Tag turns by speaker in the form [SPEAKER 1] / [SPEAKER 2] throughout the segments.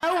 [SPEAKER 1] Oh,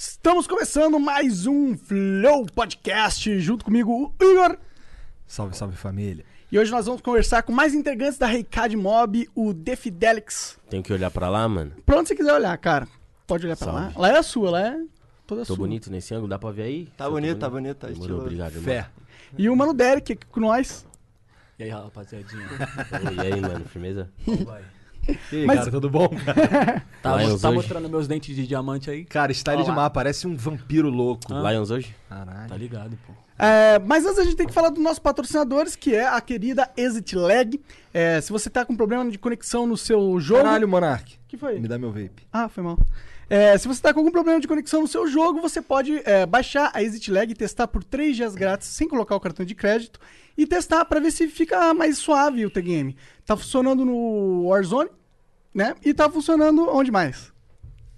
[SPEAKER 2] Estamos começando mais um Flow Podcast, junto comigo o Igor.
[SPEAKER 3] Salve, salve família.
[SPEAKER 2] E hoje nós vamos conversar com mais integrantes da Reicad Mob, o Defidelix.
[SPEAKER 4] Tenho que olhar pra lá, mano.
[SPEAKER 2] Pra onde você quiser olhar, cara. Pode olhar pra lá.
[SPEAKER 4] Salve.
[SPEAKER 2] Lá é a sua, lá é toda
[SPEAKER 4] Tô
[SPEAKER 2] sua.
[SPEAKER 4] bonito nesse ângulo, dá pra ver aí?
[SPEAKER 5] Tá
[SPEAKER 4] Eu tô
[SPEAKER 5] bonito, tá bonito, tá
[SPEAKER 4] Demorou,
[SPEAKER 5] estilo
[SPEAKER 4] obrigado, irmão.
[SPEAKER 3] Fé.
[SPEAKER 2] E o Mano Derek aqui com nós.
[SPEAKER 6] E aí, rapaziadinha?
[SPEAKER 4] Ô, E aí, mano, firmeza?
[SPEAKER 3] E aí,
[SPEAKER 2] Mas-
[SPEAKER 3] cara, tudo bom?
[SPEAKER 6] Tá,
[SPEAKER 4] Lions
[SPEAKER 6] tá
[SPEAKER 4] hoje?
[SPEAKER 6] mostrando meus dentes de diamante aí?
[SPEAKER 3] Cara, style de mar, parece um vampiro louco.
[SPEAKER 4] Lions hoje?
[SPEAKER 6] Tá
[SPEAKER 3] Caralho.
[SPEAKER 6] ligado, pô.
[SPEAKER 2] É, mas antes a gente tem que falar dos nossos patrocinadores, que é a querida Exit Lag. É, se você tá com problema de conexão no seu jogo.
[SPEAKER 3] Caralho, Monark.
[SPEAKER 2] que foi?
[SPEAKER 3] Me dá meu vape.
[SPEAKER 2] Ah, foi mal. É, se você tá com algum problema de conexão no seu jogo, você pode é, baixar a Exit Lag e testar por 3 dias grátis, sem colocar o cartão de crédito, e testar pra ver se fica mais suave o T-Game. Tá funcionando no Warzone, né? E tá funcionando onde mais?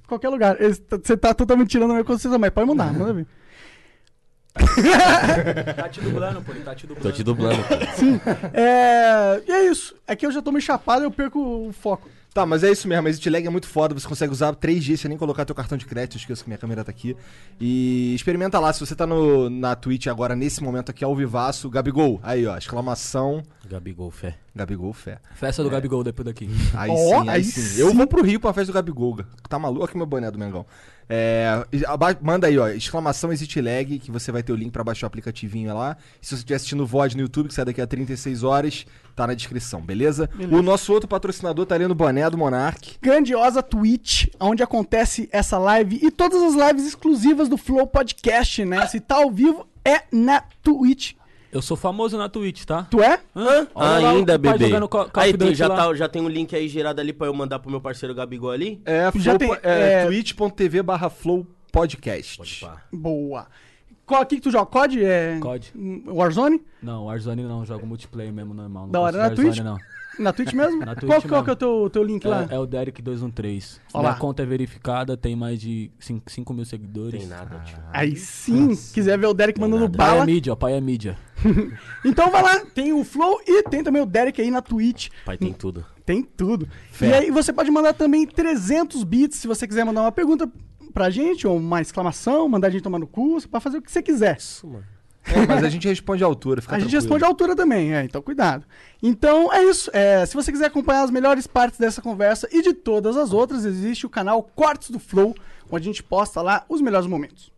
[SPEAKER 2] Qualquer lugar. Esse- t- Você tá totalmente tirando a minha consciência, mas pode mandar, manda ver.
[SPEAKER 6] Tá te dublando, pô. ele Tá te
[SPEAKER 4] Tô
[SPEAKER 6] dublando.
[SPEAKER 4] te dublando, cara.
[SPEAKER 2] É, e é isso. É que eu já tô meio chapado e eu perco o foco.
[SPEAKER 3] Tá, mas é isso mesmo. A Exit Lag é muito foda. Você consegue usar três dias sem nem colocar teu cartão de crédito. Eu Esqueço que minha câmera tá aqui. E experimenta lá. Se você tá no, na Twitch agora, nesse momento aqui, ao vivaço, Gabigol. Aí, ó. Exclamação.
[SPEAKER 4] Gabigol, fé.
[SPEAKER 3] Gabigol, fé.
[SPEAKER 6] Festa do
[SPEAKER 4] É.
[SPEAKER 6] Gabigol depois daqui.
[SPEAKER 3] Aí
[SPEAKER 2] Ó,
[SPEAKER 3] sim, aí,
[SPEAKER 2] aí
[SPEAKER 3] sim.
[SPEAKER 2] sim.
[SPEAKER 3] Eu vou pro Rio pra festa do Gabigol. Tá maluco? Aqui meu boné do Mengão. É, e aba- manda aí, ó, exclamação exit lag, que você vai ter o link pra baixar o aplicativinho lá. E se você estiver assistindo o VOD no YouTube, que sai daqui a 36 horas, tá na descrição, beleza? O nosso outro patrocinador tá ali no boné do Monark.
[SPEAKER 2] grandiosa Twitch, onde acontece essa live e todas as lives exclusivas do Flow Podcast, né? Se tá ao vivo, é na Twitch.
[SPEAKER 6] Eu sou famoso na Twitch, tá?
[SPEAKER 2] Tu é?
[SPEAKER 6] Hã? Olha lá o
[SPEAKER 4] Ah, Ainda,
[SPEAKER 6] pai
[SPEAKER 4] bebê.
[SPEAKER 6] jogando Co- Call
[SPEAKER 4] Aí,
[SPEAKER 6] of Duty
[SPEAKER 4] tem, já,
[SPEAKER 6] lá.
[SPEAKER 4] tá, já tem um link aí gerado ali pra eu mandar pro meu parceiro Gabigol ali?
[SPEAKER 3] É,
[SPEAKER 2] Já
[SPEAKER 3] flow,
[SPEAKER 2] tem,
[SPEAKER 3] po- é,
[SPEAKER 2] é-
[SPEAKER 3] twitch.tv barra flow podcast.
[SPEAKER 4] pá.
[SPEAKER 2] Boa. Qual aqui que tu joga? COD? É...
[SPEAKER 6] COD.
[SPEAKER 2] Warzone?
[SPEAKER 6] Não, Warzone não. Jogo multiplayer mesmo, normal. Não
[SPEAKER 2] Da hora,
[SPEAKER 6] consigo
[SPEAKER 2] na
[SPEAKER 6] Warzone,
[SPEAKER 2] Twitch?
[SPEAKER 6] não.
[SPEAKER 2] Na Twitch mesmo?
[SPEAKER 6] Na
[SPEAKER 2] qual
[SPEAKER 6] Twitch
[SPEAKER 2] qual que é o
[SPEAKER 6] mesmo.
[SPEAKER 2] teu, teu link lá?
[SPEAKER 6] É, é o Derek213.
[SPEAKER 2] Ó
[SPEAKER 6] Minha
[SPEAKER 2] lá.
[SPEAKER 6] conta é verificada, tem mais de 5 mil seguidores.
[SPEAKER 4] Tem nada, tio.
[SPEAKER 2] Aí sim, quiser ver o Derek mandando
[SPEAKER 6] Pai é
[SPEAKER 2] bala.
[SPEAKER 6] mídia, ó, pai é mídia.
[SPEAKER 2] Então vai lá, tem o Flow e tem também o Derek aí na Twitch.
[SPEAKER 4] Pai tem tudo.
[SPEAKER 2] Tem tudo. E aí você pode mandar também 300 bits se você quiser mandar uma pergunta pra gente, ou uma exclamação, mandar a gente tomar no curso, pra fazer o que você quiser.
[SPEAKER 4] Isso, mano.
[SPEAKER 3] É, mas a gente responde à altura, fica
[SPEAKER 2] A gente
[SPEAKER 3] tranquilo.
[SPEAKER 2] responde à altura também, é, então cuidado. Então é isso. é, se você quiser acompanhar as melhores partes dessa conversa e de todas as outras, existe o canal Cortes do Flow, onde a gente posta lá os melhores momentos.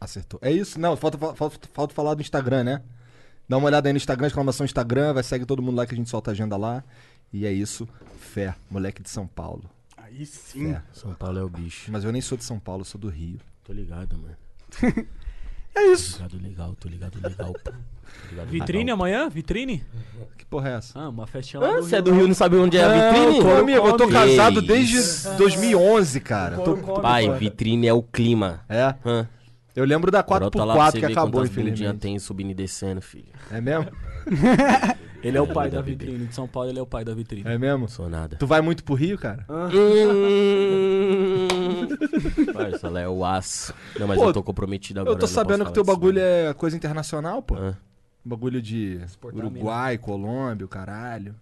[SPEAKER 3] Acertou. É isso? Não, falta, fa- falta, falta falar do Instagram, né? Dá uma olhada aí no Instagram, exclamação Instagram, vai segue todo mundo lá que a gente solta a agenda lá. E é isso. Fé, moleque de São Paulo.
[SPEAKER 2] Aí sim.
[SPEAKER 3] É.
[SPEAKER 4] São Paulo é o bicho.
[SPEAKER 3] Mas eu nem sou de São Paulo, eu sou do Rio.
[SPEAKER 4] Tô ligado, mano.
[SPEAKER 2] É isso.
[SPEAKER 4] Tô ligado legal, tô ligado legal, pô. Tô ligado
[SPEAKER 6] Vitrine
[SPEAKER 4] legal.
[SPEAKER 6] amanhã? Vitrine?
[SPEAKER 3] Que porra é essa?
[SPEAKER 6] Ah, uma festinha lá
[SPEAKER 4] Ah,
[SPEAKER 6] no
[SPEAKER 4] você é
[SPEAKER 6] Rio.
[SPEAKER 4] do Rio, não sabe onde é a vitrine?
[SPEAKER 3] Ô, amigo, eu tô
[SPEAKER 4] Que
[SPEAKER 3] casado
[SPEAKER 4] isso.
[SPEAKER 3] desde 2011, cara. Tô-
[SPEAKER 4] Pai, vitrine é o clima.
[SPEAKER 3] É,
[SPEAKER 4] Hã?
[SPEAKER 3] eu lembro da
[SPEAKER 4] Brota tá lá pra
[SPEAKER 3] 4x4
[SPEAKER 4] você
[SPEAKER 3] que
[SPEAKER 4] ver
[SPEAKER 3] acabou,
[SPEAKER 4] quantas bundinhas
[SPEAKER 3] infelizmente.
[SPEAKER 4] tem subindo e descendo, filho.
[SPEAKER 3] É mesmo?
[SPEAKER 6] Ele é o pai
[SPEAKER 4] Vida,
[SPEAKER 6] da
[SPEAKER 4] bebê.
[SPEAKER 6] vitrine. De São Paulo, ele é o pai da vitrine.
[SPEAKER 3] É mesmo?
[SPEAKER 4] Sou nada.
[SPEAKER 3] Tu vai muito pro Rio, cara?
[SPEAKER 4] Hum. Parça, ela é o aço. Não, mas
[SPEAKER 3] Pô,
[SPEAKER 4] eu tô comprometido agora.
[SPEAKER 3] eu tô sabendo que teu
[SPEAKER 4] né?
[SPEAKER 3] bagulho é coisa internacional, pô.
[SPEAKER 4] Ah.
[SPEAKER 3] Bagulho de Uruguai, Colômbia, o caralho.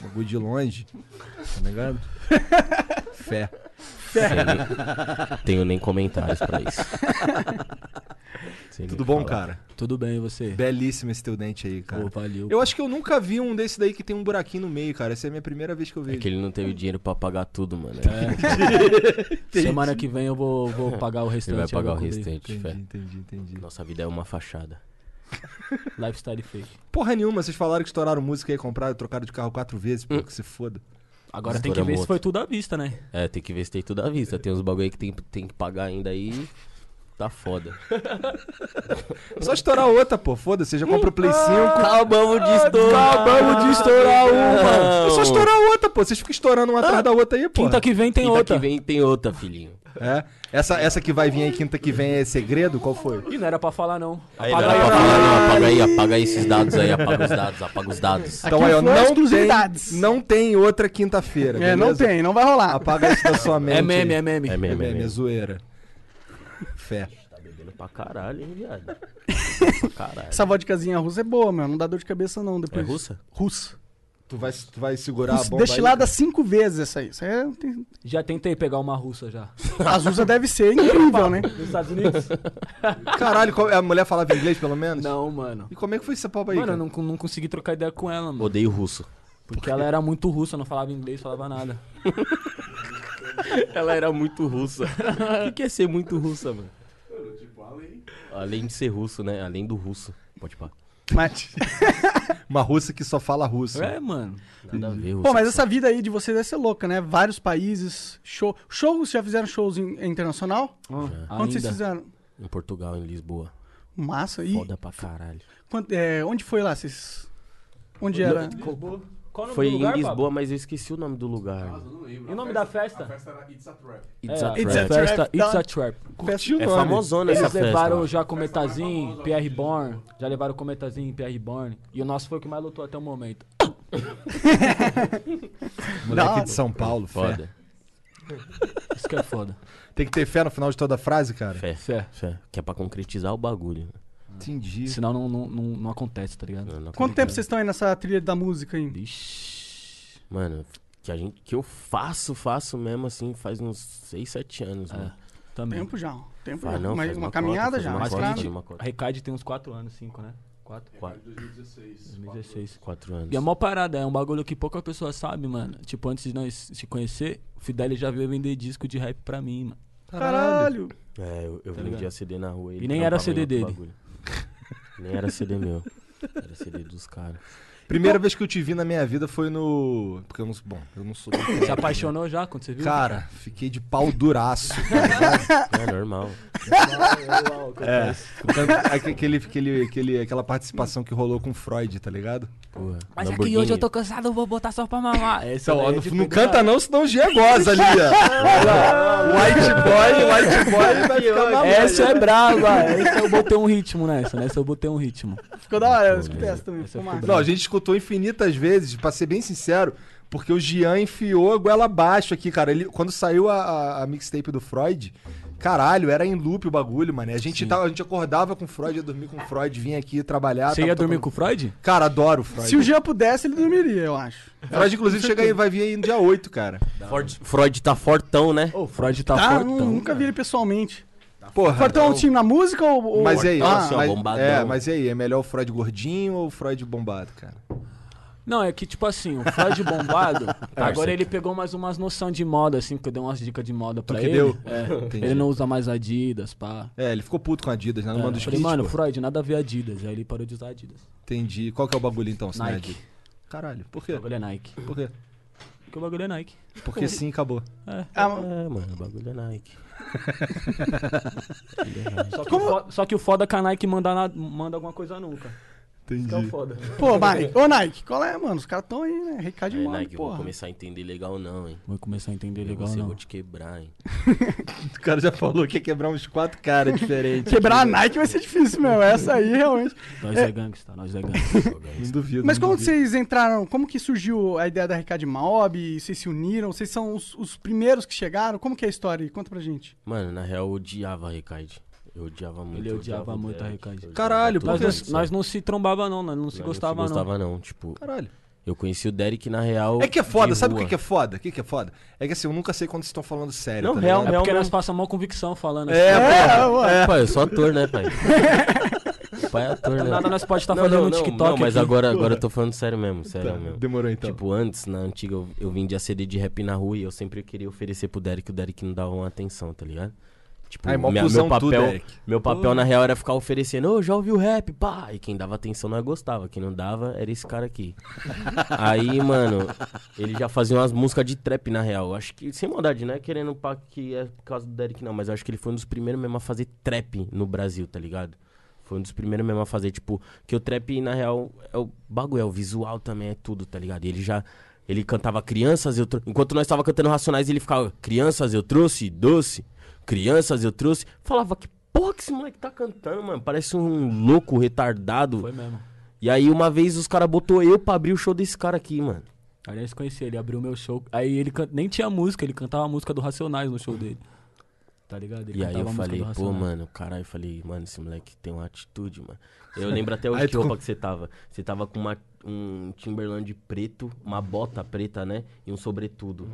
[SPEAKER 3] Bagulho de longe. Tá ligado? Fé. é-
[SPEAKER 4] Tenho nem comentários pra isso. Sem nem
[SPEAKER 3] Tudo bom,
[SPEAKER 4] falar.
[SPEAKER 3] cara?
[SPEAKER 6] Tudo bem, e você?
[SPEAKER 3] Belíssimo esse teu dente aí, cara.
[SPEAKER 6] Pô, valeu.
[SPEAKER 3] Eu acho que eu nunca vi um desse daí que tem um buraquinho no meio, cara. Essa é a minha primeira vez que eu
[SPEAKER 4] É
[SPEAKER 3] vi.
[SPEAKER 4] que ele não teve dinheiro pra pagar tudo, mano.
[SPEAKER 3] É.
[SPEAKER 6] Semana que vem eu vou, vou pagar o
[SPEAKER 4] Ele
[SPEAKER 6] restante.
[SPEAKER 4] vai pagar
[SPEAKER 6] eu
[SPEAKER 4] o
[SPEAKER 6] vou cobrir.
[SPEAKER 4] restante,
[SPEAKER 3] Entendi,
[SPEAKER 4] fé.
[SPEAKER 3] entendi, entendi.
[SPEAKER 4] Nossa vida é uma fachada.
[SPEAKER 6] Lifestyle fake.
[SPEAKER 3] Porra nenhuma, vocês falaram que estouraram música aí, compraram, trocaram de carro quatro vezes, pô, que se foda.
[SPEAKER 6] Agora
[SPEAKER 4] Estouramos
[SPEAKER 6] tem que ver se
[SPEAKER 4] outro.
[SPEAKER 6] foi tudo à vista, né?
[SPEAKER 4] É, tem que ver se tem tudo à vista. Tem uns bagulho aí que tem, tem que pagar ainda aí. Tá foda.
[SPEAKER 3] É Só estourar outra, pô, foda-se, já compra o Play 5.
[SPEAKER 4] Acabamos de estourar.
[SPEAKER 3] Acabamos de
[SPEAKER 6] Ah,
[SPEAKER 3] estourar uma.
[SPEAKER 4] Não.
[SPEAKER 3] É só estourar outra, pô. Vocês ficam estourando uma atrás da outra aí, pô.
[SPEAKER 6] Quinta que vem tem
[SPEAKER 4] Quinta
[SPEAKER 6] outra.
[SPEAKER 4] que vem tem outra, filhinho.
[SPEAKER 3] É. Essa, essa que vai vir aí quinta que vem é segredo? Qual foi?
[SPEAKER 6] Ih, não era pra falar, não.
[SPEAKER 4] Aí
[SPEAKER 6] Apaga
[SPEAKER 4] não
[SPEAKER 6] aí.
[SPEAKER 4] é pra falar, não. Apaga aí, apaga aí esses dados aí, apaga os dados, apaga os dados.
[SPEAKER 3] Então aí, ó,
[SPEAKER 2] foi
[SPEAKER 3] não
[SPEAKER 2] exclusividades.
[SPEAKER 3] tem, não tem outra quinta-feira.
[SPEAKER 2] É, não
[SPEAKER 3] beleza?
[SPEAKER 2] tem, não vai rolar.
[SPEAKER 3] Apaga isso da sua mente.
[SPEAKER 6] É meme,
[SPEAKER 3] aí.
[SPEAKER 6] é meme.
[SPEAKER 4] É
[SPEAKER 3] É
[SPEAKER 4] mesmo, é
[SPEAKER 3] meme, é
[SPEAKER 4] mesmo.
[SPEAKER 3] zoeira. Fé.
[SPEAKER 4] Tá bebendo pra caralho, hein, viado? pra caralho.
[SPEAKER 2] Essa vodkazinha russa é boa, meu. Não dá dor de cabeça, não. Depois.
[SPEAKER 4] É russa?
[SPEAKER 2] Russa.
[SPEAKER 3] Tu vai, tu vai segurar a
[SPEAKER 2] Russa,
[SPEAKER 3] bomba
[SPEAKER 2] destilada
[SPEAKER 3] aí,
[SPEAKER 2] cinco vezes essa aí. Isso aí é- tem-
[SPEAKER 6] Já tentei pegar uma russa já.
[SPEAKER 2] As russas deve ser incrível, né?
[SPEAKER 6] Nos Estados Unidos?
[SPEAKER 3] cara. Caralho, qual- a mulher falava inglês, pelo menos?
[SPEAKER 6] Não, mano.
[SPEAKER 3] E como é que foi essa popa aí,
[SPEAKER 6] Mano, eu
[SPEAKER 3] cara?
[SPEAKER 6] não, não consegui trocar ideia com ela, mano.
[SPEAKER 4] Odeio russo.
[SPEAKER 6] Porque ela era muito russa, não falava inglês, falava nada.
[SPEAKER 4] Ela era muito russa. O que, que é ser muito russa, mano? tipo, Além de ser russo, né? Além do russo. Pode pá.
[SPEAKER 2] Mas...
[SPEAKER 3] Uma russa que só fala russo.
[SPEAKER 6] É, mano.
[SPEAKER 4] Nada a ver, russo.
[SPEAKER 2] Pô, mas essa vida aí de vocês deve ser louca, né? Vários países, show. Show, vocês já fizeram shows em, internacional? Quanto vocês
[SPEAKER 6] Ainda.
[SPEAKER 2] fizeram?
[SPEAKER 4] assim, Em Portugal, em Lisboa.
[SPEAKER 2] Massa. E
[SPEAKER 4] Foda pra caralho.
[SPEAKER 2] quant- é, onde foi lá? Vocês. Onde era?
[SPEAKER 6] Qual é o nome
[SPEAKER 4] Foi
[SPEAKER 6] do
[SPEAKER 4] em
[SPEAKER 6] lugar,
[SPEAKER 4] Lisboa,
[SPEAKER 6] Pablo?
[SPEAKER 4] mas eu esqueci o nome do lugar.
[SPEAKER 6] E o nome da festa?
[SPEAKER 4] It's a
[SPEAKER 6] É,
[SPEAKER 4] trap.
[SPEAKER 2] trap.
[SPEAKER 6] Festa It's a
[SPEAKER 2] Tá.
[SPEAKER 6] Trap.
[SPEAKER 3] Curtiu o
[SPEAKER 4] É
[SPEAKER 3] nome.
[SPEAKER 4] famosona essa
[SPEAKER 6] Eles
[SPEAKER 4] festa.
[SPEAKER 6] levaram
[SPEAKER 4] mano.
[SPEAKER 6] já Cometazin, Pierre Born. Já levaram Cometazin, Pierre Born. E o nosso foi o que mais lutou até o momento.
[SPEAKER 3] Moleque de São Paulo, fé.
[SPEAKER 4] Foda.
[SPEAKER 6] Isso que é foda.
[SPEAKER 3] Tem que ter fé no final de toda frase, cara.
[SPEAKER 4] Fé.
[SPEAKER 6] Fé.
[SPEAKER 4] Fé. Que é pra concretizar o bagulho. né?
[SPEAKER 3] Entendi.
[SPEAKER 6] Senão não, não, não, não acontece, tá ligado?
[SPEAKER 4] Não- não
[SPEAKER 2] Quanto tempo vocês estão aí nessa trilha da música aí?
[SPEAKER 6] Ixi.
[SPEAKER 4] né? Mano, que a gente que eu faço, faço mesmo assim, faz uns 6, 7
[SPEAKER 6] É.
[SPEAKER 4] anos, mano.
[SPEAKER 6] Também.
[SPEAKER 2] Tempo já. ó. Tempo
[SPEAKER 4] Faz
[SPEAKER 2] já.
[SPEAKER 4] Ah, não,
[SPEAKER 2] Mas
[SPEAKER 4] faz
[SPEAKER 2] uma,
[SPEAKER 4] uma
[SPEAKER 2] caminhada
[SPEAKER 4] cota,
[SPEAKER 2] já.
[SPEAKER 4] faz
[SPEAKER 2] Uma
[SPEAKER 4] uma cota, faz
[SPEAKER 2] estrada.
[SPEAKER 4] uma
[SPEAKER 6] A
[SPEAKER 4] cota.
[SPEAKER 6] Recade tem uns 4 anos, 5, né? 4? 2016.
[SPEAKER 4] 4 anos.
[SPEAKER 6] E a maior parada é um bagulho que pouca pessoa sabe, mano. Tipo, antes de nós se conhecer, o Fidel já veio vender disco de rap pra mim, mano.
[SPEAKER 2] Caralho.
[SPEAKER 4] É, eu, eu vendia CD na rua. ele
[SPEAKER 6] Tá E nem era
[SPEAKER 4] trampava em
[SPEAKER 6] CD
[SPEAKER 4] outro bagulho. nem era CD meu. Era CD dos caras.
[SPEAKER 3] Primeira vez que eu te vi na minha vida foi no. Porque eu não sou. Bom, eu não sou.
[SPEAKER 6] Se apaixonou já quando você viu?
[SPEAKER 3] Cara, fiquei de pau duraço.
[SPEAKER 4] É normal.
[SPEAKER 3] é. Tanto- aque- Aquele, aquele, aquele, aquela participação que rolou com Freud, tá ligado?
[SPEAKER 4] Porra.
[SPEAKER 6] Mas aqui
[SPEAKER 4] Lamborghini.
[SPEAKER 6] hoje eu tô cansado, eu vou botar só pra mamar. Essa
[SPEAKER 3] Então, ó,
[SPEAKER 6] daí é
[SPEAKER 3] não,
[SPEAKER 6] de
[SPEAKER 3] não
[SPEAKER 6] pegar.
[SPEAKER 3] canta não, senão o Gia goza ali, ó. White boy, white boy vai ficar maluco.
[SPEAKER 6] Essa é brava. Essa eu botei um ritmo nessa. Nessa eu botei um ritmo.
[SPEAKER 2] Ficou da hora, eu escutei essa também. Ficou massa.
[SPEAKER 3] Não, a gente escutou infinitas vezes, pra ser bem sincero, porque o Jean enfiou a goela abaixo aqui, cara. Ele, quando saiu a, a- a mixtape do Freud, caralho, era em loop o bagulho, mano. A gente, tava, a gente acordava com o Freud, ia dormir com o Freud, vinha aqui trabalhar.
[SPEAKER 6] Você ia dormir com o Freud?
[SPEAKER 3] o Cara, adoro o Freud.
[SPEAKER 2] Se o Jean pudesse, ele dormiria, eu acho.
[SPEAKER 3] Freud, inclusive, chega aí, vai vir aí no dia 8, cara.
[SPEAKER 4] Freud, Freud tá fortão, né?
[SPEAKER 6] Ô, Freud tá
[SPEAKER 2] Tá,
[SPEAKER 6] fortão.
[SPEAKER 2] nu- nunca vi ele pessoalmente.
[SPEAKER 3] Porra.
[SPEAKER 2] Fortão é um time na música ou. ou- Ah,
[SPEAKER 3] Mas e aí?
[SPEAKER 4] Fortão, assim, ó,
[SPEAKER 3] mas,
[SPEAKER 4] bombadão.
[SPEAKER 3] é, mas e aí? É melhor o Freud gordinho ou o Freud bombado, cara?
[SPEAKER 6] Não, é que tipo assim, o Freud bombado, agora
[SPEAKER 4] sei.
[SPEAKER 6] ele pegou mais umas noção de moda, assim, porque eu dei umas dicas de moda pra
[SPEAKER 3] que
[SPEAKER 6] ele.
[SPEAKER 3] deu?
[SPEAKER 6] É,
[SPEAKER 3] Entendi.
[SPEAKER 6] ele não usa mais Adidas, pá.
[SPEAKER 3] É, ele ficou puto com a Adidas, né? Não manda
[SPEAKER 6] É. eu
[SPEAKER 3] os
[SPEAKER 6] falei,
[SPEAKER 3] kits,
[SPEAKER 6] mano,
[SPEAKER 3] pô.
[SPEAKER 6] Freud, nada a ver Adidas. Aí ele parou de usar Adidas.
[SPEAKER 3] Entendi. Qual que é o bagulho, então, se não é
[SPEAKER 6] Nike.
[SPEAKER 3] Adidas? Caralho, por
[SPEAKER 6] O
[SPEAKER 3] quê?
[SPEAKER 6] bagulho é Nike.
[SPEAKER 3] Por quê?
[SPEAKER 6] Porque o bagulho é Nike.
[SPEAKER 3] Porque sim, acabou.
[SPEAKER 2] Ah,
[SPEAKER 4] É, mano, o bagulho é Nike.
[SPEAKER 6] Só que, o, fo- só que o foda é que a Nike manda, na- manda alguma coisa nunca. Isso que é o foda.
[SPEAKER 2] Pô, Mike. Ô, Nike, qual é, mano? Os caras tão aí, né? Recado de
[SPEAKER 4] Aí,
[SPEAKER 2] moda,
[SPEAKER 4] É, Nike, eu vou
[SPEAKER 2] porra.
[SPEAKER 4] começar a entender legal não, hein?
[SPEAKER 6] Vou começar a entender legal,
[SPEAKER 4] Você, eu
[SPEAKER 6] não.
[SPEAKER 4] vou te quebrar, hein?
[SPEAKER 3] O cara já falou que ia quebrar uns quatro caras diferentes.
[SPEAKER 2] Quebrar a Nike vai ser difícil, meu. Essa aí, realmente.
[SPEAKER 6] Nós é, gangsta, nós é gangsta.
[SPEAKER 3] Não duvido.
[SPEAKER 2] Mas
[SPEAKER 3] não
[SPEAKER 2] como que
[SPEAKER 3] duvido.
[SPEAKER 2] vocês entraram? Como que surgiu a ideia da Recade Mob? Vocês se uniram? Vocês são os, os primeiros que chegaram? Como que é a história? aí? Conta pra gente.
[SPEAKER 4] Mano, na real, eu odiava a Recaid. Eu odiava muito. eu
[SPEAKER 6] odiava
[SPEAKER 4] o
[SPEAKER 6] muito a
[SPEAKER 4] Derek,
[SPEAKER 6] Recaid.
[SPEAKER 4] eu odiava
[SPEAKER 3] Caralho,
[SPEAKER 4] toda
[SPEAKER 3] por
[SPEAKER 4] a
[SPEAKER 6] nós,
[SPEAKER 3] quê?
[SPEAKER 6] não,
[SPEAKER 4] produção.
[SPEAKER 6] nós não se trombava, não. Nós não se
[SPEAKER 4] Nós
[SPEAKER 6] gostava,
[SPEAKER 4] não.
[SPEAKER 6] não.
[SPEAKER 4] se gostava, não. Tipo,
[SPEAKER 3] Caralho.
[SPEAKER 4] eu conheci o Derek na real.
[SPEAKER 3] É que é foda,
[SPEAKER 4] de
[SPEAKER 3] sabe o
[SPEAKER 4] rua.
[SPEAKER 3] que que é foda? O que que é foda? É que assim, eu nunca sei quando vocês estão falando sério,
[SPEAKER 4] Não,
[SPEAKER 3] tá
[SPEAKER 4] real,
[SPEAKER 3] ligado?
[SPEAKER 6] É
[SPEAKER 4] real.
[SPEAKER 6] porque
[SPEAKER 4] mesmo.
[SPEAKER 6] nós passamos mó convicção falando
[SPEAKER 3] É,
[SPEAKER 6] assim.
[SPEAKER 3] porra.
[SPEAKER 4] Pai, eu sou ator, né, pai? o pai é ator, né?
[SPEAKER 6] Nada nós pode estar
[SPEAKER 4] Não,
[SPEAKER 6] fazendo
[SPEAKER 4] não,
[SPEAKER 6] um
[SPEAKER 4] não,
[SPEAKER 6] TikTok
[SPEAKER 4] Não, mas
[SPEAKER 6] aqui.
[SPEAKER 4] agora, agora eu tô falando sério mesmo, sério mesmo.
[SPEAKER 3] Demorou então.
[SPEAKER 4] É, Tipo, antes, na antiga, eu, eu vendia CD de rap na rua e eu sempre queria oferecer pro Derek, o Derek não dava uma atenção, tá ligado? Tipo,
[SPEAKER 3] Aí, mó
[SPEAKER 4] minha-
[SPEAKER 3] cuzão
[SPEAKER 4] meu
[SPEAKER 3] tu,
[SPEAKER 4] papel,
[SPEAKER 3] Derek.
[SPEAKER 4] meu papel na real era ficar oferecendo, ô, já ouviu rap, pá! E quem dava atenção não é gostava, quem não dava era esse cara aqui. Aí, mano, ele já fazia umas músicas de trap na real. Acho que, sem maldade, não é querendo pá que é por causa do Derek, não, mas acho que ele foi um dos primeiros mesmo a fazer trap no Brasil, tá ligado? Foi um dos primeiros mesmo a fazer, tipo, que o trap, na real, é o bagulho, é o visual também, é tudo, tá ligado? E Ele já. Ele cantava crianças, eu trouxe. Enquanto nós tava cantando Racionais, ele ficava, crianças, eu trouxe, doce. crianças eu trouxe. Falava, que porra que esse moleque tá cantando, mano? Parece um louco retardado.
[SPEAKER 6] Foi mesmo.
[SPEAKER 4] E aí uma vez os caras botou eu pra abrir o show desse cara aqui, mano.
[SPEAKER 6] Aliás, conheci ele, abriu meu show. Aí ele can- nem tinha música, ele cantava a música do Racionais no show dele. Tá ligado? Ele
[SPEAKER 4] Uhum. E aí
[SPEAKER 6] cantava
[SPEAKER 4] eu
[SPEAKER 6] a música
[SPEAKER 4] falei,
[SPEAKER 6] do
[SPEAKER 4] pô,
[SPEAKER 6] Racionais.
[SPEAKER 4] mano, caralho, eu falei, mano, esse moleque tem uma atitude, mano. Eu lembro até
[SPEAKER 3] Aí
[SPEAKER 4] hoje que
[SPEAKER 3] tu
[SPEAKER 4] roupa que você tava. Você tava com uma, um Timberland preto, uma bota preta, né? E um sobretudo.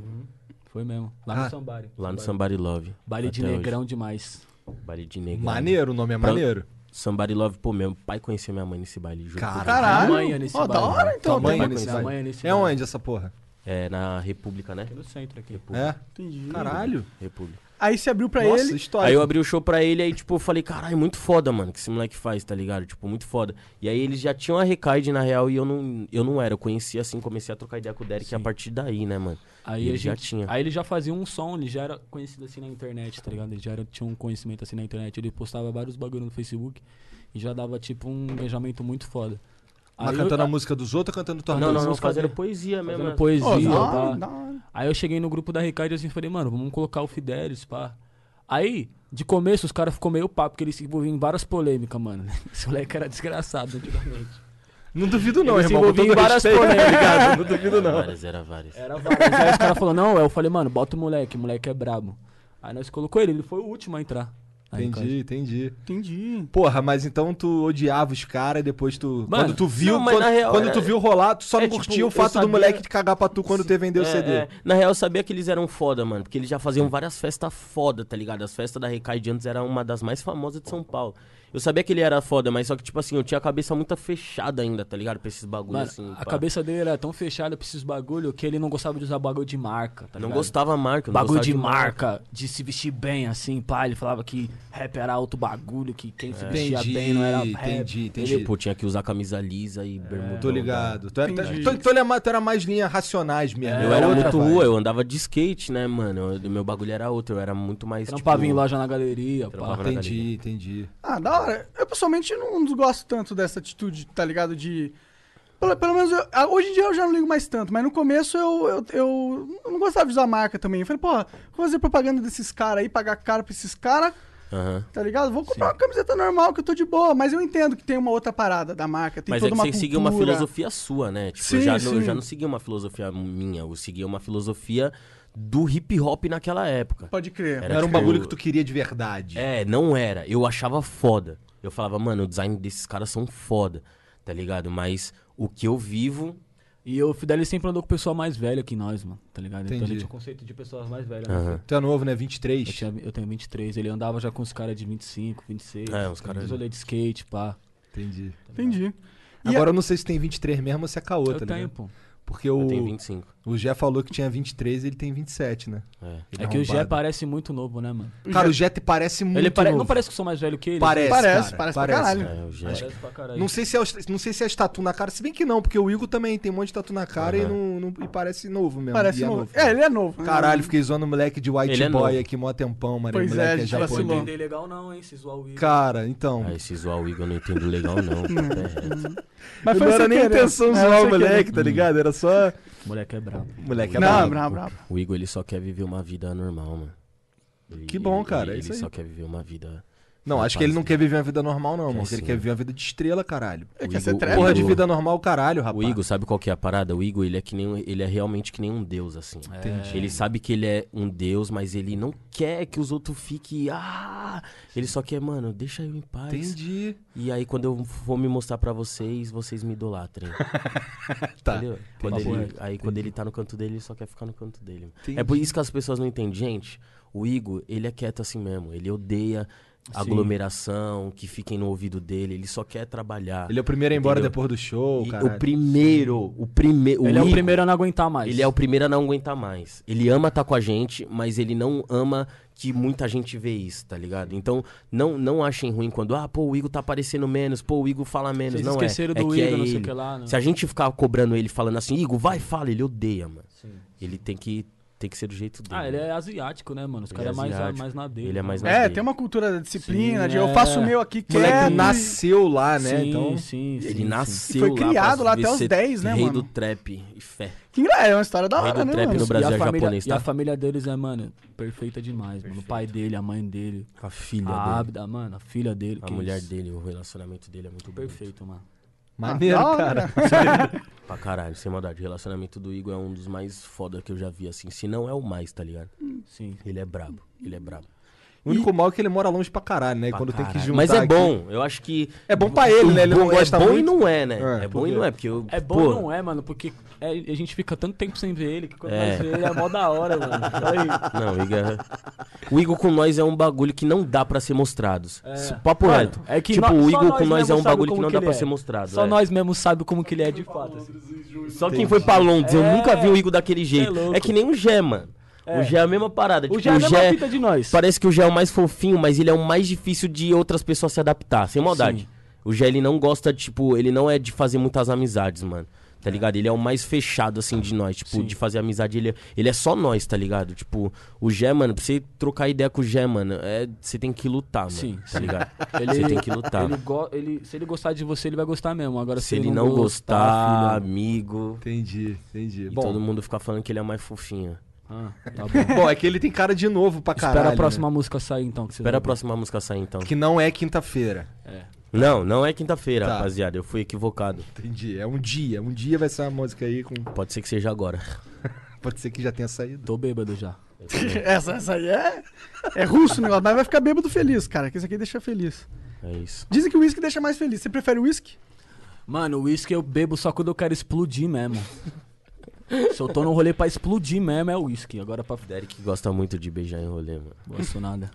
[SPEAKER 6] Foi mesmo. Lá
[SPEAKER 3] Ah,
[SPEAKER 6] no Uhum. Sambari.
[SPEAKER 4] Lá no Somebody Love.
[SPEAKER 6] Baile de
[SPEAKER 4] até hoje.
[SPEAKER 6] negrão demais.
[SPEAKER 4] Baile de negrão.
[SPEAKER 3] Maneiro, o nome é
[SPEAKER 4] Pra-
[SPEAKER 3] maneiro.
[SPEAKER 4] Somebody Love, pô, meu pai conheceu minha mãe nesse baile, juro.
[SPEAKER 3] Caralho.
[SPEAKER 4] por Deus.
[SPEAKER 2] Caralho.
[SPEAKER 6] Amanhã nesse
[SPEAKER 2] Ó, da
[SPEAKER 6] baile. né?
[SPEAKER 2] hora então.
[SPEAKER 3] Tamanho
[SPEAKER 6] vai
[SPEAKER 3] nesse
[SPEAKER 6] conhecer
[SPEAKER 3] baile.
[SPEAKER 6] amanhã nesse
[SPEAKER 3] É
[SPEAKER 6] baile.
[SPEAKER 3] onde essa porra?
[SPEAKER 4] É, na República, né?
[SPEAKER 6] Aqui no centro aqui.
[SPEAKER 3] É?
[SPEAKER 2] Entendi.
[SPEAKER 3] Caralho.
[SPEAKER 4] República.
[SPEAKER 2] Aí você abriu pra
[SPEAKER 3] Nossa,
[SPEAKER 2] ele.
[SPEAKER 3] história.
[SPEAKER 4] Aí eu abri o show pra ele, aí, tipo, eu falei, caralho, muito foda, mano, que esse moleque faz, tá ligado? Tipo, muito foda. E aí eles já tinham a recaide, na real, e eu não, eu não era. Eu conheci, assim, comecei a trocar ideia com o Derek a partir daí, né, mano?
[SPEAKER 6] Aí
[SPEAKER 4] E
[SPEAKER 6] a
[SPEAKER 4] ele
[SPEAKER 6] gente,
[SPEAKER 4] já tinha.
[SPEAKER 6] Aí ele já fazia um som, ele já era conhecido assim na internet, tá ligado? Ele já era- tinha um conhecimento assim na internet. Ele postava vários bagulho no Facebook e já dava tipo um engajamento muito foda.
[SPEAKER 3] Mas
[SPEAKER 6] Aí eu-
[SPEAKER 3] cantando a música dos outros ou cantando tua
[SPEAKER 4] Não, não, não,
[SPEAKER 6] música
[SPEAKER 4] fazendo
[SPEAKER 6] dele.
[SPEAKER 4] poesia mesmo.
[SPEAKER 6] fazendo
[SPEAKER 4] né?
[SPEAKER 6] poesia,
[SPEAKER 2] Ó, da
[SPEAKER 6] pá.
[SPEAKER 2] hora, da hora.
[SPEAKER 6] Aí eu cheguei no grupo da Ricardo assim, falei, mano, vamos colocar o Fidelis, pá. Aí, de começo, os caras ficou meio papo, porque eles se envolviam em várias polêmicas, mano. Esse moleque era desgraçado antigamente.
[SPEAKER 3] Não duvido não,
[SPEAKER 6] Ele se
[SPEAKER 3] irmão. com
[SPEAKER 6] envolvia
[SPEAKER 3] todo
[SPEAKER 6] em várias
[SPEAKER 3] respeito, tá
[SPEAKER 4] né,
[SPEAKER 6] polêmicas.
[SPEAKER 3] ligado? Não duvido não.
[SPEAKER 4] Várias, era várias.
[SPEAKER 6] Era vários. Aí os caras falaram, não, eu falei, mano, bota o moleque, o moleque é brabo. Aí nós colocou ele, ele foi o último a entrar. na Ricardo.
[SPEAKER 3] Entendi, entendi.
[SPEAKER 2] Entendi.
[SPEAKER 3] Porra, mas então tu odiava os caras e depois tu. quando tu viu.
[SPEAKER 4] não, mas
[SPEAKER 3] quando
[SPEAKER 4] na real
[SPEAKER 3] quando
[SPEAKER 4] era-
[SPEAKER 3] tu viu rolar, tu só
[SPEAKER 4] é,
[SPEAKER 3] não
[SPEAKER 4] tipo,
[SPEAKER 3] curtia o
[SPEAKER 4] eu
[SPEAKER 3] fato do
[SPEAKER 4] sabia-
[SPEAKER 3] moleque de cagar pra tu quando tu vendeu o
[SPEAKER 4] É,
[SPEAKER 3] CD.
[SPEAKER 4] é. Na real, eu sabia que eles eram foda, mano. Porque eles já faziam várias festas foda, tá ligado? As festas da Recaide antes era uma das mais famosas de São Paulo. Eu sabia que ele era foda, mas só que, tipo assim, eu tinha a cabeça muito fechada ainda, tá ligado? Pra esses bagulhos
[SPEAKER 6] Mano,
[SPEAKER 4] assim.
[SPEAKER 6] a
[SPEAKER 4] pá.
[SPEAKER 6] cabeça dele era tão fechada pra esses bagulho que ele não gostava de usar bagulho de marca, tá
[SPEAKER 4] Não
[SPEAKER 6] ligado?
[SPEAKER 4] gostava marca, não
[SPEAKER 6] Bagulho
[SPEAKER 4] gostava
[SPEAKER 6] de marca, de se vestir bem, assim, pá. Ele falava que rap era alto bagulho, que quem
[SPEAKER 4] É.
[SPEAKER 6] se vestia
[SPEAKER 3] Entendi,
[SPEAKER 6] bem não era rap.
[SPEAKER 3] entendi, entendi.
[SPEAKER 6] Ele-
[SPEAKER 4] Pô, tinha que usar camisa lisa e bermuda.
[SPEAKER 3] Tô ligado. Tu era, tu,
[SPEAKER 2] Entendi.
[SPEAKER 3] tu- tu era mais- tu era mais linha racionais mesmo.
[SPEAKER 4] É, Eu era
[SPEAKER 3] É outra
[SPEAKER 4] muito
[SPEAKER 3] vibe.
[SPEAKER 4] rua, eu andava de skate, né, mano? Eu- meu bagulho era outro, eu era muito mais.
[SPEAKER 6] Trampava
[SPEAKER 4] tipo,
[SPEAKER 6] em loja na galeria, pá.
[SPEAKER 4] trampava na
[SPEAKER 3] Entendi, entendi.
[SPEAKER 2] Ah, da hora. Eu pessoalmente não gosto tanto dessa atitude, tá ligado? De. Pelo, pelo menos eu- ah, hoje em dia eu já não ligo mais tanto, mas no começo eu, eu, eu não gostava de usar marca também. Eu falei, porra, vou fazer propaganda desses caras aí, pagar caro pra esses caras,
[SPEAKER 4] Aham.
[SPEAKER 2] tá ligado? Vou comprar uma camiseta normal que eu tô de boa, mas eu entendo que tem uma outra parada da marca, tem
[SPEAKER 4] Mas é
[SPEAKER 2] toda
[SPEAKER 4] que
[SPEAKER 2] uma
[SPEAKER 4] você
[SPEAKER 2] cultura.
[SPEAKER 4] seguia uma filosofia sua, né? Tipo, eu
[SPEAKER 2] Sim,
[SPEAKER 4] já, não, eu
[SPEAKER 2] sim.
[SPEAKER 4] já não seguia uma filosofia minha, eu seguia uma filosofia do hip hop naquela época.
[SPEAKER 2] Pode crer.
[SPEAKER 4] Era
[SPEAKER 3] Não era um
[SPEAKER 4] tipo-
[SPEAKER 3] bagulho que tu queria de verdade.
[SPEAKER 4] É, não era. Eu achava foda. Eu falava, mano, o design desses caras são foda, tá ligado? Mas o que eu vivo.
[SPEAKER 6] E o Fidelis sempre andou com o pessoal mais velho que nós, mano, tá ligado? Então
[SPEAKER 3] Entendi.
[SPEAKER 6] ele tinha o conceito de pessoas mais velhas. né?
[SPEAKER 4] Aham.
[SPEAKER 3] Tu é novo, né?
[SPEAKER 6] Eu,
[SPEAKER 3] 23.
[SPEAKER 6] tinha- eu tenho 23, ele andava já com os caras de 25, 26.
[SPEAKER 4] É, uns caras-
[SPEAKER 6] Os rolê de skate, pá.
[SPEAKER 3] Entendi.
[SPEAKER 2] Entendi. E
[SPEAKER 3] Agora eu não sei se tem 23 mesmo ou se é caô,
[SPEAKER 6] eu
[SPEAKER 3] tá
[SPEAKER 6] tenho,
[SPEAKER 3] ligado?
[SPEAKER 6] pô.
[SPEAKER 3] Porque
[SPEAKER 4] Eu tenho
[SPEAKER 3] o,
[SPEAKER 4] 25.
[SPEAKER 3] o Gé falou que tinha 23 e ele tem 27, né?
[SPEAKER 4] É.
[SPEAKER 3] Ele
[SPEAKER 6] É que o Gé
[SPEAKER 3] arrombado.
[SPEAKER 6] parece muito novo, né, mano?
[SPEAKER 3] Cara, o Jé te parece muito
[SPEAKER 6] ele pare...
[SPEAKER 3] novo.
[SPEAKER 6] não parece que eu sou mais velho que ele?
[SPEAKER 3] Parece,
[SPEAKER 2] Parece,
[SPEAKER 3] cara,
[SPEAKER 2] parece pra caralho.
[SPEAKER 4] É, eu já...
[SPEAKER 6] Parece pra caralho.
[SPEAKER 3] Não sei, se é os, não sei se é as tatu na cara, se bem que não, porque o Igor também tem um monte de tatu na cara e, não, não- e parece novo mesmo.
[SPEAKER 2] Parece
[SPEAKER 3] e é
[SPEAKER 2] novo. É, ele é novo.
[SPEAKER 3] Caralho, fiquei zoando o moleque de white
[SPEAKER 4] Ele é
[SPEAKER 3] boy
[SPEAKER 4] novo.
[SPEAKER 3] aqui mó tempão, mano.
[SPEAKER 2] Pois
[SPEAKER 3] o moleque
[SPEAKER 2] é, a gente
[SPEAKER 3] japonês.
[SPEAKER 2] vacilou.
[SPEAKER 6] Entender legal não, hein? Se zoar o Igor.
[SPEAKER 3] Cara, então.
[SPEAKER 4] Ah, esse zoar o Igor eu não entendo legal, não. puta, é reto.
[SPEAKER 2] Mas
[SPEAKER 3] não
[SPEAKER 2] foi
[SPEAKER 3] era
[SPEAKER 2] sem
[SPEAKER 3] nem
[SPEAKER 2] querer.
[SPEAKER 3] intenção
[SPEAKER 2] É,
[SPEAKER 3] zoar
[SPEAKER 2] sem
[SPEAKER 3] o moleque,
[SPEAKER 2] querer.
[SPEAKER 3] tá ligado? Era só.
[SPEAKER 6] Moleque é brabo.
[SPEAKER 3] Moleque é
[SPEAKER 2] Não,
[SPEAKER 3] brabo.
[SPEAKER 2] bravo, bravo.
[SPEAKER 4] O Igor, ele só quer viver uma vida normal, mano. Ele-
[SPEAKER 3] Que bom,
[SPEAKER 4] ele-
[SPEAKER 3] cara, é
[SPEAKER 4] Ele,
[SPEAKER 3] isso aí.
[SPEAKER 4] só quer viver uma vida.
[SPEAKER 3] Não, acho que ele não quer viver uma vida normal, não,
[SPEAKER 4] Quer
[SPEAKER 3] mano. Porque Ele
[SPEAKER 4] sim.
[SPEAKER 3] quer viver uma vida de estrela, caralho.
[SPEAKER 2] É
[SPEAKER 4] O
[SPEAKER 2] que essa é
[SPEAKER 4] Igor-
[SPEAKER 2] trap.
[SPEAKER 4] o
[SPEAKER 3] Porra de
[SPEAKER 4] Igor-
[SPEAKER 3] vida normal, caralho,
[SPEAKER 4] O
[SPEAKER 3] rapaz.
[SPEAKER 4] Igor, sabe qual que é a parada? O Igor, ele é que nem um- ele é realmente que nem um deus, assim. Ele sabe que ele é um deus, mas ele não quer que os outros fiquem. Ah! Ele só quer, mano, deixa eu em paz.
[SPEAKER 3] Entendi.
[SPEAKER 4] E aí, quando eu for me mostrar pra vocês, vocês me idolatrem.
[SPEAKER 3] Tá.
[SPEAKER 4] Entendeu? Quando
[SPEAKER 3] Papo
[SPEAKER 4] ele-
[SPEAKER 3] reto,
[SPEAKER 4] aí quando ele tá no canto dele, ele só quer ficar no canto dele.
[SPEAKER 3] Entendi.
[SPEAKER 4] É por isso que as pessoas não entendem. Gente, o Igor, ele é quieto assim mesmo. Ele odeia aglomeração, que fiquem no ouvido dele. Ele só quer trabalhar.
[SPEAKER 3] Ele é o primeiro a ir embora
[SPEAKER 4] Ah, Entendeu?
[SPEAKER 3] depois do show,
[SPEAKER 4] E
[SPEAKER 3] caralho.
[SPEAKER 4] o primeiro, o primeiro.
[SPEAKER 6] Ele é o
[SPEAKER 4] Igor,
[SPEAKER 6] primeiro a não aguentar mais.
[SPEAKER 4] Ele é o primeiro a não aguentar mais. Ele ama estar com a gente, mas ele não ama que muita gente vê isso, tá ligado? Então, não não achem ruim quando, ah, pô, o Igor tá aparecendo menos, pô, o Igor fala menos.
[SPEAKER 6] Vocês
[SPEAKER 4] não é.
[SPEAKER 6] esqueceram
[SPEAKER 4] é
[SPEAKER 6] do
[SPEAKER 4] que é
[SPEAKER 6] Igor, não sei o
[SPEAKER 4] ele.
[SPEAKER 6] que lá, né?
[SPEAKER 4] Se a gente ficar cobrando ele falando assim, Igor, vai, fala, ele odeia, mano. Ele tem que Tem que ser do jeito dele.
[SPEAKER 6] Ah, ele é asiático, né, mano? Os
[SPEAKER 4] Ele é
[SPEAKER 6] caras é mais, a-
[SPEAKER 4] asiático.
[SPEAKER 6] mais na dele.
[SPEAKER 4] Ele é
[SPEAKER 6] né?
[SPEAKER 4] mais na
[SPEAKER 2] É,
[SPEAKER 4] dele.
[SPEAKER 2] tem uma cultura da disciplina,
[SPEAKER 6] Sim,
[SPEAKER 2] de eu
[SPEAKER 6] é.
[SPEAKER 2] faço o meu aqui,
[SPEAKER 3] O moleque
[SPEAKER 2] quieto. e-
[SPEAKER 3] nasceu lá, né?
[SPEAKER 6] Sim, Ah,
[SPEAKER 3] então.
[SPEAKER 6] sim, sim,
[SPEAKER 4] Ele
[SPEAKER 6] sim.
[SPEAKER 4] nasceu
[SPEAKER 2] Foi
[SPEAKER 4] lá pra
[SPEAKER 2] criado lá
[SPEAKER 4] ver
[SPEAKER 2] até os
[SPEAKER 4] ser
[SPEAKER 2] 10, né,
[SPEAKER 4] rei
[SPEAKER 2] mano?
[SPEAKER 4] do trap e fé.
[SPEAKER 2] Que engra- é uma história da
[SPEAKER 4] Rei
[SPEAKER 2] hora,
[SPEAKER 4] do
[SPEAKER 2] né,
[SPEAKER 4] trap
[SPEAKER 2] mano?
[SPEAKER 4] no Brasil
[SPEAKER 6] e
[SPEAKER 4] é
[SPEAKER 6] a família,
[SPEAKER 4] japonês,
[SPEAKER 6] E a
[SPEAKER 4] tá?
[SPEAKER 6] família deles é, mano, perfeita demais, mano. O pai dele, a mãe dele,
[SPEAKER 4] A filha
[SPEAKER 6] a
[SPEAKER 4] dele.
[SPEAKER 6] Abda, mano, a filha dele.
[SPEAKER 4] A
[SPEAKER 6] que
[SPEAKER 4] mulher
[SPEAKER 6] isso.
[SPEAKER 4] dele, o relacionamento dele é muito perfeito.
[SPEAKER 6] Perfeito, mano.
[SPEAKER 3] Maneiro,
[SPEAKER 2] Ah, da hora,
[SPEAKER 3] cara.
[SPEAKER 4] Pra caralho, sem maldade. O relacionamento do Igor é um dos mais foda que eu já vi, assim. Se não é o mais, tá ligado?
[SPEAKER 6] Sim.
[SPEAKER 4] Ele é brabo. Ele é brabo.
[SPEAKER 3] O único mal é que ele mora longe pra caralho, né? E
[SPEAKER 4] Pra
[SPEAKER 3] quando tem que
[SPEAKER 4] caralho.
[SPEAKER 3] juntar.
[SPEAKER 4] Mas é
[SPEAKER 3] aqui-
[SPEAKER 4] bom. Eu acho que.
[SPEAKER 3] É bom pra ele, né? Ele não
[SPEAKER 4] Bom, é
[SPEAKER 3] gosta
[SPEAKER 4] bom e
[SPEAKER 3] muito.
[SPEAKER 4] não é, né?
[SPEAKER 3] É,
[SPEAKER 4] É, bom e não é, porque eu.
[SPEAKER 6] É bom
[SPEAKER 4] pô,
[SPEAKER 6] e não é, mano, porque é- a gente fica tanto tempo sem ver ele que quando
[SPEAKER 4] É.
[SPEAKER 6] nós vê ele é mó da hora, mano. Olha
[SPEAKER 4] Não, o Igor. é- O Igor com nós é um bagulho que não dá pra ser mostrado. S- Papo
[SPEAKER 6] Mano,
[SPEAKER 4] reto.
[SPEAKER 6] é que
[SPEAKER 4] tipo,
[SPEAKER 6] nó-
[SPEAKER 4] o
[SPEAKER 6] só
[SPEAKER 4] Igor com
[SPEAKER 6] nós
[SPEAKER 4] nós é
[SPEAKER 6] mesmo
[SPEAKER 4] um bagulho
[SPEAKER 6] sabe
[SPEAKER 4] que não
[SPEAKER 6] como
[SPEAKER 4] dá
[SPEAKER 6] que
[SPEAKER 4] pra
[SPEAKER 6] ele é.
[SPEAKER 4] ser mostrado.
[SPEAKER 6] aí. Só
[SPEAKER 4] é.
[SPEAKER 6] nós mesmos sabe como que ele é de fato. assim.
[SPEAKER 4] Só quem foi pra Londres, eu
[SPEAKER 6] É,
[SPEAKER 4] nunca vi o Igor daquele jeito.
[SPEAKER 6] louco.
[SPEAKER 4] É, que nem o Gé, mano. O Gé é a mesma parada.
[SPEAKER 6] O
[SPEAKER 4] tipo,
[SPEAKER 6] Jé é a mesma fita de nós.
[SPEAKER 4] Parece que o Gé é o mais fofinho, mas ele é o mais difícil de outras pessoas se adaptar, sem maldade.
[SPEAKER 6] Sim.
[SPEAKER 4] O Gé, ele não gosta, tipo, ele não é de fazer muitas amizades, mano. Tá ligado? Ele é o mais fechado, assim, de nós. Tipo, de fazer amizade, ele é, ele é só nós, tá ligado? Tipo, o Gé, mano, pra você trocar ideia com o Gé, mano, é- você tem que lutar, mano.
[SPEAKER 6] Sim,
[SPEAKER 4] Tá
[SPEAKER 6] sim.
[SPEAKER 4] ligado?
[SPEAKER 6] Ele-
[SPEAKER 4] Você tem que lutar.
[SPEAKER 6] Ele
[SPEAKER 4] mano.
[SPEAKER 6] go- ele- se ele gostar de você, ele vai gostar mesmo. Agora, se,
[SPEAKER 4] Se ele não gostar,
[SPEAKER 6] filho,
[SPEAKER 4] amigo.
[SPEAKER 3] Entendi, entendi.
[SPEAKER 4] E
[SPEAKER 3] Bom,
[SPEAKER 4] todo mundo fica falando que ele é mais fofinho.
[SPEAKER 6] ah, tá bom.
[SPEAKER 3] bom, é que ele tem cara de novo pra caralho.
[SPEAKER 6] Espera a
[SPEAKER 3] né?
[SPEAKER 6] próxima música sair, então. que você
[SPEAKER 4] Espera a
[SPEAKER 6] vai ver.
[SPEAKER 4] próxima música sair, então.
[SPEAKER 3] Que não é quinta-feira.
[SPEAKER 4] Não, não é quinta-feira,
[SPEAKER 3] Tá.
[SPEAKER 4] rapaziada. Eu fui equivocado.
[SPEAKER 3] Entendi. É um dia. Um dia vai ser uma música aí com.
[SPEAKER 4] Pode ser que seja agora.
[SPEAKER 3] Pode ser que já tenha saído.
[SPEAKER 6] Tô bêbado já.
[SPEAKER 2] essa, essa aí é. É russo o negócio, mas vai ficar bêbado feliz, cara. Que isso aqui deixa feliz.
[SPEAKER 4] É isso.
[SPEAKER 2] Dizem que o uísque deixa mais feliz. Você prefere o uísque?
[SPEAKER 6] Mano, o uísque eu bebo só quando eu quero explodir mesmo. se eu tô no rolê pra explodir mesmo, é o uísque. Agora pra...
[SPEAKER 4] Derek gosta muito de beijar em rolê, mano.
[SPEAKER 6] Gosto nada.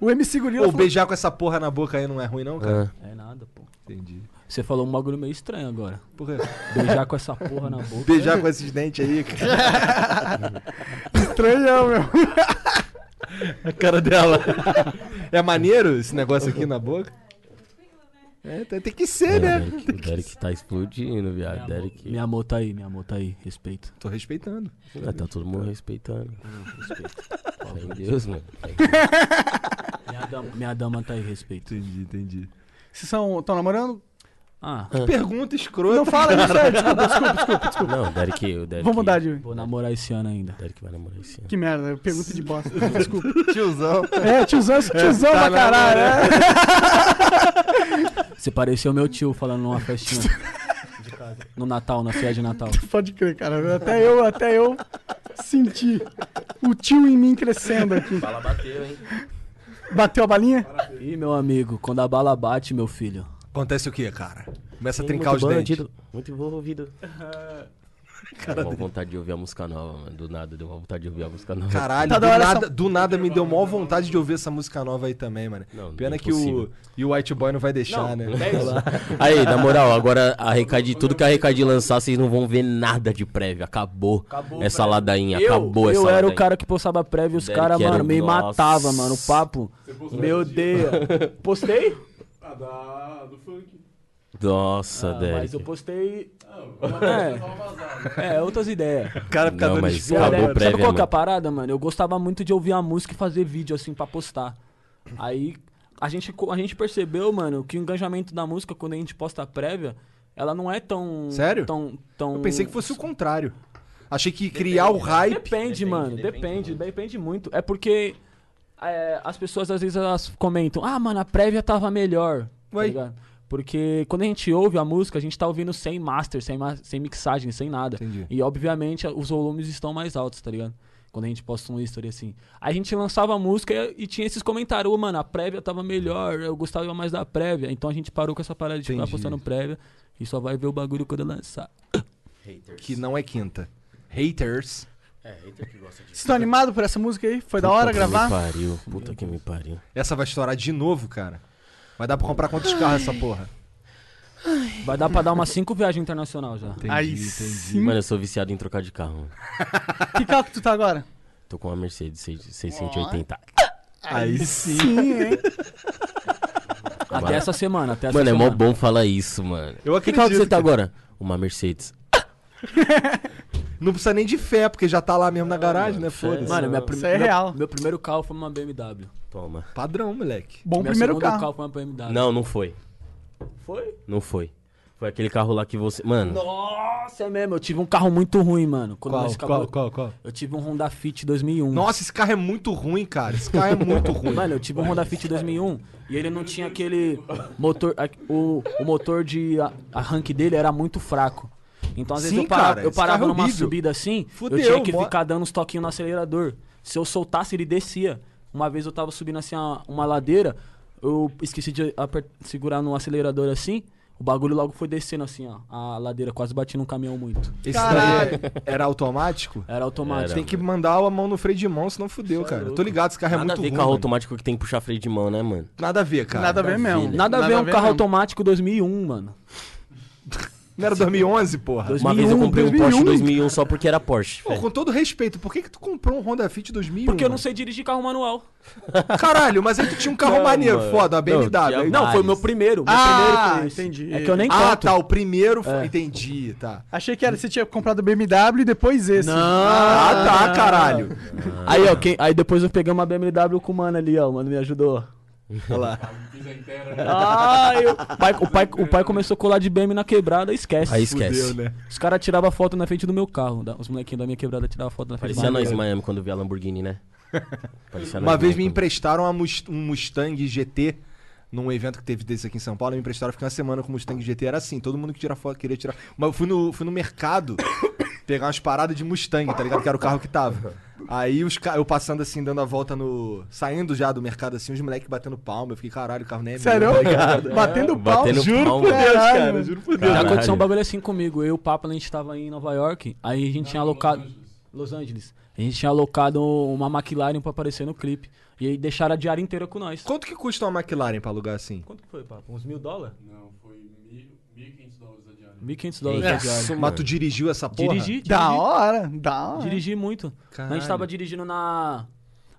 [SPEAKER 2] O MC Gorila.
[SPEAKER 3] Ou
[SPEAKER 2] falou-
[SPEAKER 3] beijar com essa porra na boca aí não é ruim, não, cara?
[SPEAKER 4] Ah,
[SPEAKER 6] É nada, pô.
[SPEAKER 3] Entendi.
[SPEAKER 6] Você falou um bagulho meio estranho agora.
[SPEAKER 3] Por quê?
[SPEAKER 6] Beijar com essa porra na boca.
[SPEAKER 3] Beijar com esses dentes aí, cara.
[SPEAKER 2] Estranhão, meu.
[SPEAKER 3] A cara dela. É maneiro esse negócio aqui na boca? É, tem tem que
[SPEAKER 4] é,
[SPEAKER 3] ser,
[SPEAKER 4] o
[SPEAKER 3] né?
[SPEAKER 4] Derek, o Derek tá explodindo, viado. Derek.
[SPEAKER 6] Minha amor tá aí, minha amor tá aí. Respeito.
[SPEAKER 3] Tô respeitando.
[SPEAKER 4] Ah, tá todo mundo respeitando.
[SPEAKER 6] Ah,
[SPEAKER 4] Fé em Deus, mano.
[SPEAKER 6] Minha dama, minha dama tá aí, respeito.
[SPEAKER 3] Entendi, entendi.
[SPEAKER 2] Vocês estão namorando?
[SPEAKER 6] Ah,
[SPEAKER 3] Pergunta escrota.
[SPEAKER 2] Não fala disso aí, desculpa.
[SPEAKER 4] Não, o Derek. O Derek
[SPEAKER 2] Vou mudar de.
[SPEAKER 6] vou namorar esse ano ainda.
[SPEAKER 4] O Derek vai namorar esse ano.
[SPEAKER 2] Que merda, pergunta de bosta. Desculpa.
[SPEAKER 3] tiozão.
[SPEAKER 2] É, tiozão, tiozão
[SPEAKER 3] tá
[SPEAKER 2] pra caralho,
[SPEAKER 3] namorando.
[SPEAKER 2] né?
[SPEAKER 6] Você pareceu meu tio falando numa festinha. No Natal, na ceia de Natal.
[SPEAKER 4] é.
[SPEAKER 2] Pode crer, cara. Até eu, até eu senti o tio em mim crescendo aqui.
[SPEAKER 4] Fala, bateu, hein?
[SPEAKER 2] Bateu a balinha?
[SPEAKER 6] Ih, meu amigo, quando a bala bate, meu filho.
[SPEAKER 3] Acontece o quê, cara? Começa a trincar os dentes.
[SPEAKER 4] Muito envolvido. Deu uma vontade de ouvir a música nova, mano. Do nada, deu uma vontade de ouvir a música nova.
[SPEAKER 3] Caralho,
[SPEAKER 2] Tá
[SPEAKER 3] do,
[SPEAKER 2] da hora
[SPEAKER 3] nada,
[SPEAKER 2] essa-
[SPEAKER 3] do nada me deu maior vontade de ouvir essa música nova aí também, mano.
[SPEAKER 4] Não,
[SPEAKER 3] Pena
[SPEAKER 4] é
[SPEAKER 3] que o,
[SPEAKER 4] impossível.
[SPEAKER 3] e o White Boy não vai deixar, né?
[SPEAKER 4] Aí, na moral, agora a Recade, tudo que a Recade lançar, vocês não vão ver nada de prévio. Acabou, essa ladainha, acabou essa
[SPEAKER 6] eu era o
[SPEAKER 4] ladainha.
[SPEAKER 6] cara que postava prévio e os
[SPEAKER 4] Derek
[SPEAKER 6] caras,
[SPEAKER 4] era
[SPEAKER 6] mano,
[SPEAKER 4] o-
[SPEAKER 6] me
[SPEAKER 4] Nossa.
[SPEAKER 6] matava, mano. O papo. Meu Deus. Postei?
[SPEAKER 1] Ah, da, do funk.
[SPEAKER 4] Nossa, Derek.
[SPEAKER 6] Ah, Mas eu postei.
[SPEAKER 1] Só vazado.
[SPEAKER 6] É, é outras ideias.
[SPEAKER 3] O cara fica
[SPEAKER 4] Não,
[SPEAKER 3] dando
[SPEAKER 4] mas
[SPEAKER 3] espo-
[SPEAKER 4] Acabou
[SPEAKER 6] Sabe
[SPEAKER 4] o prévio,
[SPEAKER 6] qual que é a
[SPEAKER 4] mano.
[SPEAKER 6] parada, mano? Eu gostava muito de ouvir a música e fazer vídeo, assim, pra postar. Aí, a gente, co- a gente percebeu, mano, que o engajamento da música, quando a gente posta a prévia, ela não é tão...
[SPEAKER 3] Sério?
[SPEAKER 6] Tão, tão...
[SPEAKER 3] Eu pensei que fosse o contrário. Achei que criar o hype.
[SPEAKER 6] Depende, mano. Depende, depende, muito. É porque é, as pessoas, às vezes, elas comentam, ah, mano, a prévia tava melhor, tá
[SPEAKER 3] Ué.
[SPEAKER 6] ligado? Porque quando a gente ouve a música, a gente tá ouvindo sem master, sem, ma- sem mixagem, sem nada.
[SPEAKER 3] Entendi.
[SPEAKER 6] E obviamente a- os volumes estão mais altos, tá ligado? Quando a gente posta um history assim. Aí a gente lançava a música e, e tinha esses comentários, ô mano, a prévia tava melhor, eu gostava mais da prévia. Então a gente parou com essa parada de
[SPEAKER 3] Entendi.
[SPEAKER 6] ficar postando prévia e só vai ver o bagulho quando lançar.
[SPEAKER 3] Que não é quinta. Haters.
[SPEAKER 2] Vocês estão animados por essa música aí? Foi da hora
[SPEAKER 4] Puta que me
[SPEAKER 2] gravar?
[SPEAKER 4] pariu, puta que me pariu.
[SPEAKER 3] Essa vai estourar de novo, cara. Vai dar pra comprar quantos carros essa porra?
[SPEAKER 6] Vai dar pra dar umas cinco viagens internacional já.
[SPEAKER 2] Aí sim.
[SPEAKER 4] Mano, eu sou viciado em trocar de carro. mano.
[SPEAKER 2] Que carro que tu tá agora?
[SPEAKER 4] Tô com uma Mercedes 6- 680.
[SPEAKER 3] Aí sim.
[SPEAKER 2] hein?
[SPEAKER 6] Até essa semana, até essa
[SPEAKER 4] Mano, é
[SPEAKER 6] semana.
[SPEAKER 4] mó bom falar isso, mano.
[SPEAKER 3] Eu
[SPEAKER 4] que tá carro que
[SPEAKER 3] acredito,
[SPEAKER 4] você tá
[SPEAKER 3] cara.
[SPEAKER 4] agora? Uma Mercedes.
[SPEAKER 3] Não precisa nem de fé, porque já tá lá mesmo
[SPEAKER 4] Ah,
[SPEAKER 3] na garagem, né? Foda-se.
[SPEAKER 6] Mano, minha
[SPEAKER 2] Isso
[SPEAKER 6] prim...
[SPEAKER 2] é
[SPEAKER 6] meu-
[SPEAKER 2] real.
[SPEAKER 6] Meu, primeiro carro foi uma BMW.
[SPEAKER 4] Toma.
[SPEAKER 3] Padrão, moleque.
[SPEAKER 2] Bom Um
[SPEAKER 6] meu
[SPEAKER 2] primeiro
[SPEAKER 6] segundo
[SPEAKER 2] carro.
[SPEAKER 6] foi uma BMW.
[SPEAKER 4] Não, não foi. Foi? Não foi. Foi aquele carro lá que você. Mano,
[SPEAKER 6] Nossa, é mesmo. Eu tive um carro muito ruim, mano. Quando nós acabamos-
[SPEAKER 4] Hum.
[SPEAKER 6] Eu tive um Honda Fit 2001.
[SPEAKER 3] Nossa, esse carro é muito ruim, cara. Esse carro é muito ruim.
[SPEAKER 6] Mano, eu tive um Honda Fit 2001 e ele não tinha aquele motor. a- O, o motor de a- arranque dele era muito fraco. Então, às vezes,
[SPEAKER 3] Sim,
[SPEAKER 6] eu parava,
[SPEAKER 3] cara,
[SPEAKER 6] eu
[SPEAKER 3] esse
[SPEAKER 6] parava
[SPEAKER 3] carro é
[SPEAKER 6] numa
[SPEAKER 3] horrível.
[SPEAKER 6] subida assim,
[SPEAKER 3] Fudeu,
[SPEAKER 6] eu tinha que
[SPEAKER 3] mo-
[SPEAKER 6] ficar dando uns toquinhos no acelerador. Se eu soltasse, ele descia. Uma vez eu tava subindo assim a- uma ladeira, eu esqueci de aper- segurar no acelerador assim, o bagulho logo foi descendo assim, ó. A ladeira, quase bati num caminhão muito.
[SPEAKER 3] Esse daí é- era automático?
[SPEAKER 6] Era automático.
[SPEAKER 3] Tem que mandar a mão no freio de mão, senão fudeu, cara. Eu tô ligado, esse carro é
[SPEAKER 4] nada a
[SPEAKER 3] muito
[SPEAKER 4] ver
[SPEAKER 3] ruim.
[SPEAKER 4] carro
[SPEAKER 3] mano.
[SPEAKER 4] automático que tem que puxar freio de mão, né, mano?
[SPEAKER 3] Nada a ver, cara.
[SPEAKER 2] Nada a ver mesmo.
[SPEAKER 6] Nada, a ver um carro
[SPEAKER 2] mesmo.
[SPEAKER 6] automático 2001, mano.
[SPEAKER 3] Não era 2011, porra?
[SPEAKER 4] Uma vez eu
[SPEAKER 6] 2001,
[SPEAKER 4] comprei um Porsche 2001 só porque era Porsche.
[SPEAKER 3] Pô, com todo respeito, por que que tu comprou um Honda Fit 2001?
[SPEAKER 6] Porque eu não
[SPEAKER 3] mano?
[SPEAKER 6] sei dirigir carro manual.
[SPEAKER 3] Caralho, mas aí tu tinha um carro
[SPEAKER 4] Não,
[SPEAKER 3] maneiro,
[SPEAKER 4] mano.
[SPEAKER 3] foda, uma BMW.
[SPEAKER 4] Não,
[SPEAKER 3] aí-
[SPEAKER 4] tinha-
[SPEAKER 6] Não, foi o meu
[SPEAKER 4] Vários.
[SPEAKER 6] primeiro. Meu
[SPEAKER 3] Ah,
[SPEAKER 6] primeiro foi esse.
[SPEAKER 2] entendi.
[SPEAKER 6] É que eu nem É.
[SPEAKER 3] Ah,
[SPEAKER 6] conto.
[SPEAKER 3] tá, o primeiro foi... Entendi, tá.
[SPEAKER 2] Achei que era, você tinha comprado BMW e depois esse.
[SPEAKER 3] Ah, tá, caralho.
[SPEAKER 6] Aí, ó, quem- aí depois eu peguei uma BMW com o mano ali, ó. O mano me ajudou.
[SPEAKER 3] Olha lá.
[SPEAKER 1] Pisa inteira.
[SPEAKER 6] Ah, eu- o, pai, o, pai, o pai começou a colar de BM na quebrada, esquece.
[SPEAKER 4] Aí esquece.
[SPEAKER 3] Fudeu, né?
[SPEAKER 6] Os caras tiravam foto na frente do meu carro. da- Os molequinhos da minha quebrada tiravam foto na frente
[SPEAKER 4] Parecia
[SPEAKER 6] do meu
[SPEAKER 4] nós em
[SPEAKER 6] carro.
[SPEAKER 4] Miami quando vi a Lamborghini, né? Parecia
[SPEAKER 2] é
[SPEAKER 3] Uma
[SPEAKER 4] nós
[SPEAKER 3] vez me
[SPEAKER 4] em Miami quando-
[SPEAKER 3] emprestaram a Mus- um Mustang GT num evento que teve desse aqui em São Paulo. Me emprestaram, eu fiquei uma semana com o Mustang GT. Era assim, todo mundo que tira foto queria tirar. Mas eu fui no, fui no mercado pegar umas paradas de Mustang, tá ligado? Que era o carro que tava. Aí os ca- eu passando assim, dando a volta no. saindo já do mercado assim, os moleques batendo palma. Eu fiquei, caralho, o carro nem é meu,
[SPEAKER 2] Sério?
[SPEAKER 3] tá ligado?
[SPEAKER 2] Batendo pau.
[SPEAKER 4] Batendo palma.
[SPEAKER 2] Caralho.
[SPEAKER 3] por
[SPEAKER 6] Já
[SPEAKER 4] Caralho.
[SPEAKER 6] aconteceu um bagulho assim comigo. Eu e o Papa, a gente tava em Nova York. Aí a gente tinha alocado. Los Angeles. A gente tinha alocado uma McLaren pra aparecer no clipe. E aí deixaram a diária inteira com nós.
[SPEAKER 3] Quanto que custa uma McLaren pra alugar assim?
[SPEAKER 6] Quanto que foi, Papa? Uns mil dólares?
[SPEAKER 1] Não, foi mil- 1.500 dólares a diária.
[SPEAKER 6] 1.500 dólares a diária.
[SPEAKER 4] Isso,
[SPEAKER 3] Mas
[SPEAKER 4] mano.
[SPEAKER 3] tu dirigiu essa porra?
[SPEAKER 6] Dirigi,
[SPEAKER 2] Da
[SPEAKER 6] dirigi.
[SPEAKER 2] hora, da hora.
[SPEAKER 6] Dirigi muito. A
[SPEAKER 3] Caralho.
[SPEAKER 6] gente tava dirigindo na.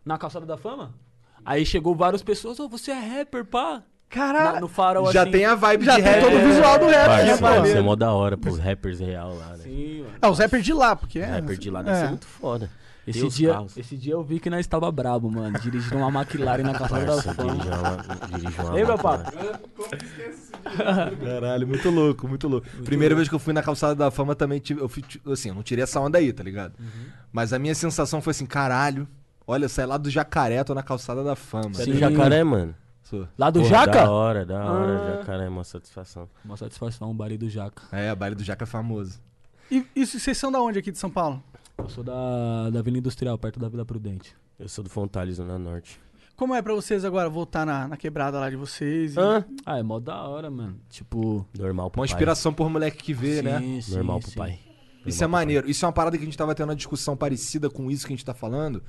[SPEAKER 6] Na calçada da fama. Aí chegou várias pessoas, ô, você é rapper, pá?
[SPEAKER 2] Caralho.
[SPEAKER 6] Na- no farol
[SPEAKER 3] Ah, Já
[SPEAKER 6] assim.
[SPEAKER 3] tem a vibe
[SPEAKER 2] Já
[SPEAKER 3] de
[SPEAKER 2] tem
[SPEAKER 3] rap. é
[SPEAKER 2] todo o visual do rap.
[SPEAKER 4] Parça,
[SPEAKER 2] né,
[SPEAKER 4] mano,
[SPEAKER 2] mano?
[SPEAKER 4] Isso é mó da hora pros rappers real lá, né?
[SPEAKER 6] Sim, mano.
[SPEAKER 2] É, os rappers de lá, porque... É,
[SPEAKER 4] Rapper de lá né, deve
[SPEAKER 2] é.
[SPEAKER 4] ser muito foda.
[SPEAKER 6] Esse
[SPEAKER 4] Tem os
[SPEAKER 6] dia,
[SPEAKER 4] carros.
[SPEAKER 6] esse dia eu vi que nós tava brabo, mano. Dirigindo uma McLaren na calçada da
[SPEAKER 3] É.
[SPEAKER 4] Parça,
[SPEAKER 6] fama.
[SPEAKER 4] dirige uma, dirige uma
[SPEAKER 6] Lembra,
[SPEAKER 4] máquina.
[SPEAKER 6] papo?
[SPEAKER 3] Caralho, muito louco, muito louco. Primeira vez que eu fui na calçada da fama também, tive, eu fui, ti- assim, eu não tirei essa onda aí, tá ligado? Mas a minha sensação foi assim, caralho, olha, sai lá do jacaré, tô na calçada da fama. né?
[SPEAKER 4] Você é
[SPEAKER 6] Sim.
[SPEAKER 4] do jacaré, mano.
[SPEAKER 3] Sou.
[SPEAKER 6] Lá do
[SPEAKER 4] Porra,
[SPEAKER 6] Jaca? Ah.
[SPEAKER 4] Da hora, da hora. Jacaré é uma satisfação.
[SPEAKER 6] Uma satisfação, um baile do Jaca.
[SPEAKER 3] É, a baile do jaca é famoso.
[SPEAKER 2] E isso, vocês são da onde aqui de São Paulo?
[SPEAKER 6] Eu sou da, da Vila Industrial, perto da Vila Prudente.
[SPEAKER 4] Eu sou do Fontales, Zona Norte.
[SPEAKER 2] Como é pra vocês agora voltar na, na quebrada lá de vocês? e-
[SPEAKER 6] Ah, é mó da hora, mano. Tipo.
[SPEAKER 4] Normal pro
[SPEAKER 3] Uma
[SPEAKER 4] pai.
[SPEAKER 3] inspiração por moleque que vê, né?
[SPEAKER 6] sim, sim,
[SPEAKER 4] Normal pro
[SPEAKER 6] sim.
[SPEAKER 4] pai.
[SPEAKER 3] Isso é maneiro. Isso é uma parada que a gente tava tendo uma discussão parecida com isso que a gente tá falando.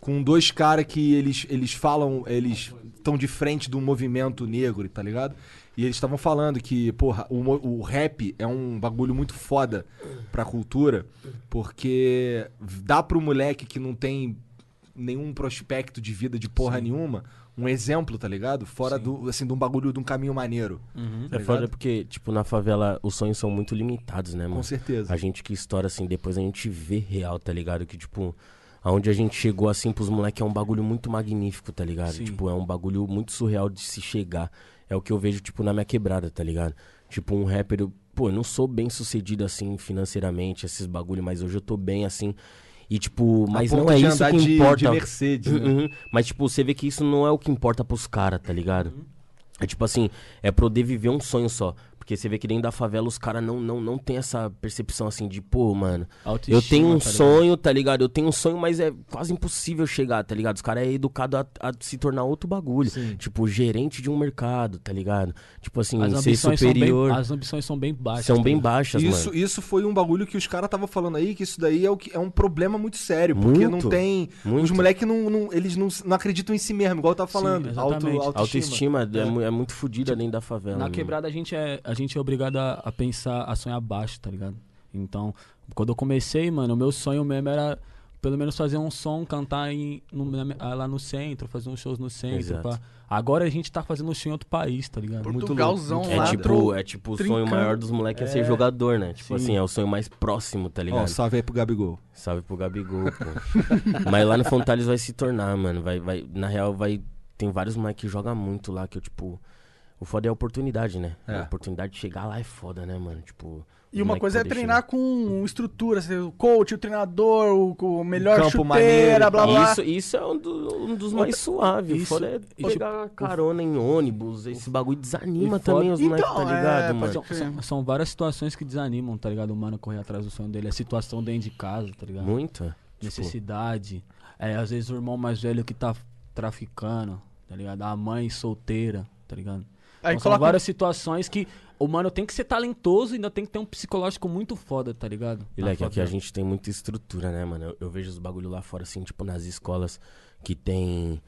[SPEAKER 3] Com dois caras que eles, eles falam, eles estão de frente do movimento negro, tá ligado? E eles estavam falando que, porra, o, mo- o rap é um bagulho muito foda pra cultura, porque dá pro moleque que não tem nenhum prospecto de vida de porra nenhuma um exemplo, tá ligado? Fora do, assim, de um bagulho, de um caminho maneiro.
[SPEAKER 4] É foda porque, tipo, na favela os sonhos são muito limitados, né, mano?
[SPEAKER 3] Com certeza.
[SPEAKER 4] A gente que estoura, assim, depois a gente vê real, tá ligado? Que, tipo, aonde a gente chegou, assim, pros moleques é um bagulho muito magnífico, tá ligado? Tipo, é um bagulho muito surreal de se chegar. É o que eu vejo, tipo, na minha quebrada, tá ligado? Tipo, um rapper, eu- pô, eu não sou bem sucedido, assim, financeiramente, esses bagulho, mas hoje eu tô bem, assim. E, tipo,
[SPEAKER 3] A
[SPEAKER 4] mas
[SPEAKER 3] ponto
[SPEAKER 4] não é
[SPEAKER 3] de
[SPEAKER 4] isso
[SPEAKER 3] andar
[SPEAKER 4] que
[SPEAKER 3] de- de
[SPEAKER 4] importa.
[SPEAKER 3] Mercedes, né?
[SPEAKER 4] Uhum. Mas, tipo, você vê que isso não é o que importa pros caras, tá ligado?
[SPEAKER 6] Uhum.
[SPEAKER 4] É tipo assim, é poder viver um sonho só. Porque você vê que dentro da favela os caras não, não, não tem essa percepção assim de, pô, mano,
[SPEAKER 6] Autoestima,
[SPEAKER 4] eu tenho um
[SPEAKER 6] tá ligado?
[SPEAKER 4] sonho, tá ligado? Eu tenho um sonho, mas é quase impossível chegar, tá ligado? Os caras é educado a, a se tornar outro bagulho. Tipo, gerente de um mercado, tá ligado? Tipo assim,
[SPEAKER 6] As
[SPEAKER 4] ser
[SPEAKER 6] ambições,
[SPEAKER 4] superior.
[SPEAKER 6] São bem, as ambições são bem baixas.
[SPEAKER 4] São
[SPEAKER 6] tá
[SPEAKER 4] bem
[SPEAKER 6] ligado?
[SPEAKER 4] baixas,
[SPEAKER 3] Isso,
[SPEAKER 4] mano.
[SPEAKER 3] isso foi um bagulho que os caras estavam falando aí, que isso daí é, o que, é um problema muito sério. Porque não
[SPEAKER 4] Muito,
[SPEAKER 3] tem. Os
[SPEAKER 4] muito.
[SPEAKER 3] moleques não, não- eles não, não acreditam em si mesmo, igual eu tava falando.
[SPEAKER 6] exatamente.
[SPEAKER 3] Auto, autoestima.
[SPEAKER 4] Autoestima é, mu- é muito fodida dentro da favela.
[SPEAKER 6] Na
[SPEAKER 4] mano.
[SPEAKER 6] quebrada a gente é, a gente é obrigado a, a pensar, a sonhar baixo, tá ligado? Então, quando eu comecei, mano, o meu sonho mesmo era pelo menos fazer um som, cantar em, no- na minha- lá no centro, fazer uns shows no centro.
[SPEAKER 4] Exato.
[SPEAKER 6] pá. Agora a gente tá fazendo show em outro país, tá ligado?
[SPEAKER 3] Muito
[SPEAKER 2] Portugalzão
[SPEAKER 4] É
[SPEAKER 2] lá.
[SPEAKER 4] tipo,
[SPEAKER 2] tro-
[SPEAKER 4] é tipo o sonho
[SPEAKER 2] trincando.
[SPEAKER 4] maior dos moleques é, ser jogador, né? Tipo
[SPEAKER 6] Sim.
[SPEAKER 4] assim, é o sonho mais próximo, tá
[SPEAKER 3] Ó,
[SPEAKER 4] ligado?
[SPEAKER 3] um salve aí pro Gabigol.
[SPEAKER 4] Salve pro Gabigol, pô. Mas lá no Fontales vai se tornar, mano. Vai, vai, na real, vai. Tem vários moleques que jogam muito lá, que eu, tipo. O foda é a oportunidade, né?
[SPEAKER 3] É.
[SPEAKER 4] A oportunidade de chegar lá é foda, né, mano? Tipo.
[SPEAKER 2] E
[SPEAKER 4] o
[SPEAKER 2] uma
[SPEAKER 4] moleque
[SPEAKER 2] coisa é
[SPEAKER 4] poder
[SPEAKER 2] treinar com estrutura, assim, o coach, o treinador, o, o melhor
[SPEAKER 3] Campo
[SPEAKER 2] chuteira,
[SPEAKER 3] maneiro e
[SPEAKER 2] blá
[SPEAKER 4] chegar-
[SPEAKER 2] blá.
[SPEAKER 4] Isso, isso é um, do- um dos mais
[SPEAKER 6] Outra-
[SPEAKER 4] suaves.
[SPEAKER 6] isso-
[SPEAKER 4] o foda é
[SPEAKER 6] e,
[SPEAKER 4] pegar carona em ônibus, esse bagulho desanima
[SPEAKER 6] e foda-
[SPEAKER 4] também os moleques,
[SPEAKER 2] Então,
[SPEAKER 4] tá
[SPEAKER 2] é,
[SPEAKER 4] ligado,
[SPEAKER 2] pode
[SPEAKER 4] mano?
[SPEAKER 6] São, são- são várias situações que desanimam, tá ligado? O mano correr atrás do sonho dele. A situação dentro de casa, tá ligado?
[SPEAKER 4] Muito. Tipo,
[SPEAKER 6] Necessidade. É, às vezes o irmão mais velho que tá traficando, tá ligado? A mãe solteira, tá ligado?
[SPEAKER 2] Aí
[SPEAKER 6] Então, são
[SPEAKER 2] coloca-
[SPEAKER 6] várias situações que o mano tem que ser talentoso e ainda tem que ter um psicológico muito foda, tá ligado?
[SPEAKER 4] E,
[SPEAKER 6] Na
[SPEAKER 4] Leque, aqui a
[SPEAKER 6] favela.
[SPEAKER 4] gente tem muita estrutura, né, mano? Eu, eu vejo os bagulho lá fora, assim, tipo, nas escolas que tem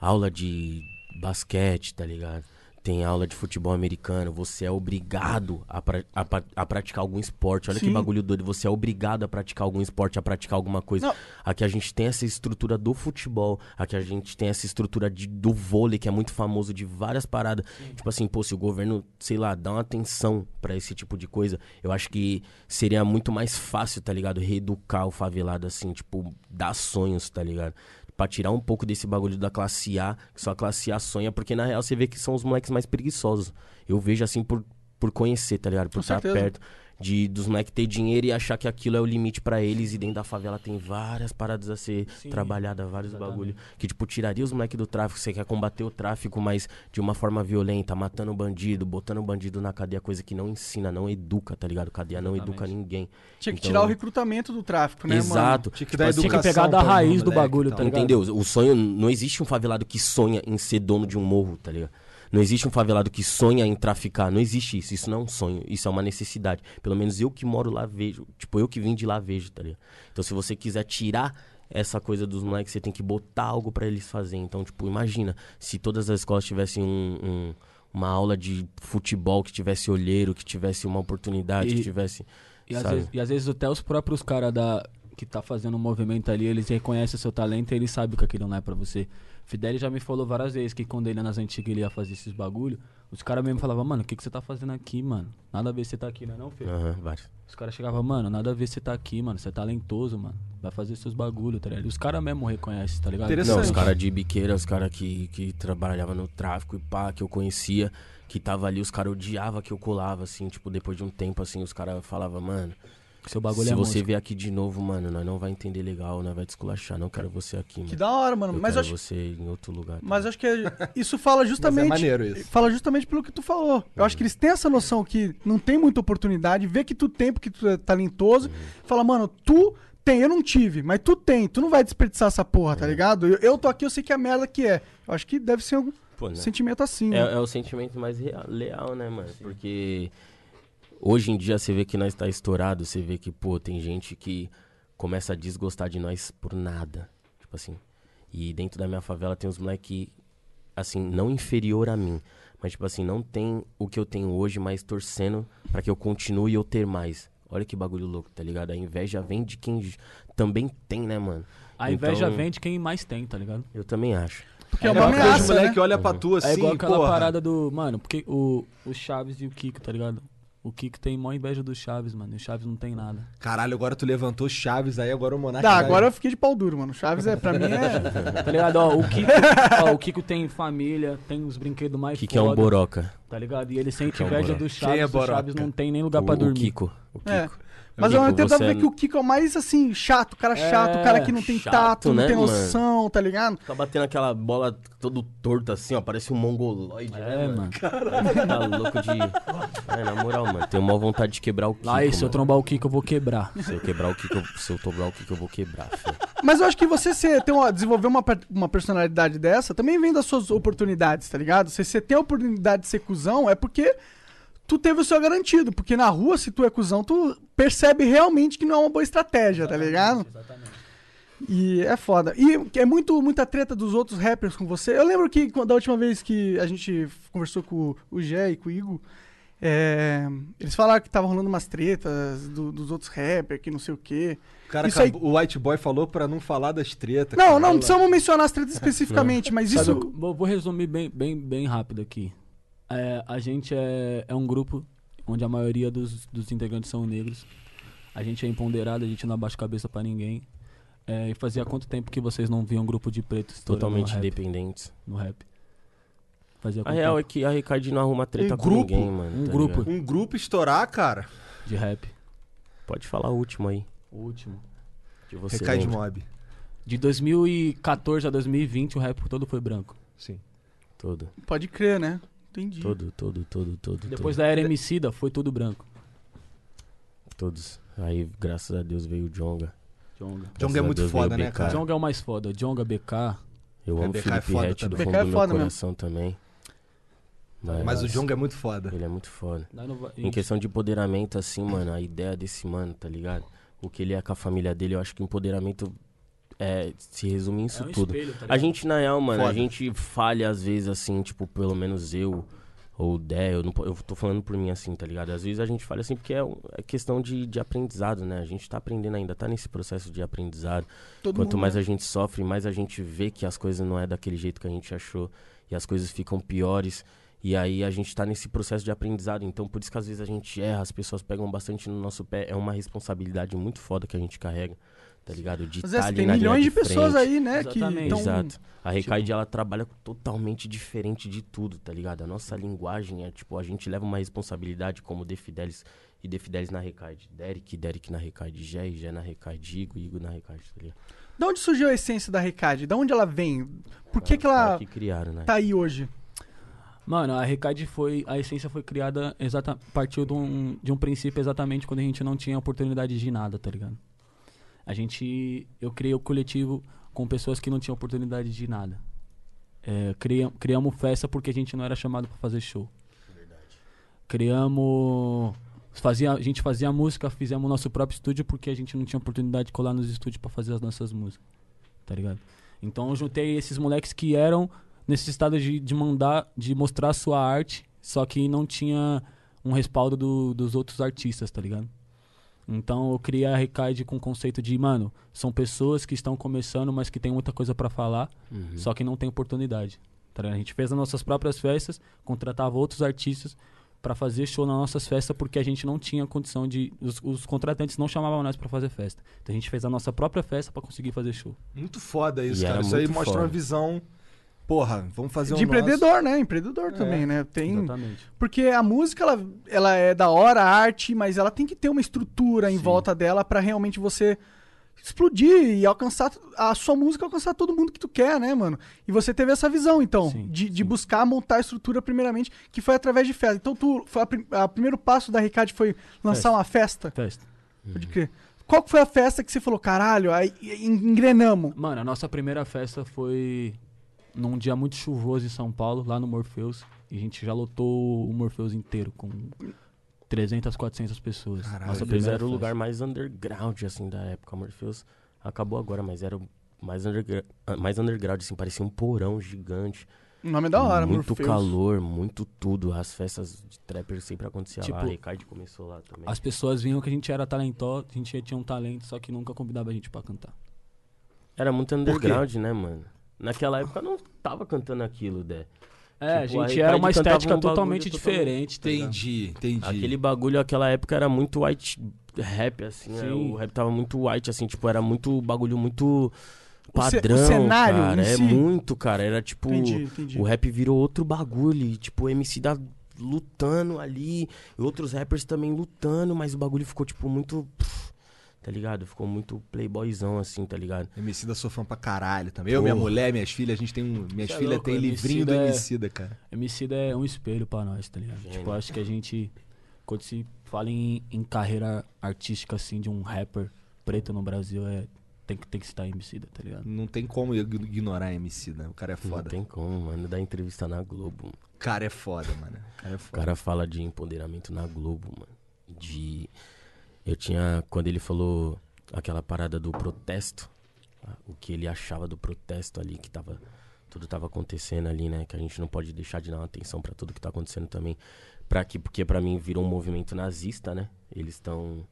[SPEAKER 4] aula de basquete, tá ligado? Tem aula de futebol americano, você é obrigado a, pra- a pra- a praticar algum esporte. Olha que
[SPEAKER 2] Sim.
[SPEAKER 4] bagulho doido, você é obrigado a praticar algum esporte, a praticar alguma coisa.
[SPEAKER 2] Não.
[SPEAKER 4] Aqui a gente tem essa estrutura do futebol, aqui a gente tem essa estrutura de- do vôlei, que é muito famoso, de várias paradas. Tipo assim, pô, se o governo, sei lá, dá uma atenção pra esse tipo de coisa, eu acho que seria muito mais fácil, tá ligado? Reeducar o favelado, assim, tipo, dar sonhos, tá ligado? Pra tirar um pouco desse bagulho da classe A, que só a classe A sonha, porque na real você vê que são os moleques mais preguiçosos. Eu vejo assim por, por conhecer, tá ligado? Por
[SPEAKER 2] Com
[SPEAKER 4] estar
[SPEAKER 2] certeza.
[SPEAKER 4] perto. De, dos moleques ter dinheiro e achar que aquilo é o limite pra eles, e dentro da favela tem várias paradas a ser
[SPEAKER 6] Sim,
[SPEAKER 4] trabalhada, vários
[SPEAKER 6] exatamente.
[SPEAKER 4] bagulho. Que, tipo, tiraria os moleques do tráfico. Você quer combater o tráfico, mas de uma forma violenta, matando bandido, botando bandido na cadeia, coisa que não ensina, não educa, tá ligado? Cadeia não educa
[SPEAKER 6] Exatamente.
[SPEAKER 4] ninguém.
[SPEAKER 2] Tinha que
[SPEAKER 4] Então-
[SPEAKER 2] tirar o recrutamento do tráfico, né, mano?
[SPEAKER 4] Exato.
[SPEAKER 3] Tinha que
[SPEAKER 4] Tipo
[SPEAKER 3] dar
[SPEAKER 4] assim,
[SPEAKER 6] tinha que
[SPEAKER 3] educação.
[SPEAKER 6] pegar da
[SPEAKER 3] pra
[SPEAKER 6] raiz
[SPEAKER 3] moleque
[SPEAKER 6] do
[SPEAKER 3] e
[SPEAKER 6] bagulho,
[SPEAKER 3] tal.
[SPEAKER 6] tá ligado?
[SPEAKER 4] Entendeu? O sonho. Não existe um favelado que sonha em ser dono de um morro, tá ligado? Não existe um favelado que sonha em traficar. Não existe isso. Isso não é um sonho. Isso é uma necessidade. Pelo menos eu que moro lá vejo. Tipo, eu que vim de lá vejo, tá ligado? Então, se você quiser tirar essa coisa dos moleques, você tem que botar algo pra eles fazerem. Então, tipo, imagina se todas as escolas tivessem um- um- uma aula de futebol, que tivesse olheiro, que tivesse uma oportunidade, que
[SPEAKER 6] E-
[SPEAKER 4] tivesse.
[SPEAKER 6] E às,
[SPEAKER 4] sabe?
[SPEAKER 6] vezes, e às vezes até os próprios caras da que tá fazendo o movimento ali, eles reconhecem o seu talento e eles sabem que aquilo não é pra você. Fidel já me falou várias vezes que quando ele era nas antigas ele ia fazer esses bagulho, os caras mesmo falavam, mano, o que, que você tá fazendo aqui, mano? Nada a ver você tá aqui, né não, filho?
[SPEAKER 4] Aham, vários.
[SPEAKER 6] Os caras chegavam, mano, nada a ver você tá aqui, mano, você é talentoso, mano. Vai fazer seus bagulho, tá ligado? E Os caras mesmo reconhecem, tá ligado?
[SPEAKER 3] Interessante.
[SPEAKER 4] Não, os caras de biqueira, os caras que, que trabalhavam no tráfico e pá, que eu conhecia, que tava ali, os caras odiavam que eu colava, assim, tipo, depois de um tempo, assim, os caras falavam, mano,
[SPEAKER 6] Seu bagulho
[SPEAKER 4] se
[SPEAKER 6] é
[SPEAKER 4] você
[SPEAKER 6] música.
[SPEAKER 4] vier aqui de novo, mano, nós não vai entender legal, nós vai desculachar, não quero você aqui, mano.
[SPEAKER 2] Que da hora, mano.
[SPEAKER 4] eu
[SPEAKER 2] Mas eu
[SPEAKER 4] quero
[SPEAKER 2] acho,
[SPEAKER 4] você em outro lugar. tá
[SPEAKER 2] mas
[SPEAKER 4] ligado?
[SPEAKER 2] eu acho que é, isso fala justamente.
[SPEAKER 3] maneiro isso.
[SPEAKER 2] Fala justamente pelo que tu falou. Eu acho que eles têm essa noção que não tem muita oportunidade, vê que tu tem, porque tu é talentoso. Fala, mano, tu tem, eu não tive, mas tu tem, tu não vai desperdiçar essa porra, tá ligado? Eu, eu tô aqui, eu sei que é a merda que é. Eu acho que deve ser algum
[SPEAKER 4] Pô, né?
[SPEAKER 2] sentimento assim. né?
[SPEAKER 6] Hum.
[SPEAKER 4] É, é o sentimento mais real- leal, né, mano? Porque hoje em dia você vê que nós tá estourado, você vê que, pô, tem gente que começa a desgostar de nós por nada. Tipo assim. E dentro da minha favela tem uns moleque, assim, não inferior a mim. Mas, tipo assim, não tem o que eu tenho hoje, mas torcendo pra que eu continue e eu ter mais. Olha que bagulho louco, tá ligado? A inveja vem de quem j- também tem, né, mano?
[SPEAKER 6] A inveja
[SPEAKER 4] Então,
[SPEAKER 6] vem de quem mais tem, tá ligado?
[SPEAKER 4] Eu também acho.
[SPEAKER 2] Porque é
[SPEAKER 3] uma
[SPEAKER 2] uma
[SPEAKER 3] coisa, o
[SPEAKER 2] ameaça, né?
[SPEAKER 3] moleque olha pra tu assim,
[SPEAKER 6] é igual aquela
[SPEAKER 3] porra.
[SPEAKER 6] parada do. Mano, porque o, o Chaves e o Kiko, tá ligado? O Kiko tem maior inveja do Chaves, mano. E o Chaves não tem nada.
[SPEAKER 3] Caralho, agora tu levantou Chaves aí, agora o Monark...
[SPEAKER 2] Tá,
[SPEAKER 3] Ah, vai-
[SPEAKER 2] agora eu fiquei de pau duro, mano. Chaves é, pra mim é.
[SPEAKER 6] Tá ligado? Ó, o Kiko, ó, o Kiko tem família, tem os brinquedos mais
[SPEAKER 4] Que que é um
[SPEAKER 6] foda,
[SPEAKER 4] boroca?
[SPEAKER 6] Tá ligado? E ele sente
[SPEAKER 4] é um
[SPEAKER 6] inveja
[SPEAKER 4] boroca?
[SPEAKER 6] do
[SPEAKER 3] Quem é
[SPEAKER 6] Chaves. o
[SPEAKER 3] boroca?
[SPEAKER 6] Chaves não tem nem lugar
[SPEAKER 4] O,
[SPEAKER 6] pra
[SPEAKER 4] o
[SPEAKER 6] dormir.
[SPEAKER 4] Kiko. O Kiko.
[SPEAKER 2] é. Mas ao
[SPEAKER 4] Kiko,
[SPEAKER 2] mesmo tempo dá pra
[SPEAKER 4] você
[SPEAKER 2] ver que o Kiko é o mais assim, chato, o cara chato, o cara que não tem
[SPEAKER 4] É, chato,
[SPEAKER 2] tato, não
[SPEAKER 4] né,
[SPEAKER 2] tem
[SPEAKER 4] mano?
[SPEAKER 2] noção, tá ligado?
[SPEAKER 4] Tá batendo aquela bola todo torto assim, ó. Parece um mongoloide,
[SPEAKER 6] É, mano.
[SPEAKER 4] Tá louco de. É, na moral, mano. Tenho maior vontade de quebrar o Kiko.
[SPEAKER 6] Lá, e se eu
[SPEAKER 4] mano.
[SPEAKER 6] trombar o Kiko, eu vou quebrar.
[SPEAKER 4] Se eu quebrar o Kiko, eu- se eu tomar o Kiko, eu vou quebrar, filho.
[SPEAKER 2] Mas eu acho que você ser, ter uma- desenvolver uma, per- uma personalidade dessa também vem das suas oportunidades, tá ligado? Se você tem a oportunidade de ser cuzão, é porque tu teve o seu garantido. Porque na rua, se tu é cuzão, tu percebe realmente que não é uma boa estratégia, tá ligado? E é foda. E é muito, muita treta dos outros rappers com você. Eu lembro que quando- da última vez que a gente conversou com o Gé e com o Igor, É, eles falaram que tava rolando umas tretas do- dos outros rappers, que não sei o quê.
[SPEAKER 3] O cara
[SPEAKER 2] Isso aí-
[SPEAKER 3] acabou- o White Boy falou pra não falar das tretas.
[SPEAKER 2] Não,
[SPEAKER 3] cara.
[SPEAKER 2] não precisamos mencionar as tretas especificamente, mas
[SPEAKER 6] Sabe,
[SPEAKER 2] isso.
[SPEAKER 6] eu vou, vou resumir bem, bem, bem rápido aqui. É, a gente é, é um grupo onde a maioria dos, dos integrantes são negros. A gente é empoderado, a gente não abaixa a cabeça pra ninguém. É, e fazia quanto tempo que vocês não viam um grupo de pretos estourando
[SPEAKER 4] Totalmente
[SPEAKER 6] no rap?
[SPEAKER 4] independentes.
[SPEAKER 6] No rap? Fazia
[SPEAKER 4] A
[SPEAKER 6] quanto
[SPEAKER 4] real é
[SPEAKER 6] tempo
[SPEAKER 4] que a Ricardo não arruma treta
[SPEAKER 3] Um
[SPEAKER 4] com
[SPEAKER 3] grupo,
[SPEAKER 4] ninguém, mano.
[SPEAKER 6] um
[SPEAKER 4] tá
[SPEAKER 6] grupo.
[SPEAKER 4] ligado?
[SPEAKER 3] Um grupo estourar, cara.
[SPEAKER 4] é
[SPEAKER 6] de rap?
[SPEAKER 4] Pode falar o último aí.
[SPEAKER 6] O último.
[SPEAKER 4] Que você
[SPEAKER 3] Recai de
[SPEAKER 4] lembra.
[SPEAKER 3] mob.
[SPEAKER 6] De 2014 a 2020 o rap todo foi branco.
[SPEAKER 3] Sim.
[SPEAKER 4] Todo,
[SPEAKER 2] Pode crer, né? Entendi.
[SPEAKER 4] todo, todo, todo, todo.
[SPEAKER 6] Depois
[SPEAKER 4] todo,
[SPEAKER 6] da era Emicida foi tudo branco.
[SPEAKER 4] Todos. Aí, graças a Deus, veio o Jonga.
[SPEAKER 6] Jonga.
[SPEAKER 3] Jonga é
[SPEAKER 4] Graças a
[SPEAKER 3] muito
[SPEAKER 4] Deus
[SPEAKER 3] foda,
[SPEAKER 4] veio o
[SPEAKER 3] né,
[SPEAKER 4] BK.
[SPEAKER 3] cara?
[SPEAKER 6] Jonga é o mais foda. Jonga, BK,
[SPEAKER 4] Eu
[SPEAKER 3] É,
[SPEAKER 4] amo
[SPEAKER 3] BK é
[SPEAKER 4] Felipe
[SPEAKER 3] foda
[SPEAKER 4] Rett do
[SPEAKER 3] também.
[SPEAKER 4] fundo
[SPEAKER 2] BK é
[SPEAKER 4] do meu
[SPEAKER 2] foda mesmo.
[SPEAKER 4] coração também.
[SPEAKER 3] Mas o Jonga é muito foda.
[SPEAKER 4] Ele é muito foda.
[SPEAKER 6] Nós não vai-
[SPEAKER 4] Em questão de empoderamento, assim, mano, a ideia desse mano, tá ligado? O que ele é com a família dele, eu acho que empoderamento é, se resume nisso
[SPEAKER 6] É um
[SPEAKER 4] tudo.
[SPEAKER 6] espelho, tá
[SPEAKER 4] a
[SPEAKER 6] ligado?
[SPEAKER 4] gente, na real, mano, a
[SPEAKER 3] Foda.
[SPEAKER 4] gente falha às vezes, assim, tipo, pelo menos eu ou o Dé, eu, não po- eu tô falando por mim assim, tá ligado? Às vezes a gente falha assim porque é, um- é questão de, de aprendizado, né? A gente tá aprendendo ainda, tá nesse processo de aprendizado.
[SPEAKER 2] Todo
[SPEAKER 4] Quanto
[SPEAKER 2] mundo,
[SPEAKER 4] mais
[SPEAKER 2] né?
[SPEAKER 4] a gente sofre, mais a gente vê que as coisas não é daquele jeito que a gente achou e as coisas ficam piores. E aí a gente tá nesse processo de aprendizado. Então, por isso que às vezes a gente erra, as pessoas pegam bastante no nosso pé. É uma responsabilidade muito foda que a gente carrega, tá ligado? De
[SPEAKER 2] Mas
[SPEAKER 4] tá
[SPEAKER 2] é,
[SPEAKER 4] ali
[SPEAKER 2] tem
[SPEAKER 4] na linha
[SPEAKER 2] milhões de pessoas
[SPEAKER 4] frente.
[SPEAKER 2] aí, né? Que
[SPEAKER 6] Exatamente.
[SPEAKER 2] tão-
[SPEAKER 4] Exato. A Recaide, ela trabalha totalmente diferente de tudo, tá ligado? A nossa linguagem é, tipo, a gente leva uma responsabilidade como The Fidelis e The Fidelis na Recaide. Derek, Derek na Recaide. Jé e Jé na Recaide. Igor, Igor na Recaide, tá ligado?
[SPEAKER 2] Da onde surgiu a essência da Recade? Da onde ela vem? Por que, que ela
[SPEAKER 4] que criaram, né?
[SPEAKER 2] tá aí hoje?
[SPEAKER 6] Mano, a Recade foi. A essência foi criada exata, partiu de um, de um princípio exatamente quando a gente não tinha oportunidade de nada, tá ligado? A gente. Eu criei o coletivo com pessoas que não tinham oportunidade de nada. É, cria- criamos festa porque a gente não era chamado pra fazer show. Criamos. Fazia, a gente fazia música, fizemos nosso próprio estúdio porque a gente não tinha oportunidade de colar nos estúdios pra fazer as nossas músicas. Tá ligado? Então eu juntei esses moleques que eram nesse estado de, de mandar, de mostrar a sua arte, só que não tinha um respaldo do- dos outros artistas, tá ligado? Então eu criei a Recaide com o conceito de, mano, são pessoas que estão começando, mas que tem muita coisa pra falar, só que não tem oportunidade. tá ligado? A gente fez as nossas próprias festas, contratava outros artistas pra fazer show nas nossas festas, porque a gente não tinha condição de. Os, os contratantes não chamavam nós pra fazer festa. Então a gente fez a nossa própria festa pra conseguir fazer show.
[SPEAKER 3] Muito foda isso,
[SPEAKER 4] E
[SPEAKER 3] cara.
[SPEAKER 4] era
[SPEAKER 3] Isso aí
[SPEAKER 4] muito
[SPEAKER 3] mostra
[SPEAKER 4] foda.
[SPEAKER 3] uma visão. Porra, vamos
[SPEAKER 2] De
[SPEAKER 3] fazer um. nosso.
[SPEAKER 2] empreendedor, né? Empreendedor também, né? Tem.
[SPEAKER 6] Exatamente.
[SPEAKER 2] Porque a música, ela, ela é da hora, a arte, mas ela tem que ter uma estrutura em volta dela pra realmente você explodir e alcançar a sua música, alcançar todo mundo que tu quer, né, mano? E você teve essa visão, então,
[SPEAKER 6] Sim,
[SPEAKER 2] de, de buscar montar a estrutura primeiramente, que foi através de festa. Então, tu, foi a, prim- a primeiro passo da Ricard foi lançar
[SPEAKER 6] Festa. Uhum.
[SPEAKER 2] uma festa,
[SPEAKER 6] Festa.
[SPEAKER 2] pode crer. Qual que foi a festa que você falou, caralho, aí en- engrenamos?
[SPEAKER 6] Mano, a nossa primeira festa foi num dia muito chuvoso em São Paulo, lá no Morpheus. E a gente já lotou o Morpheus inteiro, com 300, 400 pessoas.
[SPEAKER 3] Caralho.
[SPEAKER 4] Nossa,
[SPEAKER 3] Nossa,
[SPEAKER 4] Morpheus
[SPEAKER 6] primeira
[SPEAKER 4] era o
[SPEAKER 6] festa.
[SPEAKER 4] lugar mais underground, assim, da época. Morpheus acabou agora, mas era o mais, undergra ah, mais underground, assim, parecia um porão gigante.
[SPEAKER 2] O nome é da hora,
[SPEAKER 4] Muito
[SPEAKER 2] Morpheus.
[SPEAKER 4] calor, muito tudo. As festas de trapper sempre aconteciam lá. A
[SPEAKER 6] Tipo,
[SPEAKER 4] Ricardo começou lá também.
[SPEAKER 6] As pessoas vinham que a gente era talentoso, a gente tinha um talento, só que nunca convidava a gente pra cantar.
[SPEAKER 4] Era muito underground, né, mano? Naquela época não tava cantando aquilo, Dé.
[SPEAKER 6] É,
[SPEAKER 4] Tipo,
[SPEAKER 6] a
[SPEAKER 4] a
[SPEAKER 6] gente era
[SPEAKER 4] Ricardo
[SPEAKER 6] uma
[SPEAKER 4] cantava
[SPEAKER 6] estética
[SPEAKER 4] um bagulho totalmente-
[SPEAKER 6] totalmente diferente. tá ligado?
[SPEAKER 3] Entendi, entendi.
[SPEAKER 4] Aquele bagulho, aquela época era muito white rap, assim. né?
[SPEAKER 6] Sim.
[SPEAKER 4] O rap tava muito white, assim, tipo, era muito bagulho muito
[SPEAKER 2] O ce- o
[SPEAKER 4] padrão.
[SPEAKER 2] cenário
[SPEAKER 4] cara.
[SPEAKER 2] em
[SPEAKER 4] É
[SPEAKER 2] si.
[SPEAKER 4] muito, cara. Era tipo.
[SPEAKER 2] Entendi, entendi.
[SPEAKER 4] O rap virou outro bagulho. E, tipo, o MC da lutando ali. E outros rappers também lutando, mas o bagulho ficou, tipo, muito. pff, Tá ligado? Ficou muito playboyzão, assim, tá ligado?
[SPEAKER 3] MC da sou fã pra caralho também. Eu, minha
[SPEAKER 4] Porra.
[SPEAKER 3] mulher, minhas filhas, a gente tem um. Minhas
[SPEAKER 6] Cê é
[SPEAKER 3] filhas
[SPEAKER 6] louco,
[SPEAKER 3] têm
[SPEAKER 6] o
[SPEAKER 3] livrinho do
[SPEAKER 6] Emicida é-
[SPEAKER 3] MC da, cara.
[SPEAKER 6] Emicida é um espelho pra nós, tá ligado? Tipo, acho que a gente, quando se fala em, em carreira artística, assim, de um rapper preto no Brasil, é, tem, que, tem que citar Emicida, tá ligado?
[SPEAKER 3] Não tem como eu ign- ignorar MC, né? O cara é
[SPEAKER 4] Não
[SPEAKER 3] foda.
[SPEAKER 4] tem como, mano, dar entrevista na Globo. mano.
[SPEAKER 3] O cara é foda, mano. O cara é
[SPEAKER 4] O
[SPEAKER 3] foda.
[SPEAKER 4] cara fala de empoderamento na Globo, mano. De. Eu tinha. Quando ele falou ah, aquela parada do protesto, tá? o que ele achava do protesto ali, que tava tudo tava acontecendo ali, né? Que a gente não pode deixar de dar uma atenção pra tudo que tá acontecendo também. Pra que, porque pra mim virou um movimento nazista, né? Eles estão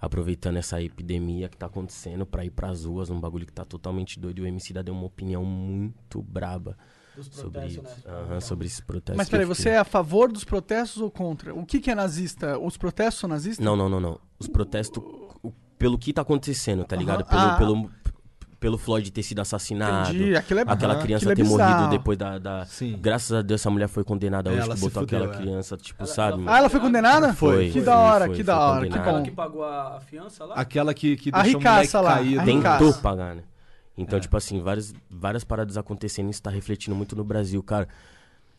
[SPEAKER 4] aproveitando essa epidemia que tá acontecendo pra ir pras ruas, um bagulho que tá totalmente doido. E o MC deu uma opinião muito braba
[SPEAKER 6] Dos
[SPEAKER 4] sobre isso.
[SPEAKER 6] protestos, né?
[SPEAKER 4] Aham, sobre esses protestos.
[SPEAKER 2] Mas
[SPEAKER 4] que
[SPEAKER 2] peraí,
[SPEAKER 4] eu
[SPEAKER 2] você
[SPEAKER 4] fiquei.
[SPEAKER 2] é a favor dos protestos ou contra? O que, que é nazista? Os protestos são nazistas?
[SPEAKER 4] Não, não, não, não. Os protestos o- pelo que tá acontecendo, tá ligado? Pelo,
[SPEAKER 2] Ah.
[SPEAKER 4] pelo, pelo Floyd ter sido assassinado.
[SPEAKER 2] Entendi. Aquilo é
[SPEAKER 4] Aquela
[SPEAKER 2] aham,
[SPEAKER 4] criança
[SPEAKER 2] aquilo é
[SPEAKER 4] ter morrido
[SPEAKER 2] bizarro.
[SPEAKER 4] depois da. da-
[SPEAKER 3] Sim.
[SPEAKER 4] Graças a Deus essa mulher foi condenada hoje
[SPEAKER 3] Ela
[SPEAKER 4] que
[SPEAKER 3] se
[SPEAKER 4] botou
[SPEAKER 3] fudeu,
[SPEAKER 4] aquela
[SPEAKER 3] é.
[SPEAKER 4] criança, tipo, sabe?
[SPEAKER 2] Ah, ela foi condenada?
[SPEAKER 4] Foi,
[SPEAKER 2] Que
[SPEAKER 4] foi,
[SPEAKER 2] da hora,
[SPEAKER 4] foi,
[SPEAKER 2] que
[SPEAKER 4] foi
[SPEAKER 2] da hora, que
[SPEAKER 4] condenada. Ah,
[SPEAKER 2] bom.
[SPEAKER 6] Aquela que pagou a a fiança lá?
[SPEAKER 3] Aquela que, que
[SPEAKER 2] A
[SPEAKER 3] deixou o moleque
[SPEAKER 2] ricaça lá,
[SPEAKER 3] caído.
[SPEAKER 2] a
[SPEAKER 4] Tentou
[SPEAKER 2] ricaça.
[SPEAKER 4] pagar, né? Então,
[SPEAKER 2] É.
[SPEAKER 4] tipo assim, várias, várias paradas acontecendo, isso tá refletindo muito no Brasil, cara.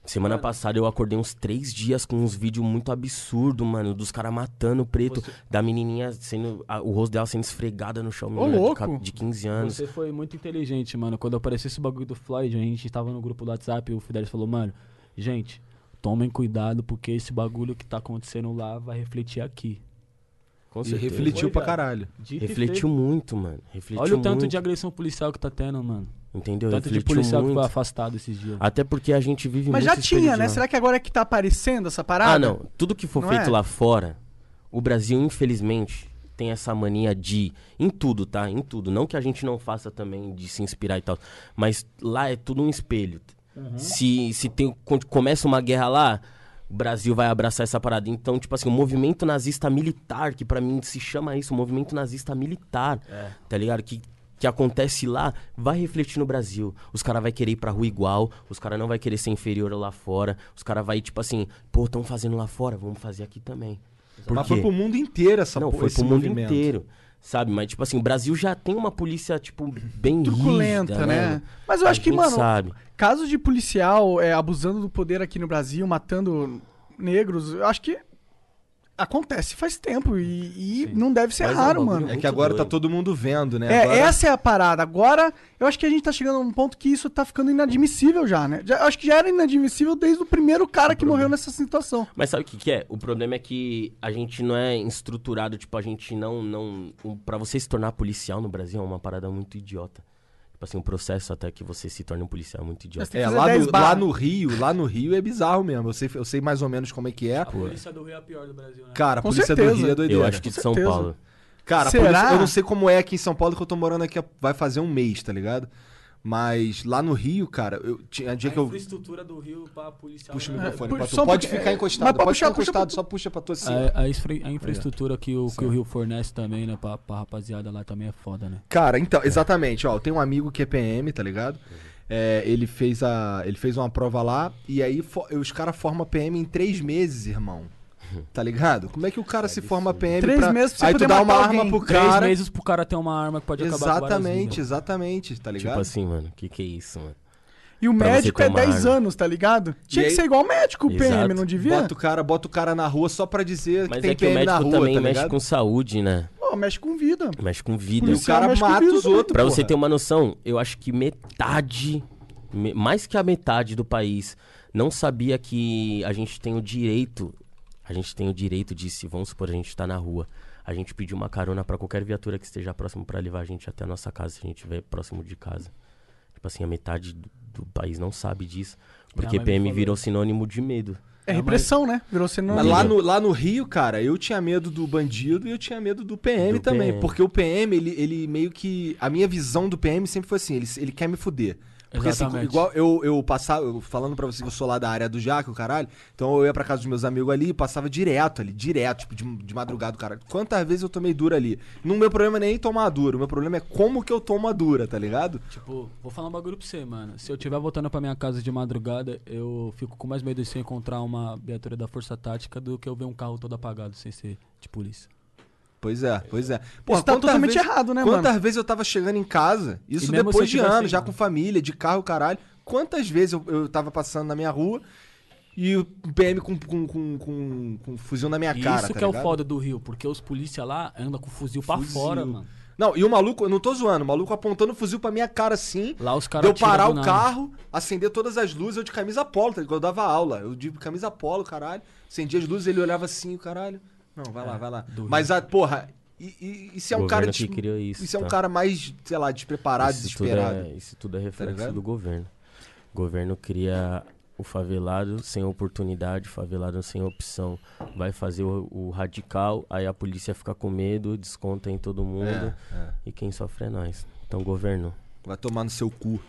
[SPEAKER 4] Semana passada eu acordei uns três dias com uns vídeos muito absurdos, mano. Dos caras matando o preto, da menininha sendo. a- o rosto dela sendo esfregada no chão. menina de
[SPEAKER 2] louco!
[SPEAKER 4] ca- De 15 anos.
[SPEAKER 6] Você foi muito inteligente, mano. Quando apareceu esse bagulho do Floyd, a gente tava no grupo do WhatsApp e o Fidelis falou, mano, gente, tomem cuidado porque esse bagulho que tá acontecendo lá vai refletir aqui.
[SPEAKER 4] Com
[SPEAKER 3] E
[SPEAKER 4] certeza.
[SPEAKER 3] refletiu
[SPEAKER 6] Foi,
[SPEAKER 3] pra
[SPEAKER 6] velho.
[SPEAKER 3] caralho.
[SPEAKER 6] Dito e feito.
[SPEAKER 4] Refletiu muito, mano. Refletiu
[SPEAKER 6] Olha o tanto de
[SPEAKER 4] muito,
[SPEAKER 6] agressão policial que tá tendo, mano.
[SPEAKER 4] Entendeu?
[SPEAKER 6] tanto de
[SPEAKER 4] Refletiu
[SPEAKER 6] policial que
[SPEAKER 4] muito.
[SPEAKER 6] foi afastado esses dias.
[SPEAKER 4] Até porque a gente vive
[SPEAKER 2] Mas
[SPEAKER 4] muito
[SPEAKER 2] já
[SPEAKER 4] esse
[SPEAKER 2] tinha,
[SPEAKER 4] período,
[SPEAKER 2] né? Será que agora é que tá aparecendo essa parada?
[SPEAKER 4] Ah, não. Tudo que for
[SPEAKER 2] Não
[SPEAKER 4] feito
[SPEAKER 2] é?
[SPEAKER 4] lá fora, o Brasil, infelizmente, tem essa mania de. Em tudo, tá? Em tudo. Não que a gente não faça também de se inspirar e tal. Mas lá é tudo um espelho.
[SPEAKER 6] Uhum.
[SPEAKER 4] Se, se tem, co- começa uma guerra lá. O Brasil vai abraçar essa parada. Então, tipo assim, o movimento nazista militar, que pra mim se chama isso, o movimento nazista militar, tá ligado? Que, que acontece lá, vai refletir no Brasil. Os caras vai querer ir pra rua igual, os caras não vai querer ser inferior lá fora, os caras vai, tipo assim, pô, estão fazendo lá fora, vamos fazer aqui também. Por
[SPEAKER 3] Mas
[SPEAKER 4] quê?
[SPEAKER 3] foi pro mundo inteiro essa
[SPEAKER 4] Não,
[SPEAKER 3] porra,
[SPEAKER 4] foi
[SPEAKER 3] esse
[SPEAKER 4] pro mundo
[SPEAKER 3] movimento.
[SPEAKER 4] inteiro. Sabe, mas tipo assim, o Brasil já tem uma polícia, tipo, bem
[SPEAKER 2] Truculenta,
[SPEAKER 4] rígida,
[SPEAKER 2] né?
[SPEAKER 4] mano.
[SPEAKER 2] Mas eu acho
[SPEAKER 4] A
[SPEAKER 2] que,
[SPEAKER 4] gente
[SPEAKER 2] mano,
[SPEAKER 4] sabe.
[SPEAKER 2] casos de policial é, abusando do poder aqui no Brasil, matando negros, eu acho que acontece faz tempo e, e não deve ser
[SPEAKER 4] Mas é um
[SPEAKER 2] raro,
[SPEAKER 4] bagulho
[SPEAKER 2] mano.
[SPEAKER 3] É que
[SPEAKER 4] Muito
[SPEAKER 3] agora tá
[SPEAKER 4] doido.
[SPEAKER 3] todo mundo vendo, né?
[SPEAKER 2] É,
[SPEAKER 3] Agora-
[SPEAKER 2] essa é a parada. Agora, eu acho que a gente tá chegando num ponto que isso tá ficando inadmissível já, né? Já- eu acho que já era inadmissível desde o primeiro cara que morreu nessa situação.
[SPEAKER 4] Mas sabe o que, que é? O problema é que a gente não é estruturado, tipo, a gente não. não um, para você se tornar policial no Brasil é uma parada muito idiota. Tipo assim, o processo até que você se torne um policial é muito idiota.
[SPEAKER 3] É,
[SPEAKER 2] Fazer
[SPEAKER 3] lá
[SPEAKER 2] 10
[SPEAKER 3] no,
[SPEAKER 2] barra.
[SPEAKER 3] lá no Rio, lá no Rio é bizarro mesmo. Eu sei, eu sei mais ou menos como é que é.
[SPEAKER 6] A polícia do Rio é a pior do Brasil, né?
[SPEAKER 3] Cara, a
[SPEAKER 2] Com
[SPEAKER 3] polícia do
[SPEAKER 2] certeza.
[SPEAKER 3] Rio é doideira. Tá
[SPEAKER 4] Eu acho que de
[SPEAKER 2] Com
[SPEAKER 4] São
[SPEAKER 2] certeza.
[SPEAKER 4] Paulo.
[SPEAKER 3] Cara, a
[SPEAKER 2] Será?
[SPEAKER 3] polícia- eu não sei como é aqui em São Paulo que eu tô morando aqui, vai fazer um mês, tá ligado? Mas lá no Rio, cara, eu tinha dia
[SPEAKER 6] a
[SPEAKER 3] que eu
[SPEAKER 6] infraestrutura do Rio pra policial...
[SPEAKER 3] puxa o
[SPEAKER 6] né?
[SPEAKER 3] microfone,
[SPEAKER 2] Puxa,
[SPEAKER 3] pra tu.
[SPEAKER 2] só um
[SPEAKER 3] pode
[SPEAKER 2] pouquinho.
[SPEAKER 3] ficar
[SPEAKER 2] É,
[SPEAKER 3] encostado,
[SPEAKER 2] mas pra
[SPEAKER 3] pode ficar
[SPEAKER 2] puxar, puxa um
[SPEAKER 3] encostado,
[SPEAKER 2] pro-
[SPEAKER 3] só puxa pra tua assim.
[SPEAKER 6] A, a infra- a infraestrutura que o, que o Rio fornece também, né, pra, pra rapaziada lá também é foda, né?
[SPEAKER 3] Cara, então, exatamente, ó, eu tenho um amigo que é PM, tá ligado? É, ele fez a ele fez uma prova lá e aí fo- os caras formam PM em três meses, irmão. Tá ligado? Como é que o cara se forma PM
[SPEAKER 2] Três
[SPEAKER 3] pra...
[SPEAKER 2] meses pra você
[SPEAKER 3] aí tu
[SPEAKER 2] poder
[SPEAKER 3] dá uma
[SPEAKER 2] matar
[SPEAKER 3] arma
[SPEAKER 2] alguém.
[SPEAKER 3] pro
[SPEAKER 6] Três
[SPEAKER 3] cara...
[SPEAKER 6] meses pro cara ter uma arma que pode acabar com várias
[SPEAKER 3] Exatamente,
[SPEAKER 6] vidas.
[SPEAKER 3] exatamente, tá ligado?
[SPEAKER 4] Tipo assim, mano, o que, que é isso, mano?
[SPEAKER 2] E o
[SPEAKER 4] Pra você
[SPEAKER 2] médico é
[SPEAKER 4] tomar
[SPEAKER 2] 10
[SPEAKER 4] arma.
[SPEAKER 2] anos, tá ligado? Tinha
[SPEAKER 3] E
[SPEAKER 2] que
[SPEAKER 3] aí-
[SPEAKER 2] ser igual médico, o PM,
[SPEAKER 4] Exato.
[SPEAKER 2] não devia?
[SPEAKER 3] Bota o cara, bota o cara na rua só pra dizer que
[SPEAKER 4] Mas
[SPEAKER 3] tem
[SPEAKER 4] é que o
[SPEAKER 3] PM na
[SPEAKER 4] médico
[SPEAKER 3] rua,
[SPEAKER 4] também
[SPEAKER 3] tá
[SPEAKER 4] mexe
[SPEAKER 3] ligado?
[SPEAKER 4] com saúde, né?
[SPEAKER 2] Pô, mexe com vida.
[SPEAKER 4] Mexe com vida.
[SPEAKER 3] E o
[SPEAKER 2] policial
[SPEAKER 3] cara
[SPEAKER 2] mexe com
[SPEAKER 3] mata
[SPEAKER 2] vida
[SPEAKER 3] os
[SPEAKER 2] também.
[SPEAKER 3] outros,
[SPEAKER 4] Pra você
[SPEAKER 3] porra.
[SPEAKER 4] ter um uma noção, eu acho que metade, me- mais que a metade do país, não sabia que a gente tem o direito, a gente tem o direito de, se vamos supor, a gente tá na rua, a gente pedir uma carona pra qualquer viatura que esteja próximo pra levar a gente até a nossa casa, se a gente estiver próximo de casa. Tipo assim, a metade do, do país não sabe disso, porque
[SPEAKER 6] mãe me
[SPEAKER 4] PM
[SPEAKER 6] falou.
[SPEAKER 4] virou sinônimo de medo.
[SPEAKER 2] É repressão, né? Virou sendo...
[SPEAKER 3] Mas lá no, lá no Rio, cara, eu tinha medo do bandido e eu tinha medo do PM
[SPEAKER 4] Do
[SPEAKER 3] também.
[SPEAKER 4] PM.
[SPEAKER 3] Porque o PM, ele, ele meio que. A minha visão do PM sempre foi assim: ele, ele quer me fuder. Porque assim,
[SPEAKER 6] Exatamente.
[SPEAKER 3] igual eu, eu passava, eu falando pra você que eu sou lá da área do Jaque, o caralho, então eu ia pra casa dos meus amigos ali e passava direto ali, direto, tipo, de, de madrugada, o caralho. Quantas vezes eu tomei dura ali? Não, meu problema nem é tomar dura, o meu problema é como que eu tomo a dura, tá ligado?
[SPEAKER 6] Tipo, vou falar um bagulho pra você, mano. Se eu estiver voltando pra minha casa de madrugada, eu fico com mais medo de se eu encontrar uma viatura da Força Tática do que eu ver um carro todo apagado sem ser de polícia.
[SPEAKER 3] Pois é, pois é.
[SPEAKER 2] Isso tá
[SPEAKER 3] quantas
[SPEAKER 2] totalmente
[SPEAKER 3] vezes-
[SPEAKER 2] errado, né,
[SPEAKER 3] Quantas
[SPEAKER 2] mano? assim,
[SPEAKER 3] vezes eu tava chegando em casa, isso
[SPEAKER 6] mesmo se eu
[SPEAKER 3] depois
[SPEAKER 2] tipo
[SPEAKER 3] de
[SPEAKER 6] tivesse-
[SPEAKER 3] anos, já com família, de carro, caralho. Quantas vezes eu, eu tava passando na minha rua e o PM com, com, com, com, com fuzil na minha
[SPEAKER 6] E
[SPEAKER 3] cara,
[SPEAKER 6] isso
[SPEAKER 3] tá
[SPEAKER 6] que é o
[SPEAKER 3] ligado?
[SPEAKER 6] foda do Rio, porque os polícia lá andam com fuzil pra
[SPEAKER 3] Fuzil.
[SPEAKER 6] fora, mano.
[SPEAKER 3] Não, e o maluco, eu não tô zoando, o maluco apontando o fuzil pra minha cara assim.
[SPEAKER 6] Lá os
[SPEAKER 3] de
[SPEAKER 6] caras
[SPEAKER 3] eu parar
[SPEAKER 6] atiram
[SPEAKER 3] o
[SPEAKER 6] do nada.
[SPEAKER 3] carro, acender todas as luzes, eu de camisa polo, tá ligado? Eu dava aula, eu de camisa polo, caralho. Acendia as luzes, ele olhava assim, caralho. Não, vai
[SPEAKER 6] É,
[SPEAKER 3] lá, vai lá. Mas a, porra, e, e- e se é um
[SPEAKER 4] Governo
[SPEAKER 3] cara.
[SPEAKER 4] que
[SPEAKER 3] des-
[SPEAKER 4] criou isso,
[SPEAKER 3] e se é um
[SPEAKER 4] tá?
[SPEAKER 3] cara mais, sei lá, despreparado,
[SPEAKER 4] isso, tudo
[SPEAKER 3] Tá desesperado. Tá
[SPEAKER 4] é, isso tudo é reflexo
[SPEAKER 3] ligado?
[SPEAKER 4] do governo. O governo cria o favelado sem oportunidade, o favelado sem opção. Vai fazer o, o radical, aí a polícia fica com medo, desconta em todo mundo.
[SPEAKER 3] É, é.
[SPEAKER 4] E quem sofre é nós. Então, governo.
[SPEAKER 3] Vai tomar no seu cu.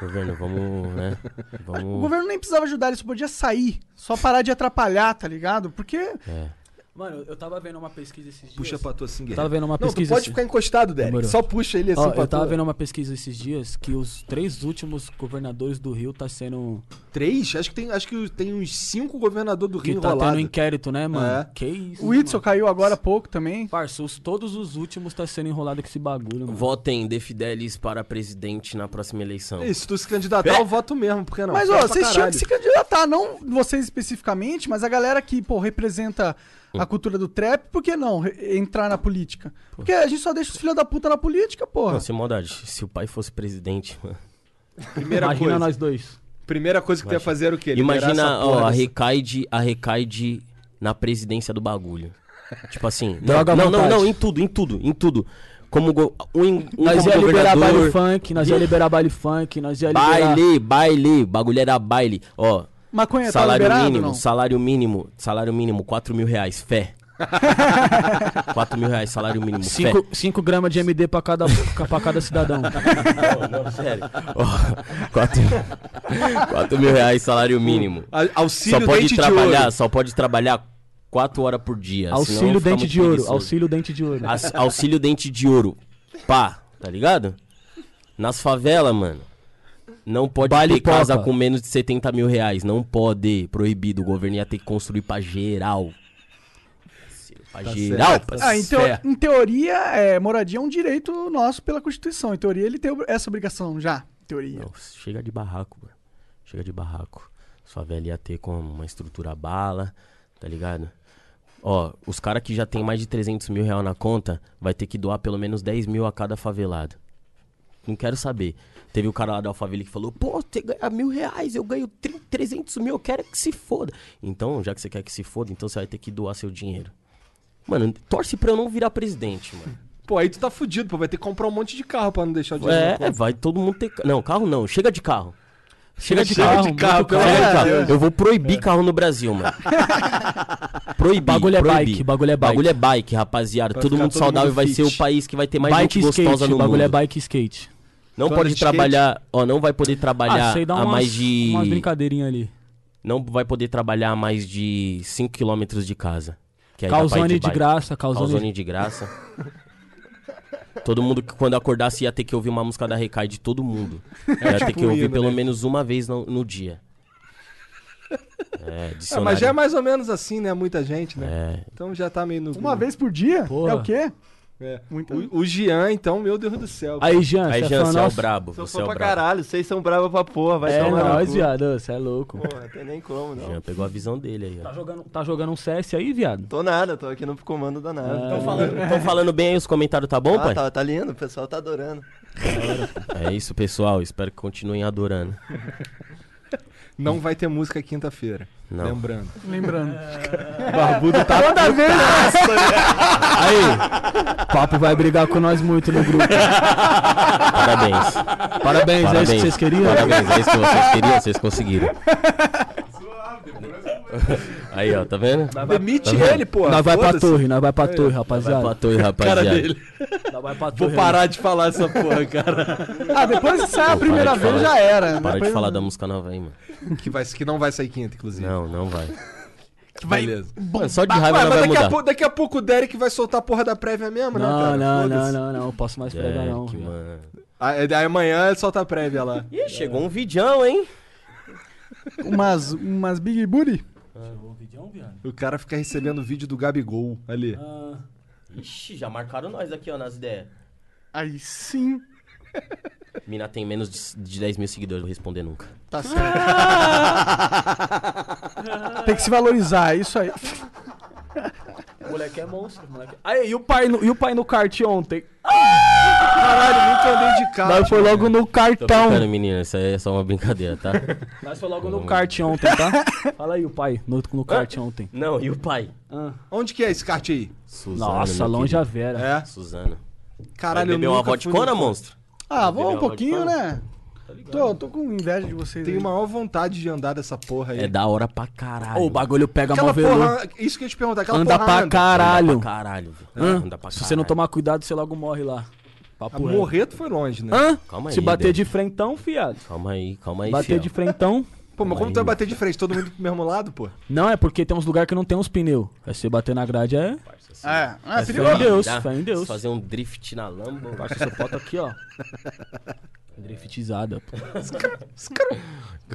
[SPEAKER 4] Governo, vamos, né?
[SPEAKER 2] O
[SPEAKER 4] Vamos.
[SPEAKER 2] governo nem precisava ajudar, ele só podia sair. Só parar de atrapalhar, tá ligado? Porque.
[SPEAKER 4] É.
[SPEAKER 6] Mano, eu tava vendo uma pesquisa esses dias.
[SPEAKER 3] Puxa pra tua assim,
[SPEAKER 6] Eu
[SPEAKER 3] guerreiro.
[SPEAKER 6] tava vendo uma
[SPEAKER 3] Não, tu
[SPEAKER 6] pesquisa.
[SPEAKER 3] pode
[SPEAKER 6] esses-
[SPEAKER 3] ficar encostado, Derek.
[SPEAKER 6] Demorou.
[SPEAKER 3] Só puxa ele assim
[SPEAKER 6] Ó,
[SPEAKER 3] pra
[SPEAKER 6] eu tava
[SPEAKER 3] tua-
[SPEAKER 6] vendo uma pesquisa esses dias que os três últimos governadores do Rio tá sendo.
[SPEAKER 3] Três? Acho que tem, acho que tem uns cinco governador do
[SPEAKER 6] Que
[SPEAKER 3] Rio
[SPEAKER 6] tá tendo
[SPEAKER 3] enrolado.
[SPEAKER 6] inquérito, né, mano?
[SPEAKER 3] É.
[SPEAKER 6] Que isso.
[SPEAKER 2] O Whitson
[SPEAKER 6] mano.
[SPEAKER 2] caiu agora há pouco também.
[SPEAKER 6] Parça, os- todos os últimos tá sendo enrolado com esse bagulho, mano.
[SPEAKER 4] Votem De Fidelis para presidente na próxima eleição.
[SPEAKER 3] Isso, se tu se candidatar, eu voto mesmo, porque não?
[SPEAKER 2] Mas,
[SPEAKER 3] Fala
[SPEAKER 2] ó,
[SPEAKER 3] pra
[SPEAKER 2] vocês tinham
[SPEAKER 3] caralho.
[SPEAKER 2] que se candidatar, não vocês especificamente, mas a galera que, pô, representa a cultura do trap, por que não re- entrar na política? Porque a gente só deixa os filhos da puta na política, porra.
[SPEAKER 4] Não, sem maldade, se o pai fosse presidente, mano.
[SPEAKER 3] Primeira
[SPEAKER 6] Imagina
[SPEAKER 3] coisa,
[SPEAKER 6] nós dois.
[SPEAKER 3] primeira coisa que tu ia fazer era o quê? Liberar essa
[SPEAKER 4] Imagina,
[SPEAKER 3] porra
[SPEAKER 4] ó, a
[SPEAKER 3] dessa-
[SPEAKER 4] recaide, a recaide na presidência do bagulho. Tipo assim, não,
[SPEAKER 6] Droga à
[SPEAKER 4] não, não,
[SPEAKER 6] vontade.
[SPEAKER 4] não, em tudo, em tudo, em tudo. Como go- um, um
[SPEAKER 6] Nós ia
[SPEAKER 4] como
[SPEAKER 6] liberar baile
[SPEAKER 4] governador,
[SPEAKER 6] funk, nós ia liberar baile funk, nós ia liberar.
[SPEAKER 4] baile, baile, o bagulho era baile. Ó,
[SPEAKER 2] Maconha tá
[SPEAKER 4] salário
[SPEAKER 2] liberado
[SPEAKER 4] mínimo,
[SPEAKER 2] não?
[SPEAKER 4] salário mínimo, salário mínimo, 4 mil reais, fé. 4 mil reais, salário mínimo, fé.
[SPEAKER 6] 5 gramas de MD pra cada, pra cada cidadão.
[SPEAKER 4] Sério. 4, mil reais salário mínimo.
[SPEAKER 3] A- Auxílio
[SPEAKER 4] Só pode
[SPEAKER 3] dente de
[SPEAKER 4] trabalhar,
[SPEAKER 3] ouro.
[SPEAKER 4] só pode trabalhar 4 horas por dia. senão
[SPEAKER 6] Auxílio
[SPEAKER 4] fica
[SPEAKER 6] dente
[SPEAKER 4] muito
[SPEAKER 6] de ouro.
[SPEAKER 4] preguiçoso.
[SPEAKER 6] Auxílio dente de ouro.
[SPEAKER 4] As- auxílio dente de ouro. Pá, tá ligado? Nas favelas, mano. Não pode
[SPEAKER 6] Baile
[SPEAKER 4] ter casa
[SPEAKER 6] popa.
[SPEAKER 4] com menos de 70 mil reais. Não pode. Proibido. O governo ia ter que construir pra geral.
[SPEAKER 6] Tá
[SPEAKER 4] Pra geral,
[SPEAKER 3] certo.
[SPEAKER 4] parceiro.
[SPEAKER 2] Ah, em, teo-
[SPEAKER 3] Fé.
[SPEAKER 2] em teoria, é, moradia é um direito nosso pela Constituição. Em teoria, ele tem ob- essa obrigação já. Em teoria.
[SPEAKER 4] Não, É, chega de barraco, mano. Chega de barraco. As favelas ia ter com uma estrutura bala, tá ligado? Ó, os caras que já tem mais de 300 mil real na conta, vai ter que doar pelo menos 10 mil a cada favelado. Não quero saber. Teve o cara lá da Alphaville que falou, pô, você ganha mil reais, eu ganho 30, 300 mil, eu quero é que se foda. Então, já que você quer que se foda, então você vai ter que doar seu dinheiro. Mano, torce pra eu não virar presidente, mano.
[SPEAKER 3] Pô, aí tu tá fudido, pô. Vai ter que comprar um monte de carro pra não deixar o dinheiro na
[SPEAKER 4] É,
[SPEAKER 3] conta.
[SPEAKER 4] vai todo mundo ter. ca- Não, carro não, chega de carro. Chega de
[SPEAKER 3] Chega
[SPEAKER 4] carro.
[SPEAKER 3] de
[SPEAKER 4] muito
[SPEAKER 3] carro, pelo
[SPEAKER 4] Chega
[SPEAKER 3] amor
[SPEAKER 4] de
[SPEAKER 3] de
[SPEAKER 4] carro.
[SPEAKER 3] Deus.
[SPEAKER 4] Eu vou proibir carro no Brasil, mano. Proibir.
[SPEAKER 6] Bagulho é
[SPEAKER 4] proibir.
[SPEAKER 6] bike, bagulho é bike.
[SPEAKER 4] Bagulho é bike, rapaziada.
[SPEAKER 3] Pra
[SPEAKER 4] todo
[SPEAKER 3] ficar
[SPEAKER 4] mundo
[SPEAKER 3] todo
[SPEAKER 4] saudável
[SPEAKER 3] mundo
[SPEAKER 4] vai
[SPEAKER 3] fit.
[SPEAKER 4] ser o país que vai ter mais
[SPEAKER 6] bike
[SPEAKER 4] gente gostosa
[SPEAKER 6] skate,
[SPEAKER 4] no
[SPEAKER 6] bagulho
[SPEAKER 4] mundo.
[SPEAKER 6] é bike skate. Ah,
[SPEAKER 3] Tu
[SPEAKER 4] Não
[SPEAKER 3] anda
[SPEAKER 4] pode
[SPEAKER 3] de skate?
[SPEAKER 4] trabalhar, ó, não vai poder trabalhar
[SPEAKER 6] sei dá
[SPEAKER 4] a
[SPEAKER 6] umas,
[SPEAKER 4] mais de
[SPEAKER 6] umas brincadeirinhas ali.
[SPEAKER 4] não vai poder trabalhar a mais de 5 km de casa. Que aí dá pra ir
[SPEAKER 6] Calzone de,
[SPEAKER 4] bike.
[SPEAKER 6] graça, calzone.
[SPEAKER 4] Calzone de graça. Todo mundo que quando acordasse ia ter que ouvir uma música da Recai de todo mundo. ia ter
[SPEAKER 3] tipo
[SPEAKER 4] que
[SPEAKER 3] um
[SPEAKER 4] ouvir
[SPEAKER 3] hino,
[SPEAKER 4] pelo
[SPEAKER 3] né?
[SPEAKER 4] menos uma vez no, no dia. É,
[SPEAKER 3] É,
[SPEAKER 4] dicionário.
[SPEAKER 3] mas já é mais ou menos assim, né? Muita gente, né?
[SPEAKER 4] É,
[SPEAKER 3] Então já tá meio no...
[SPEAKER 2] Uma vez por dia?
[SPEAKER 6] Porra.
[SPEAKER 2] É o quê?
[SPEAKER 3] É.
[SPEAKER 2] Muita-
[SPEAKER 3] O, o Jean, então, meu Deus do céu. Então
[SPEAKER 6] Aí, Jean,
[SPEAKER 4] Aí,
[SPEAKER 6] cê é
[SPEAKER 4] Jean,
[SPEAKER 6] fã
[SPEAKER 4] você é o
[SPEAKER 6] nosso?
[SPEAKER 4] brabo.
[SPEAKER 5] Sou
[SPEAKER 4] Você é
[SPEAKER 5] fã
[SPEAKER 4] o
[SPEAKER 5] pra
[SPEAKER 4] brabo.
[SPEAKER 5] caralho, vocês são bravos pra porra, vai
[SPEAKER 6] É
[SPEAKER 5] tomar no
[SPEAKER 6] nóis,
[SPEAKER 5] cu.
[SPEAKER 6] viado, você é louco.
[SPEAKER 5] Porra, não tem nem como, não.
[SPEAKER 4] Jean pegou a visão dele aí,
[SPEAKER 6] Tá
[SPEAKER 4] ó.
[SPEAKER 6] jogando, tá jogando um CS aí, viado?
[SPEAKER 5] Tô nada, tô aqui no comando da nave.
[SPEAKER 4] É.
[SPEAKER 6] Ah, Tão
[SPEAKER 4] Estão falando bem aí, os comentários tá bom,
[SPEAKER 5] Ah,
[SPEAKER 4] pai?
[SPEAKER 5] tá, tá lindo, o pessoal tá adorando.
[SPEAKER 4] É isso, pessoal. Espero que continuem adorando.
[SPEAKER 3] Não vai ter música quinta-feira.
[SPEAKER 4] Não.
[SPEAKER 3] Lembrando.
[SPEAKER 2] Lembrando.
[SPEAKER 3] Barbudo tá...
[SPEAKER 2] Toda vez.
[SPEAKER 6] né? Aí, papo vai brigar com nós muito no grupo.
[SPEAKER 4] Parabéns.
[SPEAKER 6] Parabéns, é isso que vocês queriam?
[SPEAKER 4] Parabéns, é isso que vocês queriam, vocês conseguiram.
[SPEAKER 1] Suave, depois
[SPEAKER 4] Aí, ó, tá vendo? Vai
[SPEAKER 3] Demite
[SPEAKER 4] Tá vendo?
[SPEAKER 3] ele, pô.
[SPEAKER 6] Nós vai pra
[SPEAKER 3] Foda-se.
[SPEAKER 6] torre, É, nós vai pra torre, rapaziada.
[SPEAKER 4] pra torre, rapaziada.
[SPEAKER 6] Nós vai pra
[SPEAKER 3] Vou
[SPEAKER 6] torre.
[SPEAKER 3] parar de falar essa porra, cara.
[SPEAKER 2] Ah, depois que sai a
[SPEAKER 4] Pô, para
[SPEAKER 2] primeira
[SPEAKER 4] de
[SPEAKER 2] vez
[SPEAKER 4] falar.
[SPEAKER 2] já era. né?
[SPEAKER 4] Para de
[SPEAKER 2] Depois-
[SPEAKER 4] falar da música nova aí, mano.
[SPEAKER 3] que, vai, que não vai sair quinta, inclusive.
[SPEAKER 4] Não, não vai.
[SPEAKER 3] Vai... Beleza.
[SPEAKER 4] Mano, só de
[SPEAKER 3] Ué,
[SPEAKER 4] raiva
[SPEAKER 3] mas
[SPEAKER 4] não vai
[SPEAKER 3] daqui, a
[SPEAKER 4] mudar.
[SPEAKER 3] pouco, daqui a pouco o Derek vai soltar a porra da prévia mesmo, né,
[SPEAKER 6] Não,
[SPEAKER 3] cara?
[SPEAKER 6] não, não,
[SPEAKER 3] Foda-se.
[SPEAKER 6] não, não, posso mais pregar não.
[SPEAKER 4] Derek,
[SPEAKER 6] viado.
[SPEAKER 4] É, mano.
[SPEAKER 3] Aí, aí amanhã ele solta a prévia lá.
[SPEAKER 4] Ih, chegou um vidão, hein?
[SPEAKER 2] Umas, umas Big Booty?
[SPEAKER 3] O cara fica recebendo vídeo do Gabigol ali.
[SPEAKER 6] Ah.
[SPEAKER 4] Ixi, já marcaram nós aqui, ó, nas ideias.
[SPEAKER 2] Aí sim.
[SPEAKER 4] Mina tem menos de, de 10 mil seguidores, vou responder nunca.
[SPEAKER 2] Tá certo. Tem que se valorizar, é isso aí.
[SPEAKER 6] O moleque é monstro, moleque. Aí, e o pai no, e o pai no kart ontem?
[SPEAKER 3] Caralho, nunca andei de carro.
[SPEAKER 6] Nós foi logo no
[SPEAKER 4] Tô
[SPEAKER 6] cartão.
[SPEAKER 4] brincando, menina, isso aí é só uma brincadeira, tá?
[SPEAKER 6] Nós foi logo no kart ontem, tá? Fala aí o pai, no, no kart ontem.
[SPEAKER 4] não, e o pai?
[SPEAKER 3] Onde que é esse kart aí?
[SPEAKER 4] Suzano,
[SPEAKER 6] Nossa,
[SPEAKER 4] meu
[SPEAKER 6] longe a
[SPEAKER 4] querido.
[SPEAKER 6] Vera.
[SPEAKER 3] É?
[SPEAKER 4] Suzano.
[SPEAKER 3] Caralho,
[SPEAKER 4] Vai
[SPEAKER 3] eu
[SPEAKER 4] beber uma
[SPEAKER 3] nunca fui no-
[SPEAKER 4] vodicona, monstro?
[SPEAKER 2] Ah,
[SPEAKER 4] Vai beber
[SPEAKER 2] vamos um
[SPEAKER 4] uma
[SPEAKER 2] pouquinho,
[SPEAKER 4] vodka?
[SPEAKER 2] né? Tô, tô com inveja de vocês.
[SPEAKER 3] Tenho
[SPEAKER 2] aí.
[SPEAKER 3] maior vontade de andar dessa porra aí.
[SPEAKER 4] É da hora pra caralho.
[SPEAKER 6] Ô, o bagulho pega
[SPEAKER 3] Aquela
[SPEAKER 6] mó veludo.
[SPEAKER 3] porra, isso que eu ia te perguntar, aquela
[SPEAKER 6] Anda
[SPEAKER 3] porra
[SPEAKER 6] pra
[SPEAKER 4] Anda
[SPEAKER 6] caralho.
[SPEAKER 4] pra caralho. velho.
[SPEAKER 6] Hã?
[SPEAKER 4] Anda pra
[SPEAKER 6] Se você não tomar cuidado, você logo morre lá.
[SPEAKER 3] A
[SPEAKER 6] Papo reto.
[SPEAKER 3] morrer tu foi longe, né?
[SPEAKER 6] Hã?
[SPEAKER 4] Calma
[SPEAKER 6] Se
[SPEAKER 4] aí,
[SPEAKER 6] bater
[SPEAKER 4] Deus.
[SPEAKER 6] de frentão, fiado.
[SPEAKER 4] Calma aí, calma aí,
[SPEAKER 6] bater
[SPEAKER 4] fiel.
[SPEAKER 6] de frentão.
[SPEAKER 3] Pô, mas como tu vai bater de frente? Todo mundo pro mesmo lado, pô?
[SPEAKER 6] Não, é porque tem uns lugares que não tem uns pneus. Aí você bater na grade é.
[SPEAKER 2] É, ah,
[SPEAKER 6] Fé
[SPEAKER 2] perigoso.
[SPEAKER 6] em Deus,
[SPEAKER 4] Dá-
[SPEAKER 6] fé em Deus.
[SPEAKER 4] Fazer um drift na lamba. eu acho.
[SPEAKER 6] Baixa seu foto aqui, ó. Driftizada, pô.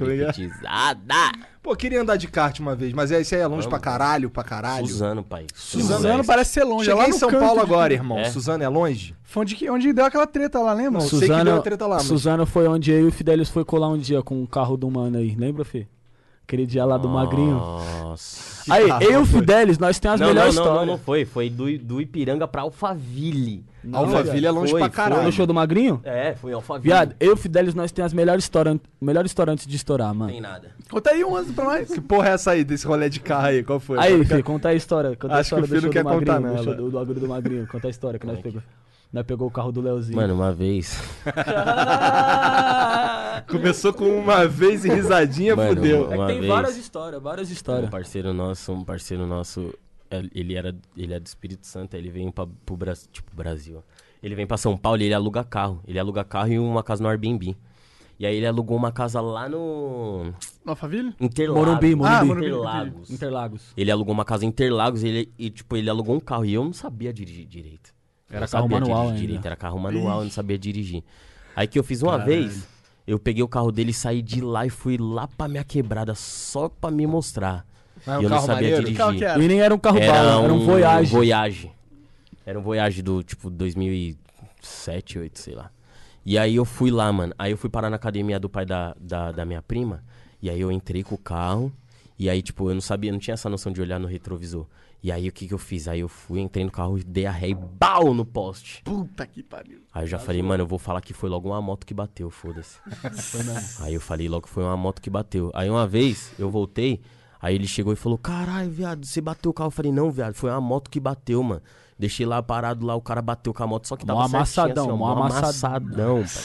[SPEAKER 6] é
[SPEAKER 4] Driftizada.
[SPEAKER 3] Pô, queria andar de kart uma vez, mas isso aí é longe pra caralho, pra caralho.
[SPEAKER 4] Suzano, pai.
[SPEAKER 2] Suzano parece ser longe. é
[SPEAKER 3] Cheguei
[SPEAKER 2] lá
[SPEAKER 3] em
[SPEAKER 2] no
[SPEAKER 3] São
[SPEAKER 2] canto
[SPEAKER 3] Paulo
[SPEAKER 2] de-
[SPEAKER 3] agora, irmão.
[SPEAKER 4] É.
[SPEAKER 3] Suzano é longe?
[SPEAKER 2] Foi onde, que- onde deu aquela treta lá, lembra?
[SPEAKER 3] Não, sei que deu uma treta lá, mas-
[SPEAKER 6] Suzano foi onde eu e o Fidelis foi colar um dia com o carro do mano aí. Lembra, Fê? Aquele dia
[SPEAKER 4] Ah.
[SPEAKER 6] lá do Magrinho.
[SPEAKER 4] Nossa.
[SPEAKER 6] Aí,
[SPEAKER 3] carro
[SPEAKER 6] eu e o
[SPEAKER 3] foi?
[SPEAKER 6] Fidelis, nós temos as
[SPEAKER 4] Não, não,
[SPEAKER 6] melhores
[SPEAKER 4] não, não,
[SPEAKER 6] histórias.
[SPEAKER 4] não foi. Foi do, do Ipiranga pra Alphaville.
[SPEAKER 3] Alphaville é longe
[SPEAKER 4] Foi,
[SPEAKER 3] pra
[SPEAKER 4] foi.
[SPEAKER 3] caralho.
[SPEAKER 6] No show do Magrinho?
[SPEAKER 4] É, foi Alphaville.
[SPEAKER 6] Viado, eu e o Fidelis, nós temos as melhores histórias, melhor história antes de estourar,
[SPEAKER 4] Não tem
[SPEAKER 6] mano.
[SPEAKER 4] nada.
[SPEAKER 2] Conta aí um antes pra nós.
[SPEAKER 3] Que porra é essa aí, desse rolê de carro aí? Qual foi?
[SPEAKER 6] Aí, Fê, conta a história. Conta
[SPEAKER 3] Acho
[SPEAKER 6] a
[SPEAKER 3] que
[SPEAKER 6] história
[SPEAKER 3] o Fê não
[SPEAKER 6] do show
[SPEAKER 3] quer
[SPEAKER 6] do Magrinho.
[SPEAKER 3] contar, né,
[SPEAKER 6] do
[SPEAKER 3] não,
[SPEAKER 6] show
[SPEAKER 3] ela.
[SPEAKER 6] do, do agulho do Magrinho. Conta a história que nós pegou. Nós pegou o carro do Leozinho.
[SPEAKER 4] Mano, uma vez.
[SPEAKER 3] Começou com uma vez e risadinha,
[SPEAKER 4] Mano,
[SPEAKER 3] fudeu.
[SPEAKER 4] uma
[SPEAKER 6] tem
[SPEAKER 4] vez,
[SPEAKER 6] várias histórias, várias histórias.
[SPEAKER 4] Um parceiro nosso, um parceiro nosso, el- ele era ele é do Espírito Santo, aí ele vem pra, pro Brasil, tipo, Brasil. ó. Ele vem pra São Paulo, e ele aluga carro. Ele aluga carro e uma casa no Airbnb. E aí ele alugou uma casa lá no
[SPEAKER 2] Nova Ville?
[SPEAKER 4] Interlagos.
[SPEAKER 6] Morumbi, Morumbi.
[SPEAKER 2] Ah, Morumbi,
[SPEAKER 4] Interlagos.
[SPEAKER 6] Interlagos.
[SPEAKER 4] Ele alugou uma casa em Interlagos e ele, e, tipo, ele alugou um carro e eu não sabia dirigir direito. Eu
[SPEAKER 6] Era
[SPEAKER 4] não
[SPEAKER 6] carro
[SPEAKER 4] sabia
[SPEAKER 6] manual
[SPEAKER 4] dirigir
[SPEAKER 6] ainda.
[SPEAKER 4] direito, era carro manual, eu não sabia dirigir. Aí que eu fiz uma vez, eu peguei o carro dele, saí de lá e fui lá pra minha quebrada só pra me mostrar.
[SPEAKER 3] Mas é um
[SPEAKER 4] e eu não
[SPEAKER 3] carro
[SPEAKER 4] sabia
[SPEAKER 3] maneiro?
[SPEAKER 4] dirigir.
[SPEAKER 2] Qual que era?
[SPEAKER 6] E nem era um carro
[SPEAKER 4] Era
[SPEAKER 6] bala, era um Voyage.
[SPEAKER 4] Voyage. Era um Voyage do tipo 2007, 8, sei lá. E aí eu fui lá, mano. Aí eu fui parar na academia do pai da, da, da minha prima. E aí eu entrei com o carro. E aí, tipo, eu não sabia, não tinha essa noção de olhar no retrovisor. E aí o que que eu fiz? Aí eu fui, entrei no carro, dei a ré e bau no poste.
[SPEAKER 2] Puta que pariu.
[SPEAKER 4] Aí eu já falei, mano, eu vou falar que foi logo uma moto que bateu, foda-se. aí eu falei logo que foi uma moto que bateu. Aí uma vez eu voltei, aí ele chegou e falou: caralho, viado, você bateu o carro. Eu falei: não, viado, foi uma moto que bateu, mano. Deixei lá parado lá, o cara bateu com a moto, só que tava
[SPEAKER 6] Mó
[SPEAKER 4] certinho,
[SPEAKER 6] amassadão,
[SPEAKER 4] assim, ó,
[SPEAKER 6] mó
[SPEAKER 4] mó
[SPEAKER 6] amassadão.
[SPEAKER 4] amassadão, pai.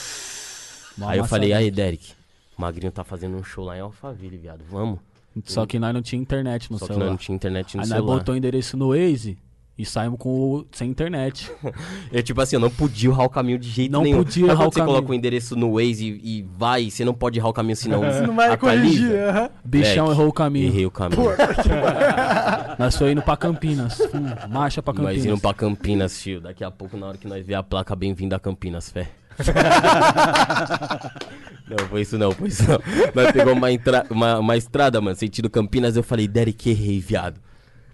[SPEAKER 6] Uma
[SPEAKER 4] Aí eu
[SPEAKER 6] amassada.
[SPEAKER 4] falei: ah, aí, Derek, o Magrinho tá fazendo um show lá em Alphaville, viado, vamos.
[SPEAKER 6] Só que nós não tinha internet no
[SPEAKER 4] Só que nós
[SPEAKER 6] celular.
[SPEAKER 4] não tinha internet no
[SPEAKER 6] Aí nós
[SPEAKER 4] celular.
[SPEAKER 6] botou o endereço no Waze e saímos com o... sem internet.
[SPEAKER 4] Eu, tipo assim, eu não podia errar o caminho de jeito
[SPEAKER 6] Não
[SPEAKER 4] nenhum. Sabe
[SPEAKER 6] podia errar
[SPEAKER 4] quando
[SPEAKER 6] o
[SPEAKER 4] você
[SPEAKER 6] caminho.
[SPEAKER 4] coloca o endereço no Waze e, e vai, você não pode errar o caminho senão. tá
[SPEAKER 2] Você não vai
[SPEAKER 4] atualiza?
[SPEAKER 6] é.
[SPEAKER 2] corrigir. aham.
[SPEAKER 6] Bichão
[SPEAKER 4] Moleque,
[SPEAKER 6] errou o caminho.
[SPEAKER 4] Errei o caminho.
[SPEAKER 6] Nós foi indo pra Campinas. Hum, marcha pra Campinas.
[SPEAKER 4] Nós indo um pra Campinas, tio. Daqui a pouco, na hora que nós ver a placa, bem-vindo a Campinas, fé. não, foi isso não, foi isso não. Nós pegamos uma, entra- uma, uma estrada, mano, sentido Campinas. Eu falei, Derek, errei, viado.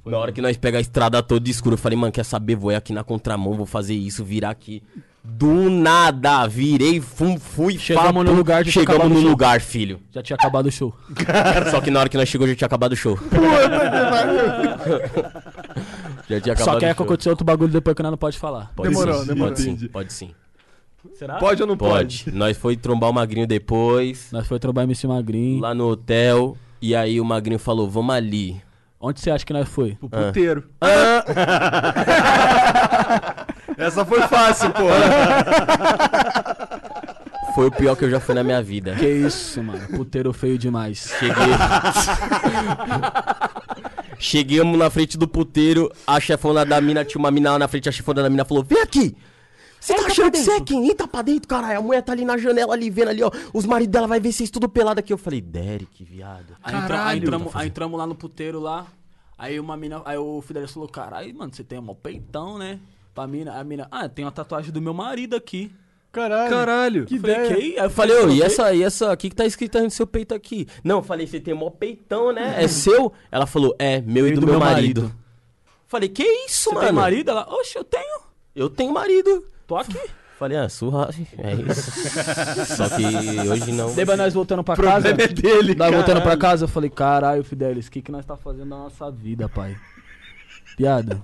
[SPEAKER 4] na hora que nós pega a estrada toda escura, eu falei, mano, quer saber? Vou ir aqui na contramão, vou fazer isso, virar aqui. Do nada, virei, fum, fui,
[SPEAKER 6] Chegamos
[SPEAKER 4] pá,
[SPEAKER 6] no
[SPEAKER 4] pum,
[SPEAKER 6] lugar, já tinha
[SPEAKER 4] chegamos
[SPEAKER 6] acabado
[SPEAKER 4] no
[SPEAKER 6] o show.
[SPEAKER 4] lugar, filho.
[SPEAKER 6] Já tinha acabado o show.
[SPEAKER 4] Só que na hora que nós chegou, já tinha acabado o show. já tinha acabado
[SPEAKER 6] Só que
[SPEAKER 4] o
[SPEAKER 6] aí
[SPEAKER 4] show.
[SPEAKER 6] aconteceu outro bagulho depois que nós não pode falar.
[SPEAKER 4] Pode
[SPEAKER 2] Demorou,
[SPEAKER 4] sim,
[SPEAKER 2] demorou.
[SPEAKER 4] Pode sim, pode sim.
[SPEAKER 3] Pode ou não pode?
[SPEAKER 4] Pode. Nós foi trombar o Magrinho depois,
[SPEAKER 6] Nós foi trombar MC Magrinho.
[SPEAKER 4] lá no hotel, e aí o Magrinho falou, vamos ali.
[SPEAKER 6] Onde você acha que nós foi?
[SPEAKER 3] O puteiro. Essa foi fácil, pô.
[SPEAKER 4] Foi o pior que eu já fui na minha vida.
[SPEAKER 6] Que isso, mano. Puteiro feio demais.
[SPEAKER 4] Cheguei... Chegamos na frente do puteiro, a chefona da mina, tinha uma mina lá na frente, a chefona da mina falou, vem aqui! Você tá achando que você é quem? Eita pra dentro, caralho. A mulher tá ali na janela, ali, vendo ali, ó. Os maridos dela vai ver vocês tudo pelado aqui. Eu falei, Derek, viado.
[SPEAKER 6] Aí, entra, aí, entramos, aí entramos lá no puteiro lá. Aí uma mina. Aí o Fidelis falou, caralho, mano, você tem um peitão, né? Pra mina, a mina, ah, tem uma tatuagem do meu marido aqui.
[SPEAKER 2] Caralho.
[SPEAKER 3] Caralho.
[SPEAKER 2] Que
[SPEAKER 6] Eu Falei,
[SPEAKER 2] ideia.
[SPEAKER 6] que? Aí eu
[SPEAKER 4] Falei, ô,
[SPEAKER 6] "O
[SPEAKER 4] e
[SPEAKER 6] quê?"
[SPEAKER 4] essa, e essa, o que que tá escrito aí no seu peito aqui? Não, eu falei, você tem mó peitão, né? É seu? Ela falou, é, meu e do, meu marido. Falei, que isso,
[SPEAKER 6] Você
[SPEAKER 4] mano?
[SPEAKER 6] tem marido? Ela, oxe, eu tenho.
[SPEAKER 4] Eu tenho marido.
[SPEAKER 6] Tô aqui.
[SPEAKER 4] Falei, ah, surra, é isso. Só que hoje não.
[SPEAKER 6] Lembra nós voltando pra casa?
[SPEAKER 3] problema é dele,
[SPEAKER 6] Nós voltando pra casa, eu falei, caralho, Fidelis, o que, que nós tá fazendo na nossa vida, pai? Piada.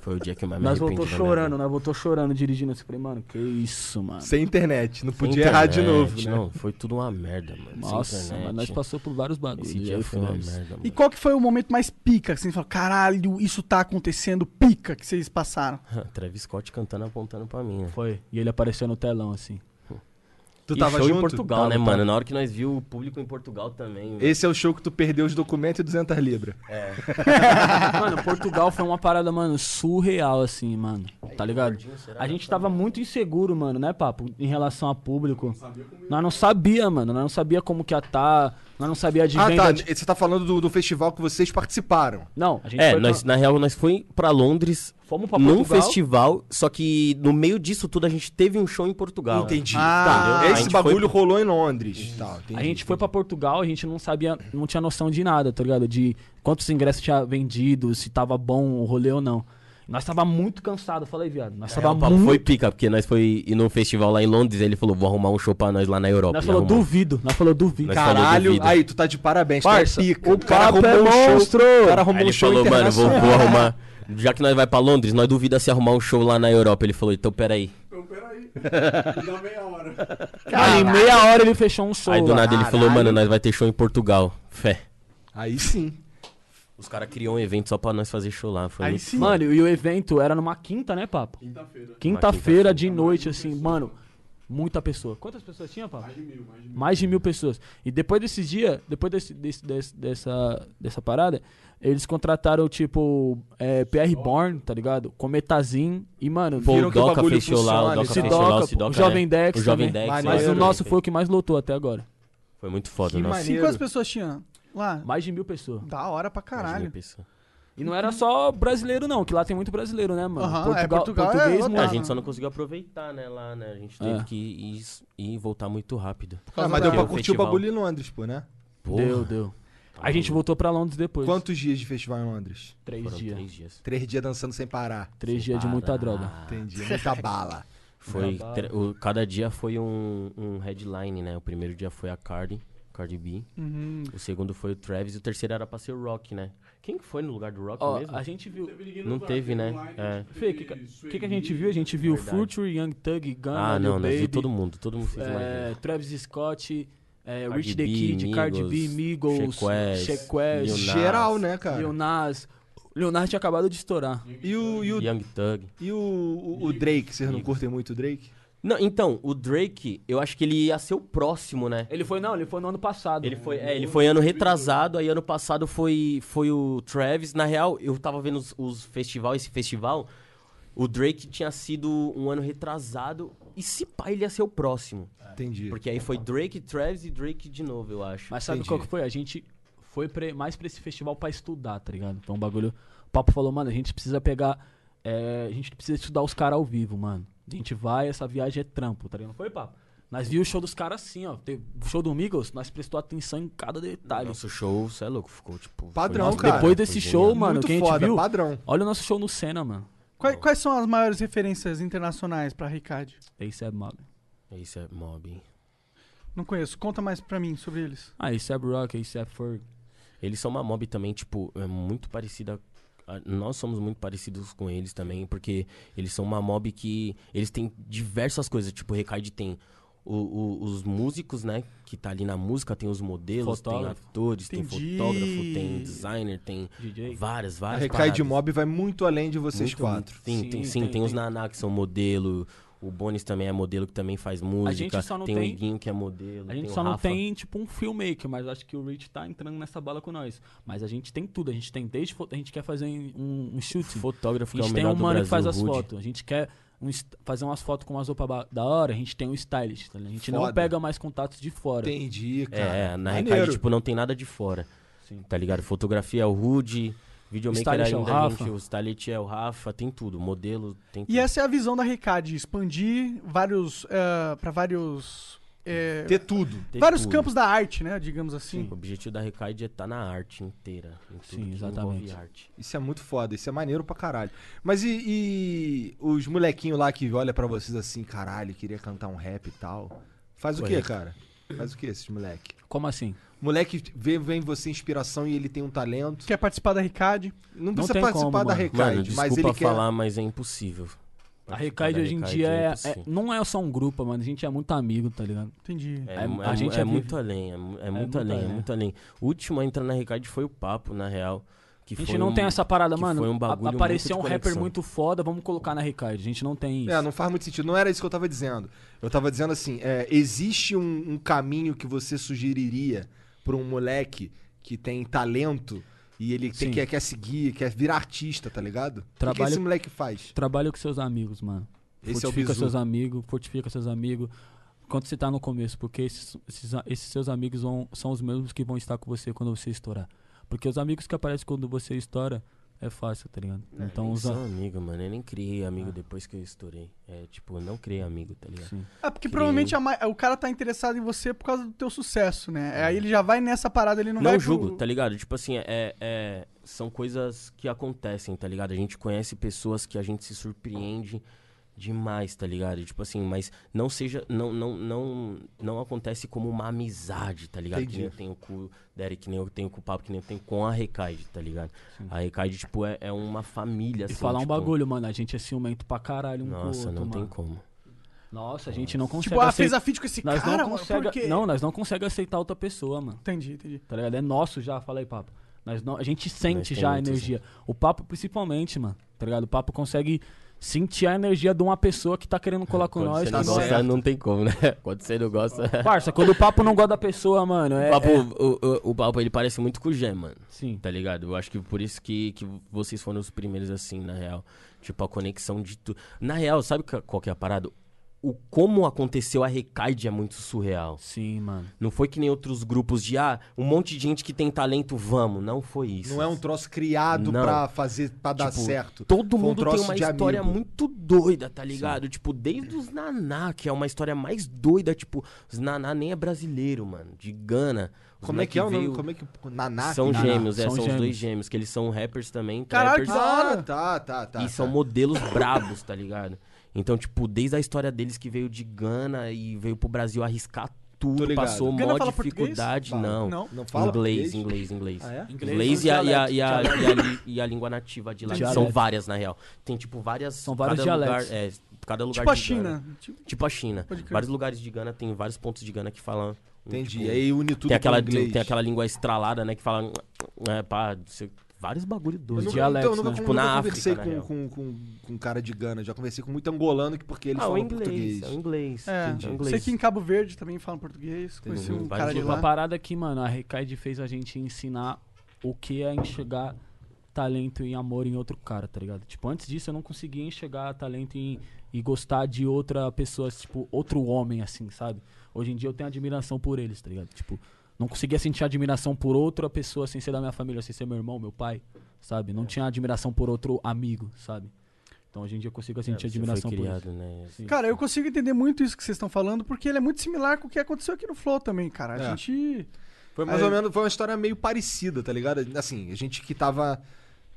[SPEAKER 4] Foi o dia que eu mais me
[SPEAKER 6] Nós
[SPEAKER 4] arrependi.
[SPEAKER 6] voltou
[SPEAKER 4] da minha
[SPEAKER 6] chorando,
[SPEAKER 4] vida.
[SPEAKER 6] nós voltou chorando, dirigindo. Eu falei, mano, que isso, mano.
[SPEAKER 3] Sem internet. Não
[SPEAKER 4] Sem
[SPEAKER 3] podia errar de
[SPEAKER 4] internet,
[SPEAKER 3] novo, né?
[SPEAKER 4] Não, foi tudo uma merda, mano. Sem
[SPEAKER 6] Nossa,
[SPEAKER 4] internet.
[SPEAKER 6] mas nós passou por vários né, bagulhos.
[SPEAKER 4] Esse dia
[SPEAKER 6] aí,
[SPEAKER 4] foi uma
[SPEAKER 6] Fidelis.
[SPEAKER 4] merda,
[SPEAKER 2] E
[SPEAKER 4] mano.
[SPEAKER 2] qual que foi o momento mais pica? Assim, você falou, caralho, isso tá acontecendo, pica que vocês passaram.
[SPEAKER 4] Travis Scott cantando, apontando pra mim, né?
[SPEAKER 6] Foi. E ele apareceu no telão, assim.
[SPEAKER 3] Tu
[SPEAKER 4] E
[SPEAKER 3] tava
[SPEAKER 4] show
[SPEAKER 3] junto?
[SPEAKER 4] em Portugal,
[SPEAKER 3] Tava,
[SPEAKER 6] tá.
[SPEAKER 4] né,
[SPEAKER 3] tava.
[SPEAKER 4] mano? Na hora que nós viu o público em Portugal também. velho.
[SPEAKER 3] Esse é o show que tu perdeu os documentos e 200 libras.
[SPEAKER 6] Mano, Portugal foi uma parada, mano, surreal, assim, mano. Tá ligado? A gente tava muito inseguro, mano, né, papo? Em relação a público. Nós não sabia, mano. Nós não sabia como que ia tá. Nós não sabia de
[SPEAKER 3] Ah,
[SPEAKER 6] venda.
[SPEAKER 3] tá.
[SPEAKER 6] de-
[SPEAKER 3] Você tá falando do, do festival que vocês participaram.
[SPEAKER 6] Não, a gente
[SPEAKER 4] É,
[SPEAKER 6] foi
[SPEAKER 4] nós,
[SPEAKER 6] pra...
[SPEAKER 4] na real, nós foi pra Londres
[SPEAKER 6] fomos pra
[SPEAKER 4] num
[SPEAKER 6] Portugal.
[SPEAKER 4] festival, só que no meio disso tudo a gente teve um show em Portugal.
[SPEAKER 3] Entendi.
[SPEAKER 2] Ah,
[SPEAKER 3] tá.
[SPEAKER 4] entendeu? A
[SPEAKER 3] Esse
[SPEAKER 4] gente
[SPEAKER 3] bagulho rolou em Londres. Tá,
[SPEAKER 6] A gente foi pra Portugal, a gente não sabia, não tinha noção de nada, tá ligado? De quantos ingressos tinha vendido, se tava bom o rolê ou não. Nós tava muito cansado, falei, viado. Nós tava
[SPEAKER 4] É, O papo
[SPEAKER 6] muito
[SPEAKER 4] foi pica, porque nós foi ir num festival lá em Londres, ele falou, vou arrumar um show pra nós lá na Europa.
[SPEAKER 6] Nós
[SPEAKER 4] E
[SPEAKER 6] falou,
[SPEAKER 4] arrumou.
[SPEAKER 6] duvido, nós falou, duvido.
[SPEAKER 4] Nós falou,
[SPEAKER 3] Caralho.
[SPEAKER 4] duvido.
[SPEAKER 3] Aí, tu tá de parabéns. tu
[SPEAKER 4] Parça,
[SPEAKER 3] é pica.
[SPEAKER 4] o
[SPEAKER 3] cara
[SPEAKER 4] papo é
[SPEAKER 3] arrumou um
[SPEAKER 4] monstro.
[SPEAKER 3] Show, o cara
[SPEAKER 4] Aí
[SPEAKER 3] arrumou um
[SPEAKER 4] ele
[SPEAKER 3] show
[SPEAKER 4] falou, mano, vou,
[SPEAKER 3] internacional.
[SPEAKER 4] vou arrumar. Já que nós vai pra Londres, nós duvida se arrumar um show lá na Europa. Ele falou, então peraí.
[SPEAKER 1] Então, peraí. Me dá meia hora.
[SPEAKER 6] Cara, em meia hora ele fechou um show.
[SPEAKER 4] Aí do
[SPEAKER 6] lá.
[SPEAKER 4] nada ele falou, mano, nós vai ter show em Portugal. Fé.
[SPEAKER 3] Aí sim.
[SPEAKER 4] Os caras criou um evento só pra nós fazer show lá. Foi
[SPEAKER 2] Aí
[SPEAKER 4] muito
[SPEAKER 2] sim.
[SPEAKER 6] Mano, e o evento era numa quinta, né, papo?
[SPEAKER 1] Quinta-feira.
[SPEAKER 6] Quinta-feira de noite, assim, mano. Muita pessoa. Quantas pessoas tinha, papo?
[SPEAKER 1] Mais de mil, mais de mil.
[SPEAKER 6] Mais de mil pessoas. E depois desse dia, depois desse, desse- desse- dessa, dessa parada, eles contrataram, tipo, é, PR Born, tá ligado? Cometazin e, mano,
[SPEAKER 4] Pô,
[SPEAKER 3] Viram
[SPEAKER 4] o
[SPEAKER 3] que o
[SPEAKER 4] Doca
[SPEAKER 3] bagulho
[SPEAKER 4] fechou lá, o
[SPEAKER 3] funciona,
[SPEAKER 4] Doca
[SPEAKER 3] esse
[SPEAKER 4] fechou
[SPEAKER 6] Doca,
[SPEAKER 4] lá, o
[SPEAKER 6] pô,
[SPEAKER 4] Cidoca,
[SPEAKER 6] o Jovem
[SPEAKER 4] né?
[SPEAKER 6] Dex
[SPEAKER 4] O Jovem
[SPEAKER 6] também.
[SPEAKER 4] Dex.
[SPEAKER 3] Mas
[SPEAKER 4] né?
[SPEAKER 6] mas o
[SPEAKER 3] Maneiro,
[SPEAKER 6] nosso foi o que mais lotou até agora.
[SPEAKER 4] Foi muito foda,
[SPEAKER 3] Que
[SPEAKER 4] nossa.
[SPEAKER 2] Sim, quantas pessoas tinha lá?
[SPEAKER 6] Mais de mil pessoas.
[SPEAKER 2] Da hora pra
[SPEAKER 4] Imagina
[SPEAKER 2] caralho.
[SPEAKER 4] a pessoa.
[SPEAKER 6] E não era só brasileiro, não, que lá tem muito brasileiro, né, mano?
[SPEAKER 2] Aham, é, Portugal é
[SPEAKER 6] português,
[SPEAKER 2] lotado.
[SPEAKER 6] mano.
[SPEAKER 4] É, a
[SPEAKER 2] Ah,
[SPEAKER 4] gente
[SPEAKER 2] não.
[SPEAKER 4] só não conseguiu aproveitar, né, lá, né? A gente teve
[SPEAKER 6] É.
[SPEAKER 4] que ir, ir e voltar muito rápido.
[SPEAKER 3] Ah, mas deu
[SPEAKER 4] do
[SPEAKER 3] pra
[SPEAKER 4] festival.
[SPEAKER 3] curtir o bagulho em Londres, pô, né?
[SPEAKER 6] Deu, deu.
[SPEAKER 4] Tá
[SPEAKER 6] A gente voltou pra Londres depois.
[SPEAKER 3] Quantos dias de festival em Londres?
[SPEAKER 6] Três
[SPEAKER 4] Foram
[SPEAKER 6] dias.
[SPEAKER 4] três
[SPEAKER 6] Três,
[SPEAKER 4] dias.
[SPEAKER 3] Três dias dançando sem parar.
[SPEAKER 6] dias de muita droga.
[SPEAKER 3] Entendi. Muita bala.
[SPEAKER 4] Foi, tre- o- cada dia foi um, um headline, né? O primeiro dia foi a Cardi, Cardi B. O segundo foi o Travis. E o terceiro era pra ser o Rock, né? Quem que foi no lugar do Rock
[SPEAKER 6] Ó,
[SPEAKER 4] mesmo?
[SPEAKER 6] a gente viu.
[SPEAKER 4] Não teve, né? É.
[SPEAKER 6] Fê, o que, que- que que a gente viu? A gente viu Future, Young Thug, Gunna,
[SPEAKER 4] Ah,
[SPEAKER 6] Lil
[SPEAKER 4] não, nós
[SPEAKER 6] um Baby,
[SPEAKER 4] viu todo mundo. Todo mundo fez mais.
[SPEAKER 6] é,
[SPEAKER 4] né?
[SPEAKER 6] Travis Scott, é,
[SPEAKER 4] Cardi
[SPEAKER 6] Rich The
[SPEAKER 4] B,
[SPEAKER 6] Kid, Cardi B,
[SPEAKER 4] Migos,
[SPEAKER 6] Migos,
[SPEAKER 4] Chequest,
[SPEAKER 6] Chequest,
[SPEAKER 4] Lil Nas.
[SPEAKER 3] Geral, né, cara?
[SPEAKER 6] Lil Nas. Lil Nas tinha acabado de estourar.
[SPEAKER 3] E o, e o,
[SPEAKER 4] Young Thug.
[SPEAKER 3] e o, o- o Drake? Vocês não curtem muito o Drake?
[SPEAKER 4] Não, então, o Drake, eu acho que ele ia ser o próximo, né?
[SPEAKER 6] Ele foi, não, ele foi no ano passado.
[SPEAKER 4] Ele foi, é, ele foi ano retrasado, aí ano passado foi, foi o Travis. Na real, eu tava vendo os, os festivais, esse festival. O Drake tinha sido um ano retrasado. E se pá, ele ia ser o próximo.
[SPEAKER 3] Entendi.
[SPEAKER 4] Porque aí foi Drake, Travis e Drake de novo, eu acho.
[SPEAKER 6] Mas sabe
[SPEAKER 3] Entendi.
[SPEAKER 6] qual que foi? A gente foi pre- mais pra esse festival pra estudar, tá ligado? Então o bagulho. O papo falou, mano, a gente precisa pegar. é, a gente precisa estudar os caras ao vivo, mano. A gente vai, essa viagem é trampo, tá ligado? Não foi, papo? Nós viu o show dos caras assim, ó. Teve o show do Migos, nós prestou atenção em cada detalhe.
[SPEAKER 4] Nosso show, cê é louco, ficou tipo.
[SPEAKER 3] Padrão,
[SPEAKER 4] foi-
[SPEAKER 3] cara.
[SPEAKER 6] Depois desse
[SPEAKER 4] foi
[SPEAKER 6] show,
[SPEAKER 4] genial.
[SPEAKER 6] mano,
[SPEAKER 3] muito
[SPEAKER 6] que a gente
[SPEAKER 3] foda,
[SPEAKER 6] viu.
[SPEAKER 3] padrão.
[SPEAKER 6] Olha o nosso show no Senna, mano.
[SPEAKER 2] Quais, quais são as maiores referências internacionais pra Ricard?
[SPEAKER 6] Isso é mob.
[SPEAKER 4] Isso é mob. hein?
[SPEAKER 2] Não conheço. Conta mais pra mim sobre eles.
[SPEAKER 6] Ah, isso é Rock, isso é Ferg.
[SPEAKER 4] Eles são uma mob também, tipo, é muito parecida. a- Nós somos muito parecidos com eles também, porque eles são uma mob que. Eles têm diversas coisas. Tipo, o Recard tem o- o- os músicos, né? Que tá ali na música, tem os modelos,
[SPEAKER 6] Fotógrafo.
[SPEAKER 4] tem atores, tem
[SPEAKER 2] Entendi.
[SPEAKER 4] fotógrafo, tem designer, tem
[SPEAKER 6] DJ.
[SPEAKER 4] várias,
[SPEAKER 3] A
[SPEAKER 4] várias.
[SPEAKER 3] Recai de
[SPEAKER 4] paradas.
[SPEAKER 3] Mob vai muito além de vocês
[SPEAKER 4] Muito,
[SPEAKER 3] quatro.
[SPEAKER 4] Sim, tem, sim, tem, os Naná que são modelo. O Bonis também é modelo que também faz música.
[SPEAKER 6] gente só não
[SPEAKER 4] o
[SPEAKER 6] tem-
[SPEAKER 4] Iguinho que é modelo.
[SPEAKER 6] A gente
[SPEAKER 4] tem o
[SPEAKER 6] só não
[SPEAKER 4] Rafa.
[SPEAKER 6] tem, tipo, um filmmaker, mas acho que o Rich tá entrando nessa bala com nós. Mas a gente tem tudo, a gente tem desde. fo- A gente quer fazer um, um shooting.
[SPEAKER 4] Fotógrafo que
[SPEAKER 6] A
[SPEAKER 4] é o
[SPEAKER 6] gente tem
[SPEAKER 4] melhor
[SPEAKER 6] um
[SPEAKER 4] do
[SPEAKER 6] mano que
[SPEAKER 4] Brasil,
[SPEAKER 6] faz as
[SPEAKER 4] Rude.
[SPEAKER 6] fotos. A gente quer um est- fazer umas fotos com umas roupas ba- da hora, a gente tem um stylist. tá ligado? A gente não
[SPEAKER 3] Foda.
[SPEAKER 6] pega mais contatos de fora.
[SPEAKER 3] Entendi, cara.
[SPEAKER 4] É, é, na
[SPEAKER 3] Maneiro.
[SPEAKER 4] Recard, tipo, não tem nada de fora. Tá ligado? Fotografia é o Rude, videomaker
[SPEAKER 6] Stylist é
[SPEAKER 4] ainda
[SPEAKER 6] o
[SPEAKER 4] a
[SPEAKER 6] Rafa.
[SPEAKER 4] gente, o Stylist é o Rafa, tem tudo, modelo, tem tudo.
[SPEAKER 2] E essa é a visão da Ricard, expandir vários eh, pra vários eh,
[SPEAKER 3] Ter tudo.
[SPEAKER 4] Tem
[SPEAKER 2] vários
[SPEAKER 4] tudo.
[SPEAKER 2] campos da arte, né? Digamos assim.
[SPEAKER 4] O objetivo da Recard é estar na arte inteira. em tudo
[SPEAKER 6] Sim,
[SPEAKER 4] que
[SPEAKER 6] exatamente.
[SPEAKER 4] envolve arte.
[SPEAKER 3] Isso é muito foda, isso é maneiro pra caralho. Mas e, e os molequinhos lá que olha pra vocês assim, caralho, queria cantar um rap e tal? Faz o quê, cara? Faz o quê esses moleque?
[SPEAKER 6] Como assim?
[SPEAKER 3] Moleque vê, vê em você inspiração e ele tem um talento.
[SPEAKER 2] Quer participar da Ricard?
[SPEAKER 3] Não precisa
[SPEAKER 6] tem
[SPEAKER 3] participar
[SPEAKER 6] como,
[SPEAKER 3] da
[SPEAKER 6] mano.
[SPEAKER 4] Mano,
[SPEAKER 3] Recade, mas
[SPEAKER 4] desculpa
[SPEAKER 3] ele quer.
[SPEAKER 4] falar, mas é impossível.
[SPEAKER 6] A Recaide hoje em
[SPEAKER 4] Recard
[SPEAKER 6] dia é- é-
[SPEAKER 4] impossível.
[SPEAKER 6] não é só um grupo, mano. A gente é muito amigo, tá ligado?
[SPEAKER 2] Entendi.
[SPEAKER 4] É,
[SPEAKER 6] É,
[SPEAKER 4] mu-
[SPEAKER 6] a
[SPEAKER 4] é
[SPEAKER 6] gente
[SPEAKER 4] mu- é
[SPEAKER 6] é vive-
[SPEAKER 4] muito além, é, mu- é muito além, é muito além. O último a entrar na Recard foi o Papo, na real. Que
[SPEAKER 6] A gente
[SPEAKER 4] foi
[SPEAKER 6] não
[SPEAKER 4] um-
[SPEAKER 6] tem essa parada,
[SPEAKER 4] que
[SPEAKER 6] mano.
[SPEAKER 4] foi um
[SPEAKER 6] a-
[SPEAKER 4] bagulho
[SPEAKER 6] apareceu
[SPEAKER 4] muito de
[SPEAKER 6] um rapper
[SPEAKER 4] conexão.
[SPEAKER 6] muito foda, vamos colocar na Recard. A gente não tem isso.
[SPEAKER 3] É, não faz muito sentido. Não era isso que eu tava dizendo. Eu tava dizendo assim: é, existe um, um caminho que você sugeriria pra um moleque que tem talento e ele tem,
[SPEAKER 6] Sim.
[SPEAKER 3] quer, quer seguir, quer virar artista, tá ligado? O que que
[SPEAKER 6] Trabalho-
[SPEAKER 3] esse moleque faz?
[SPEAKER 6] Trabalha com seus amigos, mano.
[SPEAKER 3] Esse é o
[SPEAKER 6] fortifica
[SPEAKER 3] bizu.
[SPEAKER 6] seus amigos, fortifica seus amigos. Quando você tá no começo, porque esses, esses- esses seus amigos vão- são os mesmos que vão estar com você quando você estourar. Porque os amigos que aparecem quando você estoura é fácil, tá ligado? então
[SPEAKER 4] Não
[SPEAKER 6] os a-
[SPEAKER 4] sou amigo, mano. Eu nem criei
[SPEAKER 6] Ah.
[SPEAKER 4] amigo depois que eu estourei. É, tipo, eu não criei amigo, tá ligado?
[SPEAKER 2] Ah, porque provavelmente a ma- o cara tá interessado em você por causa do teu sucesso, né? Aí ele já vai nessa parada, ele não,
[SPEAKER 4] É. Não,
[SPEAKER 2] vai. pro-
[SPEAKER 4] julgo, tá ligado? Tipo assim, é, é- são coisas que acontecem, tá ligado? A gente conhece pessoas que a gente se surpreende demais, tá ligado? E, Tipo assim, mas não seja, não, não, não, não acontece como uma amizade, tá ligado? Que nem eu tenho com o Derek, que nem eu tenho com o Papo, que nem eu tenho com a Recaide, tá ligado? A Recaide, tipo, é, é uma família,
[SPEAKER 6] E
[SPEAKER 4] assim,
[SPEAKER 6] falar um
[SPEAKER 4] tipo,
[SPEAKER 6] bagulho, mano. A gente é ciumento pra caralho um com o
[SPEAKER 4] Nossa,
[SPEAKER 6] outro,
[SPEAKER 4] não tem
[SPEAKER 6] mano.
[SPEAKER 4] como.
[SPEAKER 6] Nossa, a gente não consegue
[SPEAKER 2] Tipo, ah, fez
[SPEAKER 6] aceitar.
[SPEAKER 2] a feat com esse
[SPEAKER 6] Nós
[SPEAKER 2] cara,
[SPEAKER 6] não
[SPEAKER 2] mano,
[SPEAKER 6] consegue...
[SPEAKER 2] por quê?
[SPEAKER 6] Não, nós não consegue aceitar outra pessoa, mano.
[SPEAKER 2] Entendi, entendi.
[SPEAKER 6] Tá ligado? É nosso já, fala aí, papo. Nós não, a gente sente
[SPEAKER 4] tem
[SPEAKER 6] já a
[SPEAKER 4] muito,
[SPEAKER 6] energia. O papo, principalmente, mano. Tá ligado? O papo consegue sentir a energia de uma pessoa que tá querendo colar com
[SPEAKER 4] Quando
[SPEAKER 6] nós. É.
[SPEAKER 4] você
[SPEAKER 6] que
[SPEAKER 4] não
[SPEAKER 6] nós-
[SPEAKER 4] gosta, não tem como, né? Quando você não gosta...
[SPEAKER 6] Parça, quando o papo não gosta da pessoa, mano. É,
[SPEAKER 4] O papo,
[SPEAKER 6] é-
[SPEAKER 4] o, o- o papo, ele parece muito com o Gé, mano.
[SPEAKER 6] Sim.
[SPEAKER 4] Tá ligado? Eu acho que por isso que, que vocês foram os primeiros, assim, na real. Tipo, a conexão de tudo. Na real, sabe ca- qual que é a parada? O como aconteceu a Recaide é muito surreal.
[SPEAKER 6] Sim, mano.
[SPEAKER 4] Não foi que nem outros grupos de, ah, um monte de gente que tem talento, vamos. Não foi isso.
[SPEAKER 3] Não é um troço criado
[SPEAKER 4] Não.
[SPEAKER 3] pra fazer, pra dar
[SPEAKER 4] Tipo,
[SPEAKER 3] certo.
[SPEAKER 4] Todo
[SPEAKER 3] Foi um
[SPEAKER 4] mundo tem
[SPEAKER 3] troço
[SPEAKER 4] uma
[SPEAKER 3] de
[SPEAKER 4] história
[SPEAKER 3] amigo.
[SPEAKER 4] muito doida, tá ligado? Tipo, desde os Naná, que é uma história mais doida. Tipo, os Naná nem é brasileiro, mano. De Gana. Os
[SPEAKER 3] Como é
[SPEAKER 4] moleque
[SPEAKER 3] que é o nome?
[SPEAKER 4] veio-
[SPEAKER 3] Como é que. Naná?
[SPEAKER 4] São
[SPEAKER 3] Naná.
[SPEAKER 4] gêmeos, é,
[SPEAKER 6] são
[SPEAKER 4] são, os dois
[SPEAKER 6] gêmeos.
[SPEAKER 4] gêmeos, que eles são rappers também,
[SPEAKER 2] Caralho,
[SPEAKER 4] trappers,
[SPEAKER 2] que da
[SPEAKER 3] Ah, tá, tá, tá.
[SPEAKER 4] e são
[SPEAKER 3] tá.
[SPEAKER 4] modelos brabos, tá ligado? Então, tipo, desde a história deles que veio de Gana e veio pro Brasil arriscar
[SPEAKER 3] Tô
[SPEAKER 4] tudo,
[SPEAKER 3] ligado.
[SPEAKER 4] passou
[SPEAKER 2] Gana
[SPEAKER 4] mó
[SPEAKER 2] fala português?
[SPEAKER 4] dificuldade,
[SPEAKER 3] Fala.
[SPEAKER 4] não.
[SPEAKER 2] Não?
[SPEAKER 3] Não fala
[SPEAKER 4] inglês,
[SPEAKER 3] português?
[SPEAKER 4] inglês, Tipo, inglês.
[SPEAKER 3] Ah, é?
[SPEAKER 6] Inglês, né?
[SPEAKER 4] Inglês e a, e, a, e, a, e, a, li- e a língua nativa de lá. que São
[SPEAKER 6] Dialeto.
[SPEAKER 4] várias, na real. Tem, tipo, várias.
[SPEAKER 6] São vários
[SPEAKER 4] cada lugar-
[SPEAKER 6] dialetos.
[SPEAKER 4] é, cada lugar
[SPEAKER 2] Tipo a
[SPEAKER 4] de Gana.
[SPEAKER 2] China. Tipo,
[SPEAKER 4] Tipo a China.
[SPEAKER 2] Pode crer.
[SPEAKER 4] Vários lugares de Gana tem vários pontos de Gana que falam. um,
[SPEAKER 3] Entendi.
[SPEAKER 4] tipo,
[SPEAKER 3] Aí une tudo
[SPEAKER 4] tem aquela,
[SPEAKER 3] com inglês.
[SPEAKER 4] tem aquela língua estralada, né? Que fala. É, pá, você- vários bagulho
[SPEAKER 3] Eu
[SPEAKER 4] doido.
[SPEAKER 3] nunca,
[SPEAKER 6] dialetos,
[SPEAKER 3] então, eu nunca,
[SPEAKER 6] né?
[SPEAKER 4] Tipo,
[SPEAKER 3] nunca
[SPEAKER 4] na
[SPEAKER 3] conversei
[SPEAKER 4] África, na
[SPEAKER 3] com, com, com, com cara de Gana, já conversei com muito angolano, que porque eles
[SPEAKER 4] Ah, o
[SPEAKER 3] falam
[SPEAKER 4] inglês.
[SPEAKER 3] português.
[SPEAKER 4] É o inglês.
[SPEAKER 2] é,
[SPEAKER 4] entendi.
[SPEAKER 2] sei
[SPEAKER 4] inglês.
[SPEAKER 2] que em Cabo Verde também falam português. Conheci um
[SPEAKER 4] Vários
[SPEAKER 2] cara de
[SPEAKER 6] Tipo, a
[SPEAKER 2] lá.
[SPEAKER 6] parada que, mano, a Recaide fez a gente ensinar o que é enxergar talento e amor em outro cara, tá ligado? Tipo, antes disso eu não conseguia enxergar talento em- e gostar de outra pessoa, tipo, outro homem, assim, sabe? Hoje em dia eu tenho admiração por eles, tá ligado? Tipo, não conseguia sentir admiração por outra pessoa sem ser da minha família, sem ser meu irmão, meu pai, sabe? Não tinha admiração por outro amigo, sabe? Então hoje em dia eu consigo sentir
[SPEAKER 4] É, Você
[SPEAKER 6] admiração
[SPEAKER 4] foi
[SPEAKER 6] por eles.
[SPEAKER 4] criado, né?
[SPEAKER 6] Sim.
[SPEAKER 2] Cara, eu consigo entender muito isso que vocês estão falando, porque ele é muito similar com o que aconteceu aqui no Flow também, cara. A
[SPEAKER 3] É.
[SPEAKER 2] gente.
[SPEAKER 3] Foi mais
[SPEAKER 2] Aí-
[SPEAKER 4] é-
[SPEAKER 3] ou menos, foi uma história meio parecida, tá ligado? Assim, a gente que tava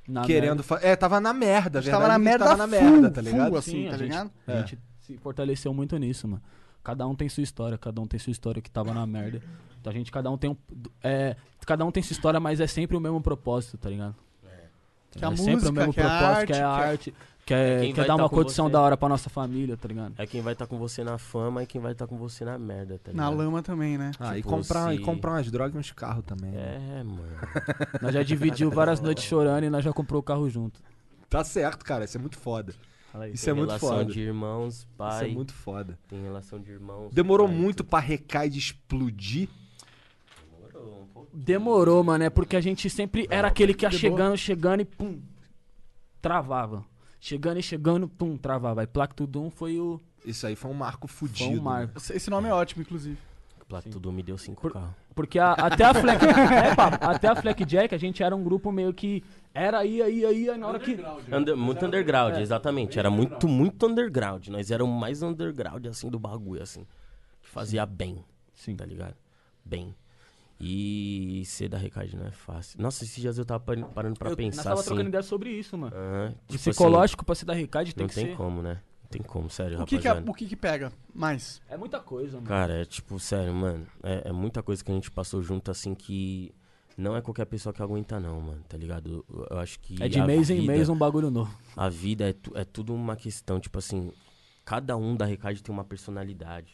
[SPEAKER 6] Na
[SPEAKER 3] querendo... fa- É, tava na merda, a verdade
[SPEAKER 2] tava na
[SPEAKER 3] é que
[SPEAKER 2] merda,
[SPEAKER 3] tava na
[SPEAKER 2] full,
[SPEAKER 3] merda, tá
[SPEAKER 2] full,
[SPEAKER 3] ligado?
[SPEAKER 2] assim,
[SPEAKER 6] Sim,
[SPEAKER 2] tá
[SPEAKER 6] a gente- é.
[SPEAKER 2] ligado?
[SPEAKER 6] A gente se fortaleceu muito nisso, mano. Cada um tem sua história, cada um tem sua história que tava na merda. Então a gente, cada um tem um. É, cada um tem sua história, mas é sempre o mesmo propósito, tá ligado?
[SPEAKER 2] Que a
[SPEAKER 6] é sempre
[SPEAKER 2] música,
[SPEAKER 6] o mesmo
[SPEAKER 2] que a
[SPEAKER 6] propósito,
[SPEAKER 2] arte,
[SPEAKER 6] que é a
[SPEAKER 2] que a-
[SPEAKER 6] arte, que é,
[SPEAKER 4] quem
[SPEAKER 6] quer
[SPEAKER 4] vai
[SPEAKER 6] dar
[SPEAKER 4] tá
[SPEAKER 6] uma
[SPEAKER 4] com
[SPEAKER 6] condição
[SPEAKER 4] você.
[SPEAKER 6] da hora pra nossa família, tá ligado?
[SPEAKER 4] É quem vai estar com você na fama e quem vai estar com você na merda, tá ligado?
[SPEAKER 2] Na lama também, né?
[SPEAKER 3] Ah, e,
[SPEAKER 4] Tipo,
[SPEAKER 3] comprar, e
[SPEAKER 4] se-
[SPEAKER 3] comprar umas drogas e uns carros também. né?
[SPEAKER 4] É, mano.
[SPEAKER 6] Nós já dividiu várias noites chorando e nós já comprou o carro junto.
[SPEAKER 3] Tá certo, cara, isso é muito foda.
[SPEAKER 6] Fala aí.
[SPEAKER 3] Isso
[SPEAKER 4] Tem
[SPEAKER 3] é muito
[SPEAKER 4] relação
[SPEAKER 3] foda.
[SPEAKER 4] de irmãos,
[SPEAKER 3] Isso é
[SPEAKER 4] pai.
[SPEAKER 3] muito foda.
[SPEAKER 4] Tem relação de irmãos. né?
[SPEAKER 3] Demorou
[SPEAKER 4] pai,
[SPEAKER 3] muito pra recai de explodir.
[SPEAKER 4] Demorou um pouco.
[SPEAKER 6] Demorou, mano, é porque a gente sempre era aquele que ia chegando, chegando e pum, travava. Chegando e chegando, pum, travava. E Plactudum foi o.
[SPEAKER 3] Isso aí foi um marco fudido. né?
[SPEAKER 6] Foi um marco.
[SPEAKER 2] Esse- Esse nome é ótimo, inclusive.
[SPEAKER 4] Plato tudo me deu cinco
[SPEAKER 6] Por-
[SPEAKER 4] carros.
[SPEAKER 6] Porque a- até a Fleck, é, papo, até a Fleck Jack, a gente era um grupo meio que era aí, aí, aí, aí na hora que
[SPEAKER 4] Under- muito underground, exatamente. Era muito, muito underground. Nós éramos o mais underground, assim, do bagulho, assim. Que fazia bem. Sim. Tá ligado? Bem. E ser da Recade não é fácil. Nossa, esses dias eu tava par- parando pra
[SPEAKER 6] eu, nós
[SPEAKER 4] pensar
[SPEAKER 6] tava
[SPEAKER 4] assim.
[SPEAKER 6] trocando ideia sobre isso, mano.
[SPEAKER 4] Aham, tipo assim,
[SPEAKER 6] Psicológico pra se dar recado tem
[SPEAKER 4] não
[SPEAKER 6] que
[SPEAKER 4] tem
[SPEAKER 6] ser.
[SPEAKER 4] como, né? Não tem como, sério,
[SPEAKER 2] O que, que,
[SPEAKER 4] rapaziada.
[SPEAKER 2] é- o que que pega mais?
[SPEAKER 6] É muita coisa, mano.
[SPEAKER 4] Cara, é tipo, sério, mano. É, é muita coisa que a gente passou junto, assim, que não é qualquer pessoa que aguenta, não, mano. Tá ligado? Eu, eu acho que.
[SPEAKER 6] é de
[SPEAKER 4] a
[SPEAKER 6] mês em
[SPEAKER 4] vida-
[SPEAKER 6] mês um bagulho novo.
[SPEAKER 4] A vida é, tu- é tudo uma questão, tipo assim, cada um da Recade tem uma personalidade.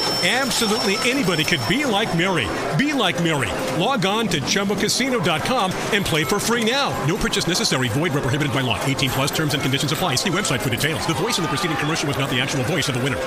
[SPEAKER 7] Absolutely anybody could be like Mary. Be like Mary. Log on to chumbacasino.com and play for free now. No purchase necessary. Void where prohibited by law. 18 plus terms and conditions apply. See website for details. The voice in the preceding commercial was not the actual voice of the winner.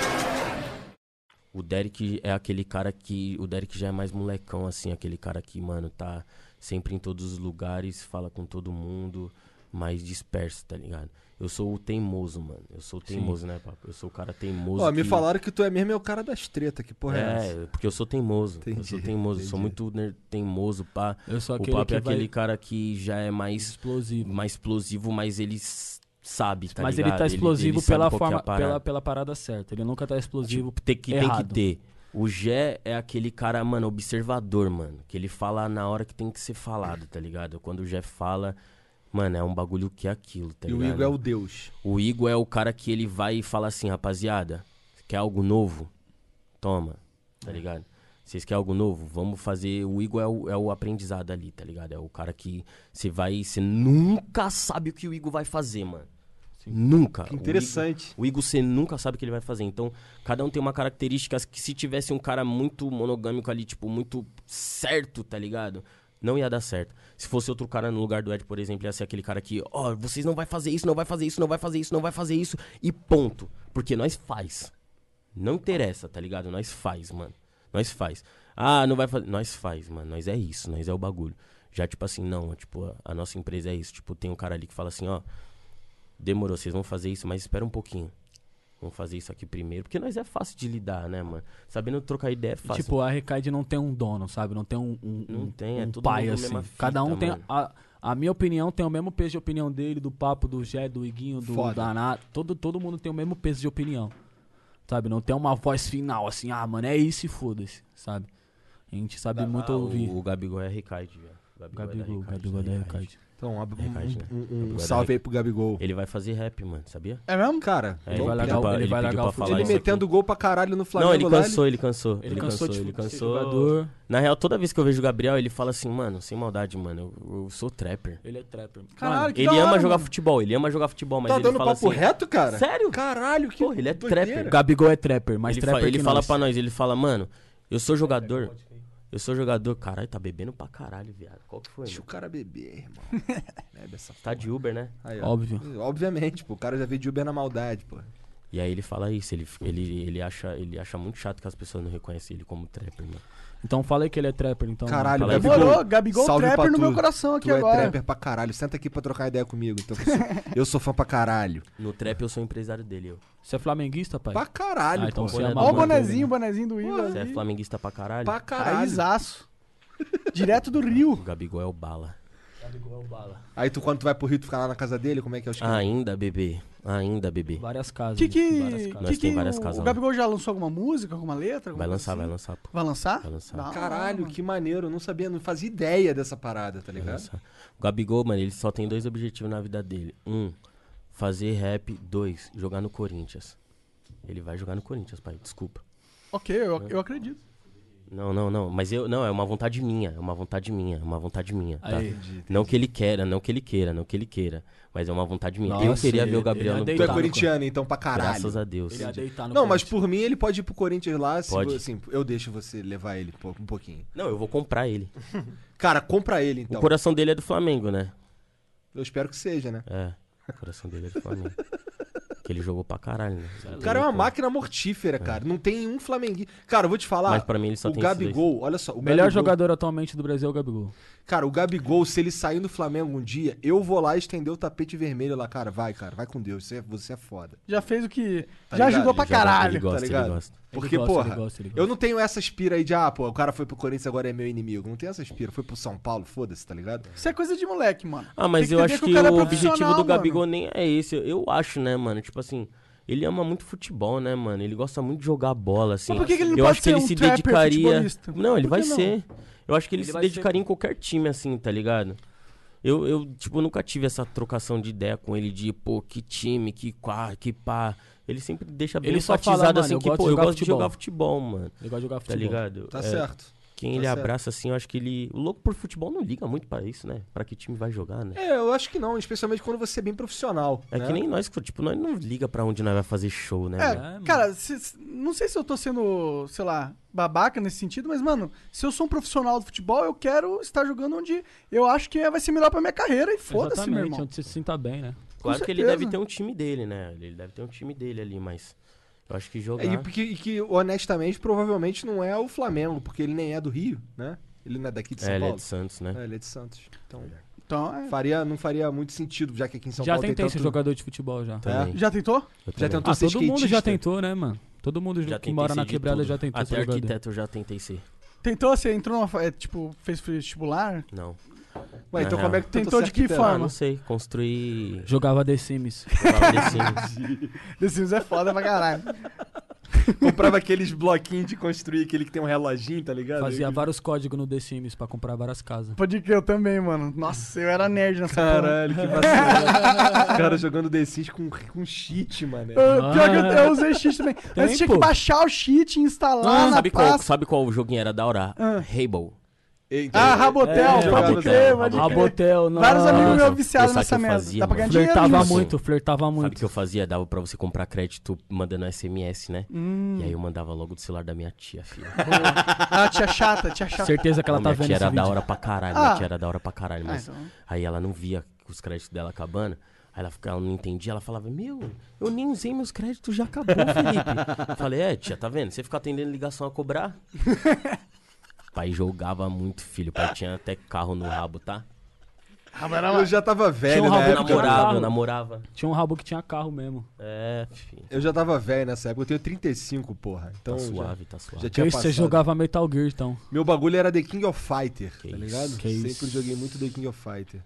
[SPEAKER 4] O Derek é aquele cara que. O Derek já é mais molecão, assim, aquele cara que, mano, tá sempre em todos os lugares, fala com todo mundo, mais disperso, tá ligado? Eu sou o teimoso, mano. Eu sou o teimoso, né, papo? Eu sou o cara teimoso.
[SPEAKER 3] Ó, me
[SPEAKER 4] que-
[SPEAKER 3] falaram que tu é mesmo é o cara das tretas, que porra é, essa?
[SPEAKER 4] É, porque eu sou teimoso. eu sou
[SPEAKER 3] Entendi,
[SPEAKER 4] teimoso. Sou muito ner- teimoso, pá.
[SPEAKER 6] Eu sou
[SPEAKER 4] o
[SPEAKER 6] aquele
[SPEAKER 4] papo
[SPEAKER 6] que
[SPEAKER 4] é aquele
[SPEAKER 6] vai-
[SPEAKER 4] cara que já é mais,
[SPEAKER 6] Explosivo.
[SPEAKER 4] mais explosivo, mas ele s- sabe, tá
[SPEAKER 6] Mas
[SPEAKER 4] ligado?
[SPEAKER 6] ele tá explosivo
[SPEAKER 4] ele sabe
[SPEAKER 6] pela,
[SPEAKER 4] qual que é a
[SPEAKER 6] forma,
[SPEAKER 4] parada. É, tipo,
[SPEAKER 6] pela, pela parada certa. Ele nunca tá explosivo.
[SPEAKER 4] Tem que, tem que
[SPEAKER 6] errado.
[SPEAKER 4] ter. O Gé é aquele cara, mano, observador, mano. Que ele fala na hora que tem que ser falado, tá ligado? Quando o Gé fala, mano, é um bagulho que é aquilo, tá
[SPEAKER 3] E o
[SPEAKER 4] ligado?
[SPEAKER 3] Igor é o deus.
[SPEAKER 4] O Igor é o cara que ele vai e fala assim, rapaziada, quer algo novo? Toma, tá ligado? Vocês querem algo novo? Vamos fazer. O Igor é o, é o aprendizado ali, tá ligado? É o cara que você vai. Você nunca sabe o que o Igor vai fazer, mano. Nunca. O
[SPEAKER 3] interessante.
[SPEAKER 4] Igor- O Igor, você nunca sabe o que ele vai fazer. Então, cada um tem uma característica que se tivesse um cara muito monogâmico ali, tipo, muito certo, tá ligado? Não ia dar certo. Se fosse outro cara no lugar do Ed, por exemplo, ia ser aquele cara que, ó, vocês não vai fazer isso, não vai fazer isso, não vai fazer isso, não vai fazer isso, e ponto. Porque nós faz. Não interessa, tá ligado? Nós faz, mano. Nós faz. Ah, não vai fazer. Nós faz, mano. Nós é isso, nós é o bagulho. Já, tipo assim, não, tipo, a, a nossa empresa é isso. Tipo, tem um cara ali que fala assim, ó. Demorou, vocês vão fazer isso, mas espera um pouquinho. Vamos fazer isso aqui primeiro. Porque nós é fácil de lidar, né, mano? Sabendo trocar ideia é
[SPEAKER 6] E,
[SPEAKER 4] fácil.
[SPEAKER 6] Tipo, a Recaide não tem um dono, sabe? Não tem um, um,
[SPEAKER 4] Não
[SPEAKER 6] um-
[SPEAKER 4] tem, é
[SPEAKER 6] um
[SPEAKER 4] todo
[SPEAKER 6] pai,
[SPEAKER 4] mundo com a
[SPEAKER 6] assim.
[SPEAKER 4] mesma fita,
[SPEAKER 6] Cada um tem...
[SPEAKER 4] mano.
[SPEAKER 6] A, a minha opinião tem o mesmo peso de opinião dele, do papo, do Jé, do Iguinho, do
[SPEAKER 3] Foda.
[SPEAKER 6] Daná. Todo, todo mundo tem o mesmo peso de opinião, sabe? Não tem uma voz final, assim, ah, mano, é isso e foda-se, sabe? A gente sabe é muito
[SPEAKER 4] Ah,
[SPEAKER 6] ouvir.
[SPEAKER 4] O, o Gabigol é recaide, velho. O Gabigol,
[SPEAKER 6] Gabigol,
[SPEAKER 4] é da
[SPEAKER 6] Gabigol
[SPEAKER 4] né,
[SPEAKER 6] da Recaide.
[SPEAKER 3] Então, abre um,
[SPEAKER 4] Recado, né?
[SPEAKER 3] um- um
[SPEAKER 4] Obrigado,
[SPEAKER 3] salve aí pro Gabigol.
[SPEAKER 4] Ele vai fazer rap, mano, sabia?
[SPEAKER 2] É mesmo?
[SPEAKER 3] Cara,
[SPEAKER 4] É,
[SPEAKER 6] vai
[SPEAKER 4] pediu
[SPEAKER 6] largar o-
[SPEAKER 4] pra-
[SPEAKER 6] ele
[SPEAKER 4] pediu
[SPEAKER 6] vai largar o
[SPEAKER 4] pra falar
[SPEAKER 6] futebol.
[SPEAKER 3] ele
[SPEAKER 4] isso um aqui.
[SPEAKER 3] metendo gol pra caralho no Flamengo
[SPEAKER 4] Não, ele
[SPEAKER 3] lá,
[SPEAKER 4] cansou, ele cansou. Ele, cansou,
[SPEAKER 6] de
[SPEAKER 4] ele
[SPEAKER 6] fu- de ser
[SPEAKER 4] cansou.
[SPEAKER 6] jogador.
[SPEAKER 4] Na real, toda vez que eu vejo o Gabriel, ele fala assim, mano, sem maldade, mano, eu, eu sou trapper.
[SPEAKER 6] Ele é trapper.
[SPEAKER 2] Caralho, que
[SPEAKER 4] Ele
[SPEAKER 2] da hora,
[SPEAKER 4] ama jogar
[SPEAKER 2] mano.
[SPEAKER 4] futebol, ele ama jogar futebol, mas
[SPEAKER 3] Tá
[SPEAKER 4] ele
[SPEAKER 3] dando
[SPEAKER 4] fala
[SPEAKER 3] papo
[SPEAKER 4] assim...
[SPEAKER 3] reto, cara?
[SPEAKER 4] Sério?
[SPEAKER 3] Caralho, que
[SPEAKER 4] Porra, ele é
[SPEAKER 3] doideira.
[SPEAKER 4] trapper.
[SPEAKER 6] Gabigol é trapper, mas
[SPEAKER 4] ele fa-
[SPEAKER 6] trapper
[SPEAKER 4] ele
[SPEAKER 6] que
[SPEAKER 4] fala
[SPEAKER 6] nós.
[SPEAKER 4] pra nós, ele fala, mano, eu sou jogador, eu sou jogador... Caralho, tá bebendo pra caralho, viado. Qual que foi,
[SPEAKER 3] Deixa o
[SPEAKER 4] mano?
[SPEAKER 3] cara beber, irmão. Bebe essa
[SPEAKER 4] Tá de Uber, né?
[SPEAKER 3] Aí, ó.
[SPEAKER 6] Óbvio.
[SPEAKER 3] Obviamente, pô. O cara já veio de Uber na maldade, pô.
[SPEAKER 4] E aí ele fala isso, ele, ele, ele, acha, ele acha muito chato que as pessoas não reconhecem ele como trapper, mano.
[SPEAKER 6] Então falei que ele é trapper, então.
[SPEAKER 3] Caralho,
[SPEAKER 4] fala aí.
[SPEAKER 3] Gabigol.
[SPEAKER 2] Demorou, Gabigol
[SPEAKER 3] salve
[SPEAKER 2] trapper
[SPEAKER 3] pra
[SPEAKER 2] no
[SPEAKER 3] tu.
[SPEAKER 2] meu coração aqui
[SPEAKER 3] tu
[SPEAKER 2] agora.
[SPEAKER 3] é trapper pra caralho. Senta aqui pra trocar ideia comigo. Então, que eu, sou, eu sou fã pra caralho.
[SPEAKER 4] No trap eu sou empresário dele, eu.
[SPEAKER 6] Você é flamenguista, pai?
[SPEAKER 3] Pra caralho,
[SPEAKER 6] Ah, então
[SPEAKER 3] pô.
[SPEAKER 6] você é
[SPEAKER 4] Olha
[SPEAKER 2] Ó o
[SPEAKER 4] Mano,
[SPEAKER 6] maluco.
[SPEAKER 2] bonezinho, o bonezinho do Igor.
[SPEAKER 4] Você é
[SPEAKER 2] ali.
[SPEAKER 4] flamenguista pra caralho?
[SPEAKER 3] Pra caralho.
[SPEAKER 2] Raizaço. Direto do Rio.
[SPEAKER 4] O Gabigol é o bala.
[SPEAKER 3] Aí tu, quando tu vai pro Rio, tu fica lá na casa dele, como é que é o esquema?
[SPEAKER 4] Ainda, bebê. Ainda, bebê.
[SPEAKER 6] Várias casas. né?
[SPEAKER 2] Que que,
[SPEAKER 6] Várias casas.
[SPEAKER 4] Nós
[SPEAKER 2] que, que
[SPEAKER 4] tem várias
[SPEAKER 2] o,
[SPEAKER 4] casas
[SPEAKER 2] o
[SPEAKER 4] lá.
[SPEAKER 2] Gabigol já lançou alguma música, alguma letra?
[SPEAKER 4] Vai
[SPEAKER 2] alguma
[SPEAKER 4] lançar, vai
[SPEAKER 2] coisa assim?
[SPEAKER 4] lançar, pô.
[SPEAKER 2] Vai lançar?
[SPEAKER 4] Vai lançar.
[SPEAKER 2] Da hora,
[SPEAKER 3] Caralho,
[SPEAKER 2] mano.
[SPEAKER 3] que maneiro. Eu não sabia, não fazia ideia dessa parada, tá ligado?
[SPEAKER 4] Nossa. O Gabigol, mano, ele só tem dois objetivos na vida dele. Um, fazer rap. Dois, jogar no Corinthians. Ele vai jogar no Corinthians, pai. Desculpa.
[SPEAKER 2] Ok,
[SPEAKER 4] É.
[SPEAKER 2] eu, eu acredito.
[SPEAKER 4] Não, não, não. Mas eu. Não, é uma vontade minha. É uma vontade minha. É uma vontade minha. Tá?
[SPEAKER 6] Aí.
[SPEAKER 4] Não que ele queira, não que ele queira, não que ele queira. Mas é uma vontade minha. eu
[SPEAKER 6] Nossa,
[SPEAKER 4] queria
[SPEAKER 6] ele-
[SPEAKER 4] ver o Gabriel
[SPEAKER 6] ele
[SPEAKER 4] no
[SPEAKER 6] é
[SPEAKER 3] Tu é
[SPEAKER 6] Tá,
[SPEAKER 3] corintiano, então, pra caralho.
[SPEAKER 4] Graças a Deus. tá
[SPEAKER 6] Ele é ia deitar no
[SPEAKER 3] Não, mas
[SPEAKER 6] Corinthians.
[SPEAKER 3] por mim ele pode ir pro Corinthians lá, se
[SPEAKER 4] Pode.
[SPEAKER 3] vo- assim, eu deixo você levar ele pô, um pouquinho.
[SPEAKER 4] Não, eu vou comprar ele.
[SPEAKER 3] Cara, compra ele então.
[SPEAKER 4] O coração dele é do Flamengo, né?
[SPEAKER 3] Eu espero que seja, né?
[SPEAKER 4] É. O coração dele é do Flamengo. que ele jogou pra caralho, né?
[SPEAKER 3] O cara é uma máquina mortífera, cara. Não tem um flamenguinho. Cara, eu vou te falar.
[SPEAKER 4] É. Mas pra mim ele só
[SPEAKER 3] o
[SPEAKER 4] tem esses
[SPEAKER 3] Gabigol, olha só, o
[SPEAKER 6] Melhor
[SPEAKER 3] Gabigol-
[SPEAKER 6] jogador atualmente do Brasil é o Gabigol.
[SPEAKER 3] Cara, o Gabigol, se ele sair do Flamengo um dia, eu vou lá estender o tapete vermelho lá, cara. Vai, cara, vai com Deus. Você é, você é foda.
[SPEAKER 2] Já fez o que.
[SPEAKER 3] Tá
[SPEAKER 2] já
[SPEAKER 3] ligado?
[SPEAKER 2] ajudou pra
[SPEAKER 4] Ele joga-
[SPEAKER 2] caralho.
[SPEAKER 4] Ele gosta,
[SPEAKER 3] tá ligado?
[SPEAKER 4] ele gosta.
[SPEAKER 3] Porque,
[SPEAKER 6] gosta,
[SPEAKER 3] porra,
[SPEAKER 6] ele gosta, ele
[SPEAKER 3] eu
[SPEAKER 6] gosta.
[SPEAKER 3] não tenho essa aspira aí de, ah, pô, o cara foi pro Corinthians agora é meu inimigo. Não tem essa aspira. Foi pro São Paulo, foda-se, tá ligado?
[SPEAKER 2] Isso é coisa de moleque, mano.
[SPEAKER 4] Ah, mas
[SPEAKER 2] Tem que
[SPEAKER 4] eu
[SPEAKER 2] entender
[SPEAKER 4] acho
[SPEAKER 2] que o
[SPEAKER 4] que
[SPEAKER 2] cara é
[SPEAKER 4] o
[SPEAKER 2] profissional,
[SPEAKER 4] objetivo do
[SPEAKER 2] mano.
[SPEAKER 4] Gabigol nem é esse. Eu acho, né, mano? Tipo assim, ele ama muito futebol, né, mano? Ele gosta muito de jogar bola, assim.
[SPEAKER 2] Mas por que que ele não
[SPEAKER 4] eu
[SPEAKER 2] pode
[SPEAKER 4] acho que
[SPEAKER 2] ser
[SPEAKER 4] ele
[SPEAKER 2] um
[SPEAKER 4] se
[SPEAKER 2] trapper
[SPEAKER 4] dedicaria.
[SPEAKER 2] futebolista?
[SPEAKER 4] Não, ele
[SPEAKER 2] Por
[SPEAKER 4] vai
[SPEAKER 2] que não?
[SPEAKER 4] ser. Eu acho que ele,
[SPEAKER 6] Ele
[SPEAKER 4] se
[SPEAKER 6] vai ser-
[SPEAKER 4] dedicaria em qualquer time, assim, tá ligado? Eu, eu, tipo, nunca tive essa trocação de ideia com ele de, pô, que time, que quá, que pá. Ele sempre deixa bem
[SPEAKER 6] Ele só fala,
[SPEAKER 4] enfatizado
[SPEAKER 6] mano,
[SPEAKER 4] assim
[SPEAKER 6] eu
[SPEAKER 4] que,
[SPEAKER 6] gosto
[SPEAKER 4] pô,
[SPEAKER 6] de
[SPEAKER 4] eu
[SPEAKER 6] jogar
[SPEAKER 4] gosto de
[SPEAKER 6] futebol.
[SPEAKER 4] jogar futebol, mano.
[SPEAKER 6] Ele gosta de jogar
[SPEAKER 4] Tá
[SPEAKER 6] futebol.
[SPEAKER 4] ligado?
[SPEAKER 3] Tá
[SPEAKER 4] É,
[SPEAKER 3] certo.
[SPEAKER 4] Quem
[SPEAKER 3] Tá
[SPEAKER 4] ele
[SPEAKER 3] certo.
[SPEAKER 4] abraça assim, eu acho que ele. O louco por futebol não liga muito pra isso, né? Pra que time vai jogar, né?
[SPEAKER 3] É, eu acho que não, especialmente quando você é bem profissional.
[SPEAKER 4] É,
[SPEAKER 3] né?
[SPEAKER 4] que nem nós, tipo, nós não liga pra onde nós vai fazer show, né? mano?
[SPEAKER 2] É, cara, se- se- não sei se eu tô sendo, sei lá, babaca nesse sentido, mas, mano, se eu sou um profissional do futebol, eu quero estar jogando onde eu acho que é, vai ser melhor pra minha carreira e foda-se, meu
[SPEAKER 6] Exatamente,
[SPEAKER 2] irmão.
[SPEAKER 6] onde você se sinta bem, né?
[SPEAKER 4] Claro
[SPEAKER 2] com
[SPEAKER 4] que ele
[SPEAKER 2] certeza.
[SPEAKER 4] deve ter um time dele, né? Ele deve ter um time dele ali, mas eu acho que jogar.
[SPEAKER 3] É, e, porque- e que, honestamente, provavelmente não é o Flamengo, porque ele nem é do Rio, né? Ele não é daqui de São
[SPEAKER 4] É, ele é
[SPEAKER 3] Paulo.
[SPEAKER 4] de Santos, né?
[SPEAKER 3] É, ele é de Santos. Então,
[SPEAKER 2] Então, é.
[SPEAKER 3] faria, não faria muito sentido, já que aqui em São
[SPEAKER 6] já
[SPEAKER 3] Paulo
[SPEAKER 6] tentei
[SPEAKER 3] tem
[SPEAKER 6] ser
[SPEAKER 3] tanto...
[SPEAKER 6] jogador de futebol já.
[SPEAKER 4] Também.
[SPEAKER 2] Já tentou?
[SPEAKER 4] Eu
[SPEAKER 3] Já
[SPEAKER 4] também.
[SPEAKER 3] tentou
[SPEAKER 6] Ah,
[SPEAKER 3] ser
[SPEAKER 6] todo mundo já
[SPEAKER 3] skatista?
[SPEAKER 6] tentou, né, mano? Todo mundo
[SPEAKER 4] Já
[SPEAKER 6] que
[SPEAKER 4] tentei
[SPEAKER 6] mora
[SPEAKER 4] ser
[SPEAKER 6] na
[SPEAKER 4] de
[SPEAKER 6] quebrada
[SPEAKER 4] tudo.
[SPEAKER 6] já tentou
[SPEAKER 4] Até tá-
[SPEAKER 6] ser jogador.
[SPEAKER 4] arquiteto eu já tentei ser.
[SPEAKER 2] Tentou? Você entrou numa. fa- É, tipo, fez vestibular?
[SPEAKER 4] Não.
[SPEAKER 3] Ué, então
[SPEAKER 4] Na
[SPEAKER 3] como é
[SPEAKER 4] real.
[SPEAKER 3] que tu tentou
[SPEAKER 2] Tentou
[SPEAKER 3] ser
[SPEAKER 2] de que
[SPEAKER 3] arquiteto?
[SPEAKER 4] Ah,
[SPEAKER 2] forma?
[SPEAKER 4] não sei. Construir.
[SPEAKER 6] Jogava The Sims.
[SPEAKER 4] jogava The Sims.
[SPEAKER 2] The Sims é foda pra caralho.
[SPEAKER 3] Comprava aqueles bloquinhos de construir, aquele que tem um reloginho, tá ligado?
[SPEAKER 6] Fazia vários códigos no The Sims pra comprar várias casas.
[SPEAKER 2] Pode que eu também, mano. Nossa, eu era nerd nessa porra.
[SPEAKER 3] Caralho, que vacilo. Os caras jogando The Sims com, com cheat, mano.
[SPEAKER 2] Eu- Ah, pior que
[SPEAKER 4] Ah.
[SPEAKER 2] eu, eu usei cheat também. Mas
[SPEAKER 6] Tem,
[SPEAKER 2] tinha
[SPEAKER 6] pô.
[SPEAKER 2] que baixar o cheat e instalar na
[SPEAKER 4] Ah, sabe, qual,
[SPEAKER 2] pasta.
[SPEAKER 4] sabe qual joguinho era da hora?
[SPEAKER 2] Ah.
[SPEAKER 4] Rabel.
[SPEAKER 2] Ah, Rabotel,
[SPEAKER 3] É,
[SPEAKER 2] pode
[SPEAKER 3] jogava
[SPEAKER 2] crer,
[SPEAKER 4] no-
[SPEAKER 2] pode
[SPEAKER 4] Rabotel.
[SPEAKER 2] crer.
[SPEAKER 6] Rabotel, não.
[SPEAKER 2] Vários amigos
[SPEAKER 4] Nossa,
[SPEAKER 2] meus viciados
[SPEAKER 4] sabe o que
[SPEAKER 2] nessa
[SPEAKER 4] eu
[SPEAKER 2] merda.
[SPEAKER 4] fazia,
[SPEAKER 2] Dá pra ganhar
[SPEAKER 4] mano?
[SPEAKER 2] dinheiro
[SPEAKER 6] Flertava
[SPEAKER 2] nisso.
[SPEAKER 6] muito, flertava
[SPEAKER 4] Sabe o
[SPEAKER 6] muito.
[SPEAKER 4] que eu fazia? Dava pra você comprar crédito mandando SMS, né? E aí eu mandava logo do celular da minha tia, filho.
[SPEAKER 2] Ah, tia chata, tia chata.
[SPEAKER 6] Certeza que ela
[SPEAKER 4] A
[SPEAKER 6] tá
[SPEAKER 4] minha
[SPEAKER 6] vendo
[SPEAKER 4] tia
[SPEAKER 6] esse
[SPEAKER 4] é era da
[SPEAKER 6] vídeo.
[SPEAKER 4] hora pra caralho,
[SPEAKER 2] Ah.
[SPEAKER 4] minha tia era da hora pra caralho,
[SPEAKER 2] Ah,
[SPEAKER 4] mas
[SPEAKER 2] então.
[SPEAKER 4] aí ela não via os créditos dela acabando. Aí ela, ficava, ela não entendia, ela falava, meu, eu nem usei meus créditos, já acabou, Felipe. Eu Falei, é, tia, tá vendo? Você fica atendendo ligação a cobrar. pai jogava muito, filho. Pai tinha até carro no rabo, tá?
[SPEAKER 3] Eu já tava velho
[SPEAKER 6] um
[SPEAKER 3] na
[SPEAKER 6] rabo
[SPEAKER 4] Eu
[SPEAKER 6] Ele
[SPEAKER 3] época.
[SPEAKER 6] tinha
[SPEAKER 4] namorava,
[SPEAKER 6] carro?
[SPEAKER 4] eu namorava.
[SPEAKER 6] Tinha um rabo que tinha carro mesmo.
[SPEAKER 4] É, filho.
[SPEAKER 3] Eu já tava velho nessa época. Eu tenho 35, porra. Então
[SPEAKER 4] Tá
[SPEAKER 3] já-
[SPEAKER 4] suave, tá suave.
[SPEAKER 3] Já tinha
[SPEAKER 6] Que
[SPEAKER 3] passado.
[SPEAKER 6] você jogava Metal Gear, então.
[SPEAKER 3] Meu bagulho era The King of Fighter, tá
[SPEAKER 4] isso,
[SPEAKER 3] ligado?
[SPEAKER 6] que
[SPEAKER 3] Sempre
[SPEAKER 6] isso.
[SPEAKER 3] joguei muito The King of Fighter.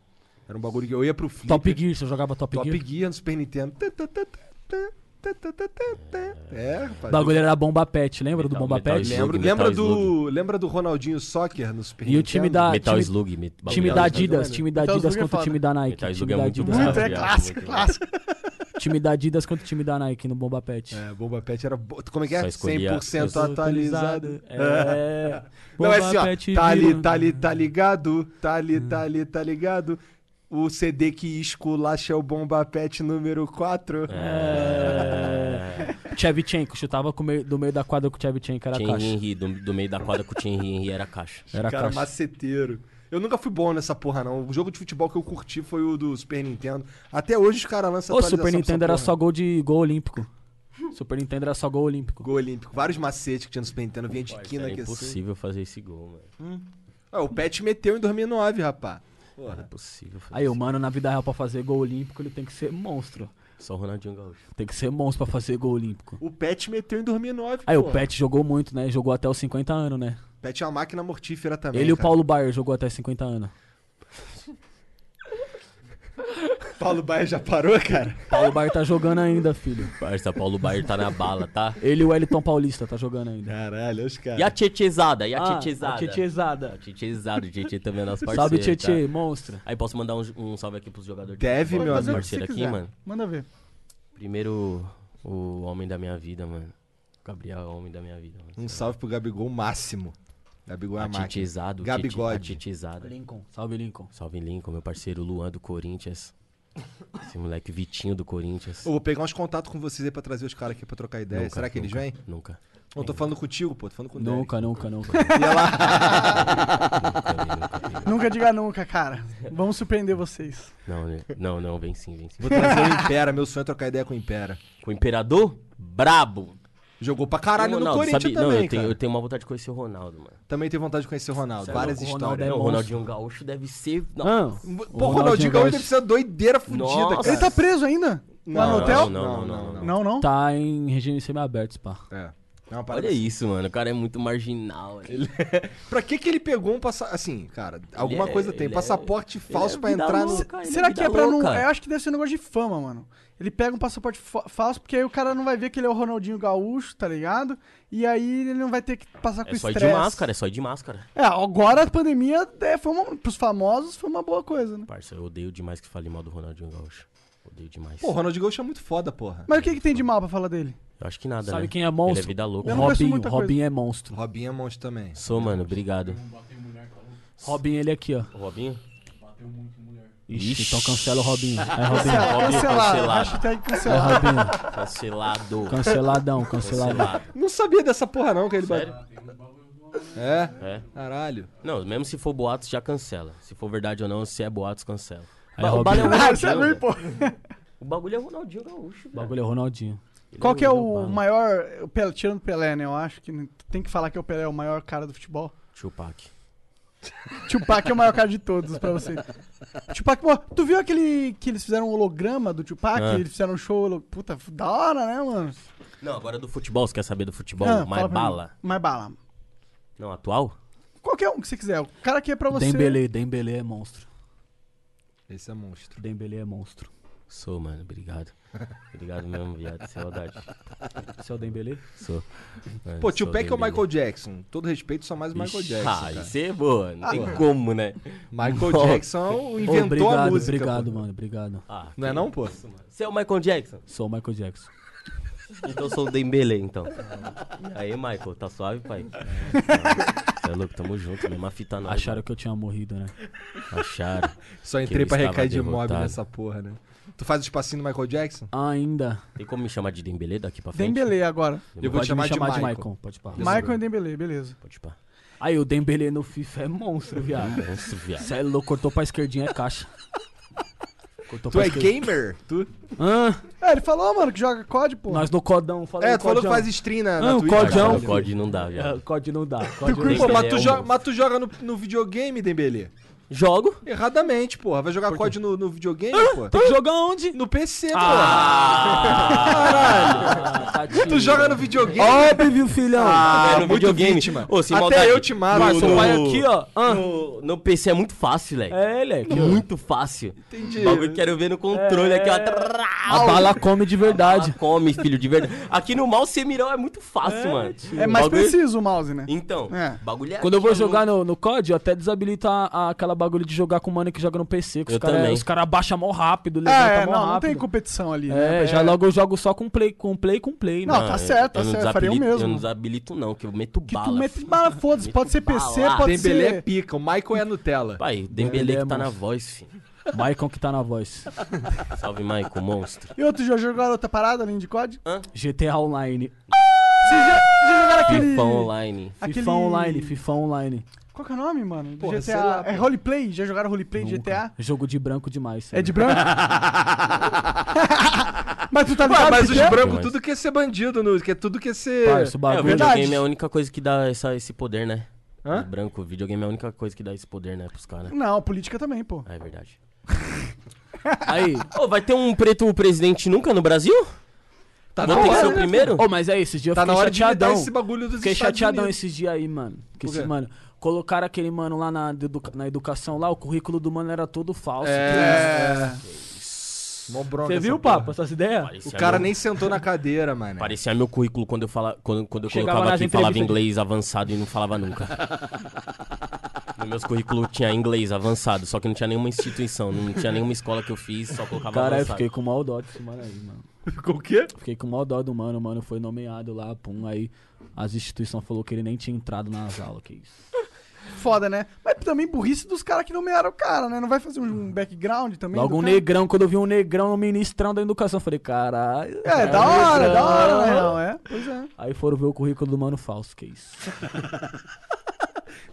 [SPEAKER 3] Era um bagulho que eu ia pro Flip.
[SPEAKER 6] Top Gear, você jogava Top,
[SPEAKER 3] Top
[SPEAKER 6] Gear? É,
[SPEAKER 3] Gear no Super Nintendo. Tá, tá, tá, tá, tá, tá, tá, tá, tá. É,
[SPEAKER 6] O
[SPEAKER 3] rapaz.
[SPEAKER 6] bagulho era Bomba Pet, lembra do
[SPEAKER 4] Metal-
[SPEAKER 6] Bomba
[SPEAKER 4] Metal
[SPEAKER 6] Pet?
[SPEAKER 4] Slug.
[SPEAKER 3] Lembro-
[SPEAKER 4] Metal
[SPEAKER 3] lembra, do,
[SPEAKER 4] Slug.
[SPEAKER 3] lembra do Ronaldinho Soccer no Super
[SPEAKER 6] E o
[SPEAKER 3] Nintendo?
[SPEAKER 6] time da- Ah,
[SPEAKER 4] Metal
[SPEAKER 6] time-
[SPEAKER 4] Slug, me-
[SPEAKER 6] Time
[SPEAKER 3] é
[SPEAKER 4] bagulho
[SPEAKER 6] da
[SPEAKER 4] era-
[SPEAKER 6] Adidas, time da
[SPEAKER 2] Metal
[SPEAKER 6] Adidas
[SPEAKER 2] Slug é
[SPEAKER 6] contra o
[SPEAKER 2] foda.
[SPEAKER 6] time da Nike.
[SPEAKER 4] Metal
[SPEAKER 6] Time
[SPEAKER 4] Slug é
[SPEAKER 6] da
[SPEAKER 4] muito
[SPEAKER 6] Adidas.
[SPEAKER 4] bom.
[SPEAKER 2] Muito, é
[SPEAKER 4] Muito
[SPEAKER 2] clássico,
[SPEAKER 4] bom.
[SPEAKER 2] clássico.
[SPEAKER 6] Time da Adidas contra o time da Nike no Bomba Pet.
[SPEAKER 3] É, Bomba Pet era... bo- Como é que é?
[SPEAKER 4] Só escolhia-
[SPEAKER 3] 100%
[SPEAKER 4] Eu
[SPEAKER 3] atualizado.
[SPEAKER 6] É.
[SPEAKER 3] Não, é
[SPEAKER 6] Bomba
[SPEAKER 3] assim, ó.
[SPEAKER 6] Pet
[SPEAKER 3] Tá ali,
[SPEAKER 6] virou- Hum.
[SPEAKER 3] tá ali, tá ligado. Tá ali, tá ali, tá ligado. O CD que esculacha é o Bomba Pet número 4.
[SPEAKER 6] É. Chevchenko, chutava com o meio- do meio da quadra com o Chevchenko, era
[SPEAKER 4] Tinha
[SPEAKER 6] caixa.
[SPEAKER 4] Henry, do, do meio da quadra com o Tinha Henry, era caixa.
[SPEAKER 6] Era
[SPEAKER 3] cara
[SPEAKER 6] caixa.
[SPEAKER 3] maceteiro. Eu nunca fui bom nessa porra, não. O jogo de futebol que eu curti foi o do Super Nintendo. Até hoje os caras lançam
[SPEAKER 6] Ô,
[SPEAKER 3] atualização
[SPEAKER 6] Super
[SPEAKER 3] pra
[SPEAKER 6] Nintendo
[SPEAKER 3] essa
[SPEAKER 6] era
[SPEAKER 3] porra.
[SPEAKER 6] só gol de gol olímpico. Super Nintendo era só gol olímpico.
[SPEAKER 3] Gol olímpico. Vários macetes que tinha no Super Nintendo. Vinha de quina
[SPEAKER 4] Era
[SPEAKER 3] aqui assim.
[SPEAKER 4] É impossível fazer esse gol, mano.
[SPEAKER 3] Ah, o Pet meteu em 2009, rapá.
[SPEAKER 4] Era É impossível fazer
[SPEAKER 6] Aí, o
[SPEAKER 4] esse
[SPEAKER 6] mano, na vida real, pra fazer gol olímpico, ele tem que ser monstro.
[SPEAKER 4] Só o Ronaldinho Gaúcho.
[SPEAKER 6] Tem que ser monstro pra fazer gol olímpico.
[SPEAKER 3] O Pet meteu em 2009,
[SPEAKER 6] Aí, o
[SPEAKER 3] porra.
[SPEAKER 6] Pet jogou muito, né? Jogou até os 50 anos, né?
[SPEAKER 3] Pet é uma máquina mortífera também,
[SPEAKER 6] ele e o
[SPEAKER 3] cara.
[SPEAKER 6] Paulo Baier jogou até 50 anos.
[SPEAKER 3] Paulo Baia já parou, cara?
[SPEAKER 6] Paulo Baier tá jogando ainda, filho.
[SPEAKER 4] Parça, Paulo Baier tá na bala, tá?
[SPEAKER 6] Ele e o Wellington Paulista tá jogando ainda.
[SPEAKER 3] Caralho, os caras.
[SPEAKER 4] E a Tietezada, e a
[SPEAKER 6] Ah,
[SPEAKER 4] Tietezada.
[SPEAKER 6] a Tietezada.
[SPEAKER 4] Tietezada, o Tietê também é nosso parceiro.
[SPEAKER 6] Salve, Tietê,
[SPEAKER 4] tá?
[SPEAKER 6] monstro.
[SPEAKER 4] Aí posso mandar um, um salve aqui pros jogadores. de
[SPEAKER 3] Deve,
[SPEAKER 4] futebol,
[SPEAKER 3] meu
[SPEAKER 4] nosso
[SPEAKER 3] amigo.
[SPEAKER 4] parceiro aqui, mano.
[SPEAKER 2] Manda ver.
[SPEAKER 4] Primeiro, o homem da minha vida, mano. Gabriel é o homem da minha vida, mano.
[SPEAKER 3] Um salve pro Gabigol máximo. Gabigol é a,
[SPEAKER 4] A
[SPEAKER 3] máquina.
[SPEAKER 4] Tietezada, o Tietê- a
[SPEAKER 3] Gabigode.
[SPEAKER 4] Tietezada.
[SPEAKER 6] Lincoln. Salve, Lincoln.
[SPEAKER 4] Salve Lincoln, meu parceiro Luan do Corinthians. Esse moleque Vitinho do Corinthians.
[SPEAKER 3] Eu vou pegar uns contatos com vocês aí pra trazer os caras aqui pra trocar ideia.
[SPEAKER 4] Nunca,
[SPEAKER 3] é, Será que eles
[SPEAKER 4] nunca,
[SPEAKER 3] vêm?
[SPEAKER 4] Nunca.
[SPEAKER 3] Não tô falando contigo, pô. Tô falando com o Derek.
[SPEAKER 6] Nunca, nunca, nunca.
[SPEAKER 2] Nunca diga nunca, cara. Vamos surpreender vocês.
[SPEAKER 4] Não, né? não, não, vem sim, vem sim.
[SPEAKER 3] Vou trazer o Impera, meu sonho é trocar ideia com o Impera.
[SPEAKER 4] O Imperador, brabo.
[SPEAKER 3] Jogou pra caralho
[SPEAKER 4] Ô,
[SPEAKER 3] no
[SPEAKER 4] Ronaldo,
[SPEAKER 3] Corinthians
[SPEAKER 4] sabe-
[SPEAKER 3] também,
[SPEAKER 4] não, eu tenho,
[SPEAKER 3] cara.
[SPEAKER 4] eu tenho uma vontade de conhecer o Ronaldo, mano.
[SPEAKER 3] Também tenho vontade de conhecer o Ronaldo. Várias
[SPEAKER 6] o Ronaldo
[SPEAKER 3] histórias.
[SPEAKER 6] é
[SPEAKER 4] Não, o
[SPEAKER 6] monstro.
[SPEAKER 4] Ronaldinho Gaúcho deve ser... Não,
[SPEAKER 6] Ah,
[SPEAKER 3] Pô,
[SPEAKER 6] o
[SPEAKER 3] o Ronaldinho Gaúcho deve
[SPEAKER 6] Gaúcho
[SPEAKER 3] ser uma doideira fudida,
[SPEAKER 4] Nossa.
[SPEAKER 3] cara. tá
[SPEAKER 2] Ele tá preso ainda? Lá no hotel?
[SPEAKER 4] Não, não, não. não, não.
[SPEAKER 2] Não, não.
[SPEAKER 6] Tá em regime tá semiaberto, pá.
[SPEAKER 3] É. É uma parada
[SPEAKER 4] Olha isso, mano. O cara é muito marginal. Ele,
[SPEAKER 3] Pra que que ele pegou um passaporte... Assim, cara, alguma
[SPEAKER 4] é-
[SPEAKER 3] coisa tem.
[SPEAKER 4] ele é-
[SPEAKER 3] Passaporte
[SPEAKER 4] ele
[SPEAKER 3] falso
[SPEAKER 4] é
[SPEAKER 3] pra
[SPEAKER 4] vida
[SPEAKER 3] entrar no...
[SPEAKER 4] louca, ele
[SPEAKER 2] Será
[SPEAKER 4] vida
[SPEAKER 2] que é pra não.
[SPEAKER 4] louca.
[SPEAKER 2] Eu acho que deve ser um negócio de fama, mano. Ele pega um passaporte fa- falso, porque aí o cara não vai ver que ele é o Ronaldinho Gaúcho, tá ligado? E aí ele não vai ter que passar com
[SPEAKER 4] É só ir
[SPEAKER 2] estresse.
[SPEAKER 4] de máscara, é só ir de máscara.
[SPEAKER 2] É, agora a pandemia é, foi uma, pros famosos foi uma boa coisa, né?
[SPEAKER 4] Parça, eu odeio demais que fale mal do Ronaldinho Gaúcho. Odeio demais.
[SPEAKER 3] Pô, o Ronald Gaúcho é muito foda, porra.
[SPEAKER 2] Mas o que, que tem de mal pra falar dele?
[SPEAKER 4] Eu acho que nada,
[SPEAKER 6] Sabe
[SPEAKER 4] né?
[SPEAKER 6] quem é monstro?
[SPEAKER 4] Ele é vida louca.
[SPEAKER 2] Eu
[SPEAKER 6] O
[SPEAKER 2] não conheço
[SPEAKER 6] Robin,
[SPEAKER 2] muita
[SPEAKER 6] Robin é monstro.
[SPEAKER 3] Robinho é monstro também.
[SPEAKER 4] Sou, mano. Obrigado.
[SPEAKER 6] Robin, ele aqui, ó.
[SPEAKER 4] O Robinho?
[SPEAKER 6] Ixi,
[SPEAKER 4] Ixi.
[SPEAKER 6] então cancela o Robinho. É Robinho.
[SPEAKER 2] Cancela-
[SPEAKER 4] Robinho
[SPEAKER 2] Cancelado.
[SPEAKER 4] cancelado.
[SPEAKER 2] Hashtag
[SPEAKER 6] É
[SPEAKER 2] cancelado.
[SPEAKER 6] Robinho.
[SPEAKER 4] Cancelado.
[SPEAKER 6] Canceladão, canceladão.
[SPEAKER 4] Cancelado.
[SPEAKER 3] Não sabia dessa porra não que ele bateu. É?
[SPEAKER 4] É.
[SPEAKER 3] Caralho.
[SPEAKER 4] Não, mesmo se for boatos, já cancela. Se for verdade ou não, se é boatos, cancela.
[SPEAKER 6] Aí,
[SPEAKER 4] Ba- o,
[SPEAKER 6] Robinho.
[SPEAKER 4] bagulho é o
[SPEAKER 2] Ah, isso é
[SPEAKER 4] Ronaldinho,
[SPEAKER 2] ruim,
[SPEAKER 4] velho.
[SPEAKER 2] pô.
[SPEAKER 4] o bagulho é o Ronaldinho Gaúcho.
[SPEAKER 6] O bagulho é o Ronaldinho.
[SPEAKER 2] Qual que é o maior. o Pelé- Tirando o Pelé, né? Eu acho que tem que falar que o Pelé é o maior cara do futebol.
[SPEAKER 4] Chupac.
[SPEAKER 2] Tupac é o maior cara de todos pra você. Tupac, mor- tu viu aquele que eles fizeram um holograma do Tupac?
[SPEAKER 4] Ah.
[SPEAKER 2] Eles fizeram um show. holo- Puta, f- da hora, né, mano?
[SPEAKER 4] Não, agora do futebol, você quer saber do futebol?
[SPEAKER 2] Ah, fala
[SPEAKER 4] mais
[SPEAKER 2] pra mim.
[SPEAKER 4] bala.
[SPEAKER 2] Mais bala.
[SPEAKER 4] Não, atual?
[SPEAKER 2] Qualquer um que você quiser. O cara que é pra você.
[SPEAKER 6] Dembele, Dembele é monstro.
[SPEAKER 3] Esse é monstro.
[SPEAKER 6] Dembele é monstro.
[SPEAKER 4] Sou, mano. Obrigado. Obrigado mesmo, viado. Saudade.
[SPEAKER 6] Você é o Dembele?
[SPEAKER 4] Sou. Mano,
[SPEAKER 3] Pô,
[SPEAKER 4] sou
[SPEAKER 3] Tupac é o
[SPEAKER 4] dele.
[SPEAKER 3] Michael Jackson. Todo respeito, só mais o Michael
[SPEAKER 4] Ixi,
[SPEAKER 3] Jackson,
[SPEAKER 4] Ah,
[SPEAKER 3] cara.
[SPEAKER 4] isso é boa. Não tem como, né?
[SPEAKER 3] Michael
[SPEAKER 4] Nossa.
[SPEAKER 3] Jackson é o- inventou
[SPEAKER 6] obrigado,
[SPEAKER 3] a música.
[SPEAKER 6] obrigado,
[SPEAKER 3] pô.
[SPEAKER 6] mano. Obrigado.
[SPEAKER 4] Ah,
[SPEAKER 3] Não é não, pô?
[SPEAKER 4] Você é o Michael Jackson?
[SPEAKER 6] Sou o Michael Jackson.
[SPEAKER 4] Então sou o Dembele, então. Aí, Michael, tá suave, pai? Você é louco, tamo junto, mesma fita nós.
[SPEAKER 6] Acharam que eu tinha morrido, né?
[SPEAKER 4] mano. Acharam.
[SPEAKER 3] Só
[SPEAKER 4] Que
[SPEAKER 3] entrei
[SPEAKER 4] ele
[SPEAKER 3] pra
[SPEAKER 4] estava
[SPEAKER 3] recair de
[SPEAKER 4] derrotado.
[SPEAKER 3] mob nessa porra, né? Tu faz o espacinho do Michael Jackson?
[SPEAKER 6] Ainda.
[SPEAKER 4] Tem como me chamar de Dembele daqui pra frente?
[SPEAKER 2] Dembele agora.
[SPEAKER 3] Eu vou
[SPEAKER 6] Pode
[SPEAKER 3] te chamar,
[SPEAKER 6] me chamar de
[SPEAKER 3] de
[SPEAKER 6] Michael.
[SPEAKER 3] Michael.
[SPEAKER 6] Pode parar.
[SPEAKER 2] Michael e Dembele, beleza.
[SPEAKER 4] Pode pá.
[SPEAKER 6] Aí o Dembele no FIFA é monstro, viado.
[SPEAKER 4] Nossa, viado.
[SPEAKER 6] Cê é louco, cortou pra esquerdinha é caixa. Cortou
[SPEAKER 3] Tu é
[SPEAKER 6] esquerdinha.
[SPEAKER 3] gamer? Tu...
[SPEAKER 6] Ah,
[SPEAKER 2] É, ele falou, mano, que joga COD, pô.
[SPEAKER 6] nós no codão. Fala
[SPEAKER 3] É,
[SPEAKER 6] aí,
[SPEAKER 3] tu falou que
[SPEAKER 6] codão.
[SPEAKER 3] faz stream na, na
[SPEAKER 6] Ah, o
[SPEAKER 3] Twitch.
[SPEAKER 6] Codão.
[SPEAKER 4] Não, COD não dá,
[SPEAKER 6] É,
[SPEAKER 4] viado.
[SPEAKER 6] COD não dá. COD não
[SPEAKER 3] Pô, mas
[SPEAKER 4] Dembele
[SPEAKER 3] tu,
[SPEAKER 4] é um
[SPEAKER 3] joga,
[SPEAKER 4] monstro.
[SPEAKER 3] mas tu joga no, no videogame, Dembele?
[SPEAKER 4] Jogo?
[SPEAKER 3] Erradamente, porra. Vai jogar COD no, no videogame, pô?
[SPEAKER 6] Tu joga onde?
[SPEAKER 3] No PC,
[SPEAKER 6] Ah,
[SPEAKER 3] porra. Tu joga no videogame?
[SPEAKER 6] Óbvio, filhão.
[SPEAKER 4] Ah,
[SPEAKER 3] muito
[SPEAKER 4] videogame.
[SPEAKER 3] vítima.
[SPEAKER 4] Ô, sem
[SPEAKER 3] Até
[SPEAKER 4] maldade,
[SPEAKER 3] eu te mato.
[SPEAKER 4] no-
[SPEAKER 3] Mas seu
[SPEAKER 4] no-
[SPEAKER 6] pai aqui, ó. Ah.
[SPEAKER 4] No, no PC é muito fácil, leque.
[SPEAKER 6] É, leque.
[SPEAKER 4] Muito fácil.
[SPEAKER 3] Entendi. É.
[SPEAKER 4] O bagulho quero ver no controle aqui, ó.
[SPEAKER 6] A bala come de verdade.
[SPEAKER 4] Ela come, filho, de verdade. Aqui no mouse ser mirão é muito fácil, mano.
[SPEAKER 2] É mais
[SPEAKER 4] Bagulho-
[SPEAKER 2] preciso o mouse, né?
[SPEAKER 4] Então,
[SPEAKER 2] É.
[SPEAKER 4] bagulho é
[SPEAKER 6] Tá Quando eu vou
[SPEAKER 4] aqui, ó,
[SPEAKER 6] jogar no, no COD, eu até desabilito a, a- aquela bagulho de jogar com o mano que joga no PC. Que
[SPEAKER 4] Eu
[SPEAKER 6] os caras
[SPEAKER 4] também.
[SPEAKER 6] os cara abaixam mó rápido,
[SPEAKER 2] É,
[SPEAKER 6] levanta
[SPEAKER 2] é,
[SPEAKER 6] mó
[SPEAKER 2] não, não
[SPEAKER 6] rápido.
[SPEAKER 2] tem competição ali, né?
[SPEAKER 6] É, já logo eu jogo só com play, com play, com play.
[SPEAKER 2] Não,
[SPEAKER 6] Não,
[SPEAKER 2] tá certo, tá
[SPEAKER 4] eu não
[SPEAKER 2] certo, faria o
[SPEAKER 4] desabilito-
[SPEAKER 2] mesmo.
[SPEAKER 4] Eu não desabilito, não, que eu meto
[SPEAKER 2] Que
[SPEAKER 4] bala.
[SPEAKER 2] tu mete
[SPEAKER 4] filho.
[SPEAKER 2] bala, foda-se. Pode ser
[SPEAKER 4] Bala.
[SPEAKER 2] PC, pode
[SPEAKER 3] Dembele é
[SPEAKER 2] ser.
[SPEAKER 3] pica, o Michael é Nutella.
[SPEAKER 4] Pai, o Dembele que
[SPEAKER 6] Dembele
[SPEAKER 4] tá
[SPEAKER 6] é
[SPEAKER 4] na
[SPEAKER 6] monstro.
[SPEAKER 4] voz, filho.
[SPEAKER 6] Maicon que tá na voz.
[SPEAKER 4] Salve, Michael, monstro.
[SPEAKER 2] E outro jogo, jogaram outra parada além de COD?
[SPEAKER 6] GTA Online.
[SPEAKER 2] Vocês já, já jogaram aquele.
[SPEAKER 4] Pipão online.
[SPEAKER 2] Aquele-
[SPEAKER 6] FIFA Online, FIFA Online.
[SPEAKER 2] Qual que é o nome, mano? Do
[SPEAKER 3] Porra, sei
[SPEAKER 2] GTA.
[SPEAKER 3] lá,
[SPEAKER 2] é
[SPEAKER 3] pô.
[SPEAKER 2] roleplay? Já jogaram roleplay de GTA?
[SPEAKER 6] Jogo de branco demais.
[SPEAKER 2] É
[SPEAKER 6] sério.
[SPEAKER 2] de branco? mas tu tá ligado?
[SPEAKER 3] Ué, mas
[SPEAKER 2] que
[SPEAKER 3] os
[SPEAKER 2] que é?
[SPEAKER 3] brancos,
[SPEAKER 4] Mas-
[SPEAKER 3] tudo quer ser bandido, no, quer tudo quer ser.
[SPEAKER 4] É,
[SPEAKER 6] Parça, o
[SPEAKER 4] o
[SPEAKER 6] bagulho.
[SPEAKER 4] videogame é a única coisa que dá essa, esse poder, né?
[SPEAKER 3] Hã?
[SPEAKER 4] O branco, o videogame é a única coisa que dá esse poder, né, pros caras.
[SPEAKER 2] Não, política também, pô.
[SPEAKER 4] Ah, é verdade.
[SPEAKER 6] é Aí.
[SPEAKER 4] Ô, vai ter um preto presidente nunca no Brasil?
[SPEAKER 3] Tá
[SPEAKER 4] Vou
[SPEAKER 3] na
[SPEAKER 4] ter que
[SPEAKER 3] hora,
[SPEAKER 4] ser o
[SPEAKER 3] né?
[SPEAKER 4] primeiro?
[SPEAKER 6] Ô, mas é isso, esse dia eu
[SPEAKER 3] Tá na
[SPEAKER 6] fiquei
[SPEAKER 3] hora de lidar
[SPEAKER 6] chateadão.
[SPEAKER 3] esse bagulho dos
[SPEAKER 6] Fiquei
[SPEAKER 3] Estados
[SPEAKER 6] chateadão
[SPEAKER 3] Unidos.
[SPEAKER 6] esses dias aí, mano. Que
[SPEAKER 3] Por
[SPEAKER 6] esse,
[SPEAKER 3] quê?
[SPEAKER 6] mano. Colocaram aquele mano lá na, educa- na educação lá, o currículo do mano era todo falso.
[SPEAKER 3] É. Mó bronca
[SPEAKER 6] Você
[SPEAKER 3] essa
[SPEAKER 6] viu,
[SPEAKER 3] porra.
[SPEAKER 6] papo, essas ideias?
[SPEAKER 3] O
[SPEAKER 4] Parecia
[SPEAKER 3] cara
[SPEAKER 4] meu-
[SPEAKER 3] nem sentou na cadeira, mano.
[SPEAKER 4] Parecia meu currículo quando eu, fala, quando, quando eu
[SPEAKER 6] É. Chegava
[SPEAKER 4] colocava
[SPEAKER 6] nas
[SPEAKER 4] aqui, falava
[SPEAKER 6] entrevistas de-
[SPEAKER 4] inglês avançado e não falava nunca. no meus currículos tinha inglês avançado, só que não tinha nenhuma instituição, não tinha nenhuma escola que eu fiz, só colocava
[SPEAKER 6] Cara, eu
[SPEAKER 4] avançado.
[SPEAKER 6] fiquei com mal dó desse mano aí, mano.
[SPEAKER 3] Ficou o quê?
[SPEAKER 6] Fiquei com mal dó do mano, o mano foi nomeado lá, pum. Aí as instituições falou que ele nem tinha entrado nas aulas, que isso.
[SPEAKER 2] Foda, né? Mas também burrice dos caras que nomearam o cara, né? Não vai fazer um um background também?
[SPEAKER 6] Logo
[SPEAKER 2] do
[SPEAKER 6] um
[SPEAKER 2] cara?
[SPEAKER 6] negrão, quando eu vi um negrão no ministrão da educação, eu falei, caralho.
[SPEAKER 2] É, da hora, da hora, na real, é. Pois é.
[SPEAKER 6] Aí foram ver o currículo do mano falso, que isso.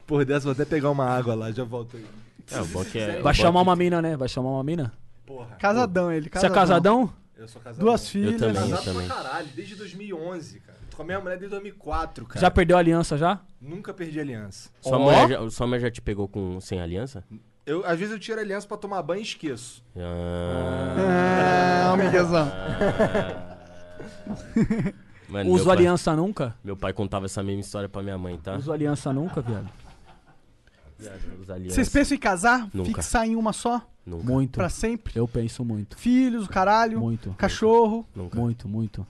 [SPEAKER 3] Porra, dessa, vou até pegar uma água lá, já volto aí.
[SPEAKER 4] É, o bom que é-
[SPEAKER 6] Vai
[SPEAKER 4] o bom
[SPEAKER 6] chamar
[SPEAKER 4] que-
[SPEAKER 6] uma mina, né? Vai chamar uma mina?
[SPEAKER 2] Casadão ele,
[SPEAKER 6] Você é casadão?
[SPEAKER 3] Eu sou casado.
[SPEAKER 2] Duas
[SPEAKER 4] Eu
[SPEAKER 2] filhas.
[SPEAKER 4] também, eu
[SPEAKER 3] Casado pra
[SPEAKER 4] também.
[SPEAKER 3] caralho, desde 2011, cara. Tô com a minha mulher desde 2004, cara.
[SPEAKER 6] Já perdeu a aliança já?
[SPEAKER 3] Nunca perdi aliança.
[SPEAKER 4] Sua,
[SPEAKER 6] Ó.
[SPEAKER 4] mulher já, sua mulher já te pegou com, sem aliança?
[SPEAKER 3] Eu, às vezes eu tiro aliança pra tomar banho e esqueço.
[SPEAKER 4] Ah,
[SPEAKER 2] É, amiguezão.
[SPEAKER 4] Mano, meu
[SPEAKER 6] Uso
[SPEAKER 4] pai-
[SPEAKER 6] aliança nunca?
[SPEAKER 4] Meu pai contava essa mesma história pra minha mãe, tá?
[SPEAKER 6] Uso aliança Ah, nunca, viado?
[SPEAKER 4] Os alianças.
[SPEAKER 2] Vocês pensam em casar?
[SPEAKER 4] Nunca.
[SPEAKER 2] Fixar em uma só?
[SPEAKER 4] Nunca.
[SPEAKER 6] Muito.
[SPEAKER 2] Pra sempre?
[SPEAKER 6] Eu penso muito.
[SPEAKER 2] Filhos, o caralho?
[SPEAKER 6] Muito.
[SPEAKER 2] Cachorro?
[SPEAKER 4] Nunca.
[SPEAKER 6] Muito, muito.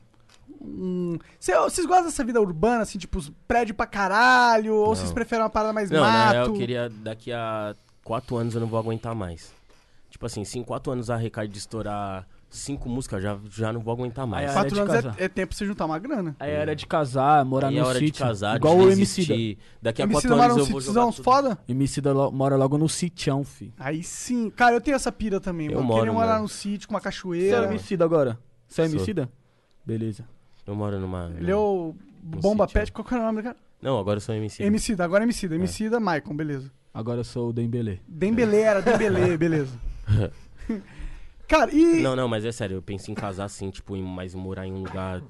[SPEAKER 2] Cê- Vocês gostam dessa vida urbana, assim, tipo, os prédios pra caralho? Ou vocês preferem uma parada mais
[SPEAKER 4] Não, na real,
[SPEAKER 2] mato?
[SPEAKER 4] eu queria. Daqui a quatro anos eu não vou aguentar mais. Tipo assim, se em quatro anos a Recai de estourar cinco músicas, já, já não vou aguentar mais.
[SPEAKER 6] Ai, ai.
[SPEAKER 2] Quatro
[SPEAKER 6] Área de
[SPEAKER 2] anos
[SPEAKER 6] casar.
[SPEAKER 2] é, é tempo pra você juntar uma grana.
[SPEAKER 6] Aí era de casar, morar
[SPEAKER 4] Aí
[SPEAKER 6] no
[SPEAKER 4] é hora
[SPEAKER 6] sítio.
[SPEAKER 4] de casar,
[SPEAKER 6] igual
[SPEAKER 4] de
[SPEAKER 6] o
[SPEAKER 4] desistir.
[SPEAKER 6] Emicida.
[SPEAKER 4] Daqui a
[SPEAKER 2] Me
[SPEAKER 4] quatro
[SPEAKER 2] ensinaram
[SPEAKER 4] anos
[SPEAKER 2] um
[SPEAKER 4] eu vou jogar
[SPEAKER 2] sítiozinho
[SPEAKER 4] tudo.
[SPEAKER 2] foda?
[SPEAKER 6] Emicida lo- mora logo no sitião, fi.
[SPEAKER 2] Aí sim. Cara, eu tenho essa pira também,
[SPEAKER 4] Eu
[SPEAKER 2] mano.
[SPEAKER 4] moro,
[SPEAKER 2] queria morar
[SPEAKER 4] mano.
[SPEAKER 2] num sítio com uma
[SPEAKER 6] Você é
[SPEAKER 2] cachoeira.
[SPEAKER 6] Emicida agora? Você é
[SPEAKER 4] Sou.
[SPEAKER 6] Emicida? Beleza.
[SPEAKER 4] Eu moro numa...
[SPEAKER 2] Ele é o Bomba
[SPEAKER 4] sítio.
[SPEAKER 2] Pet. Qual que é o nome do cara?
[SPEAKER 4] Não, agora eu sou MC.
[SPEAKER 2] Emicida. Agora é Emicida. Emicida, Maicon, beleza.
[SPEAKER 6] Agora eu sou o Dembele.
[SPEAKER 2] Dembele era Dembele, beleza. cara, e...
[SPEAKER 4] Não, não, mas é sério, eu penso em casar assim, tipo, em- mas morar em um lugar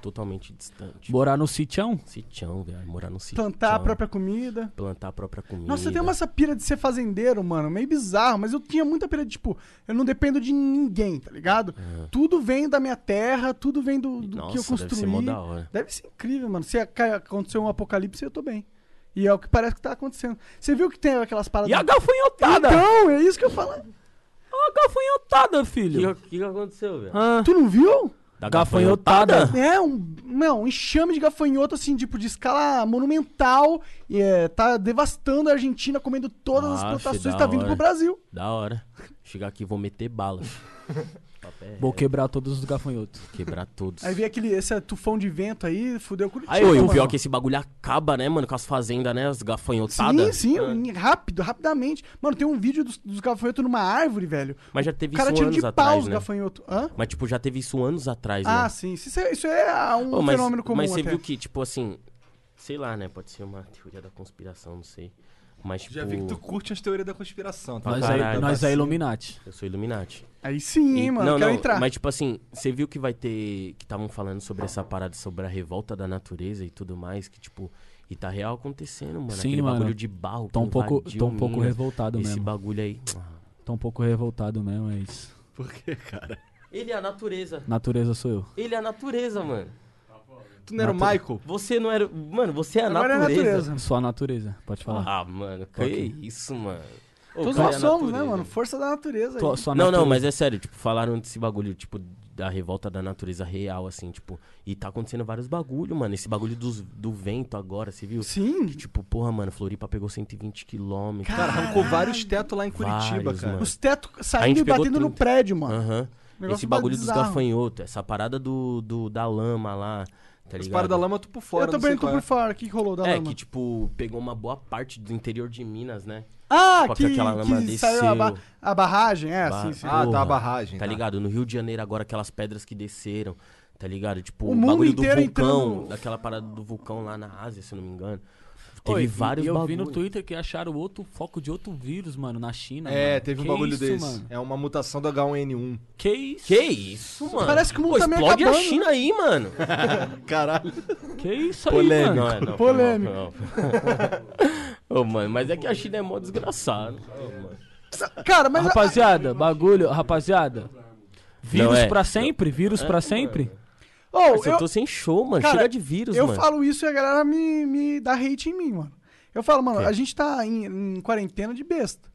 [SPEAKER 4] totalmente distante.
[SPEAKER 6] Morar no sitião?
[SPEAKER 4] Sitião, velho, morar no sítio.
[SPEAKER 2] plantar a própria comida.
[SPEAKER 4] Plantar a própria comida.
[SPEAKER 2] Nossa, eu tenho uma essa pira de ser fazendeiro, mano. Meio bizarro, mas eu tinha muita pira de, tipo, eu não dependo de ninguém, tá ligado? Tudo vem da minha terra, tudo vem do, do
[SPEAKER 4] Nossa,
[SPEAKER 2] que eu construí.
[SPEAKER 4] deve ser mó da hora.
[SPEAKER 2] Deve ser incrível, mano. Se aca- acontecer um apocalipse, eu tô bem. E é o que parece que tá acontecendo. Você viu que tem aquelas paradas.
[SPEAKER 6] E a gafanhotada?
[SPEAKER 2] Então, é isso que eu falo.
[SPEAKER 6] A gafanhotada,
[SPEAKER 4] O que,
[SPEAKER 6] filho.
[SPEAKER 4] que que aconteceu, velho?
[SPEAKER 6] Hã?
[SPEAKER 2] Tu não viu?
[SPEAKER 4] Da
[SPEAKER 6] gafanhotada?
[SPEAKER 2] É, um, não, um enxame de gafanhoto, assim, tipo, de escala monumental. E é, tá devastando a Argentina, comendo todas as
[SPEAKER 4] Ah, fi,
[SPEAKER 2] plantações,
[SPEAKER 4] da
[SPEAKER 2] tá vindo
[SPEAKER 4] hora.
[SPEAKER 2] pro Brasil.
[SPEAKER 4] Da hora. Chegar aqui vou meter bala. Papé,
[SPEAKER 6] Vou quebrar todos os gafanhotos.
[SPEAKER 4] quebrar todos.
[SPEAKER 2] Aí vem aquele, esse é tufão de vento aí, fudeu Curitiba.
[SPEAKER 4] Aí, Pô, e o
[SPEAKER 2] mano.
[SPEAKER 4] pior é que esse bagulho acaba, né, mano, com as fazendas, né, as
[SPEAKER 2] Sim,
[SPEAKER 4] gafanhotadas.
[SPEAKER 2] sim, rápido, rapidamente. Mano, tem um vídeo dos, dos gafanhotos numa árvore, velho.
[SPEAKER 4] Mas já teve
[SPEAKER 2] O cara
[SPEAKER 4] isso
[SPEAKER 2] tira
[SPEAKER 4] anos
[SPEAKER 2] de pau
[SPEAKER 4] atrás,
[SPEAKER 2] os
[SPEAKER 4] né?
[SPEAKER 2] gafanhotos. Hã?
[SPEAKER 4] Mas, tipo, já teve isso anos atrás, né?
[SPEAKER 2] Ah, sim. Isso é, isso é ah, um
[SPEAKER 4] Pô, mas,
[SPEAKER 2] fenômeno comum
[SPEAKER 4] Mas você
[SPEAKER 2] até.
[SPEAKER 4] viu que, tipo assim, sei lá, né? Pode ser uma teoria da conspiração, não sei. Mas, tipo,
[SPEAKER 3] Já vi que tu curte as teorias da conspiração. Tá?
[SPEAKER 4] Pra
[SPEAKER 6] Nós,
[SPEAKER 4] caralho.
[SPEAKER 6] é, nós é Illuminati.
[SPEAKER 4] eu sou Illuminati.
[SPEAKER 2] Aí sim, hein,
[SPEAKER 4] E-
[SPEAKER 2] mano.
[SPEAKER 4] não,
[SPEAKER 2] quero
[SPEAKER 4] não,
[SPEAKER 2] entrar.
[SPEAKER 4] mas tipo assim, você viu que vai ter. Que estavam falando sobre essa parada, sobre a revolta da natureza e tudo mais, que, tipo. E tá real acontecendo, mano.
[SPEAKER 6] Sim,
[SPEAKER 4] Aquele
[SPEAKER 6] mano.
[SPEAKER 4] bagulho de barro. que
[SPEAKER 6] Tô um pouco-
[SPEAKER 4] invadiu
[SPEAKER 6] tô um pouco
[SPEAKER 4] Minas,
[SPEAKER 6] revoltado
[SPEAKER 4] esse
[SPEAKER 6] mesmo.
[SPEAKER 4] bagulho aí. ah,
[SPEAKER 6] Tô um pouco revoltado mesmo, é isso.
[SPEAKER 4] Ele é a natureza.
[SPEAKER 6] Natureza sou eu.
[SPEAKER 4] Ele é a natureza, mano.
[SPEAKER 3] Tu não era o Michael?
[SPEAKER 4] Você não era. Mano, você é a
[SPEAKER 2] Agora é a
[SPEAKER 4] é natureza.
[SPEAKER 2] natureza.
[SPEAKER 6] Sou a natureza, pode falar.
[SPEAKER 4] Ah, mano, que isso, mano. Ô,
[SPEAKER 2] Todos
[SPEAKER 4] cara,
[SPEAKER 2] nós
[SPEAKER 4] é a
[SPEAKER 2] somos, né,
[SPEAKER 4] natureza.
[SPEAKER 2] mano? Força da natureza.
[SPEAKER 6] Tô-
[SPEAKER 2] aí.
[SPEAKER 6] sou a
[SPEAKER 4] Não, não,
[SPEAKER 6] natureza.
[SPEAKER 4] mas é sério, tipo, falaram desse bagulho, tipo, da revolta da natureza real, assim, tipo, e tá acontecendo vários bagulho, mano. Esse bagulho dos, do vento agora, você viu?
[SPEAKER 2] Sim.
[SPEAKER 4] Que, tipo, porra, mano, Floripa pegou 120 quilômetros.
[SPEAKER 3] Cara, arrancou vários tetos lá em
[SPEAKER 4] Vários,
[SPEAKER 3] Curitiba, cara.
[SPEAKER 4] mano.
[SPEAKER 2] Os tetos
[SPEAKER 4] É. A gente
[SPEAKER 2] saindo e
[SPEAKER 4] pegou
[SPEAKER 2] batendo no
[SPEAKER 4] 30.
[SPEAKER 2] prédio, mano.
[SPEAKER 4] Aham.
[SPEAKER 2] Negócio
[SPEAKER 4] Esse bagulho dos
[SPEAKER 2] bizarro.
[SPEAKER 4] gafanhotos, essa parada do, do, da lama lá, tá
[SPEAKER 3] Os
[SPEAKER 4] ligado?
[SPEAKER 3] paras da lama tu por fora,
[SPEAKER 2] Eu tô
[SPEAKER 3] não sei
[SPEAKER 2] bem tô
[SPEAKER 3] qual é.
[SPEAKER 2] por fora. O que que rolou da
[SPEAKER 4] É,
[SPEAKER 2] lama?
[SPEAKER 4] que, tipo, pegou uma boa parte do interior de Minas, né?
[SPEAKER 2] ah,
[SPEAKER 4] tipo,
[SPEAKER 2] que,
[SPEAKER 4] aquela lama
[SPEAKER 2] que saiu a, ba-
[SPEAKER 4] desceu.
[SPEAKER 2] a barragem. É,
[SPEAKER 4] Ba-
[SPEAKER 2] sim, sim.
[SPEAKER 3] Ah, tá
[SPEAKER 4] Porra,
[SPEAKER 3] a barragem.
[SPEAKER 4] Tá ligado? No Rio de Janeiro, agora aquelas pedras que desceram, tá ligado? Tipo,
[SPEAKER 2] O
[SPEAKER 4] o,
[SPEAKER 2] mundo
[SPEAKER 4] bagulho
[SPEAKER 2] inteiro
[SPEAKER 4] do vulcão,
[SPEAKER 2] entrando-
[SPEAKER 4] daquela parada do vulcão lá na Ásia, se eu não me engano. Teve
[SPEAKER 6] Oi, e-
[SPEAKER 4] vários
[SPEAKER 6] e Eu vi
[SPEAKER 4] bagulho.
[SPEAKER 6] no Twitter que acharam outro foco de outro vírus, mano, na China.
[SPEAKER 3] É,
[SPEAKER 6] mano.
[SPEAKER 3] teve um
[SPEAKER 6] Que
[SPEAKER 3] bagulho
[SPEAKER 6] isso,
[SPEAKER 3] desse.
[SPEAKER 6] Mano?
[SPEAKER 3] É uma mutação do H1N1.
[SPEAKER 6] Que isso?
[SPEAKER 4] Que isso, mano?
[SPEAKER 2] Parece que o mundo
[SPEAKER 4] Pô,
[SPEAKER 2] tá meio
[SPEAKER 4] explode a
[SPEAKER 2] acabando,
[SPEAKER 4] China aí, mano.
[SPEAKER 3] Caralho.
[SPEAKER 6] Que isso aí,
[SPEAKER 3] Polêmico.
[SPEAKER 6] mano?
[SPEAKER 4] é, não, foi
[SPEAKER 2] Polêmico.
[SPEAKER 4] mal, foi mal. Ô, mano, mas é que a China é mó desgraçada.
[SPEAKER 2] Cara, mas... a-
[SPEAKER 6] Rapaziada, bagulho, rapaziada. Vírus
[SPEAKER 4] é.
[SPEAKER 6] pra sempre? Vírus pra sempre?
[SPEAKER 2] Oh,
[SPEAKER 4] Eu...
[SPEAKER 2] eu-
[SPEAKER 4] tô sem show, mano.
[SPEAKER 2] Cara,
[SPEAKER 4] Chega de vírus,
[SPEAKER 2] eu
[SPEAKER 4] mano.
[SPEAKER 2] falo isso e a galera me, me dá hate em mim, mano. Eu falo, mano, a gente tá em, em quarentena de besta.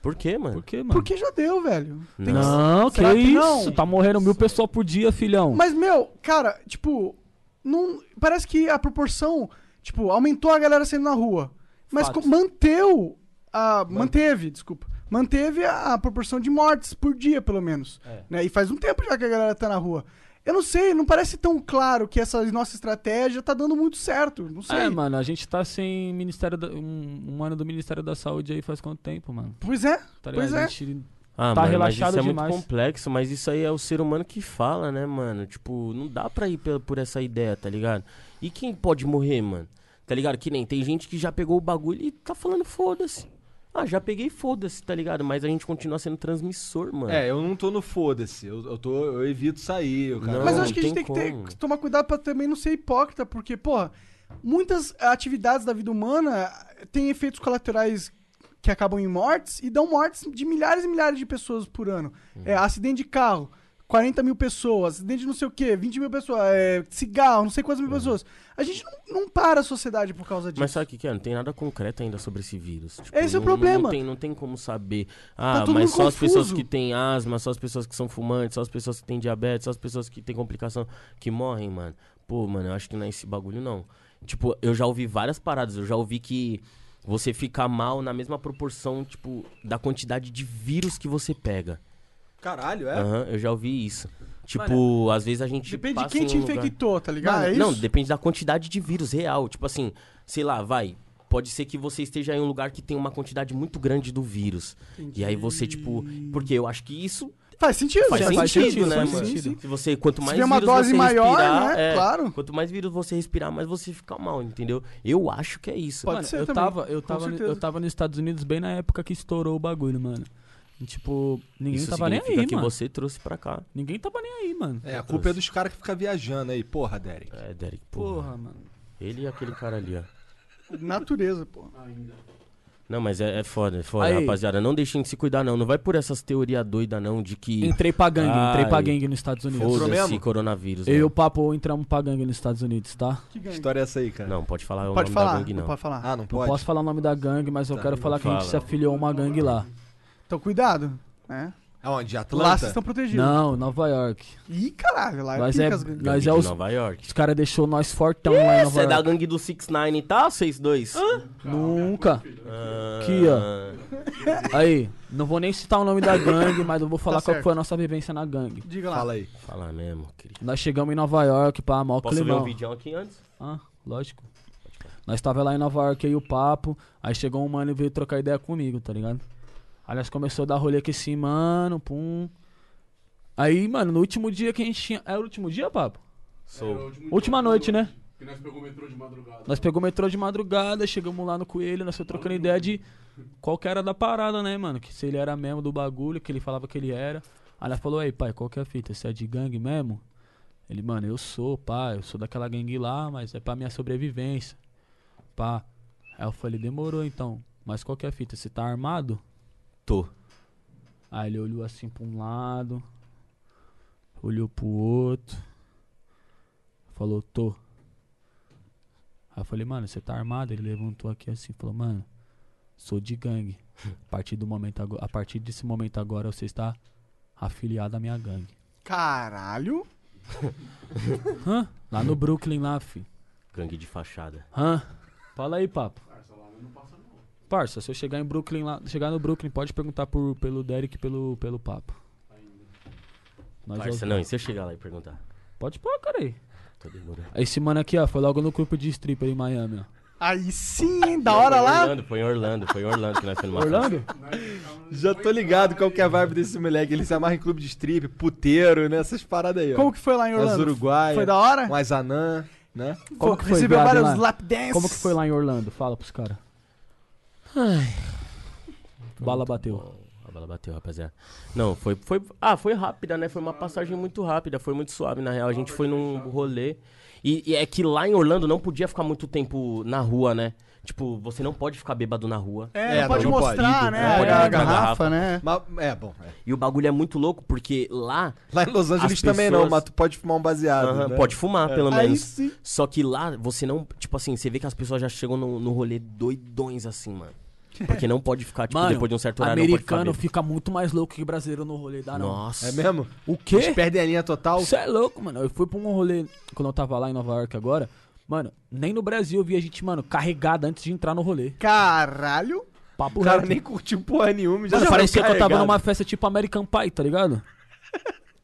[SPEAKER 4] Por quê, mano?
[SPEAKER 6] Por que, mano?
[SPEAKER 2] Porque já deu, velho. Tem que-
[SPEAKER 6] Não, que
[SPEAKER 2] Será que
[SPEAKER 6] isso?
[SPEAKER 2] não?
[SPEAKER 6] Tá morrendo mil pessoas por dia, filhão.
[SPEAKER 2] Mas, meu, cara, tipo, não... parece que a proporção, tipo, aumentou a galera saindo na rua. Mas
[SPEAKER 6] Fato.
[SPEAKER 2] co- manteu, a... manteve, desculpa, manteve a, a proporção de mortes por dia, pelo menos.
[SPEAKER 6] É.
[SPEAKER 2] Né? E faz um tempo já que a galera tá na rua. Eu não sei, não parece tão claro que essa nossa estratégia tá dando muito certo. Não sei.
[SPEAKER 6] É, mano, a gente tá sem Ministério da, um, um ano do Ministério da Saúde aí faz quanto tempo, mano?
[SPEAKER 2] Pois é,
[SPEAKER 6] Tá ligado?
[SPEAKER 2] pois
[SPEAKER 6] A
[SPEAKER 2] é.
[SPEAKER 6] gente-
[SPEAKER 4] Ah,
[SPEAKER 6] Tá
[SPEAKER 4] mano,
[SPEAKER 6] relaxado
[SPEAKER 4] mas isso é
[SPEAKER 6] demais.
[SPEAKER 4] muito complexo, mas isso aí é o ser humano que fala, né, mano? Tipo, não dá pra ir pela- por essa ideia, tá ligado? E quem pode morrer, mano? Tá ligado? Que nem tem gente que já pegou o bagulho e tá falando foda-se. Ah, já peguei foda-se, tá ligado? Mas a gente continua sendo transmissor, mano.
[SPEAKER 3] É, eu não tô no foda-se. Eu, eu tô, eu evito sair. Eu, cara.
[SPEAKER 4] Não,
[SPEAKER 2] Mas eu acho que a gente
[SPEAKER 4] tem
[SPEAKER 2] tem que
[SPEAKER 4] como.
[SPEAKER 2] ter, tomar cuidado pra também não ser hipócrita, porque, porra, muitas atividades da vida humana têm efeitos colaterais que
[SPEAKER 4] Uhum.
[SPEAKER 2] acabam em mortes e dão mortes de milhares e milhares de pessoas por ano. É, acidente de carro. 40 mil pessoas, acidente de não sei o quê, 20 mil pessoas, é, cigarro, não sei quantas mil pessoas. A gente não, não para a sociedade por causa disso.
[SPEAKER 4] Uhum. Mas sabe o que, que é? Não tem nada concreto ainda sobre esse vírus. Tipo,
[SPEAKER 2] Esse é o
[SPEAKER 4] não-
[SPEAKER 2] problema. Tá
[SPEAKER 4] Não tem, não tem como saber. Ah,
[SPEAKER 2] todo
[SPEAKER 4] mas
[SPEAKER 2] mundo
[SPEAKER 4] só as pessoas
[SPEAKER 2] confuso.
[SPEAKER 4] que têm asma, só as pessoas que são fumantes, só as pessoas que têm diabetes, só as pessoas que têm complicação, que morrem, mano. Pô, mano, eu acho que não é esse bagulho, não. Tipo, eu já ouvi várias paradas. Eu já ouvi que você fica mal na mesma proporção, tipo, da quantidade de vírus que você pega.
[SPEAKER 3] Caralho, é?
[SPEAKER 4] Aham, eu já ouvi isso. Tipo, às vezes a gente.
[SPEAKER 2] É. Depende de
[SPEAKER 4] passa
[SPEAKER 2] quem
[SPEAKER 4] em
[SPEAKER 2] te
[SPEAKER 4] um lugar-
[SPEAKER 2] infectou, tá ligado?
[SPEAKER 4] Mano,
[SPEAKER 2] é isso?
[SPEAKER 4] Não, depende da quantidade de vírus real. Tipo assim, sei lá, vai. Pode ser que você esteja em um lugar que tem uma quantidade muito grande do vírus. E aí você, tipo. Porque eu acho que isso
[SPEAKER 2] Faz sentido,
[SPEAKER 4] faz,
[SPEAKER 2] já
[SPEAKER 4] sentido, né,
[SPEAKER 2] faz
[SPEAKER 4] mano?
[SPEAKER 2] sentido.
[SPEAKER 4] Se você, quanto mais
[SPEAKER 2] tiver uma
[SPEAKER 4] vírus
[SPEAKER 2] dose
[SPEAKER 4] você
[SPEAKER 2] maior,
[SPEAKER 4] respirar,
[SPEAKER 2] né?
[SPEAKER 4] é,
[SPEAKER 2] Claro.
[SPEAKER 4] Quanto mais vírus você respirar, mais você fica mal, entendeu? Eu acho que é isso.
[SPEAKER 2] Pode
[SPEAKER 6] Mano,
[SPEAKER 2] ser
[SPEAKER 6] eu
[SPEAKER 2] também,
[SPEAKER 6] tava, eu
[SPEAKER 2] com
[SPEAKER 6] tava, no-
[SPEAKER 2] certeza.
[SPEAKER 6] eu tava nos Estados Unidos bem na época que estourou o bagulho, mano. E, tipo, ninguém
[SPEAKER 4] isso
[SPEAKER 6] tava nem
[SPEAKER 4] significa
[SPEAKER 6] aí,
[SPEAKER 4] que
[SPEAKER 6] mano.
[SPEAKER 4] você trouxe pra cá.
[SPEAKER 6] Ninguém tava nem aí, mano.
[SPEAKER 3] É, a culpa é dos caras que ficam viajando aí, porra, Derek.
[SPEAKER 4] É, Derek, porra.
[SPEAKER 6] Porra, mano.
[SPEAKER 4] Ele e aquele cara ali, ó.
[SPEAKER 2] Natureza, pô.
[SPEAKER 4] Não, mas é, é foda, é foda,
[SPEAKER 6] Aí.
[SPEAKER 4] rapaziada. Não deixem de se cuidar, não. Não vai por essas teorias doidas, não, de
[SPEAKER 2] Então,
[SPEAKER 4] que.
[SPEAKER 6] Entrei pra gangue, entrei pra
[SPEAKER 4] Ai.
[SPEAKER 6] gangue nos Estados Unidos.
[SPEAKER 4] Foda-se, coronavírus.
[SPEAKER 6] Eu e
[SPEAKER 4] mano.
[SPEAKER 6] o Papo entramos pra gangue nos Estados Unidos, tá?
[SPEAKER 3] Que história é essa aí, cara?
[SPEAKER 4] Não, pode falar o
[SPEAKER 2] Pode
[SPEAKER 4] nome
[SPEAKER 2] falar,
[SPEAKER 4] da gangue,
[SPEAKER 2] não.
[SPEAKER 4] não.
[SPEAKER 2] pode falar.
[SPEAKER 3] Ah, não
[SPEAKER 6] Não
[SPEAKER 3] pode?
[SPEAKER 6] posso falar o nome da gangue, mas eu quero falar que a gente
[SPEAKER 4] Tá. fala.
[SPEAKER 6] se afiliou a uma gangue lá.
[SPEAKER 2] Então cuidado, né?
[SPEAKER 3] Aonde?
[SPEAKER 2] Lá vocês
[SPEAKER 3] Atlanta?
[SPEAKER 2] estão protegidos.
[SPEAKER 6] Não, Nova York.
[SPEAKER 2] Ih, caralho, lá
[SPEAKER 6] Mas
[SPEAKER 2] pica
[SPEAKER 6] é-
[SPEAKER 2] as gangues.
[SPEAKER 6] Nós
[SPEAKER 4] Gangue
[SPEAKER 6] é
[SPEAKER 4] de
[SPEAKER 6] os-
[SPEAKER 4] Nova York.
[SPEAKER 6] Os caras deixou nós fortão lá em Nova
[SPEAKER 4] Você é da
[SPEAKER 6] York.
[SPEAKER 4] gangue do 6ix9ine, tá, 6-2?
[SPEAKER 6] Nunca. Aqui, ó. Aí, não vou nem citar o nome da gangue, mas eu vou falar
[SPEAKER 4] Tá
[SPEAKER 6] qual
[SPEAKER 2] certo.
[SPEAKER 6] foi a nossa vivência na gangue.
[SPEAKER 2] Diga lá.
[SPEAKER 3] Fala aí.
[SPEAKER 4] Ah, Fala mesmo, querido.
[SPEAKER 6] Nós chegamos em Nova York pra amar o
[SPEAKER 4] Posso ver
[SPEAKER 6] climão.
[SPEAKER 4] um vídeo aqui antes?
[SPEAKER 6] Ah, lógico. Nós tava lá em Nova York aí o papo, aí chegou um mano e veio trocar ideia comigo, tá ligado? Aí nós começou a dar rolê com esse mano, pum. Aí, mano, no último dia que a gente tinha. É o último dia, papo?
[SPEAKER 4] Sou.
[SPEAKER 6] Última noite, né?
[SPEAKER 1] Que nós pegou o metrô de madrugada.
[SPEAKER 6] Nós pegamos o metrô de madrugada, chegamos lá no Coelho, nós foi trocando ideia de qual que era da parada, né, mano? Que se ele era mesmo do bagulho, que ele falava que ele era. Aí nós falou, ei, pai, qual que é a fita? Você é de gangue mesmo? Ele, mano, eu sou, pai, eu sou daquela gangue lá, mas é pra minha sobrevivência. Pá. Aí eu falei, demorou então. Mas qual que é a fita? Você tá armado?
[SPEAKER 4] Tô.
[SPEAKER 6] Aí ele olhou assim pra um lado, olhou pro outro, falou, tô. Aí eu falei, mano, você tá armado? Ele levantou aqui assim, falou, mano, sou de gangue. A partir, do momento ago- a partir desse momento agora você está afiliado à minha gangue.
[SPEAKER 2] Caralho.
[SPEAKER 6] Hã? Lá no Brooklyn, lá, fi.
[SPEAKER 4] Gangue de fachada.
[SPEAKER 6] Hã? Fala aí, papo. Parça, se eu chegar em Brooklyn lá, chegar no Brooklyn, pode perguntar por, pelo Derek e pelo, pelo papo. Nós já-
[SPEAKER 4] Parça, não, e se eu chegar lá e perguntar?
[SPEAKER 6] Pode pôr, cara aí.
[SPEAKER 4] Tô demorando.
[SPEAKER 6] Esse mano aqui, ó, foi logo no grupo de stripper em Miami, ó.
[SPEAKER 2] Aí sim, hein? Da hora
[SPEAKER 4] Foi em
[SPEAKER 2] lá.
[SPEAKER 4] Orlando, foi em Orlando, foi em Orlando que nós fomos numa
[SPEAKER 6] Orlando?
[SPEAKER 3] Já tô ligado qual que é a vibe desse moleque. Ele se amarra em clube de strip, puteiro, né? Essas paradas aí, ó.
[SPEAKER 2] Como que foi lá em
[SPEAKER 3] As
[SPEAKER 2] Orlando?
[SPEAKER 3] Uruguai.
[SPEAKER 2] Foi da hora?
[SPEAKER 3] Mais anã, né?
[SPEAKER 6] Como que foi,
[SPEAKER 2] Recebeu
[SPEAKER 6] viado,
[SPEAKER 2] vários
[SPEAKER 6] lá?
[SPEAKER 2] lap dance.
[SPEAKER 6] Como que foi lá em Orlando? Fala pros caras. Bala bateu.
[SPEAKER 4] Bom, A bala bateu, rapaziada. Não, foi, foi. Ah, foi rápida, né? Foi uma passagem muito rápida, foi muito suave, na real. A gente foi num rolê. E, e é que lá em Orlando não podia ficar muito tempo na rua, né? Tipo, você não pode ficar bêbado na rua.
[SPEAKER 2] É,
[SPEAKER 3] É,
[SPEAKER 2] não pode
[SPEAKER 3] não pode.
[SPEAKER 2] mostrar,
[SPEAKER 6] tipo,
[SPEAKER 2] né?
[SPEAKER 6] é,
[SPEAKER 4] Não pode
[SPEAKER 2] a
[SPEAKER 4] mostrar a
[SPEAKER 2] garrafa,
[SPEAKER 4] garrafa.
[SPEAKER 2] né?
[SPEAKER 3] Mas, é, bom. é.
[SPEAKER 4] E o bagulho é muito louco, porque lá.
[SPEAKER 3] Lá em Los Angeles
[SPEAKER 4] As
[SPEAKER 3] também não,
[SPEAKER 4] pessoas-
[SPEAKER 3] mas tu pode fumar um baseado.
[SPEAKER 4] aham,
[SPEAKER 3] né?
[SPEAKER 4] Pode fumar, pelo
[SPEAKER 2] Aí
[SPEAKER 4] menos.
[SPEAKER 2] sim.
[SPEAKER 4] Só que lá, você não. Tipo assim, você vê que as pessoas já chegam no, no rolê doidões assim, mano. Porque não pode ficar, tipo, depois de um certo horário.
[SPEAKER 6] americano
[SPEAKER 4] não pode ficar
[SPEAKER 6] fica muito mais louco que brasileiro no rolê, dá
[SPEAKER 4] bêbado.
[SPEAKER 6] não.
[SPEAKER 4] Nossa.
[SPEAKER 3] É mesmo?
[SPEAKER 6] O
[SPEAKER 3] Eles
[SPEAKER 6] quê?
[SPEAKER 3] perdem a linha total.
[SPEAKER 6] Você é louco, mano. Eu fui pra um rolê quando eu tava lá em Nova York agora. Mano, nem no Brasil eu via gente, mano, carregada antes de entrar no rolê.
[SPEAKER 2] Caralho.
[SPEAKER 6] Papo
[SPEAKER 3] O cara
[SPEAKER 6] reto.
[SPEAKER 3] nem curtiu porra nenhuma. Já
[SPEAKER 6] Mano, Né? parecia que eu tava
[SPEAKER 3] carregado.
[SPEAKER 6] numa festa tipo American Pie, tá ligado?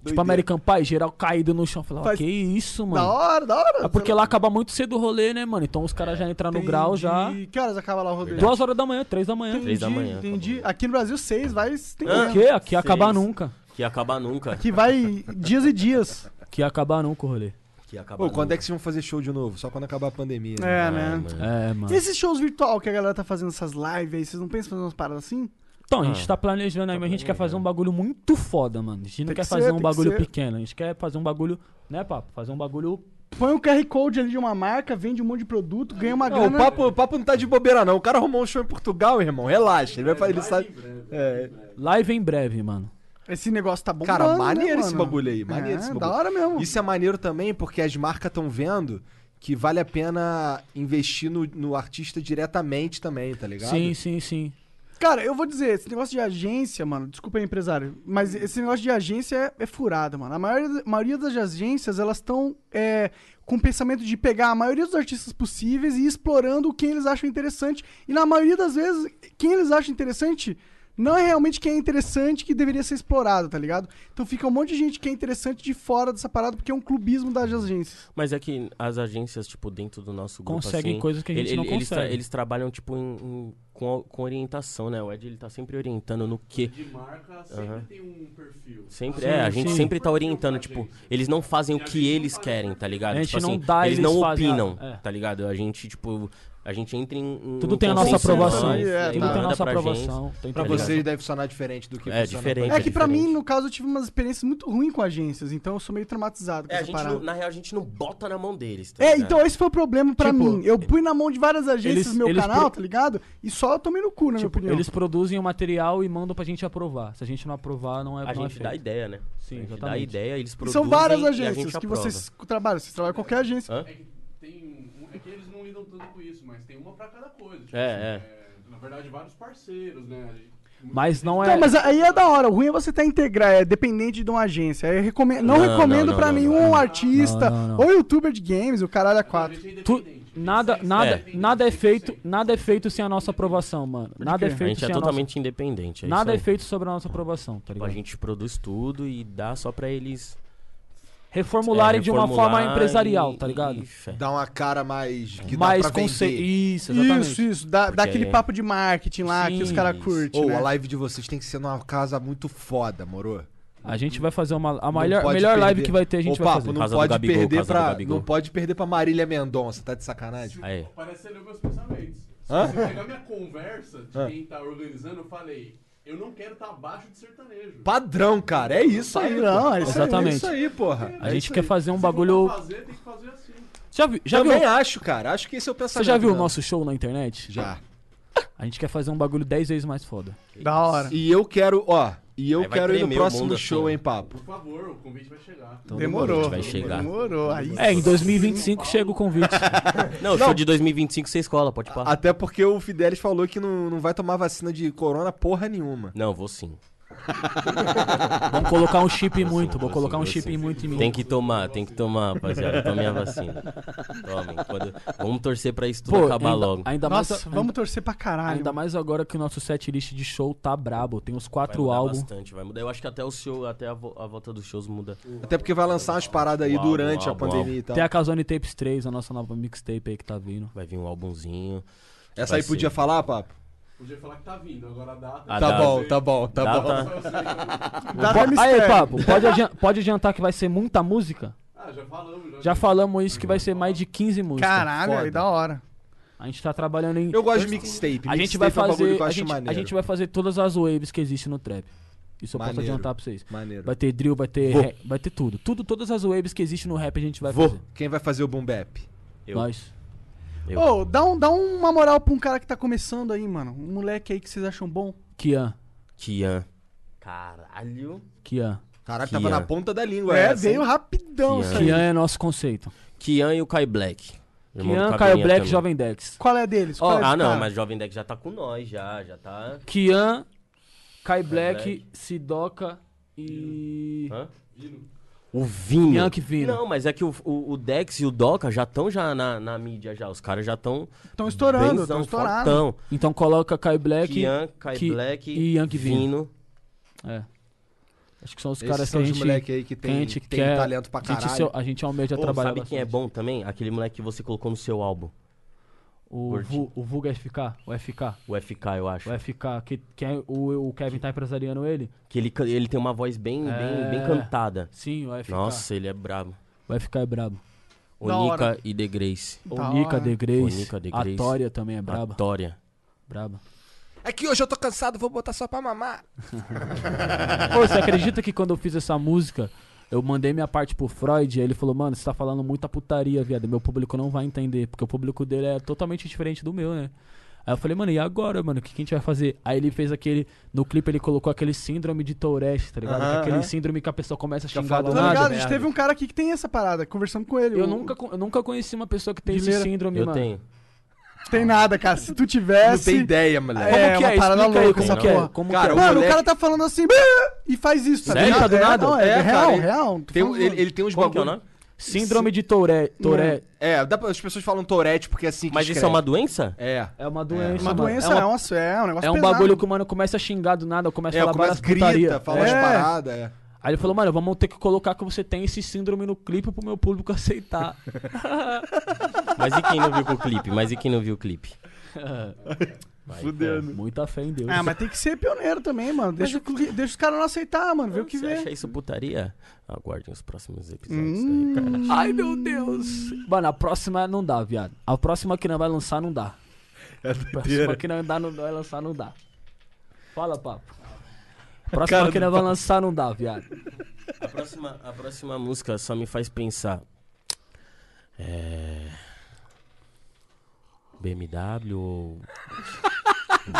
[SPEAKER 6] tipo American Pie, geral caído no chão. Eu Falava,
[SPEAKER 2] Faz-
[SPEAKER 6] que isso,
[SPEAKER 2] Da
[SPEAKER 6] mano.
[SPEAKER 2] hora, da hora.
[SPEAKER 6] É porque lá acaba muito cedo o rolê, né, mano? Então os caras já entram no grau já.
[SPEAKER 2] E que horas acaba lá o rodeio?
[SPEAKER 6] Duas horas da manhã, três da manhã.
[SPEAKER 4] Três da manhã, tá
[SPEAKER 2] Entendi.
[SPEAKER 4] acabou.
[SPEAKER 2] Aqui no Brasil, seis, vai
[SPEAKER 6] O
[SPEAKER 2] estendendo.
[SPEAKER 6] quê? Aqui ia acabar
[SPEAKER 4] Seis.
[SPEAKER 6] nunca.
[SPEAKER 4] Que ia acabar nunca.
[SPEAKER 2] Que vai dias e dias.
[SPEAKER 6] Que ia acabar nunca o rolê.
[SPEAKER 4] Que ia acabar
[SPEAKER 3] Pô, quando
[SPEAKER 4] nunca.
[SPEAKER 3] é que vocês vão fazer show de novo? Só quando acabar a pandemia. né?
[SPEAKER 2] É,
[SPEAKER 4] Ah,
[SPEAKER 2] né?
[SPEAKER 4] mano.
[SPEAKER 6] É, mano.
[SPEAKER 2] E esses shows virtual que a galera tá fazendo essas lives aí, vocês não pensam em fazer umas paradas assim?
[SPEAKER 6] Então, a gente tá planejando aí, mas a gente quer fazer um bagulho muito foda, mano. A gente não
[SPEAKER 2] Tem
[SPEAKER 6] quer
[SPEAKER 2] que
[SPEAKER 6] fazer
[SPEAKER 2] ser,
[SPEAKER 6] um
[SPEAKER 2] tem que
[SPEAKER 6] bagulho
[SPEAKER 2] ser.
[SPEAKER 6] pequeno. A gente quer fazer um bagulho, né, papo? Fazer um bagulho.
[SPEAKER 2] Põe um QR Code ali de uma marca, vende um monte de produto, ganha uma
[SPEAKER 3] Não,
[SPEAKER 2] grana.
[SPEAKER 3] o papo, o papo não tá de bobeira, não. O
[SPEAKER 2] tá né?
[SPEAKER 3] cara arrumou um show em Portugal, irmão. Relaxa. Ele vai fazer. Ele sabe. É,
[SPEAKER 6] Live em breve, mano.
[SPEAKER 2] Esse negócio tá bom,
[SPEAKER 3] Cara, maneiro esse bagulho aí. Maneiro esse bagulho.
[SPEAKER 2] É, Da hora mesmo.
[SPEAKER 3] Isso é maneiro também porque as marcas estão vendo que vale a pena investir no, no artista diretamente também, tá ligado?
[SPEAKER 6] Sim, sim, sim.
[SPEAKER 2] Cara, eu vou dizer, esse negócio de agência, mano, desculpa aí, empresário, mas esse negócio de agência é, é furado, mano. A maioria, a maioria das agências, elas estão é, com o pensamento de pegar a maioria dos artistas possíveis e ir explorando quem eles acham interessante. E na maioria das vezes, quem eles acham interessante não é realmente quem é interessante que deveria ser explorado, tá ligado? Então fica um monte de gente que é interessante de fora dessa parada, porque é um clubismo das agências.
[SPEAKER 4] Mas é que as agências, tipo, dentro do nosso grupo,
[SPEAKER 6] Conseguem
[SPEAKER 4] assim,
[SPEAKER 6] coisas que a gente
[SPEAKER 4] ele-
[SPEAKER 6] não
[SPEAKER 4] ele- eles tra-
[SPEAKER 6] consegue.
[SPEAKER 4] Eles trabalham, tipo, em- em- com, a- com orientação, né? O Ed, ele tá sempre orientando no quê.
[SPEAKER 1] De marca sempre tem um perfil.
[SPEAKER 4] Sempre,
[SPEAKER 1] Assim,
[SPEAKER 4] é, a
[SPEAKER 1] sim.
[SPEAKER 4] gente
[SPEAKER 1] Tem um
[SPEAKER 4] sempre tá
[SPEAKER 1] perfil
[SPEAKER 4] orientando,
[SPEAKER 1] pra
[SPEAKER 4] tipo,
[SPEAKER 1] gente.
[SPEAKER 4] eles não fazem o
[SPEAKER 1] a
[SPEAKER 4] que
[SPEAKER 1] gente não
[SPEAKER 4] eles
[SPEAKER 1] faz-
[SPEAKER 4] querem, tá ligado?
[SPEAKER 6] A gente
[SPEAKER 4] Tipo
[SPEAKER 6] não
[SPEAKER 4] assim,
[SPEAKER 6] dá,
[SPEAKER 4] eles
[SPEAKER 6] eles
[SPEAKER 4] não
[SPEAKER 6] fazem a-
[SPEAKER 4] opinam,
[SPEAKER 6] é.
[SPEAKER 4] tá ligado? A gente, tipo, a gente entra em. em-
[SPEAKER 6] Tudo
[SPEAKER 4] em
[SPEAKER 6] tem a nossa
[SPEAKER 4] consenso,
[SPEAKER 6] aprovação. tá.
[SPEAKER 2] É,
[SPEAKER 4] né? Ele
[SPEAKER 6] Tudo tem a
[SPEAKER 4] manda
[SPEAKER 6] nossa
[SPEAKER 4] pra gente.
[SPEAKER 6] aprovação. tô
[SPEAKER 3] Pra
[SPEAKER 6] entendendo.
[SPEAKER 3] vocês deve funcionar tá diferente do que tá
[SPEAKER 4] É,
[SPEAKER 3] funciona
[SPEAKER 4] diferente.
[SPEAKER 3] pra
[SPEAKER 2] É que pra
[SPEAKER 4] diferente.
[SPEAKER 2] mim, no caso, eu tive umas experiências muito ruins com agências, então eu sou meio traumatizado com
[SPEAKER 4] É, a
[SPEAKER 2] essa
[SPEAKER 4] gente
[SPEAKER 2] parada.
[SPEAKER 4] não- na real, a gente não bota na mão deles. tá
[SPEAKER 2] É,
[SPEAKER 4] ligado?
[SPEAKER 2] então esse foi o problema pra
[SPEAKER 6] Tipo,
[SPEAKER 2] mim. Eu fui na mão de várias agências
[SPEAKER 6] eles-
[SPEAKER 2] meu
[SPEAKER 6] eles
[SPEAKER 2] canal,
[SPEAKER 6] pro-
[SPEAKER 2] tá ligado? E só eu tomei no cu, na minha
[SPEAKER 6] Tipo,
[SPEAKER 2] opinião.
[SPEAKER 6] eles produzem o material e mandam pra gente aprovar. Se a gente não aprovar, não é
[SPEAKER 4] A
[SPEAKER 6] não é
[SPEAKER 4] gente dá
[SPEAKER 6] feito.
[SPEAKER 4] ideia, né?
[SPEAKER 6] Sim,
[SPEAKER 4] a gente dá
[SPEAKER 6] exatamente.
[SPEAKER 4] ideia, eles
[SPEAKER 2] E
[SPEAKER 4] produzem.
[SPEAKER 2] são várias
[SPEAKER 4] e a
[SPEAKER 2] agências
[SPEAKER 4] gente
[SPEAKER 2] que
[SPEAKER 4] aprova. Ah.
[SPEAKER 2] vocês trabalham. Vocês trabalham em qualquer agência.
[SPEAKER 4] Hã?
[SPEAKER 1] É que tem um- É que eles não lidam tanto com isso, mas tem uma pra cada coisa. tipo,
[SPEAKER 4] É,
[SPEAKER 1] Na verdade, vários parceiros, né? A gente-
[SPEAKER 6] Mas não é.
[SPEAKER 2] Então, mas aí é da hora. O ruim é você tá integrar, é dependente de uma agência. Aí Eu recome- não,
[SPEAKER 4] Não,
[SPEAKER 2] recomendo
[SPEAKER 4] não, não,
[SPEAKER 2] pra
[SPEAKER 4] não,
[SPEAKER 2] nenhum
[SPEAKER 4] não.
[SPEAKER 2] artista
[SPEAKER 6] Não, não, não.
[SPEAKER 2] ou youtuber de games, o caralho a
[SPEAKER 1] A
[SPEAKER 2] quatro.
[SPEAKER 1] gente é
[SPEAKER 6] Tu-
[SPEAKER 1] independente. Tem que
[SPEAKER 6] nada,
[SPEAKER 1] ser-
[SPEAKER 6] nada,
[SPEAKER 4] É.
[SPEAKER 6] nada é feito, nada é feito sem a nossa aprovação, mano. Nada é
[SPEAKER 2] crer.
[SPEAKER 4] A
[SPEAKER 6] feito
[SPEAKER 4] gente é
[SPEAKER 6] sem a nossa.
[SPEAKER 4] totalmente independente. É
[SPEAKER 6] Nada é
[SPEAKER 4] isso aí.
[SPEAKER 6] feito sobre a nossa aprovação, tá
[SPEAKER 4] Tipo, A
[SPEAKER 6] ligado?
[SPEAKER 4] gente produz tudo e dá só pra eles.
[SPEAKER 6] Reformularem de uma forma
[SPEAKER 4] é, reformular
[SPEAKER 6] empresarial,
[SPEAKER 4] e- é.
[SPEAKER 6] tá ligado?
[SPEAKER 4] e fé.
[SPEAKER 3] Dá uma cara mais. Que
[SPEAKER 6] Mais
[SPEAKER 3] dá pra
[SPEAKER 6] conceito.
[SPEAKER 3] vender.
[SPEAKER 6] Isso, exatamente.
[SPEAKER 2] Isso, isso. Dá, dá
[SPEAKER 4] Porque
[SPEAKER 2] aquele
[SPEAKER 4] aí-
[SPEAKER 2] papo de marketing lá que os
[SPEAKER 4] Sim,
[SPEAKER 2] caras
[SPEAKER 4] isso.
[SPEAKER 2] curtem.
[SPEAKER 3] Ou
[SPEAKER 2] né?
[SPEAKER 3] a live de vocês tem que ser numa casa muito foda, moro?
[SPEAKER 6] A gente vai fazer uma a
[SPEAKER 3] Não
[SPEAKER 6] melhor,
[SPEAKER 3] pode
[SPEAKER 6] melhor live
[SPEAKER 3] perder.
[SPEAKER 6] que vai ter, a gente
[SPEAKER 3] Ô,
[SPEAKER 6] vai
[SPEAKER 3] papo,
[SPEAKER 6] fazer.
[SPEAKER 3] Não
[SPEAKER 4] Casa do
[SPEAKER 3] pode,
[SPEAKER 4] Gabigol,
[SPEAKER 3] perder
[SPEAKER 4] casa do
[SPEAKER 3] pra,
[SPEAKER 4] Gabigol.
[SPEAKER 3] não pode perder pra Marília Mendonça, tá de sacanagem?
[SPEAKER 4] Aí.
[SPEAKER 1] Parece ler meus pensamentos. Se
[SPEAKER 3] Hã?
[SPEAKER 1] você pegar minha conversa de quem tá organizando, eu falei, eu não quero estar abaixo de sertanejo.
[SPEAKER 3] Padrão, cara, é isso aí.
[SPEAKER 2] Padrão,
[SPEAKER 3] pô.
[SPEAKER 2] é isso aí.
[SPEAKER 3] É isso aí, porra.
[SPEAKER 6] A
[SPEAKER 3] É
[SPEAKER 6] gente
[SPEAKER 3] isso
[SPEAKER 6] quer
[SPEAKER 3] aí.
[SPEAKER 6] fazer um
[SPEAKER 1] Se
[SPEAKER 6] bagulho.
[SPEAKER 1] for pra fazer, tem que fazer assim.
[SPEAKER 6] Já viu? Já viu?
[SPEAKER 3] Também acho, cara. Acho que esse é o
[SPEAKER 6] Você
[SPEAKER 3] pensamento.
[SPEAKER 6] já viu o
[SPEAKER 3] mesmo.
[SPEAKER 6] nosso Ah. show na internet?
[SPEAKER 3] Já.
[SPEAKER 6] A gente quer fazer um bagulho 10 vezes mais foda.
[SPEAKER 2] Da hora.
[SPEAKER 3] E eu quero, ó. E eu
[SPEAKER 4] Aí vai
[SPEAKER 3] quero ir no
[SPEAKER 4] tremer o mundo
[SPEAKER 3] próximo
[SPEAKER 4] assim,
[SPEAKER 3] show,
[SPEAKER 4] ó.
[SPEAKER 3] hein, papo.
[SPEAKER 1] Por favor, o convite vai chegar.
[SPEAKER 2] Demorou.
[SPEAKER 4] então A gente vai chegar. então
[SPEAKER 2] Demorou. Aí
[SPEAKER 6] É, em 2025 chega o convite.
[SPEAKER 4] Não, show de 2025 você escola, pode parar.
[SPEAKER 3] Até porque o Fidelis falou que não, não vai tomar vacina de corona porra nenhuma.
[SPEAKER 4] Não, vou sim.
[SPEAKER 6] Vamos colocar um chip em muito, vou
[SPEAKER 4] sim,
[SPEAKER 6] colocar um
[SPEAKER 4] eu
[SPEAKER 6] chip
[SPEAKER 4] sim.
[SPEAKER 6] em muito em mim.
[SPEAKER 4] Tem que tomar, tem que tomar, rapaziada. Tomem a vacina. Tomem. quando- Vamos torcer pra isso tudo acabar
[SPEAKER 6] ainda,
[SPEAKER 4] logo.
[SPEAKER 6] Ainda mais,
[SPEAKER 2] Nossa, vamos torcer pra caralho.
[SPEAKER 6] ainda mais agora que o nosso setlist de show tá brabo. Tem os
[SPEAKER 4] Vai
[SPEAKER 6] quatro
[SPEAKER 4] mudar
[SPEAKER 6] álbuns.
[SPEAKER 4] bastante, vai mudar. Eu acho que até o show, até a, vo- a volta dos shows muda.
[SPEAKER 3] Até porque vai lançar umas paradas aí
[SPEAKER 4] Uau,
[SPEAKER 3] durante
[SPEAKER 4] uau,
[SPEAKER 3] a pandemia
[SPEAKER 4] uau.
[SPEAKER 3] e tal.
[SPEAKER 6] Tem a Casone Tapes 3, a nossa nova mixtape aí que tá vindo.
[SPEAKER 4] Vai vir um álbumzinho.
[SPEAKER 3] Essa
[SPEAKER 4] vai
[SPEAKER 3] aí podia
[SPEAKER 4] ser. Ah,
[SPEAKER 3] falar, papo?
[SPEAKER 1] Podia falar que tá vindo, agora a data.
[SPEAKER 4] A
[SPEAKER 3] Tá
[SPEAKER 4] data-
[SPEAKER 3] bom, tá bom, tá bom.
[SPEAKER 4] data-
[SPEAKER 1] Só eu sei que eu-
[SPEAKER 3] Tá
[SPEAKER 2] Dá pra
[SPEAKER 6] Aí,
[SPEAKER 2] mistério.
[SPEAKER 6] Papo, pode, adian- pode adiantar que vai ser muita música?
[SPEAKER 1] Ah, já falamos.
[SPEAKER 6] Já falamos isso que vai ser mais de 15 músicas.
[SPEAKER 2] Caralho,
[SPEAKER 3] Foda.
[SPEAKER 2] aí da hora.
[SPEAKER 6] A gente tá trabalhando em.
[SPEAKER 3] Eu gosto de mixtape.
[SPEAKER 6] A gente
[SPEAKER 3] mixtape
[SPEAKER 6] vai
[SPEAKER 3] é um bagulho
[SPEAKER 6] fazer.
[SPEAKER 3] que eu
[SPEAKER 6] a,
[SPEAKER 3] acho
[SPEAKER 6] gente,
[SPEAKER 3] maneiro.
[SPEAKER 6] a gente vai fazer todas as waves que existem no trap. Isso eu posso
[SPEAKER 3] Maneiro.
[SPEAKER 6] adiantar pra vocês.
[SPEAKER 3] Maneiro.
[SPEAKER 6] Vai ter drill, vai ter.
[SPEAKER 3] Vou.
[SPEAKER 6] rap, vai ter tudo. Tudo, todas as waves que existem no rap a gente vai
[SPEAKER 3] Vou.
[SPEAKER 6] fazer.
[SPEAKER 3] Quem vai fazer o boom bap?
[SPEAKER 4] Eu.
[SPEAKER 6] Nós.
[SPEAKER 4] Eu.
[SPEAKER 2] Ô, dá, um, dá uma moral pra um cara que tá começando aí, mano. Um moleque aí que vocês acham bom.
[SPEAKER 6] Kian.
[SPEAKER 4] Kian. Caralho.
[SPEAKER 6] Kian.
[SPEAKER 3] Caralho,
[SPEAKER 4] Kia.
[SPEAKER 3] tava na ponta da língua.
[SPEAKER 2] é,
[SPEAKER 3] essa, hein?
[SPEAKER 2] veio rapidão isso aí.
[SPEAKER 6] Kian é nosso conceito.
[SPEAKER 4] Kian e o Kai Black. Irmão do
[SPEAKER 6] Kian, Caio
[SPEAKER 4] Cabrinha
[SPEAKER 6] Black,
[SPEAKER 4] também.
[SPEAKER 6] Jovem Dex.
[SPEAKER 2] Qual é deles? Qual
[SPEAKER 4] Ó,
[SPEAKER 2] é esse
[SPEAKER 4] ah, não,
[SPEAKER 2] cara?
[SPEAKER 4] mas Jovem Deck já tá com nós, já, já tá.
[SPEAKER 6] Kian, Kai Black,
[SPEAKER 4] Black.
[SPEAKER 6] Sidoca e.
[SPEAKER 4] Hã? O Vinho.
[SPEAKER 6] Kian que vino.
[SPEAKER 4] Não, mas é que o, o- o Dex e o Doca já estão já na, na mídia já. Os caras já estão.
[SPEAKER 2] Estão estourando, estão estourando.
[SPEAKER 4] Fortão.
[SPEAKER 6] Então coloca Kai Black.
[SPEAKER 4] Kian, Kai
[SPEAKER 6] Ki-
[SPEAKER 4] Black
[SPEAKER 6] e Yang Vino.
[SPEAKER 4] Vino.
[SPEAKER 6] É. Acho que são os
[SPEAKER 3] Esses
[SPEAKER 6] caras que
[SPEAKER 3] são
[SPEAKER 6] a
[SPEAKER 3] os
[SPEAKER 6] gente,
[SPEAKER 3] moleque aí que
[SPEAKER 6] que
[SPEAKER 3] tem-
[SPEAKER 6] a gente
[SPEAKER 3] que tem
[SPEAKER 6] quer-
[SPEAKER 3] talento pra
[SPEAKER 6] a gente
[SPEAKER 3] caralho.
[SPEAKER 6] se- A gente almeja
[SPEAKER 4] Ô,
[SPEAKER 6] trabalhar
[SPEAKER 4] sabe quem é
[SPEAKER 6] bastante.
[SPEAKER 4] bom também? Aquele moleque que você colocou no seu álbum.
[SPEAKER 6] O, Vu- o Vulga FK, o FK.
[SPEAKER 4] O FK, eu acho.
[SPEAKER 6] O FK, que, que é o, o Kevin tá empresariando ele?
[SPEAKER 4] Que ele, can- ele tem uma voz bem,
[SPEAKER 6] É.
[SPEAKER 4] bem, bem cantada.
[SPEAKER 6] Sim, o FK.
[SPEAKER 4] Nossa, ele é brabo.
[SPEAKER 6] O FK é brabo.
[SPEAKER 4] Onika e The Grace.
[SPEAKER 3] Tá
[SPEAKER 2] Da
[SPEAKER 6] O Nika
[SPEAKER 2] hora.
[SPEAKER 6] de Grace.
[SPEAKER 4] Onika De
[SPEAKER 6] A
[SPEAKER 4] Grace.
[SPEAKER 6] Tória também é braba.
[SPEAKER 4] Vitória.
[SPEAKER 6] braba.
[SPEAKER 3] É que hoje eu tô cansado, vou botar só pra mamar.
[SPEAKER 6] Ô, você acredita que quando eu fiz essa música, eu mandei minha parte pro Freud e ele falou, mano, você tá falando muita putaria, viado. Meu público não vai entender, porque o público dele é totalmente diferente do meu, né? Aí eu falei, mano, e agora, mano? O que, que a gente vai fazer? Aí ele fez aquele. No clipe ele colocou aquele síndrome de Tourette, tá ligado?
[SPEAKER 5] Aham,
[SPEAKER 6] aquele
[SPEAKER 5] aham.
[SPEAKER 6] síndrome que a pessoa começa a xingar
[SPEAKER 5] fala
[SPEAKER 6] lá
[SPEAKER 5] do
[SPEAKER 6] o
[SPEAKER 2] Tá
[SPEAKER 5] nada,
[SPEAKER 2] ligado? A
[SPEAKER 5] merda.
[SPEAKER 2] gente teve um cara aqui que tem essa parada, conversando com ele.
[SPEAKER 6] Eu
[SPEAKER 2] o-
[SPEAKER 6] nunca, con- eu nunca conheci uma pessoa que tem
[SPEAKER 2] Dileira.
[SPEAKER 6] esse síndrome,
[SPEAKER 4] Eu
[SPEAKER 6] mano.
[SPEAKER 4] tenho.
[SPEAKER 2] Tem nada, cara. Se tu
[SPEAKER 3] Não
[SPEAKER 2] tivesse.
[SPEAKER 3] tem ideia, moleque.
[SPEAKER 2] É,
[SPEAKER 6] Como que
[SPEAKER 2] uma
[SPEAKER 6] é?
[SPEAKER 2] parada
[SPEAKER 6] Explica aí
[SPEAKER 2] louca
[SPEAKER 6] como
[SPEAKER 2] essa
[SPEAKER 6] que é.
[SPEAKER 2] porra.
[SPEAKER 6] Como que
[SPEAKER 3] Cara,
[SPEAKER 6] é?
[SPEAKER 3] o
[SPEAKER 2] Mano, o,
[SPEAKER 3] moleque-
[SPEAKER 2] cara tá falando assim e faz isso, tá
[SPEAKER 4] Sério?
[SPEAKER 2] ligado?
[SPEAKER 4] Tá do
[SPEAKER 2] É,
[SPEAKER 4] nada?
[SPEAKER 2] não, é,
[SPEAKER 3] É,
[SPEAKER 2] é real,
[SPEAKER 3] cara, ele-
[SPEAKER 2] real. Tô
[SPEAKER 3] Tem um-
[SPEAKER 2] falando-
[SPEAKER 3] ele, ele tem uns
[SPEAKER 4] Como que é o
[SPEAKER 3] bagulho.
[SPEAKER 4] nome?
[SPEAKER 6] Síndrome de Tourette. Tourette.
[SPEAKER 3] É, dá pra- as pessoas falam Tourette porque é assim que
[SPEAKER 4] Mas isso é
[SPEAKER 3] escreve.
[SPEAKER 4] uma doença?
[SPEAKER 3] É.
[SPEAKER 6] É uma doença.
[SPEAKER 2] Uma
[SPEAKER 6] mano.
[SPEAKER 2] doença,
[SPEAKER 6] é, uma-
[SPEAKER 2] é, um ass- é um negócio
[SPEAKER 6] é um
[SPEAKER 2] pesado.
[SPEAKER 6] bagulho que o mano começa a xingar do nada, começa
[SPEAKER 3] É,
[SPEAKER 6] a falar
[SPEAKER 3] começa
[SPEAKER 6] várias
[SPEAKER 3] grita,
[SPEAKER 6] putaria.
[SPEAKER 3] fala
[SPEAKER 6] É.
[SPEAKER 3] umas paradas, é.
[SPEAKER 6] Aí ele falou, mano, vamos ter que colocar que você tem esse síndrome no clipe pro meu público aceitar.
[SPEAKER 4] Mas e quem não viu com o clipe? Mas e quem não viu o clipe?
[SPEAKER 6] Fudendo. É, Muita fé em Deus.
[SPEAKER 2] Ah, mas tem que ser pioneiro também, mano. Deixa, o cli- deixa os caras não aceitar, mano. Vê o que
[SPEAKER 4] Você
[SPEAKER 2] vê.
[SPEAKER 4] acha isso putaria? Aguardem os próximos episódios
[SPEAKER 3] Hum.
[SPEAKER 4] daí, cara.
[SPEAKER 6] Ai, meu Deus. Mano, a próxima não dá, viado. A próxima que não vai lançar, não dá.
[SPEAKER 3] É
[SPEAKER 6] A próxima que não, dá, não vai lançar, não dá. Fala, papo. A próxima que não vai lançar, não dá, viado.
[SPEAKER 4] A próxima, a próxima música só me faz pensar. É. BMW ou.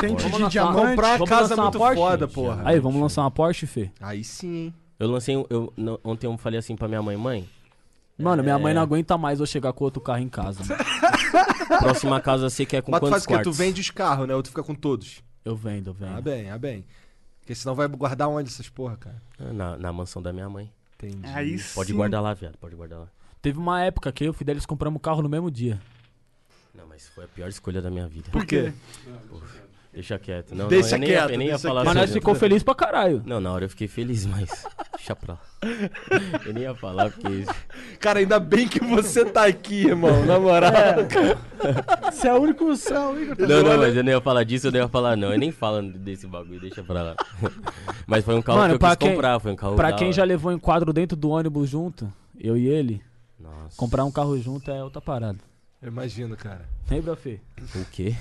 [SPEAKER 2] Tem que
[SPEAKER 6] Vamos
[SPEAKER 2] de
[SPEAKER 6] lançar-
[SPEAKER 2] diamante.
[SPEAKER 3] Comprar a
[SPEAKER 6] vamos
[SPEAKER 3] casa é
[SPEAKER 6] lançar uma
[SPEAKER 3] muito
[SPEAKER 6] Porsche?
[SPEAKER 3] foda, porra.
[SPEAKER 6] Aí, vamos lançar uma Porsche, Fê?
[SPEAKER 3] Aí sim, hein.
[SPEAKER 4] Eu lancei. um- Eu, no- ontem eu falei assim pra minha mãe: mãe,
[SPEAKER 6] Mano, minha
[SPEAKER 3] É.
[SPEAKER 6] mãe não aguenta mais eu chegar com outro carro em casa. mano.
[SPEAKER 4] próxima casa você quer com
[SPEAKER 3] Mas tu faz
[SPEAKER 4] quantos
[SPEAKER 3] o quê?
[SPEAKER 4] quartos?
[SPEAKER 3] Tu vende os carros, né? Ou tu fica com todos.
[SPEAKER 6] Eu vendo, eu vendo.
[SPEAKER 3] Ah, bem, ah, bem. Porque senão vai guardar onde essas porra, cara?
[SPEAKER 4] Ah, Na, na mansão da minha mãe.
[SPEAKER 3] Entendi.
[SPEAKER 2] Aí
[SPEAKER 4] Pode
[SPEAKER 2] sim.
[SPEAKER 4] guardar lá, viado, pode guardar lá.
[SPEAKER 6] Teve uma época que eu e o Fidelis compramos carro no mesmo dia.
[SPEAKER 4] Não, mas foi a pior escolha da minha vida.
[SPEAKER 3] Por quê?
[SPEAKER 4] Deixa quieto. Não,
[SPEAKER 3] Deixa
[SPEAKER 4] não, eu nem
[SPEAKER 3] quieto,
[SPEAKER 4] ia, nem ia
[SPEAKER 3] deixa
[SPEAKER 4] falar
[SPEAKER 6] Mas nós
[SPEAKER 4] sobre-
[SPEAKER 6] ficou feliz pra caralho.
[SPEAKER 4] Não, na hora eu fiquei feliz, mas. Deixa pra lá. Eu nem ia falar, porque.
[SPEAKER 3] Cara, ainda bem que você tá aqui, irmão,
[SPEAKER 6] É.
[SPEAKER 3] na moral.
[SPEAKER 2] Você é o único. Você é o único. tá
[SPEAKER 4] Não, não,
[SPEAKER 2] ligado?
[SPEAKER 4] mas eu não ia falar disso, eu não ia falar, não. Eu nem falo desse bagulho, deixa pra lá. Mas foi um carro
[SPEAKER 6] Mano,
[SPEAKER 4] que eu quis
[SPEAKER 6] pra quem-
[SPEAKER 4] comprar, foi um carro
[SPEAKER 6] Pra
[SPEAKER 4] da
[SPEAKER 6] quem
[SPEAKER 4] hora.
[SPEAKER 6] já levou enquadro dentro do ônibus junto, eu e ele,
[SPEAKER 4] Nossa,
[SPEAKER 6] comprar um carro junto é outra parada.
[SPEAKER 3] Eu imagino, cara.
[SPEAKER 6] Lembra, Fê?
[SPEAKER 4] o quê?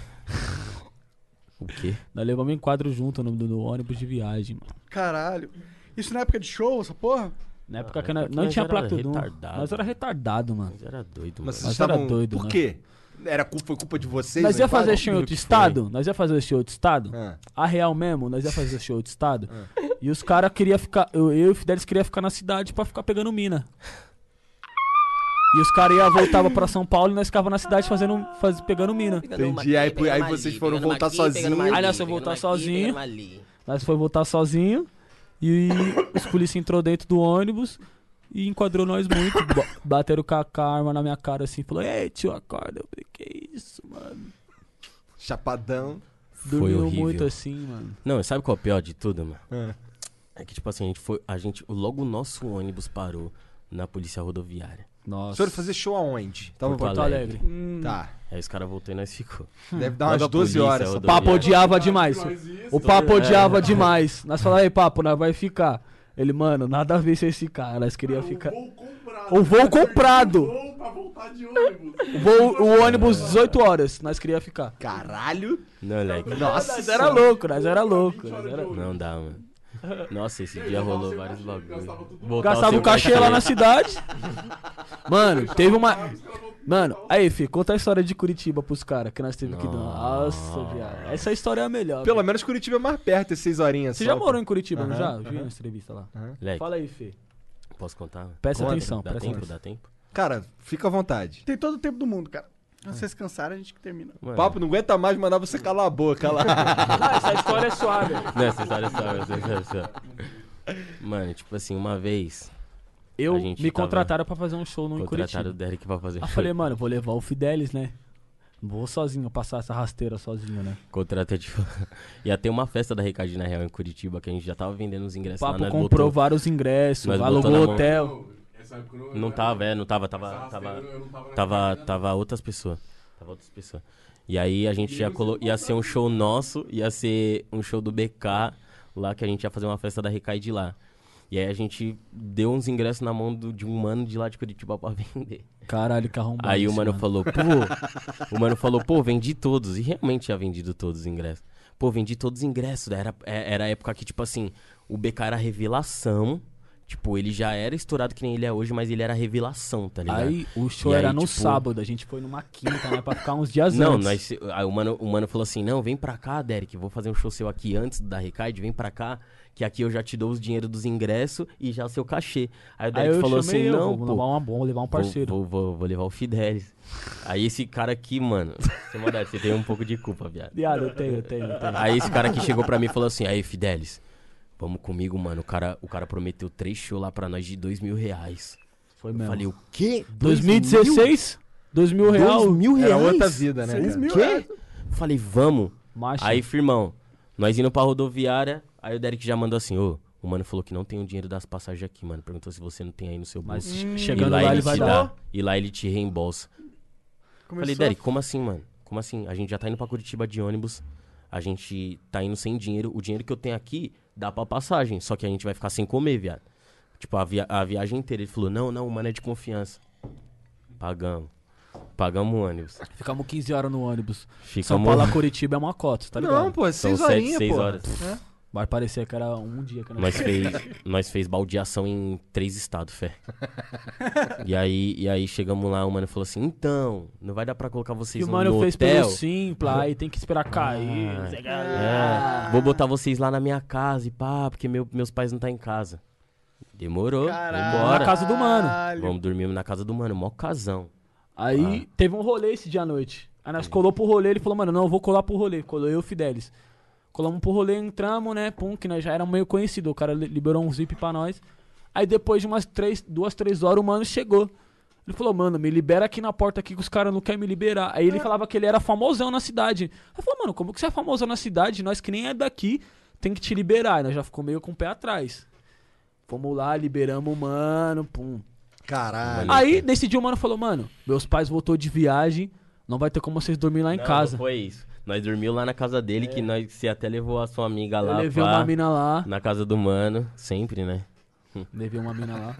[SPEAKER 4] O quê?
[SPEAKER 6] Nós levamos enquadro junto no, no ônibus de viagem, mano.
[SPEAKER 2] Caralho. Isso na época de show, essa porra?
[SPEAKER 6] Na época que
[SPEAKER 4] na
[SPEAKER 6] nós,
[SPEAKER 4] época
[SPEAKER 6] não
[SPEAKER 4] nós
[SPEAKER 6] tinha
[SPEAKER 4] era
[SPEAKER 6] placa do um.
[SPEAKER 4] retardado.
[SPEAKER 6] Nós era retardado, mano.
[SPEAKER 4] Mas era doido,
[SPEAKER 3] Mas
[SPEAKER 4] mano.
[SPEAKER 3] vocês
[SPEAKER 6] era
[SPEAKER 3] estavam...
[SPEAKER 6] doido,
[SPEAKER 3] Por
[SPEAKER 6] né?
[SPEAKER 3] quê? Era culpa, foi culpa de vocês?
[SPEAKER 6] Nós
[SPEAKER 3] né?
[SPEAKER 6] ia fazer
[SPEAKER 3] Fala.
[SPEAKER 6] show em outro
[SPEAKER 4] que foi.
[SPEAKER 6] estado? Nós ia fazer show em outro estado?
[SPEAKER 3] Ah.
[SPEAKER 6] A real mesmo, nós ia fazer show em outro estado? E os caras queriam ficar. Eu, eu e o Fidelis queria ficar na cidade pra ficar pegando mina. E os caras iam voltava pra São Paulo e nós ficava na cidade fazendo, faz, pegando mina.
[SPEAKER 3] Entendi. Aí, aí vocês foram voltar sozinhos.
[SPEAKER 6] Aí nós foi voltar sozinho. Nós foi voltar sozinho. E os polícia entrou dentro do ônibus e enquadrou nós muito. Ba- Bateram com a com a arma na minha cara assim, falou, ei tio, acorda. Eu falei, que isso, mano?
[SPEAKER 3] Chapadão.
[SPEAKER 6] Dormiu
[SPEAKER 4] horrível.
[SPEAKER 6] muito assim, mano.
[SPEAKER 4] Não, sabe qual é o pior de tudo, mano? É que, tipo assim, a gente foi. A gente, logo o nosso ônibus parou na polícia rodoviária.
[SPEAKER 3] Os
[SPEAKER 6] Nossa.
[SPEAKER 3] senhores fazer show aonde? Então, Tava
[SPEAKER 4] Porto
[SPEAKER 6] Porto Alegre.
[SPEAKER 3] Tá.
[SPEAKER 4] Aí os caras voltou e nós ficou.
[SPEAKER 6] Hum.
[SPEAKER 3] Deve dar
[SPEAKER 4] Logo
[SPEAKER 3] umas
[SPEAKER 4] a
[SPEAKER 3] 12
[SPEAKER 4] polícia,
[SPEAKER 3] horas.
[SPEAKER 4] eu
[SPEAKER 3] essa
[SPEAKER 4] dou-
[SPEAKER 6] Papo odiava demais.
[SPEAKER 1] Mas isso,
[SPEAKER 6] O papo
[SPEAKER 4] É.
[SPEAKER 6] odiava demais. Nós falamos, ei, papo, nós vai ficar. Ele, mano, nada a ver se esse cara. Nós queria ficar.
[SPEAKER 1] voo comprado.
[SPEAKER 6] O voo comprado.
[SPEAKER 1] O voo pra voltar de ônibus.
[SPEAKER 6] Vou, o ônibus 18 horas, nós queria ficar.
[SPEAKER 3] Caralho.
[SPEAKER 4] Não, moleque.
[SPEAKER 6] Nós era louco, nós era louco.
[SPEAKER 1] 20
[SPEAKER 6] Nós
[SPEAKER 1] horas
[SPEAKER 6] era...
[SPEAKER 1] de ônibus.
[SPEAKER 4] Não dá, mano. Nossa, esse dia
[SPEAKER 1] gastava
[SPEAKER 4] rolou
[SPEAKER 1] seu
[SPEAKER 4] vários
[SPEAKER 1] cachê,
[SPEAKER 4] bagulhos.
[SPEAKER 1] gastava tudo.
[SPEAKER 4] Voltar
[SPEAKER 6] Gastava
[SPEAKER 4] seu
[SPEAKER 6] o cachê lá na
[SPEAKER 4] cachê.
[SPEAKER 6] cidade. Mano, teve uma. Mano, aí, Fê, conta a história de Curitiba pros caras que nós teve que dar. Nossa, viado. Essa história é a melhor.
[SPEAKER 3] Pelo
[SPEAKER 6] velho.
[SPEAKER 3] menos Curitiba é mais perto, é 6 horinhas.
[SPEAKER 6] Você
[SPEAKER 3] só,
[SPEAKER 6] já
[SPEAKER 3] pô.
[SPEAKER 6] morou em Curitiba, não já? Eu vi nessa entrevista lá.
[SPEAKER 4] Moleque,
[SPEAKER 6] Fala aí, Fê.
[SPEAKER 4] Posso contar?
[SPEAKER 6] Presta
[SPEAKER 4] Conta.
[SPEAKER 6] atenção,
[SPEAKER 4] Dá
[SPEAKER 6] presta
[SPEAKER 4] tempo,
[SPEAKER 6] atenção.
[SPEAKER 4] dá tempo.
[SPEAKER 3] Cara, fica à vontade.
[SPEAKER 2] Tem todo o tempo do mundo, cara. Se vocês cansarem, a gente que termina.
[SPEAKER 4] Mano,
[SPEAKER 3] Papo não aguenta mais mandar você calar a boca. Calar.
[SPEAKER 6] Essa história é suave.
[SPEAKER 4] Não, essa história é só, essa história é só. Mano, tipo assim, uma vez
[SPEAKER 6] Eu
[SPEAKER 4] A gente
[SPEAKER 6] me
[SPEAKER 4] tava-
[SPEAKER 6] contrataram pra fazer um show no em
[SPEAKER 4] contrataram
[SPEAKER 6] Curitiba.
[SPEAKER 4] o Derek pra fazer
[SPEAKER 6] Aí eu
[SPEAKER 4] show.
[SPEAKER 6] falei, mano, vou levar o Fidelis, né? Não Vou sozinho passar essa rasteira sozinho, né?
[SPEAKER 4] Contrata de. Ia ter uma festa da Recadinha Real em Curitiba que a gente já tava vendendo os ingressos lá.
[SPEAKER 6] Papo
[SPEAKER 4] nós
[SPEAKER 6] comprou
[SPEAKER 4] botou-
[SPEAKER 6] vários ingressos,
[SPEAKER 4] nós
[SPEAKER 6] alugou
[SPEAKER 4] botou na mão.
[SPEAKER 6] hotel.
[SPEAKER 1] Não, essa época eu
[SPEAKER 4] Não
[SPEAKER 1] eu-
[SPEAKER 4] tava, é, não tava, tava.
[SPEAKER 1] essa
[SPEAKER 4] Tava,
[SPEAKER 1] rasteira eu não né? tava na
[SPEAKER 4] tava,
[SPEAKER 1] casa, né?
[SPEAKER 4] tava outras pessoas. Tava outras pessoas. E aí a gente ia, colo... ia ser um show nosso, ia ser um show do BK lá, que a gente ia fazer uma festa da Recaide lá. E aí a gente deu uns ingressos na mão do- de um mano de lá de Curitiba pra vender.
[SPEAKER 6] Caralho, que arrombado.
[SPEAKER 4] Aí o
[SPEAKER 6] esse
[SPEAKER 4] mano falou, pô. o mano falou, pô, vendi todos. E realmente tinha vendido todos os ingressos. Pô, vendi todos os ingressos. Era, é- era a época que, tipo assim, o BK era revelação. Tipo, ele já era estourado que nem ele é hoje, mas ele era revelação, tá ligado?
[SPEAKER 6] Aí o show
[SPEAKER 4] E aí,
[SPEAKER 6] era no
[SPEAKER 4] tipo-
[SPEAKER 6] sábado, a gente foi numa quinta, né? Pra ficar uns dias
[SPEAKER 4] Não,
[SPEAKER 6] antes.
[SPEAKER 4] nós, aí o, mano, o mano falou assim: não, vem pra cá, Derek, vou fazer um show seu aqui antes da Recaide, vem pra cá, que aqui eu já te dou os dinheiro dos ingressos e já o seu cachê. Aí o
[SPEAKER 6] Aí
[SPEAKER 4] Derek
[SPEAKER 6] eu
[SPEAKER 4] falou
[SPEAKER 6] chamei
[SPEAKER 4] assim:
[SPEAKER 6] eu,
[SPEAKER 4] não,
[SPEAKER 6] vou
[SPEAKER 4] pô,
[SPEAKER 6] levar uma bomba, levar um parceiro.
[SPEAKER 4] Vou, vou, vou- vou levar o Fidelis. Aí esse cara aqui, mano, sem maldade, você tem um pouco de culpa, viado.
[SPEAKER 6] Viado, eu tenho, eu tenho, eu tenho.
[SPEAKER 4] Aí esse cara aqui chegou pra mim e falou assim: aí, Fidelis, vamos comigo, mano. O cara, o cara prometeu três shows lá pra nós de dois mil reais.
[SPEAKER 6] Foi
[SPEAKER 4] Eu
[SPEAKER 6] mesmo.
[SPEAKER 4] falei: o quê? Dois mil?
[SPEAKER 6] 2016? Dois mil real?
[SPEAKER 4] Dois mil reais?
[SPEAKER 3] Era outra vida, né?
[SPEAKER 2] Seis
[SPEAKER 3] cara?
[SPEAKER 2] mil
[SPEAKER 4] Quê?
[SPEAKER 2] reais.
[SPEAKER 4] Falei, vamos.
[SPEAKER 6] Macho.
[SPEAKER 4] Aí, firmão, nós indo pra rodoviária, aí o Derek já mandou assim, ô, o mano falou que não tem o dinheiro das passagens aqui, mano. Perguntou se você não tem aí no seu
[SPEAKER 6] Mas
[SPEAKER 4] bolso.
[SPEAKER 6] che-
[SPEAKER 4] E
[SPEAKER 6] chegando lá, ele vai
[SPEAKER 4] te
[SPEAKER 6] dar.
[SPEAKER 4] dá, e lá ele te reembolsa. Falei, Derek, como assim, mano? Como assim? A gente já tá indo pra Curitiba de ônibus, a gente tá indo sem dinheiro. O dinheiro que eu tenho aqui dá pra passagem, só que a gente vai ficar sem comer, viado. Tipo, a, via- a viagem inteira. Ele falou, não, não, o mano é de confiança. Pagamos. Pagamos o ônibus.
[SPEAKER 6] Ficamos 15 horas no ônibus.
[SPEAKER 4] Ficamos...
[SPEAKER 6] São Paulo a Curitiba é uma cota, tá ligado?
[SPEAKER 3] Não, pô, é
[SPEAKER 4] São
[SPEAKER 3] seis
[SPEAKER 4] Então, sete,
[SPEAKER 3] horinhas,
[SPEAKER 4] seis
[SPEAKER 3] pô.
[SPEAKER 4] horas.
[SPEAKER 6] Vai parecer que era um dia que eu não
[SPEAKER 4] Nós fez, nós fez baldeação em três estados, fé. E aí, e aí chegamos lá, o mano falou assim, então, não vai dar pra colocar
[SPEAKER 6] E
[SPEAKER 4] vocês
[SPEAKER 6] o
[SPEAKER 4] no
[SPEAKER 6] mano
[SPEAKER 4] no
[SPEAKER 6] fez
[SPEAKER 4] hotel?
[SPEAKER 6] pelo Simpla, aí tem que esperar cair. não sei o que lá.
[SPEAKER 4] É, vou botar vocês lá na minha casa e pá, porque meu- meus pais não tá em casa. Demorou,
[SPEAKER 6] Na
[SPEAKER 4] vambora.
[SPEAKER 6] casa do mano.
[SPEAKER 4] Vamos dormir na casa do mano, mó casão.
[SPEAKER 6] Aí
[SPEAKER 4] Ah.
[SPEAKER 6] teve um rolê esse dia à noite. Aí nós colou pro rolê, ele falou, mano, não, eu vou colar pro rolê. Colou eu e o Fidelis. Colamos pro rolê, entramos, né? Pum, que nós já éramos meio conhecido. O cara li- liberou um zip pra nós. Aí depois de umas três, duas, três horas, o mano chegou. Ele falou, mano, me libera aqui na porta aqui que os caras não querem me liberar. Aí ele falava que ele era famosão na cidade. Eu falei, mano, como que você é famosão na cidade? Nós que nem é daqui, tem que te liberar. Aí nós já ficou meio com o pé atrás. Fomos lá, liberamos o mano, pum.
[SPEAKER 3] Caralho.
[SPEAKER 6] Aí decidiu, o mano falou, mano, meus pais voltou de viagem, não vai ter como vocês dormir lá em
[SPEAKER 4] Não,
[SPEAKER 6] casa. É.
[SPEAKER 4] não foi isso. Nós dormimos lá na casa dele, que nós, você até levou a sua amiga
[SPEAKER 6] Eu
[SPEAKER 4] lá,
[SPEAKER 6] levei
[SPEAKER 4] pá,
[SPEAKER 6] uma mina lá,
[SPEAKER 4] na casa do mano, sempre, né?
[SPEAKER 6] levei uma mina lá.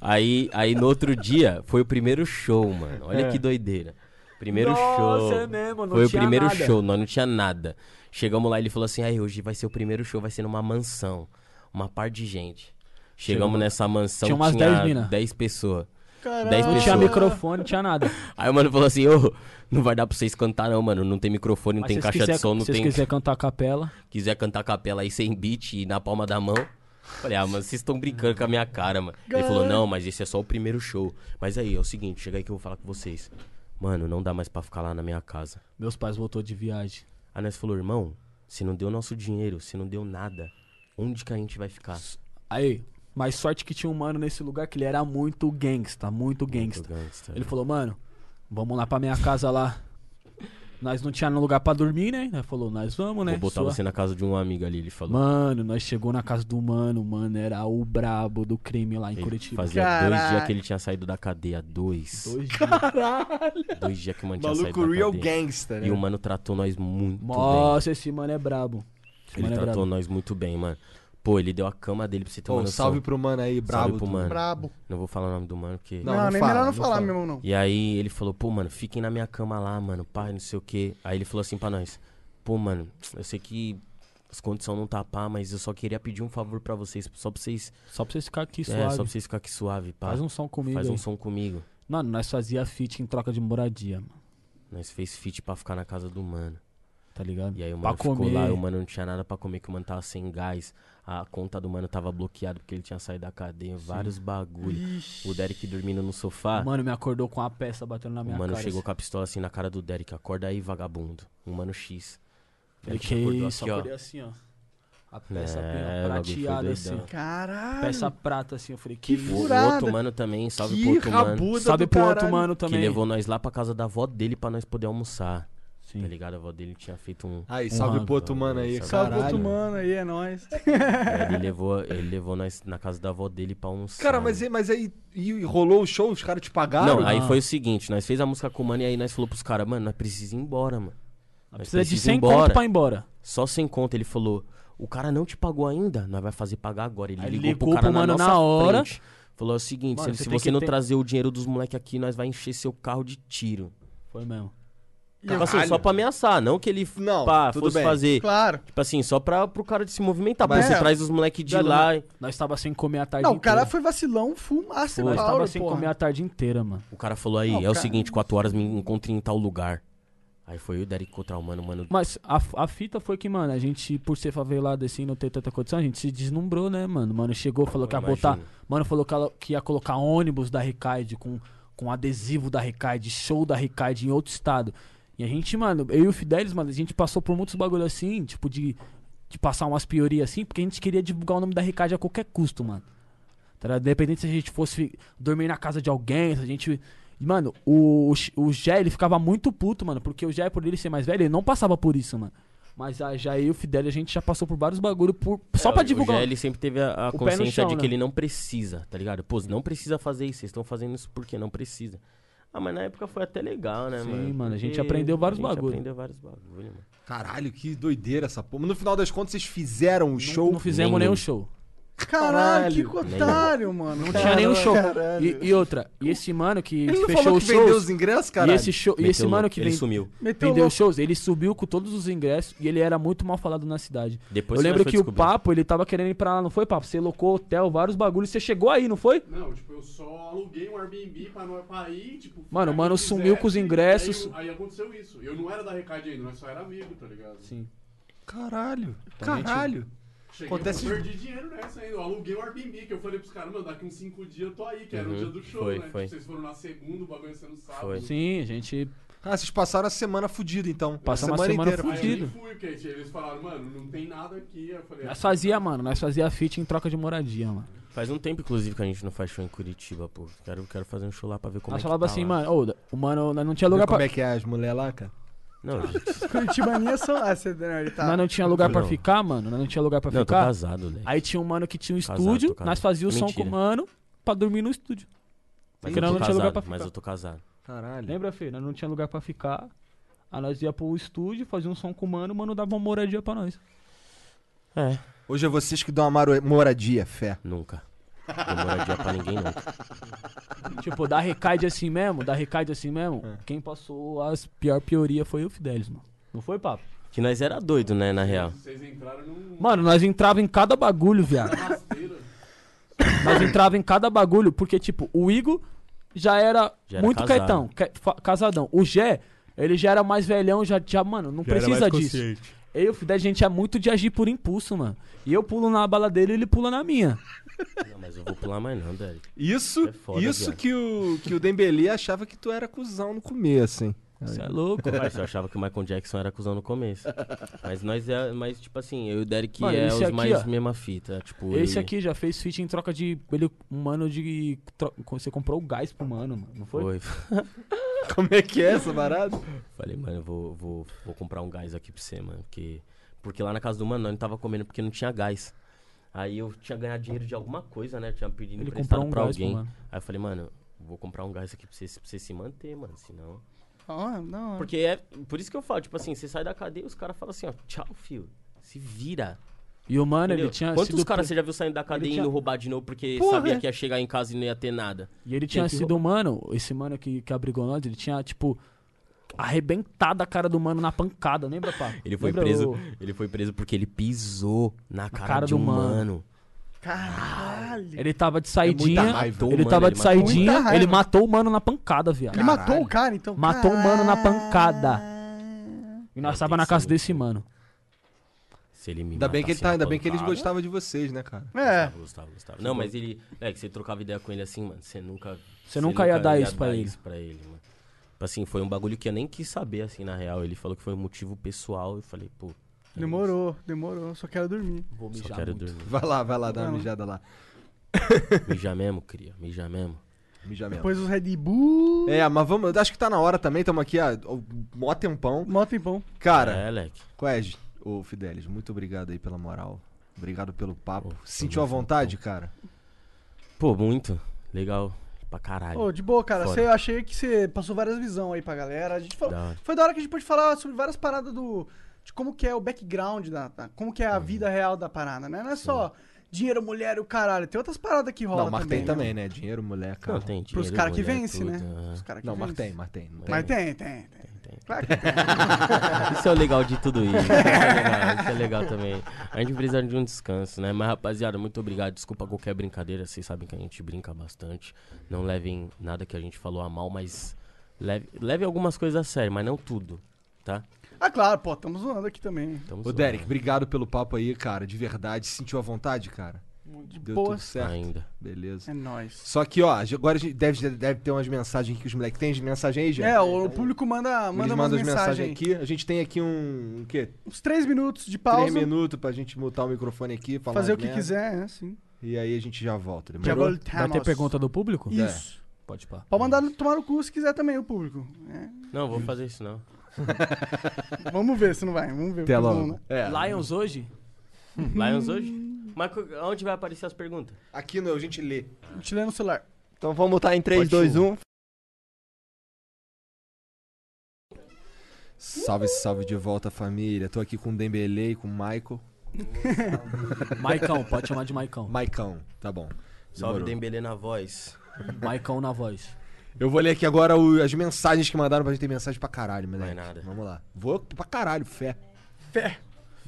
[SPEAKER 4] Aí, aí no outro dia foi o primeiro show, mano. Olha que doideira. Primeiro
[SPEAKER 6] É. Nossa,
[SPEAKER 4] show.
[SPEAKER 6] é mesmo, não
[SPEAKER 4] foi o
[SPEAKER 6] tinha
[SPEAKER 4] primeiro
[SPEAKER 6] nada.
[SPEAKER 4] show, nós não tinha nada. Chegamos lá, ele falou assim: aí hoje vai ser o primeiro show, vai ser numa mansão. Uma par de gente. Chegamos
[SPEAKER 6] Chegou.
[SPEAKER 4] nessa mansão,
[SPEAKER 6] Tinha umas 10 mina.
[SPEAKER 4] 10 pessoas.
[SPEAKER 2] Caralho.
[SPEAKER 4] 10
[SPEAKER 6] Não tinha
[SPEAKER 4] pessoas.
[SPEAKER 6] microfone, não tinha nada.
[SPEAKER 4] Aí o mano falou assim: ô, não vai dar pra vocês cantar, não, mano. Não tem microfone, não
[SPEAKER 6] Mas
[SPEAKER 4] tem
[SPEAKER 6] se vocês
[SPEAKER 4] caixa
[SPEAKER 6] quiser-
[SPEAKER 4] de som, não
[SPEAKER 6] Se vocês
[SPEAKER 4] tem.
[SPEAKER 6] quiserem cantar a capela,
[SPEAKER 4] Quiser cantar capela aí sem beat e na palma da mão. Falei, ah, mano, vocês estão brincando com a minha cara, mano. Ele falou, não, mas esse é só o primeiro show. Mas aí, é o seguinte, chega aí que eu vou falar com vocês. Mano, não dá mais pra ficar lá na minha casa.
[SPEAKER 6] meus pais voltou de viagem.
[SPEAKER 4] Aí nós falou, irmão, se não deu nosso dinheiro, se não deu nada, onde que a gente vai ficar?
[SPEAKER 6] Aí, mas sorte que tinha um mano nesse lugar que ele era muito gangsta, muito gangsta.
[SPEAKER 4] gangsta. né?
[SPEAKER 6] Ele falou, mano, vamos lá pra minha casa lá. Nós não tinha lugar pra dormir, né? Ele falou, nós vamos, né?
[SPEAKER 4] Vou botar
[SPEAKER 6] Sua-
[SPEAKER 4] você na casa de um amigo ali, ele falou.
[SPEAKER 6] Mano, nós chegou na casa do mano, mano, era o brabo do crime lá em
[SPEAKER 4] Ele
[SPEAKER 6] Curitiba.
[SPEAKER 4] Fazia dois
[SPEAKER 2] Caralho.
[SPEAKER 4] dias que ele tinha saído da cadeia. Dois. Dois,
[SPEAKER 6] Dois dias.
[SPEAKER 4] dias que o mano tinha saído
[SPEAKER 3] Maluco
[SPEAKER 4] da
[SPEAKER 3] real
[SPEAKER 4] cadeia.
[SPEAKER 3] gangsta, né?
[SPEAKER 4] E o mano tratou nós muito bem.
[SPEAKER 6] Nossa, esse mano é brabo. Esse
[SPEAKER 4] Ele
[SPEAKER 6] mano é
[SPEAKER 4] tratou
[SPEAKER 6] brabo.
[SPEAKER 4] nós muito bem, mano. Pô, ele deu a cama dele pra você ter
[SPEAKER 3] Pô,
[SPEAKER 4] uma noção.
[SPEAKER 3] salve pro mano aí, brabo.
[SPEAKER 4] pro
[SPEAKER 3] tu-
[SPEAKER 4] mano.
[SPEAKER 2] Brabo.
[SPEAKER 4] Não vou falar o nome do mano, porque...
[SPEAKER 3] Não,
[SPEAKER 2] Não,
[SPEAKER 3] não
[SPEAKER 2] nem
[SPEAKER 3] fala,
[SPEAKER 2] melhor não
[SPEAKER 3] não
[SPEAKER 2] falar
[SPEAKER 3] fala.
[SPEAKER 2] meu irmão, não.
[SPEAKER 4] E aí ele falou, pô, mano, fiquem na minha cama lá, mano, pá, não sei o quê. Aí ele falou assim pra nós, pô, mano, eu sei que as condições não tá pá, mas eu só queria pedir um favor pra vocês, só pra vocês...
[SPEAKER 6] Só pra vocês ficarem aqui suave.
[SPEAKER 4] É, só pra vocês ficarem aqui suave, pá.
[SPEAKER 6] Faz um som comigo
[SPEAKER 4] Faz um
[SPEAKER 6] aí.
[SPEAKER 4] som comigo.
[SPEAKER 6] Mano, nós fazia feat em troca de moradia, mano.
[SPEAKER 4] Nós fez feat pra ficar na casa do mano.
[SPEAKER 6] Tá ligado?
[SPEAKER 4] E aí o
[SPEAKER 6] pra
[SPEAKER 4] mano ficou
[SPEAKER 6] comer.
[SPEAKER 4] lá, e o mano não tinha nada pra comer, que o mano tava sem gás. A conta do mano tava bloqueada porque ele tinha saído da cadeia, vários bagulho. O Derek dormindo no sofá.
[SPEAKER 6] Mano, me acordou com a peça batendo na
[SPEAKER 4] Ah. O
[SPEAKER 6] minha
[SPEAKER 4] mano
[SPEAKER 6] cara.
[SPEAKER 4] chegou
[SPEAKER 6] assim.
[SPEAKER 4] com a pistola assim na cara do Derek. Acorda aí, vagabundo. Um mano X.
[SPEAKER 6] Falei,
[SPEAKER 4] Derek
[SPEAKER 6] que
[SPEAKER 4] acordou
[SPEAKER 6] assim. isso,
[SPEAKER 4] aqui, ó.
[SPEAKER 6] acordei assim, ó. A peça
[SPEAKER 4] É,
[SPEAKER 6] bem, ó,
[SPEAKER 4] o bagulho foi
[SPEAKER 6] prateada, assim.
[SPEAKER 4] doidão.
[SPEAKER 2] Caralho.
[SPEAKER 6] Peça prata, assim. Eu falei, que,
[SPEAKER 2] Que
[SPEAKER 6] isso?
[SPEAKER 4] O- O
[SPEAKER 2] Furada.
[SPEAKER 4] outro mano também, salve pro
[SPEAKER 3] Que
[SPEAKER 4] outro mano.
[SPEAKER 3] rabuda
[SPEAKER 6] Sabe
[SPEAKER 3] do
[SPEAKER 6] pro outro
[SPEAKER 3] caralho.
[SPEAKER 6] mano
[SPEAKER 4] Que
[SPEAKER 6] também.
[SPEAKER 4] levou nós lá pra casa da avó dele pra nós poder almoçar.
[SPEAKER 6] Sim.
[SPEAKER 4] Tá ligado? A avó dele tinha feito um.
[SPEAKER 3] Aí, salve
[SPEAKER 6] Honrado.
[SPEAKER 3] pro outro mano aí.
[SPEAKER 4] Salve
[SPEAKER 2] Salve pro outro
[SPEAKER 4] Caralho.
[SPEAKER 2] mano aí, é nóis.
[SPEAKER 4] Aí ele levou, ele levou nós na casa da avó dele pra almoçar.
[SPEAKER 3] Cara, mas, aí- mas aí e, e rolou o show, os caras te pagaram?
[SPEAKER 4] Não, aí foi o seguinte, nós fez a música com o mano e aí nós falou pros caras, mano, nós precisamos ir embora, mano. Nós
[SPEAKER 6] Precisa de
[SPEAKER 4] precisamos ir
[SPEAKER 6] 100 conto pra ir embora.
[SPEAKER 4] Só sem conta, ele falou: o cara não te pagou ainda, nós vai fazer pagar agora. Ele
[SPEAKER 6] Aí
[SPEAKER 4] ligou,
[SPEAKER 6] ligou
[SPEAKER 4] pro cara
[SPEAKER 6] pro mano
[SPEAKER 4] na,
[SPEAKER 6] na
[SPEAKER 4] nossa
[SPEAKER 6] hora.
[SPEAKER 4] frente, Falou o seguinte:
[SPEAKER 6] Mano,
[SPEAKER 4] se,
[SPEAKER 6] você
[SPEAKER 4] se
[SPEAKER 6] tem
[SPEAKER 4] você
[SPEAKER 6] que
[SPEAKER 4] não
[SPEAKER 6] ter-
[SPEAKER 4] trazer o dinheiro dos moleques aqui, nós vai encher seu carro de tiro.
[SPEAKER 6] Foi mesmo.
[SPEAKER 4] Tipo assim, só pra ameaçar, não que ele f-
[SPEAKER 3] Não,
[SPEAKER 4] pá,
[SPEAKER 3] tudo
[SPEAKER 4] fosse
[SPEAKER 3] bem.
[SPEAKER 4] fazer.
[SPEAKER 2] É Claro.
[SPEAKER 4] Tipo assim, só pra, pro cara de se movimentar.
[SPEAKER 3] Mas
[SPEAKER 4] Mas você
[SPEAKER 3] é.
[SPEAKER 4] traz os moleques de
[SPEAKER 6] Velho,
[SPEAKER 4] lá.
[SPEAKER 6] nós- né? Nós tava sem comer a tarde
[SPEAKER 2] Não, o
[SPEAKER 6] inteira.
[SPEAKER 2] cara foi vacilão, fumaça e
[SPEAKER 6] Nós
[SPEAKER 2] pau,
[SPEAKER 6] tava sem
[SPEAKER 2] porra.
[SPEAKER 6] comer a tarde inteira, mano.
[SPEAKER 4] O cara falou aí, é o seguinte, quatro horas me encontre em tal lugar. Aí foi eu e o Derek encontrar o mano, mano.
[SPEAKER 6] Mas a, f- a fita foi que, mano, a gente, por ser favelado assim, não ter tanta condição, a gente se deslumbrou, né, mano? Mano chegou, falou que ia
[SPEAKER 4] imagino.
[SPEAKER 6] botar. Mano falou que, ela- que ia colocar ônibus da Recaide com, com adesivo da Recaide, show da Recaide em outro estado. E a gente, mano, eu e o Fidelis, mano, a gente passou por muitos bagulho assim, tipo de, de passar umas piorias assim, porque a gente queria divulgar o nome da Recaide a qualquer custo, mano. Tá ligado? Independente se a gente fosse dormir na casa de alguém, se a gente. E, Mano, o, o X- o Jé, ele ficava muito puto, mano, porque o Jé, por ele ser mais velho, ele não passava por isso, mano. Mas a Jé e o Fidel, a gente já passou por vários bagulho por, só
[SPEAKER 4] É,
[SPEAKER 6] pra
[SPEAKER 4] o-
[SPEAKER 6] divulgar.
[SPEAKER 4] O Gé, ele sempre teve a, a
[SPEAKER 6] O pé no
[SPEAKER 4] consciência
[SPEAKER 6] chão,
[SPEAKER 4] de que
[SPEAKER 6] né?
[SPEAKER 4] ele não precisa, tá ligado? Pô, não precisa fazer isso, vocês estão fazendo isso porque não precisa. Ah, mas na época foi até legal, né,
[SPEAKER 6] Sim,
[SPEAKER 4] mano?
[SPEAKER 6] mano, a gente
[SPEAKER 4] Porque
[SPEAKER 6] aprendeu vários
[SPEAKER 4] A gente
[SPEAKER 6] bagulho.
[SPEAKER 4] aprendeu vários bagulho, mano.
[SPEAKER 3] Caralho, que doideira essa porra. Mas no final das contas, vocês fizeram o show.
[SPEAKER 6] Não fizemos
[SPEAKER 4] Nenhum.
[SPEAKER 6] nenhum show.
[SPEAKER 2] Caralho, que
[SPEAKER 4] Caralho.
[SPEAKER 2] otário, mano.
[SPEAKER 6] Não tinha nenhum show. E, e outra, e esse mano que
[SPEAKER 3] Ele não
[SPEAKER 6] fechou
[SPEAKER 3] falou
[SPEAKER 6] os
[SPEAKER 3] que vendeu
[SPEAKER 6] shows.
[SPEAKER 3] os ingressos,
[SPEAKER 6] e
[SPEAKER 3] caralho?
[SPEAKER 6] esse, show, e
[SPEAKER 4] Meteu
[SPEAKER 6] esse mano
[SPEAKER 4] louco,
[SPEAKER 6] que
[SPEAKER 4] ele
[SPEAKER 6] vem-
[SPEAKER 4] sumiu.
[SPEAKER 2] Meteu
[SPEAKER 6] vendeu
[SPEAKER 2] louco.
[SPEAKER 6] shows, ele sumiu com todos os ingressos e ele era muito mal falado na cidade.
[SPEAKER 4] Depois
[SPEAKER 6] eu
[SPEAKER 4] que nós
[SPEAKER 6] lembro
[SPEAKER 4] foi
[SPEAKER 6] que o
[SPEAKER 4] descobrir.
[SPEAKER 6] Papo, ele tava querendo ir pra lá, não foi, Papo? Você locou hotel, vários bagulhos, você chegou aí, não foi?
[SPEAKER 1] Não, tipo, eu só aluguei um Airbnb pra, no- pra ir, tipo... ficar
[SPEAKER 6] Mano, o
[SPEAKER 1] quem
[SPEAKER 6] mano
[SPEAKER 1] quisesse,
[SPEAKER 6] sumiu com os
[SPEAKER 1] e aí-
[SPEAKER 6] ingressos.
[SPEAKER 1] Aí, aconteceu isso. Eu não era da Recade ainda, nós só era amigo, tá ligado?
[SPEAKER 6] Sim.
[SPEAKER 3] Caralho, caralho.
[SPEAKER 1] Cheguei,
[SPEAKER 3] Acontece-
[SPEAKER 1] Eu perdi dinheiro nessa ainda. Eu aluguei um Airbnb, que eu falei pros caras, mano, daqui uns 5 dias eu tô aí, que era o dia do show,
[SPEAKER 4] Uhum. foi,
[SPEAKER 1] né?
[SPEAKER 4] foi.
[SPEAKER 1] Vocês foram na segunda, o bagulho sendo sábado.
[SPEAKER 4] Foi.
[SPEAKER 6] Sim, a gente
[SPEAKER 3] Ah, vocês passaram a semana fudida, então.
[SPEAKER 6] Passamos a semana
[SPEAKER 1] Aí eu nem
[SPEAKER 6] Fudido.
[SPEAKER 1] fui, que eles falaram, mano, não tem nada aqui. Eu falei, ah,
[SPEAKER 6] nós fazia, mano, nós fazia fit em troca de moradia, mano.
[SPEAKER 4] Faz um tempo, inclusive, que a gente não faz show em Curitiba, pô. Quero, quero fazer um show lá pra ver como é
[SPEAKER 6] nós
[SPEAKER 4] que
[SPEAKER 6] falava
[SPEAKER 4] tá
[SPEAKER 6] assim,
[SPEAKER 4] lá.
[SPEAKER 6] mano, ô, o mano, nós não tinha lugar
[SPEAKER 3] Vê
[SPEAKER 6] pra.
[SPEAKER 3] como é que é as mulheres lá, cara?
[SPEAKER 4] Não, gente,
[SPEAKER 2] Curitibania são... Ah, você... Não, ele tá...
[SPEAKER 6] Nós não tinha lugar pra
[SPEAKER 4] Não.
[SPEAKER 6] ficar, mano. Nós não tinha lugar pra
[SPEAKER 4] não, eu tô
[SPEAKER 6] ficar.
[SPEAKER 4] casado, né?
[SPEAKER 6] Aí tinha um mano que tinha um
[SPEAKER 4] Casado,
[SPEAKER 6] estúdio,
[SPEAKER 4] tô casado. É
[SPEAKER 6] nós fazia o som com
[SPEAKER 4] Mentira.
[SPEAKER 6] o mano pra dormir no estúdio.
[SPEAKER 4] Mas
[SPEAKER 6] porque
[SPEAKER 4] eu
[SPEAKER 6] nós
[SPEAKER 4] tô
[SPEAKER 6] não tinha lugar
[SPEAKER 4] casado,
[SPEAKER 6] pra
[SPEAKER 4] mas
[SPEAKER 6] ficar.
[SPEAKER 4] eu tô casado.
[SPEAKER 3] Caralho.
[SPEAKER 6] Lembra, filho? Nós não tinha lugar pra ficar. Aí nós ia pro estúdio, fazia um som com o mano, o mano dava uma moradia pra nós.
[SPEAKER 4] É,
[SPEAKER 3] Hoje é vocês que dão uma maro- moradia, fé.
[SPEAKER 4] nunca. Não moradia pra ninguém, não.
[SPEAKER 6] tipo, da recaide assim mesmo, da recaide assim mesmo, quem passou as pior pioria foi o Fidelis, mano. Não foi, papo?
[SPEAKER 4] Que nós era doido, né, na real.
[SPEAKER 1] vocês entraram num
[SPEAKER 6] Mano, nós entrava em cada bagulho, viado.
[SPEAKER 1] rasteira.
[SPEAKER 6] Nós entrava em cada bagulho, porque, tipo, o Igor já era
[SPEAKER 4] Já era
[SPEAKER 6] muito
[SPEAKER 4] casado.
[SPEAKER 6] quietão, ca- fa- casadão. O Gé, ele já era mais velhão, já, já mano, não precisa disso. Eu e o Fidel, a gente é muito de agir por impulso, mano. E eu pulo na bala dele e ele pula na minha.
[SPEAKER 4] Não, mas eu vou pular mais não, Derek.
[SPEAKER 3] Isso,
[SPEAKER 4] É foda,
[SPEAKER 3] isso
[SPEAKER 4] viado.
[SPEAKER 3] que o, que o Dembele achava que tu era cuzão no começo, hein?
[SPEAKER 6] Você é louco.
[SPEAKER 4] Mas eu achava que o Michael Jackson era cuzão no começo. Mas nós é. Mas, tipo assim, eu e o Derek
[SPEAKER 6] Mano,
[SPEAKER 4] é
[SPEAKER 6] esse
[SPEAKER 4] os
[SPEAKER 6] aqui,
[SPEAKER 4] mais
[SPEAKER 6] ó.
[SPEAKER 4] mesma fita. Tipo,
[SPEAKER 6] Esse
[SPEAKER 4] ele-
[SPEAKER 6] aqui já fez feat em troca de. Ele, um mano de. tro- Você comprou o gás pro mano, mano, não foi?
[SPEAKER 4] Foi.
[SPEAKER 3] Como é que é essa parada?
[SPEAKER 4] Falei, mano, eu vou, vou, vou comprar um gás aqui pra você, mano. Porque, porque lá na casa do mano, nós não tava comendo porque não tinha gás. Aí eu tinha ganhado dinheiro de alguma coisa, né? Eu tinha pedido
[SPEAKER 6] Ele
[SPEAKER 4] emprestado
[SPEAKER 6] comprou um
[SPEAKER 4] pra
[SPEAKER 6] gás pro
[SPEAKER 4] alguém.
[SPEAKER 6] mano.
[SPEAKER 4] Aí eu falei, mano, vou comprar um gás aqui pra você, pra você se manter, mano. Senão.
[SPEAKER 2] Ó, não.
[SPEAKER 6] Hum.
[SPEAKER 4] Porque é. Por isso que eu falo, tipo assim, você sai da cadeia e os caras falam assim, ó, tchau, filho. Se vira.
[SPEAKER 6] E o mano,
[SPEAKER 4] Entendeu?
[SPEAKER 6] ele tinha.
[SPEAKER 4] Quantos
[SPEAKER 6] sido
[SPEAKER 4] caras
[SPEAKER 6] pre-
[SPEAKER 4] você já viu saindo da cadeia e
[SPEAKER 6] tinha- é.
[SPEAKER 4] indo roubar de novo porque sabia que ia chegar em casa e não ia ter nada?
[SPEAKER 6] E ele tinha
[SPEAKER 4] que
[SPEAKER 6] sido um mano, esse mano que, que abrigou nós, ele tinha, tipo, arrebentado a cara do mano na pancada, lembra, pá?
[SPEAKER 4] Ele foi
[SPEAKER 6] Lembra
[SPEAKER 4] preso.
[SPEAKER 6] o-
[SPEAKER 4] Ele foi preso porque ele pisou na cara,
[SPEAKER 6] cara
[SPEAKER 4] de
[SPEAKER 6] do
[SPEAKER 4] um
[SPEAKER 6] mano.
[SPEAKER 4] mano.
[SPEAKER 2] Caralho.
[SPEAKER 6] Ele tava de
[SPEAKER 3] É
[SPEAKER 6] saidinha,
[SPEAKER 3] muita raiva.
[SPEAKER 6] ele
[SPEAKER 4] Matou o
[SPEAKER 6] tava
[SPEAKER 4] mano, ele matou o
[SPEAKER 6] de
[SPEAKER 4] mano.
[SPEAKER 6] saidinha,
[SPEAKER 2] Muita
[SPEAKER 6] ele
[SPEAKER 2] raiva.
[SPEAKER 6] matou o mano na pancada, viado.
[SPEAKER 2] Ele matou
[SPEAKER 3] Caralho.
[SPEAKER 2] o cara, então.
[SPEAKER 6] Matou o mano na pancada. E nós
[SPEAKER 4] É,
[SPEAKER 6] tava
[SPEAKER 4] tem
[SPEAKER 6] na
[SPEAKER 4] que
[SPEAKER 6] casa
[SPEAKER 4] ser
[SPEAKER 6] desse
[SPEAKER 4] muito-
[SPEAKER 6] mano.
[SPEAKER 4] Se ele me é
[SPEAKER 3] Ainda bem que ele
[SPEAKER 4] matasse
[SPEAKER 3] tá,
[SPEAKER 4] na
[SPEAKER 3] ainda bem que eles
[SPEAKER 4] pancada-
[SPEAKER 3] gostavam de vocês, né, cara?
[SPEAKER 2] É.
[SPEAKER 4] Gustavo, Gustavo, Gustavo. Ah, Não, mas ele. É que você trocava ideia com ele assim, mano. Você nunca.
[SPEAKER 6] Você nunca ia dar isso pra ele.
[SPEAKER 4] pra ele, mano. Tipo Assim, foi um bagulho que eu nem quis saber, assim, na real. Ele falou que foi um motivo pessoal. Eu falei, pô. é
[SPEAKER 2] Demorou, demorou. Só quero dormir.
[SPEAKER 6] Vou
[SPEAKER 4] isso. Só
[SPEAKER 6] mijar
[SPEAKER 4] quero
[SPEAKER 6] muito.
[SPEAKER 4] dormir.
[SPEAKER 3] Vai lá, vai lá, dá uma mijada lá.
[SPEAKER 4] Mijar mesmo, cria. Mijar mesmo.
[SPEAKER 3] Mija mesmo.
[SPEAKER 2] Depois os Red Bull.
[SPEAKER 3] É, mas vamos, acho que tá na hora também, estamos aqui há ó, mó tempão.
[SPEAKER 2] Mó tempão.
[SPEAKER 3] Cara,
[SPEAKER 4] É, Leque.
[SPEAKER 3] qual é, ô Fidelis, muito obrigado aí pela moral. Obrigado pelo papo. Sentiu à vontade, cara?
[SPEAKER 4] Pô, muito. Legal. Pra caralho.
[SPEAKER 2] Ô, de boa, cara.
[SPEAKER 4] Então. Foda.
[SPEAKER 2] Cê- eu achei que você passou várias visões aí pra galera. A gente falou,
[SPEAKER 4] Da hora.
[SPEAKER 2] Foi da hora que a gente pôde falar sobre várias paradas do. De como que é o background da. da- como que é a vida real da parada, né? Não é só dinheiro, mulher e o caralho. Tem outras paradas que rolam.
[SPEAKER 3] Não, mas tem
[SPEAKER 2] né?
[SPEAKER 3] também, né? Dinheiro, mulher,
[SPEAKER 4] Não,
[SPEAKER 3] cara.
[SPEAKER 4] tem
[SPEAKER 2] Pros
[SPEAKER 4] dinheiro,
[SPEAKER 2] caras que
[SPEAKER 4] mulher,
[SPEAKER 2] vence,
[SPEAKER 4] tudo,
[SPEAKER 2] né?
[SPEAKER 4] é.
[SPEAKER 2] Os caras que
[SPEAKER 3] Não, mas
[SPEAKER 2] vence.
[SPEAKER 3] tem, mas tem. Não tem.
[SPEAKER 2] Mas tem, tem, tem.
[SPEAKER 4] tem. Isso é o legal de tudo isso. Isso é legal, isso é legal também. A gente precisa de um descanso, né? Mas, rapaziada, muito obrigado. Desculpa qualquer brincadeira. Vocês sabem que a gente brinca bastante. Não levem nada que a gente falou a mal, mas leve, leve algumas coisas a sério, mas não tudo, tá?
[SPEAKER 2] Ah, claro, pô, estamos zoando aqui também.
[SPEAKER 4] Tamo
[SPEAKER 3] Ô,
[SPEAKER 4] zoando.
[SPEAKER 3] Derek, obrigado pelo papo aí, cara. De verdade. Sentiu à vontade, cara?
[SPEAKER 2] De
[SPEAKER 3] Deu
[SPEAKER 2] boa.
[SPEAKER 3] tudo certo.
[SPEAKER 4] Ainda.
[SPEAKER 3] Beleza.
[SPEAKER 2] É nóis.
[SPEAKER 3] Só que, ó, agora a gente deve, deve ter umas mensagens que os moleques têm de mensagem aí, gente.
[SPEAKER 2] É, o público manda, manda
[SPEAKER 3] Eles
[SPEAKER 2] umas
[SPEAKER 3] mandam as
[SPEAKER 2] mensagens.
[SPEAKER 3] mensagens aqui. A gente tem aqui um, um quê?
[SPEAKER 2] Uns três minutos de pausa.
[SPEAKER 3] Três minutos pra gente mutar o microfone aqui, falar
[SPEAKER 2] fazer o
[SPEAKER 3] as
[SPEAKER 2] que
[SPEAKER 3] merda.
[SPEAKER 2] quiser, é assim.
[SPEAKER 3] E aí a gente já volta.
[SPEAKER 2] Já
[SPEAKER 3] Demorou?
[SPEAKER 6] Vai
[SPEAKER 2] voltamos.
[SPEAKER 6] ter pergunta do público?
[SPEAKER 2] Isso.
[SPEAKER 6] Pode pá.
[SPEAKER 2] Pode mandar tomar no cu se quiser também, o público. É.
[SPEAKER 4] Não, vou fazer isso não.
[SPEAKER 2] Vamos ver se não vai. Vamos ver.
[SPEAKER 3] Até
[SPEAKER 2] pois não,
[SPEAKER 3] logo.
[SPEAKER 2] né?
[SPEAKER 3] É.
[SPEAKER 6] Lions hoje?
[SPEAKER 4] Lions hoje? Mas co- onde vai aparecer as perguntas?
[SPEAKER 3] Aqui não, a gente lê.
[SPEAKER 2] Te lê no celular.
[SPEAKER 5] Então vamos botar em um. 3,
[SPEAKER 3] Pode
[SPEAKER 5] 2,
[SPEAKER 3] chuva.
[SPEAKER 5] 1.
[SPEAKER 3] Salve, salve de volta, família. Tô aqui com o Dembele e com o Michael.
[SPEAKER 6] Maicão, pode chamar de Maicão.
[SPEAKER 3] Maicão, tá bom.
[SPEAKER 4] Salve
[SPEAKER 3] Demorou.
[SPEAKER 4] Dembele na voz.
[SPEAKER 6] Maicão na voz.
[SPEAKER 3] Eu vou ler aqui agora o- as mensagens que mandaram pra gente ter mensagem pra caralho, moleque.
[SPEAKER 4] Vai nada.
[SPEAKER 3] Vamos lá. Vou pra caralho, fé.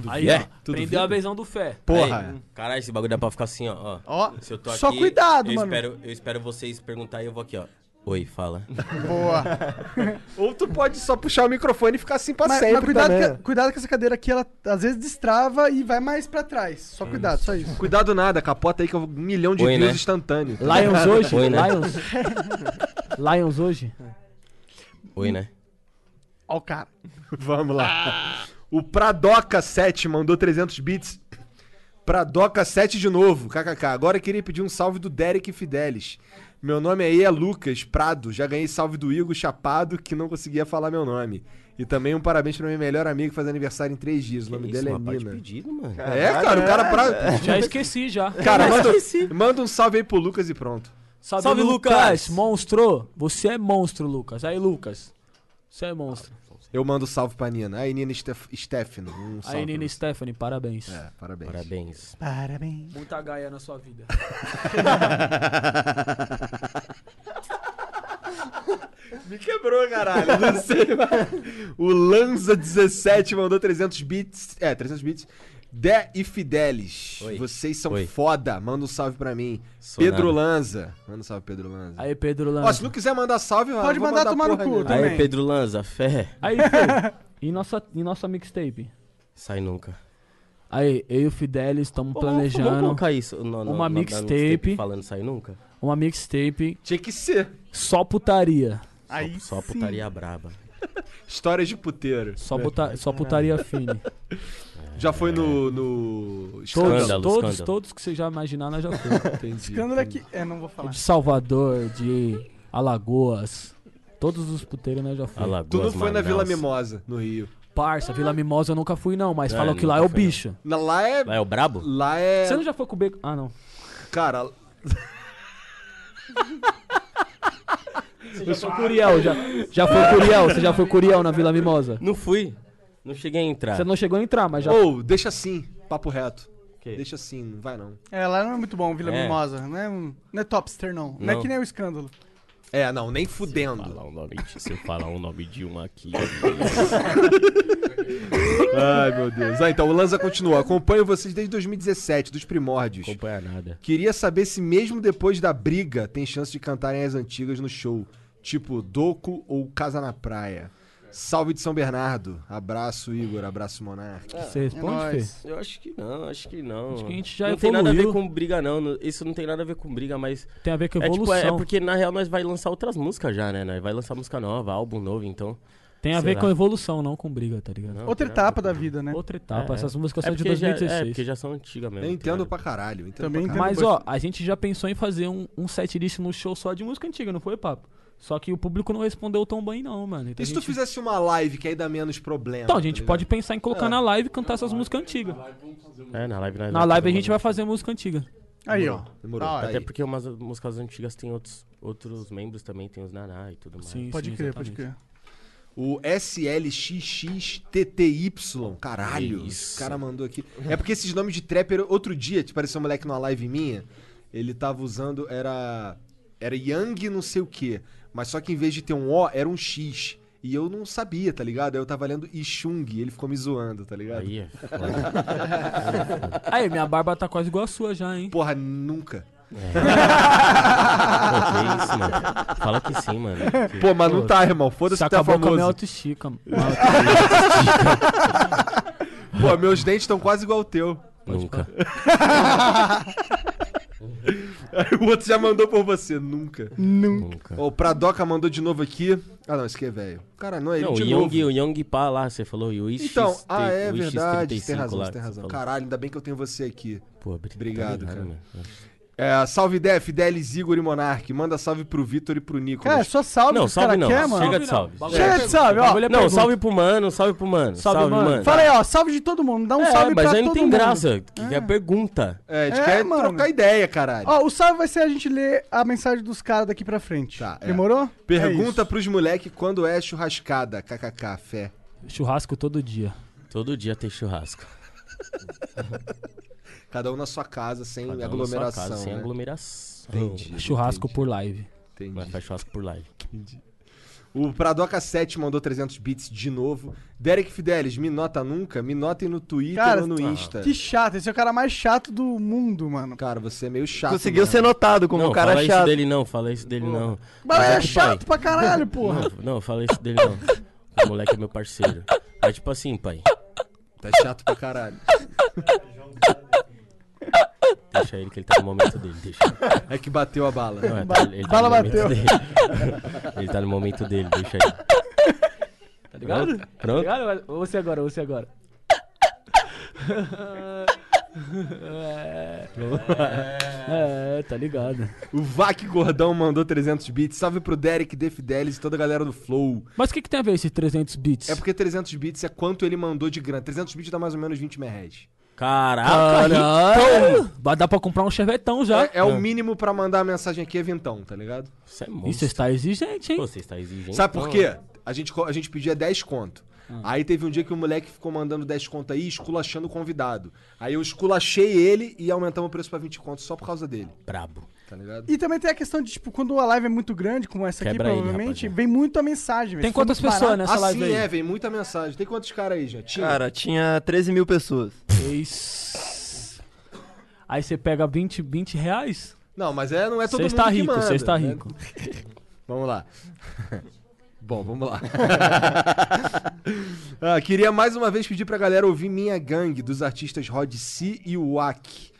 [SPEAKER 6] Aí,
[SPEAKER 3] Fé?
[SPEAKER 6] ó,
[SPEAKER 3] Tudo
[SPEAKER 6] prendeu
[SPEAKER 3] Fé?
[SPEAKER 6] a beijão do Fé.
[SPEAKER 3] Porra.
[SPEAKER 4] Aí, hum, Caralho, esse bagulho dá pra ficar assim, ó. ó.
[SPEAKER 2] Ó,
[SPEAKER 4] Se eu tô
[SPEAKER 2] só
[SPEAKER 4] aqui,
[SPEAKER 2] cuidado,
[SPEAKER 4] eu
[SPEAKER 2] mano.
[SPEAKER 4] Espero, eu espero vocês perguntar e eu vou aqui, ó. Oi, fala.
[SPEAKER 2] Boa.
[SPEAKER 3] Ou tu pode só puxar o microfone e ficar assim pra
[SPEAKER 2] Mas,
[SPEAKER 3] sempre
[SPEAKER 2] mas cuidado,
[SPEAKER 3] também.
[SPEAKER 2] que, cuidado que essa cadeira aqui, ela às vezes destrava e vai mais pra trás. Só cuidado, só isso.
[SPEAKER 3] Cuidado nada, capota aí que eu vou um milhão de
[SPEAKER 4] Oi,
[SPEAKER 3] views
[SPEAKER 4] né?
[SPEAKER 3] instantâneo. tá
[SPEAKER 6] Lions hoje?
[SPEAKER 4] Oi, né?
[SPEAKER 6] Lions. Lions hoje?
[SPEAKER 4] Oi, né?
[SPEAKER 2] Ó o cara.
[SPEAKER 3] Vamos lá. O Pradoca7 mandou 300 bits. Pradoca7 de novo, kkk. Agora eu queria pedir um salve do Derek Fidelis. Meu nome aí é Lucas Prado. Já ganhei salve do Igor Chapado, que não conseguia falar meu nome. E também um parabéns pro meu melhor amigo que faz aniversário em três dias. O nome
[SPEAKER 4] Isso,
[SPEAKER 3] dele é
[SPEAKER 4] uma parte
[SPEAKER 3] Nina.
[SPEAKER 4] pedido, mano.
[SPEAKER 3] É, cara, o cara pra...
[SPEAKER 6] Já esqueci já.
[SPEAKER 3] Cara, manda, manda um salve aí pro Lucas e pronto.
[SPEAKER 6] Salve,
[SPEAKER 4] Salve,
[SPEAKER 6] Lucas.
[SPEAKER 4] Lucas!
[SPEAKER 6] Monstro! Você é monstro, Lucas. Aí, Lucas. Você é monstro.
[SPEAKER 3] Eu mando um salve pra Nina. Aí, Nina Stef Stefano. Um salve.
[SPEAKER 6] Aí, Nina
[SPEAKER 3] pra
[SPEAKER 6] e Stephanie, parabéns.
[SPEAKER 3] você. É, parabéns.
[SPEAKER 4] Parabéns.
[SPEAKER 2] Parabéns.
[SPEAKER 6] Muita gaia na sua vida.
[SPEAKER 3] Me quebrou, caralho. Não sei, mas... O Lanza17 mandou 300 bits. É, 300 bits. Dé e Fidelis.
[SPEAKER 4] Oi.
[SPEAKER 3] Vocês são
[SPEAKER 4] Oi.
[SPEAKER 3] foda. Manda um salve pra mim.
[SPEAKER 4] Sou
[SPEAKER 3] Pedro
[SPEAKER 4] nada.
[SPEAKER 3] Lanza. Manda um salve, Pedro Lanza.
[SPEAKER 6] Aí, Pedro
[SPEAKER 3] Ó, se
[SPEAKER 6] Lanza.
[SPEAKER 3] não quiser mandar salve, eu
[SPEAKER 2] Pode
[SPEAKER 3] vou
[SPEAKER 2] mandar tomar no
[SPEAKER 3] porra
[SPEAKER 2] cu,
[SPEAKER 3] nenhuma.
[SPEAKER 2] tá? Também.
[SPEAKER 4] Aí, Pedro Lanza, fé.
[SPEAKER 6] Aí, Pedro. E nossa, e nossa mixtape?
[SPEAKER 4] Sai nunca.
[SPEAKER 6] Aí, eu e o Fidelis estamos
[SPEAKER 4] Vamos
[SPEAKER 6] planejando
[SPEAKER 4] colocar isso. no- no- na- na
[SPEAKER 6] uma mixtape.
[SPEAKER 4] Falando sai nunca.
[SPEAKER 6] uma mixtape
[SPEAKER 3] Tinha que ser.
[SPEAKER 6] só putaria.
[SPEAKER 2] Aí
[SPEAKER 4] Só
[SPEAKER 2] sim.
[SPEAKER 4] putaria braba.
[SPEAKER 3] Histórias de puteiro.
[SPEAKER 6] Só, puta, só putaria fine.
[SPEAKER 3] Já foi no. no...
[SPEAKER 6] Todos,
[SPEAKER 4] Escândalo,
[SPEAKER 6] todos,
[SPEAKER 4] escândalo.
[SPEAKER 6] todos que você já imaginar, nós já fomos.
[SPEAKER 3] Entendi.
[SPEAKER 2] Escândalo aqui. É, não vou falar.
[SPEAKER 6] De Salvador, de Alagoas. Todos os puteiros nós já fomos.
[SPEAKER 4] Alagoas,
[SPEAKER 3] Tudo foi na Vila
[SPEAKER 4] Manaus.
[SPEAKER 3] Mimosa, no Rio.
[SPEAKER 6] Parça, Vila Mimosa eu nunca fui não, mas
[SPEAKER 4] É,
[SPEAKER 6] falam que lá é
[SPEAKER 4] nunca
[SPEAKER 6] o
[SPEAKER 4] fui, não.
[SPEAKER 6] bicho.
[SPEAKER 3] Na- Lá é.
[SPEAKER 4] Lá é o brabo?
[SPEAKER 3] Lá é.
[SPEAKER 6] Você não já foi com o beco? Ah, não.
[SPEAKER 3] Cara.
[SPEAKER 6] Eu sou Curiel, já, já foi Curiel, você já foi Curiel na Vila Mimosa?
[SPEAKER 4] Não fui. Não cheguei a entrar.
[SPEAKER 6] Você não chegou a entrar, mas já...
[SPEAKER 3] Ou, deixa assim, papo reto.
[SPEAKER 4] Que?
[SPEAKER 3] Deixa assim, não vai não.
[SPEAKER 2] É, lá não é muito bom, Vila
[SPEAKER 4] É.
[SPEAKER 2] Mimosa. Não é, um- não é topster, não. não. é
[SPEAKER 4] Não.
[SPEAKER 2] que nem o escândalo.
[SPEAKER 3] É, não, nem fudendo.
[SPEAKER 4] um nome de, se eu falar um nome de uma aqui.
[SPEAKER 3] Ai, meu Deus. Ah, então, o Lanza continua. Acompanho vocês desde 2017, dos primórdios.
[SPEAKER 4] acompanha nada.
[SPEAKER 3] Queria saber se mesmo depois da briga tem chance de cantarem as antigas no show. Tipo, Doco ou Casa na Praia. Salve de São Bernardo. Abraço, Igor. Abraço, Monark.
[SPEAKER 6] Você responde,
[SPEAKER 2] nóis.
[SPEAKER 6] Fê?
[SPEAKER 4] Eu acho que não, acho que não.
[SPEAKER 6] Acho que a gente já
[SPEAKER 4] não tem nada a ver
[SPEAKER 6] evoluiu.
[SPEAKER 4] com briga, não. No- Isso não tem nada a ver com briga, mas.
[SPEAKER 6] Tem a ver com
[SPEAKER 4] É, tipo,
[SPEAKER 6] evolução.
[SPEAKER 4] é, é porque na real nós vai lançar outras músicas já, né? Nós vai lançar música nova, álbum novo, então.
[SPEAKER 6] Tem a ver
[SPEAKER 4] Será?
[SPEAKER 6] com evolução, não com briga, tá ligado?
[SPEAKER 4] Não,
[SPEAKER 2] Outra
[SPEAKER 4] tem nada a
[SPEAKER 2] etapa da vida, né?
[SPEAKER 6] Outra etapa,
[SPEAKER 4] É,
[SPEAKER 6] essas
[SPEAKER 4] ver.
[SPEAKER 6] músicas
[SPEAKER 4] É
[SPEAKER 6] são de
[SPEAKER 4] porque, já, é
[SPEAKER 6] 2016.
[SPEAKER 4] porque já são antigas mesmo.
[SPEAKER 3] Eu entendo
[SPEAKER 4] tá
[SPEAKER 3] pra caralho. eu Entendo
[SPEAKER 2] Também
[SPEAKER 3] pra
[SPEAKER 2] entendo.
[SPEAKER 3] caralho.
[SPEAKER 6] Mas, ó, a gente já pensou em fazer um, um set list no show só de música antiga, não foi, papo? Só que o público não respondeu tão bem, não, mano. Então,
[SPEAKER 3] E se
[SPEAKER 6] a
[SPEAKER 3] tu
[SPEAKER 6] gente...
[SPEAKER 3] fizesse uma live que aí dá menos problema?
[SPEAKER 6] Então, a gente
[SPEAKER 3] tá
[SPEAKER 6] pode
[SPEAKER 3] ligado?
[SPEAKER 6] pensar em colocar na live e cantar essas músicas antigas.
[SPEAKER 4] ligado? É, na live nós
[SPEAKER 6] Na
[SPEAKER 4] vamos
[SPEAKER 6] live a
[SPEAKER 4] fazer
[SPEAKER 6] gente
[SPEAKER 4] uma
[SPEAKER 6] vai fazer música antiga.
[SPEAKER 2] Aí, ó.
[SPEAKER 3] Demorou.
[SPEAKER 2] Da hora.
[SPEAKER 3] tá
[SPEAKER 6] é
[SPEAKER 3] aí.
[SPEAKER 4] Até porque umas músicas antigas tem outros, outros membros também, tem os Naná e tudo mais.
[SPEAKER 6] Sim,
[SPEAKER 2] Pode
[SPEAKER 6] sim,
[SPEAKER 2] crer, pode
[SPEAKER 6] exatamente.
[SPEAKER 2] crer.
[SPEAKER 3] O SLXXTTY. Caralho.
[SPEAKER 4] Isso.
[SPEAKER 3] O cara mandou aqui. É porque esses nomes de trapper, outro dia, te pareceu um moleque numa live minha, ele tava usando, era. Era Yang não sei o quê. Mas só que em vez de ter um O, era um X. E eu não sabia, tá ligado? Aí eu tava lendo Ichung e ele ficou me zoando, tá ligado?
[SPEAKER 4] Aí é foda.
[SPEAKER 6] Aí, minha barba tá quase igual a sua já, hein?
[SPEAKER 3] Porra, nunca.
[SPEAKER 4] Pô, que isso, mano. Fala que sim, mano. Que-
[SPEAKER 3] Pô, mas não tá, irmão. Foda-se
[SPEAKER 6] Você
[SPEAKER 3] que tá
[SPEAKER 6] acabou com a minha
[SPEAKER 3] famoso.
[SPEAKER 6] autoestima. mano.
[SPEAKER 3] Pô, meus dentes estão quase igual o teu.
[SPEAKER 4] Nunca.
[SPEAKER 3] Aí o outro já mandou por você. Nunca.
[SPEAKER 4] Nunca.
[SPEAKER 3] Ó, o Pradoca mandou de novo aqui. Ah, não, esse aqui é velho. Cara, não é ele
[SPEAKER 4] Não, o
[SPEAKER 3] de
[SPEAKER 4] Young,
[SPEAKER 3] novo.
[SPEAKER 4] o Young Pá lá, você falou, e o Ixi.
[SPEAKER 3] Então, ah, é verdade. Você tem razão, você tem razão. Caralho, ainda bem que eu tenho você aqui.
[SPEAKER 4] Pô,
[SPEAKER 3] Obrigado,
[SPEAKER 4] obrigado,
[SPEAKER 3] cara.
[SPEAKER 4] cara. mano.
[SPEAKER 3] É, salve Def, Delis, Igor e Monark. Manda salve pro Vitor e pro Nicolas.
[SPEAKER 2] Cara, É, só salve
[SPEAKER 4] Não,
[SPEAKER 2] que os cara
[SPEAKER 4] salve não.
[SPEAKER 2] quer, mano.
[SPEAKER 4] Chega de salve.
[SPEAKER 2] Chega de salve, é ó.
[SPEAKER 4] Não, salve pro mano, salve pro mano. é Salve, mano.
[SPEAKER 2] Fala aí, ó. Salve de todo mundo. Dá um
[SPEAKER 4] É,
[SPEAKER 2] salve pra
[SPEAKER 4] mas aí
[SPEAKER 2] todo
[SPEAKER 4] não tem
[SPEAKER 2] mundo.
[SPEAKER 4] graça. Que é pergunta.
[SPEAKER 3] É, a gente
[SPEAKER 2] É,
[SPEAKER 3] quer
[SPEAKER 2] mano.
[SPEAKER 3] trocar ideia, caralho.
[SPEAKER 2] Ó, o salve vai ser a gente ler a mensagem dos caras daqui pra frente.
[SPEAKER 3] Tá, é.
[SPEAKER 2] Demorou? É
[SPEAKER 3] Pergunta pros moleque quando é churrascada. KKK, fé.
[SPEAKER 6] Churrasco todo dia.
[SPEAKER 4] Todo dia tem churrasco.
[SPEAKER 3] Cada um na sua casa, sem
[SPEAKER 4] Cada um na sua
[SPEAKER 3] aglomeração.
[SPEAKER 4] casa, Sem
[SPEAKER 3] né?
[SPEAKER 4] aglomeração.
[SPEAKER 3] Entendi.
[SPEAKER 6] Churrasco por live.
[SPEAKER 3] Entendi.
[SPEAKER 4] Vai faz churrasco por live.
[SPEAKER 3] O Pradoca 7 mandou 300 bits de novo. Derek Fidelis, me nota nunca? Me notem no Twitter
[SPEAKER 2] Cara,
[SPEAKER 3] ou no
[SPEAKER 2] ah,
[SPEAKER 3] Insta.
[SPEAKER 2] Que chato. Esse é o cara mais chato do mundo, mano.
[SPEAKER 3] Cara, você é meio chato.
[SPEAKER 5] Conseguiu
[SPEAKER 3] mesmo.
[SPEAKER 5] ser notado como
[SPEAKER 4] não,
[SPEAKER 5] um cara
[SPEAKER 4] fala isso
[SPEAKER 5] chato.
[SPEAKER 4] dele não, fala isso dele não.
[SPEAKER 2] Mas
[SPEAKER 4] é
[SPEAKER 2] é
[SPEAKER 4] que,
[SPEAKER 2] chato pra caralho, porra.
[SPEAKER 4] Não, não, fala isso dele não. O moleque é meu parceiro. Mas tipo assim, pai,
[SPEAKER 3] Tá chato pra caralho.
[SPEAKER 4] deixa ele que ele tá no momento dele, deixa.
[SPEAKER 3] É que bateu a bala.
[SPEAKER 4] Não,
[SPEAKER 3] né?
[SPEAKER 4] é, tá- ele tá
[SPEAKER 2] bala
[SPEAKER 4] no momento
[SPEAKER 2] bateu.
[SPEAKER 4] dele. ele tá no momento dele, deixa aí.
[SPEAKER 6] Tá ligado? Tá
[SPEAKER 4] Pronto?
[SPEAKER 6] ligado? Você agora, você agora. é, é, tá ligado.
[SPEAKER 3] O Vac Gordão mandou 300 bits. Salve pro Derek, The Fidelis e toda a galera do Flow.
[SPEAKER 6] Mas o que, que tem a ver esses 300 bits?
[SPEAKER 3] É porque 300 bits é quanto ele mandou de grana. 300 bits dá mais ou menos 20 mil reais.
[SPEAKER 4] Caraca,
[SPEAKER 6] Caralho! Vai dar pra comprar um chevetão
[SPEAKER 2] Tá.
[SPEAKER 6] já.
[SPEAKER 3] É, é
[SPEAKER 4] Ah.
[SPEAKER 3] o mínimo pra mandar a mensagem aqui, é vintão, tá ligado?
[SPEAKER 4] Isso é
[SPEAKER 6] Isso
[SPEAKER 4] monstro.
[SPEAKER 6] está exigente,
[SPEAKER 4] Pô,
[SPEAKER 6] hein?
[SPEAKER 4] você está exigente.
[SPEAKER 3] Sabe por quê? A gente, co- a gente pedia 10 conto. Aí teve um dia que o moleque ficou mandando 10 conto aí, esculachando o convidado. Aí eu esculachei ele e aumentamos o preço pra 20 conto só por causa dele,
[SPEAKER 4] Brabo.
[SPEAKER 3] tá ligado?
[SPEAKER 2] E também tem a questão de, tipo, quando a live é muito grande, como essa aqui,
[SPEAKER 4] Quebra ele,
[SPEAKER 2] provavelmente,
[SPEAKER 4] rapaziada.
[SPEAKER 2] vem muito a mensagem. velho.
[SPEAKER 6] Tem
[SPEAKER 2] Se for
[SPEAKER 6] quantas
[SPEAKER 2] muito
[SPEAKER 6] pessoas
[SPEAKER 4] né?
[SPEAKER 2] barato-
[SPEAKER 6] nessa
[SPEAKER 3] Assim
[SPEAKER 6] live aí?
[SPEAKER 3] é, vem muita mensagem. Tem quantos caras aí, gente?
[SPEAKER 5] Cara, tinha 13 mil pessoas.
[SPEAKER 6] Isso. Aí você pega 20, 20 reais?
[SPEAKER 3] Não, mas é, não é todo
[SPEAKER 6] Você
[SPEAKER 3] mundo
[SPEAKER 6] está
[SPEAKER 3] que
[SPEAKER 6] rico,
[SPEAKER 3] manda,
[SPEAKER 6] você está
[SPEAKER 3] né?
[SPEAKER 6] rico.
[SPEAKER 3] Vamos lá. Bom, vamos lá. Ah, queria mais uma vez pedir pra galera ouvir Minha Gangue, dos artistas Rod C e Wack.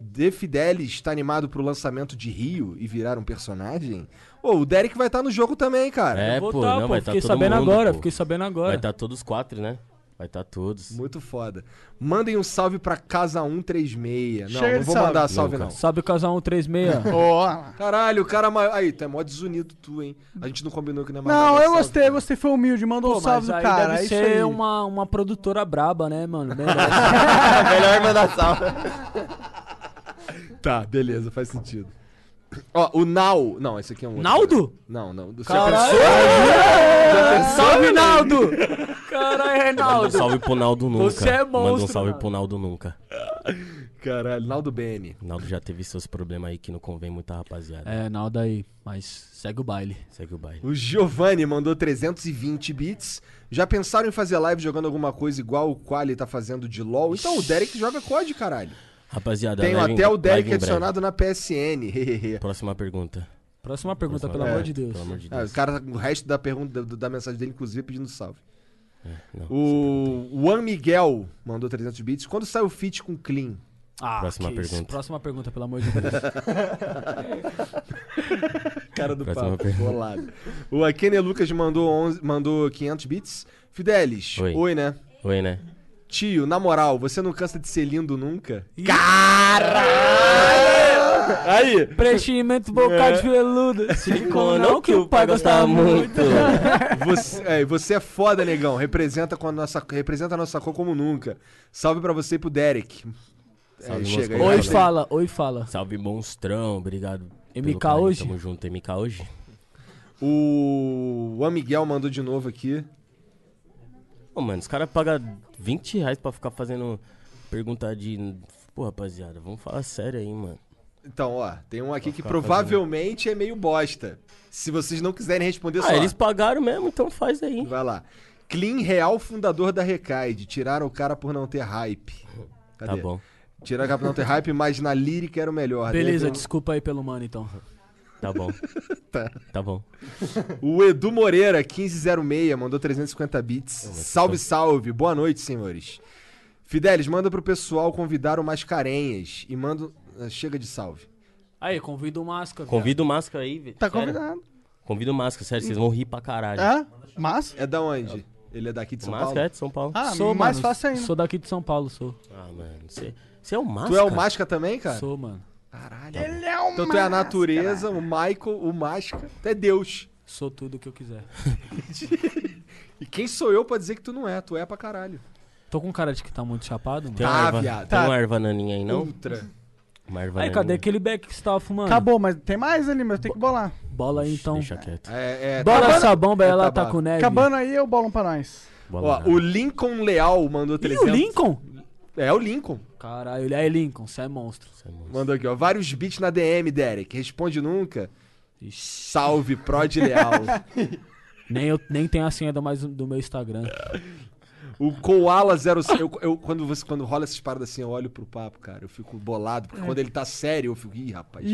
[SPEAKER 3] De Fidelis está animado pro lançamento de Rio e virar um personagem? Ô, o Derek vai estar no jogo também, cara.
[SPEAKER 4] É,
[SPEAKER 6] Vou
[SPEAKER 4] pô,
[SPEAKER 6] tá,
[SPEAKER 4] não, vai estar
[SPEAKER 6] fiquei
[SPEAKER 4] todo
[SPEAKER 6] sabendo
[SPEAKER 4] mundo,
[SPEAKER 6] agora,
[SPEAKER 4] pô.
[SPEAKER 6] fiquei sabendo agora.
[SPEAKER 4] Vai estar todos os quatro, né? Vai estar todos.
[SPEAKER 3] Muito foda. Mandem um salve pra Casa 136. Não,
[SPEAKER 2] Chega
[SPEAKER 3] não
[SPEAKER 2] de
[SPEAKER 3] vou
[SPEAKER 2] salve.
[SPEAKER 3] mandar salve,
[SPEAKER 4] Não,
[SPEAKER 3] não.
[SPEAKER 4] cara.
[SPEAKER 6] Sabe o casal 136?
[SPEAKER 2] Ó.
[SPEAKER 3] Caralho, o cara maior. Aí, tu é mó desunido tu, hein? A gente não combinou que não é mais
[SPEAKER 2] Não,
[SPEAKER 3] nada
[SPEAKER 2] eu
[SPEAKER 3] salve.
[SPEAKER 2] gostei, eu gostei, foi humilde, mandou um
[SPEAKER 6] Pô,
[SPEAKER 2] salve
[SPEAKER 6] mas
[SPEAKER 2] do
[SPEAKER 6] aí
[SPEAKER 2] cara.
[SPEAKER 6] deve
[SPEAKER 2] é isso
[SPEAKER 6] ser
[SPEAKER 2] aí.
[SPEAKER 6] Uma, uma produtora braba, né, mano? Melhor.
[SPEAKER 5] Melhor mandar salva.
[SPEAKER 3] Tá, beleza, faz sentido. Ó, o Nau. Não, esse aqui é um outro.
[SPEAKER 6] Naldo?
[SPEAKER 3] Não, não. Você
[SPEAKER 6] Caralho!
[SPEAKER 3] pensou?
[SPEAKER 6] Salve, Naldo! Caralho,
[SPEAKER 4] Manda um
[SPEAKER 6] Reinaldo!
[SPEAKER 4] salve pro Naldo Nunca.
[SPEAKER 6] Você é
[SPEAKER 4] Manda um
[SPEAKER 6] monstro,
[SPEAKER 4] salve
[SPEAKER 6] mano.
[SPEAKER 4] pro Naldo Nunca.
[SPEAKER 3] Caralho, Naldo BN.
[SPEAKER 4] O Naldo já teve seus problemas aí que não convém muita rapaziada.
[SPEAKER 6] É, Naldo aí, mas segue o baile.
[SPEAKER 4] Segue o baile.
[SPEAKER 3] O Giovanni mandou 320 bits. Já pensaram em fazer live jogando alguma coisa igual o Quali tá fazendo de LOL? Então o Derek joga COD, caralho.
[SPEAKER 4] Rapaziada,
[SPEAKER 3] Tenho
[SPEAKER 4] Tá live em-
[SPEAKER 3] até o
[SPEAKER 4] live em
[SPEAKER 3] Derek
[SPEAKER 4] breve.
[SPEAKER 3] adicionado na PSN. hehehe.
[SPEAKER 4] Próxima pergunta.
[SPEAKER 6] Próxima pergunta,
[SPEAKER 4] Próxima
[SPEAKER 6] pelo
[SPEAKER 4] pergunta.
[SPEAKER 6] amor de Deus.
[SPEAKER 4] Pelo amor de
[SPEAKER 3] Ah,
[SPEAKER 4] Deus.
[SPEAKER 3] o cara, o resto da pergunta da, da mensagem dele, inclusive, é pedindo salve.
[SPEAKER 4] É, não,
[SPEAKER 3] o Juan Miguel mandou 300 bits. Quando sai o feat com Clean?
[SPEAKER 6] Ah,
[SPEAKER 4] Próxima
[SPEAKER 6] que isso.
[SPEAKER 4] pergunta.
[SPEAKER 6] Próxima pergunta, pelo amor de Deus.
[SPEAKER 3] Cara do
[SPEAKER 4] Próxima
[SPEAKER 3] papo,
[SPEAKER 4] pergunta.
[SPEAKER 3] bolado. O Akene Lucas mandou, 11 mandou 500 bits. Fidelis,
[SPEAKER 4] Oi.
[SPEAKER 3] oi, né?
[SPEAKER 4] Oi, né?
[SPEAKER 3] Tio, na moral, você não cansa de ser lindo nunca? Caralho! Aí,
[SPEAKER 6] Preenchimento, boca de veludo. Silicone, É. não que o pai gostava muito.
[SPEAKER 3] você é, você é foda, negão. Representa, com a nossa, representa a nossa cor como nunca. Salve pra você e pro Derek. É,
[SPEAKER 4] Salve,
[SPEAKER 3] chega aí,
[SPEAKER 4] Moscou.
[SPEAKER 6] Oi,
[SPEAKER 3] Derek.
[SPEAKER 6] fala, oi, fala.
[SPEAKER 4] Salve, monstrão. Obrigado.
[SPEAKER 6] MK
[SPEAKER 4] pelo carinho.
[SPEAKER 6] hoje?
[SPEAKER 4] Tamo junto, MK hoje.
[SPEAKER 3] O Juan Miguel mandou de novo aqui.
[SPEAKER 4] Ô, mano, os caras pagam 20 reais pra ficar fazendo pergunta de. Pô, rapaziada, vamos falar sério aí, mano.
[SPEAKER 3] Então, ó, tem um aqui que provavelmente é meio bosta. Se vocês não quiserem responder, só.
[SPEAKER 4] Ah, eles pagaram mesmo, então faz aí.
[SPEAKER 3] Vai lá. Clean Real, fundador da Recaide. Tiraram o cara por não ter hype.
[SPEAKER 4] Tá bom.
[SPEAKER 3] Tiraram o cara por não ter hype, mas na lírica era o melhor.
[SPEAKER 6] Beleza,
[SPEAKER 3] Deve-
[SPEAKER 6] desculpa aí pelo mano, então.
[SPEAKER 4] Tá bom.
[SPEAKER 3] Tá.
[SPEAKER 4] Tá bom.
[SPEAKER 3] O Edu Moreira, 1506, mandou 350 bits. Salve,
[SPEAKER 4] tá-
[SPEAKER 3] salve. Boa noite, senhores. Fidelis, manda pro pessoal convidar o Mascarenhas. E manda... ah, Chega de salve.
[SPEAKER 6] Aí, convido o Masca. viado.
[SPEAKER 4] Convida o Máscara aí, velho.
[SPEAKER 2] Tá
[SPEAKER 4] Sério.
[SPEAKER 2] convidado.
[SPEAKER 4] Convida o Máscara, sério, vocês vão rir pra caralho.
[SPEAKER 2] Ah, mas.
[SPEAKER 3] É da onde? Ele é daqui de
[SPEAKER 4] o
[SPEAKER 3] São Paulo?
[SPEAKER 4] Máscara é de São Paulo.
[SPEAKER 2] Ah,
[SPEAKER 6] Sou,
[SPEAKER 2] mais
[SPEAKER 6] mano.
[SPEAKER 2] fácil ainda.
[SPEAKER 6] Sou daqui de São Paulo, sou.
[SPEAKER 4] Ah, mano, você você é o Máscara?
[SPEAKER 3] Tu é o Masca também, cara?
[SPEAKER 6] Sou, mano.
[SPEAKER 3] Caralho. Ele é o Então tu é a natureza, o Michael, o Masca. Tu é Deus.
[SPEAKER 6] Sou tudo o que eu quiser.
[SPEAKER 3] E quem sou eu pra dizer que tu não é? Tu é pra caralho.
[SPEAKER 6] Tô com cara de que tá muito chapado, mano.
[SPEAKER 4] Tem uma
[SPEAKER 3] Tá,
[SPEAKER 4] erva,
[SPEAKER 3] viado.
[SPEAKER 4] Tem
[SPEAKER 3] Tá.
[SPEAKER 4] uma erva naninha aí, não?
[SPEAKER 3] Ultra.
[SPEAKER 4] Uma erva
[SPEAKER 6] Aí,
[SPEAKER 4] naninha.
[SPEAKER 6] cadê aquele beck que você tava fumando?
[SPEAKER 2] Acabou, mas tem mais ali, mas tem que bolar.
[SPEAKER 6] Bola aí, então.
[SPEAKER 4] Deixa quieto.
[SPEAKER 3] É, é,
[SPEAKER 6] Bola
[SPEAKER 3] tá-
[SPEAKER 6] essa bomba,
[SPEAKER 3] É
[SPEAKER 6] ela tá
[SPEAKER 3] tabaco.
[SPEAKER 6] com neve.
[SPEAKER 2] Acabando aí, eu bolo um pra nós.
[SPEAKER 4] Bola
[SPEAKER 3] Ó, o Lincoln Leal mandou
[SPEAKER 6] E
[SPEAKER 3] 300.
[SPEAKER 6] o Lincoln?
[SPEAKER 3] É o Lincoln.
[SPEAKER 6] Caralho, aí, Lincoln, você é monstro.
[SPEAKER 3] Mandou aqui, ó. Vários beats na DM, Derek. Responde nunca.
[SPEAKER 6] Ixi.
[SPEAKER 3] Salve, Prod Leal.
[SPEAKER 6] Nem, eu, nem tem a senha do, mais, do meu Instagram.
[SPEAKER 3] o Koala 05. Eu, eu- quando, você, quando rola essas paradas assim, eu olho pro papo, cara. Eu fico bolado. Porque quando ele tá sério, eu fico. Ih, rapaz.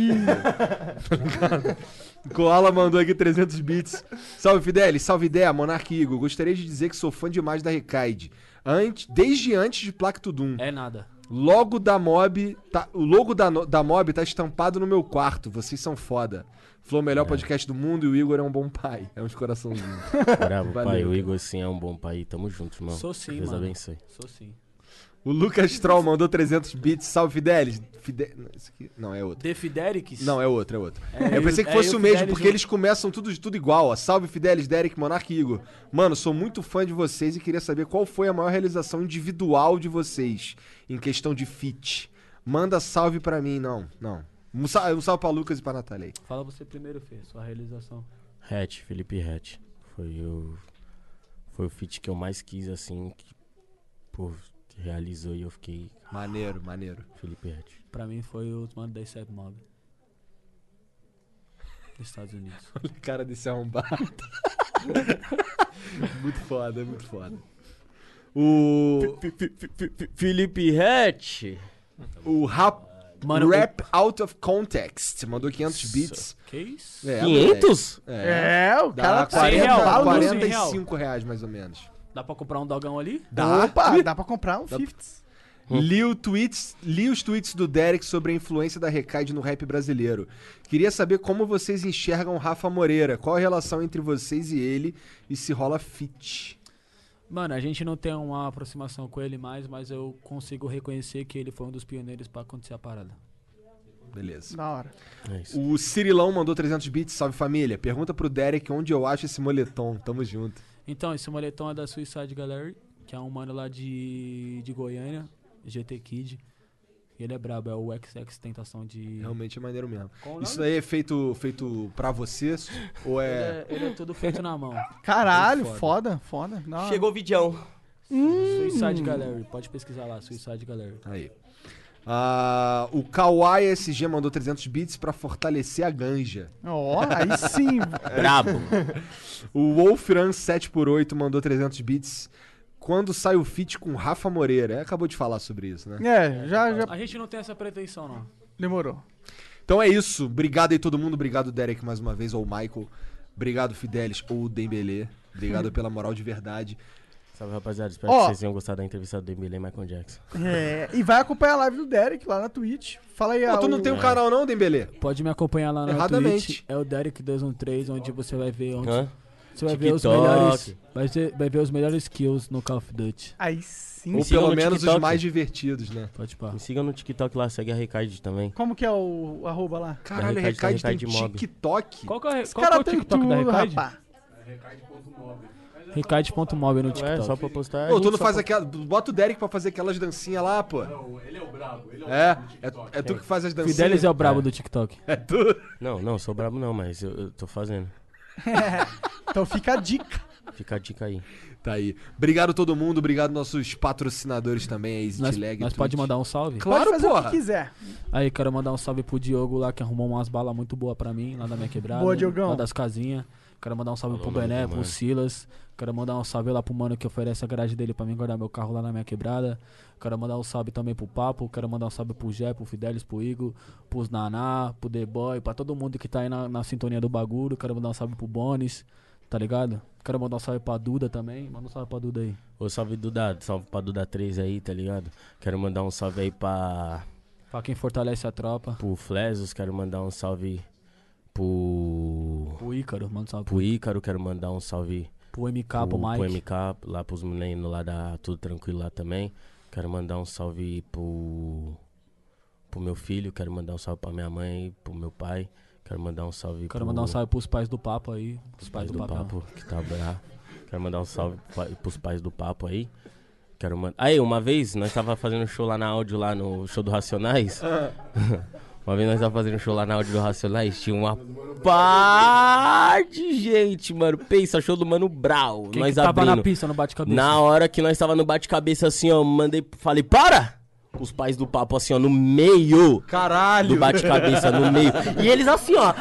[SPEAKER 3] O Koala mandou aqui 300 bits. Salve, Fidelis. Salve, ideia. Monark e Igor. Gostaria de dizer que sou fã demais da Recaide. Antes, desde antes de Placto Doom.
[SPEAKER 6] É nada.
[SPEAKER 3] Logo da Mob. Tá, o logo da, no- da Mob tá estampado no meu quarto. Vocês são foda. Flow, melhor podcast do mundo e o Igor é um bom pai. É uns coraçãozinhos.
[SPEAKER 4] Bravo, pai.
[SPEAKER 3] Valeu.
[SPEAKER 4] O Igor, sim, é um bom pai. Tamo junto, irmão.
[SPEAKER 6] Sou sim,
[SPEAKER 4] Deus
[SPEAKER 6] mano.
[SPEAKER 4] abençoe.
[SPEAKER 6] Sou sim.
[SPEAKER 3] o Lucas Troll mandou 300 bits. Salve, Fidelis. Fide... não, esse aqui- Não, é outro.
[SPEAKER 6] The Fiderics?
[SPEAKER 3] Não, é outro, é outro.
[SPEAKER 6] É,
[SPEAKER 3] eu pensei
[SPEAKER 6] eu-
[SPEAKER 3] que
[SPEAKER 6] é,
[SPEAKER 3] fosse
[SPEAKER 6] eu,
[SPEAKER 3] o mesmo,
[SPEAKER 6] Fidelis,
[SPEAKER 3] porque
[SPEAKER 6] eu-
[SPEAKER 3] eles começam tudo, tudo igual, ó. Salve Fidelis, Derek, Monark e Igor. Mano, sou muito fã de vocês e queria saber qual foi a maior realização individual de vocês em questão de fit. Manda salve pra mim, não, não. Um sa- um salve pra Lucas e pra Natália aí.
[SPEAKER 6] Fala você primeiro, Fê, sua realização.
[SPEAKER 4] Hatch, Felipe Hatch. Foi o. Foi o feat que eu mais quis, assim. Que, pô, realizou e eu fiquei.
[SPEAKER 3] Maneiro, maneiro.
[SPEAKER 4] Felipe Hatch.
[SPEAKER 6] Pra mim foi o mano da Step Mob. Dos Estados Unidos.
[SPEAKER 3] Olha a cara desse arrombado. muito foda, muito foda. O,
[SPEAKER 4] Felipe Hatch!
[SPEAKER 3] o rap,
[SPEAKER 6] Mano,
[SPEAKER 3] rap Out of Context mandou 500 bits.
[SPEAKER 6] Que isso?
[SPEAKER 3] É, moleque.
[SPEAKER 4] 500?
[SPEAKER 3] É,
[SPEAKER 2] É, o
[SPEAKER 3] Dá
[SPEAKER 2] cara tá
[SPEAKER 3] 40,
[SPEAKER 6] real,
[SPEAKER 2] bala no-
[SPEAKER 6] Fala
[SPEAKER 3] 45 reais, mais ou menos.
[SPEAKER 6] Dá pra comprar um dogão ali?
[SPEAKER 3] Dá.
[SPEAKER 2] Opa, dá pra comprar um Fifths.
[SPEAKER 3] Li, o tweets, li os tweets do Derek sobre a influência da Recaide no rap brasileiro. Queria saber como vocês enxergam Rafa Moreira. Qual a relação entre vocês e ele e se rola fit.
[SPEAKER 6] Mano, a gente não tem uma aproximação com ele mais, mas eu consigo reconhecer que ele foi um dos pioneiros pra acontecer a parada.
[SPEAKER 3] Beleza.
[SPEAKER 2] Da hora.
[SPEAKER 4] É isso.
[SPEAKER 3] O Cirilão mandou 300 bits. Salve família. Pergunta pro Derek onde eu acho esse moletom. Tamo junto.
[SPEAKER 6] Então, esse moletom é da Suicide Gallery, que é um mano lá de, de Goiânia, GT Kid. Ele é brabo, é o XX Tentação de.
[SPEAKER 3] Realmente é maneiro mesmo.
[SPEAKER 6] Qual o
[SPEAKER 3] Isso daí é feito, feito pra você? Ou
[SPEAKER 6] Ele
[SPEAKER 3] é.
[SPEAKER 6] é, ele é tudo feito na mão.
[SPEAKER 2] Caralho, foda, foda. da hora.
[SPEAKER 5] Chegou o Vidião.
[SPEAKER 6] Suicide Gallery, pode pesquisar lá, Suicide Gallery.
[SPEAKER 3] Aí. Ah, o Kawai SG mandou 300 bits pra fortalecer a ganja.
[SPEAKER 2] Ó, aí sim.
[SPEAKER 4] Brabo!
[SPEAKER 3] O Wolfram 7x8 mandou 300 bits. Quando sai o feat com Rafa Moreira? É, Acabou de falar sobre isso, né?
[SPEAKER 2] É, já, já
[SPEAKER 6] A gente não tem essa pretensão, não.
[SPEAKER 2] demorou.
[SPEAKER 3] Então é isso. Obrigado aí todo mundo. Obrigado, Derek, mais uma vez, ou Michael. Obrigado, Fidelis, ou Dembele. Obrigado pela moral de verdade.
[SPEAKER 4] Salve, rapaziada. Espero
[SPEAKER 2] Ó.
[SPEAKER 4] que vocês tenham gostado da entrevista do Emily e Michael Jackson.
[SPEAKER 2] É, e vai acompanhar a live do Derek lá na Twitch. Fala aí,
[SPEAKER 3] Pô,
[SPEAKER 2] ah,
[SPEAKER 3] tu não
[SPEAKER 2] o-
[SPEAKER 3] tem
[SPEAKER 6] É.
[SPEAKER 3] um canal não, Dembele?
[SPEAKER 6] Pode me acompanhar lá no
[SPEAKER 3] Erradamente.
[SPEAKER 6] Twitch, é o Derek213, onde você vai ver onde
[SPEAKER 4] Hã?
[SPEAKER 6] você vai ver os
[SPEAKER 4] TikTok.
[SPEAKER 6] melhores, vai, ser- vai ver os melhores kills no Call of Duty.
[SPEAKER 2] Aí sim.
[SPEAKER 4] Me
[SPEAKER 3] Ou
[SPEAKER 4] sigam
[SPEAKER 6] é
[SPEAKER 3] pelo
[SPEAKER 4] no
[SPEAKER 3] menos os
[SPEAKER 4] TikTok.
[SPEAKER 3] mais divertidos, né?
[SPEAKER 6] Pode pá.
[SPEAKER 4] Me sigam no TikTok lá, segue a Recaide também.
[SPEAKER 2] Como que é o arroba lá?
[SPEAKER 3] Caralho,
[SPEAKER 4] Recade-
[SPEAKER 3] Recade tem
[SPEAKER 4] Recade Mob.
[SPEAKER 3] TikTok.
[SPEAKER 6] tá Qual que é,
[SPEAKER 2] Os
[SPEAKER 6] qual que é
[SPEAKER 2] caras
[SPEAKER 6] o
[SPEAKER 2] têm
[SPEAKER 6] TikTok
[SPEAKER 2] tudo,
[SPEAKER 6] da Recade?
[SPEAKER 2] rapá.
[SPEAKER 6] Recade.mob no TikTok.
[SPEAKER 4] É, só pra postar.
[SPEAKER 3] Pô, tu não
[SPEAKER 4] só
[SPEAKER 3] faz
[SPEAKER 4] pra-
[SPEAKER 3] aquela. Bota o Derek pra fazer aquelas dancinhas lá, pô.
[SPEAKER 1] Não, ele é o brabo, ele é o
[SPEAKER 3] É,
[SPEAKER 1] brabo do TikTok.
[SPEAKER 3] é, é tu que faz as dancinhas.
[SPEAKER 6] Fidelis é o brabo do TikTok.
[SPEAKER 3] É tu.
[SPEAKER 4] Não, não, sou brabo não, mas eu, eu tô fazendo.
[SPEAKER 2] Então fica a dica.
[SPEAKER 4] Fica a dica aí.
[SPEAKER 3] Tá aí. Obrigado todo mundo, obrigado nossos patrocinadores também, a Exit
[SPEAKER 6] Nós,
[SPEAKER 3] Lag.
[SPEAKER 6] nós
[SPEAKER 3] Twitch.
[SPEAKER 6] pode mandar um salve?
[SPEAKER 3] Claro,
[SPEAKER 2] Pode fazer o
[SPEAKER 3] porra.
[SPEAKER 2] que quiser.
[SPEAKER 6] Aí, quero mandar um salve pro Diogo lá, que arrumou umas balas muito boas pra mim, lá da minha quebrada.
[SPEAKER 2] Boa, Diogão.
[SPEAKER 6] Lá das casinhas. Quero mandar um salve pro
[SPEAKER 4] mano,
[SPEAKER 6] Bené,
[SPEAKER 4] mano.
[SPEAKER 6] pro Silas. Quero mandar um salve lá pro mano que oferece a garagem dele pra mim guardar meu carro lá na minha quebrada. Quero mandar um salve também pro Papo. Quero mandar um salve pro Jé, pro Fidelis, pro Igor, pros Naná, pro The Boy, pra todo mundo que tá aí na, na sintonia do bagulho. Quero mandar um salve pro Bonis, tá ligado? Quero mandar um salve pra Duda também. Manda um salve pra Duda aí.
[SPEAKER 4] Ô, salve Duda, salve pra Duda 3 aí, tá ligado? Quero mandar um salve aí pra,
[SPEAKER 6] Pra quem fortalece a tropa.
[SPEAKER 4] pro Flesos, quero mandar um salve pro,
[SPEAKER 6] Pro Ícaro, manda um salve pro,
[SPEAKER 4] pro Ícaro, quero mandar um salve
[SPEAKER 6] pro MK, pro,
[SPEAKER 4] pro, pro
[SPEAKER 6] Mike.
[SPEAKER 4] MK, lá pros meninos lá da Tudo Tranquilo lá também. Quero mandar um salve pro, pro meu filho, quero mandar um salve pra minha mãe, pro meu pai. Quero mandar um salve
[SPEAKER 6] Quero
[SPEAKER 4] pro-
[SPEAKER 6] mandar um salve pros pais do Papo aí. Os
[SPEAKER 4] pais do papo que tá bravo. Quero mandar um salve pa- pros pais do papo aí. Quero mandar. Aí, uma vez nós tava fazendo show lá na áudio, lá no show do Racionais. uma vez nós tava fazendo show lá na áudio do Racionais, tinha uma par de gente, mano. Pensa, show do Mano Brau.
[SPEAKER 6] Quem
[SPEAKER 4] nós
[SPEAKER 6] que tava
[SPEAKER 4] abrindo.
[SPEAKER 6] na pista, no bate-cabeça?
[SPEAKER 4] Na hora que nós tava no bate-cabeça assim, ó, mandei, falei, para! Os pais do papo assim, ó, no meio. Caralho! Do bate-cabeça, no meio. E eles assim, ó.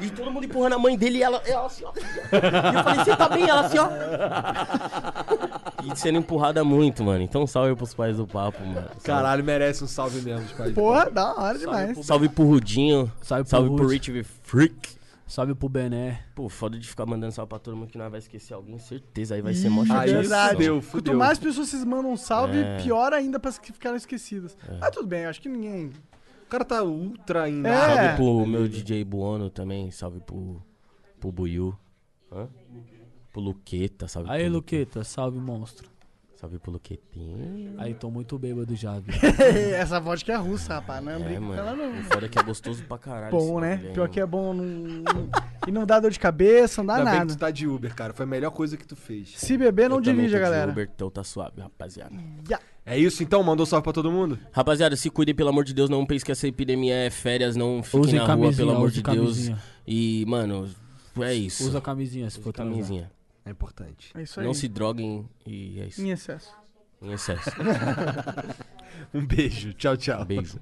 [SPEAKER 4] E todo mundo empurrando a mãe dele e ela, ela assim, ó. E eu falei, você tá bem? Ela assim, ó. E sendo empurrada muito, mano. Então salve pros pais do papo, mano. Salve-
[SPEAKER 3] Caralho, merece um salve mesmo, os pais.
[SPEAKER 2] Porra, da hora demais.
[SPEAKER 4] Salve pro Rudinho.
[SPEAKER 6] Salve pro
[SPEAKER 4] salve pro
[SPEAKER 6] Rude.
[SPEAKER 4] Rich V Freak.
[SPEAKER 6] Salve pro Bené.
[SPEAKER 4] Pô, foda de ficar mandando salve pra todo mundo que nós vai esquecer alguém, certeza. Aí vai ser mó
[SPEAKER 3] Aí
[SPEAKER 4] chateação.
[SPEAKER 3] fudeu,
[SPEAKER 2] Quanto
[SPEAKER 3] fudeu.
[SPEAKER 2] mais pessoas se mandam um salve,
[SPEAKER 4] É.
[SPEAKER 2] pior ainda para que ficaram esquecidas. Mas tudo bem, eu acho que ninguém.
[SPEAKER 3] O cara tá ultra ainda.
[SPEAKER 2] É.
[SPEAKER 4] Salve pro meu DJ Buono também, salve pro, pro Buiu. Hã? Pro Luqueta, salve
[SPEAKER 6] Aí,
[SPEAKER 4] pro
[SPEAKER 6] Luqueta, salve, monstro.
[SPEAKER 4] Salve pro Luquetinho.
[SPEAKER 6] Aí, tô muito bêbado já, viu?
[SPEAKER 2] Essa vodka é russa, rapaz. Não é,
[SPEAKER 4] É,
[SPEAKER 2] brinca com ela,
[SPEAKER 4] mano.
[SPEAKER 2] não.
[SPEAKER 4] E Foda que é gostoso pra caralho.
[SPEAKER 2] Bom,
[SPEAKER 4] esse
[SPEAKER 2] né?
[SPEAKER 4] bagulho aí,
[SPEAKER 2] Pior que é
[SPEAKER 4] mano.
[SPEAKER 2] bom. não- E não dá dor de cabeça, não dá
[SPEAKER 3] Ainda bem que
[SPEAKER 2] nada.
[SPEAKER 3] tu tá de Uber, cara. Foi a melhor coisa que tu fez.
[SPEAKER 2] Se beber, não
[SPEAKER 4] tá- Eu também
[SPEAKER 2] dirija,
[SPEAKER 4] tô de
[SPEAKER 2] galera.
[SPEAKER 4] Uber, então tá suave, rapaziada.
[SPEAKER 2] Ya.
[SPEAKER 3] É isso então? Mandou salve pra todo mundo?
[SPEAKER 4] Rapaziada, se cuidem, pelo amor de Deus. Não pense que essa epidemia é férias. Não fiquem
[SPEAKER 6] Usem
[SPEAKER 4] na rua, pelo
[SPEAKER 6] camisinha,
[SPEAKER 4] amor
[SPEAKER 6] use
[SPEAKER 4] de Deus.
[SPEAKER 6] camisinha.
[SPEAKER 4] E, mano, é isso.
[SPEAKER 6] Usa a camisinha se for transar.
[SPEAKER 4] camisinha.
[SPEAKER 3] É importante.
[SPEAKER 2] É isso aí.
[SPEAKER 4] Não se droguem e é isso.
[SPEAKER 2] Em excesso.
[SPEAKER 4] Em excesso.
[SPEAKER 3] Um beijo. Tchau, tchau.
[SPEAKER 4] Beijo.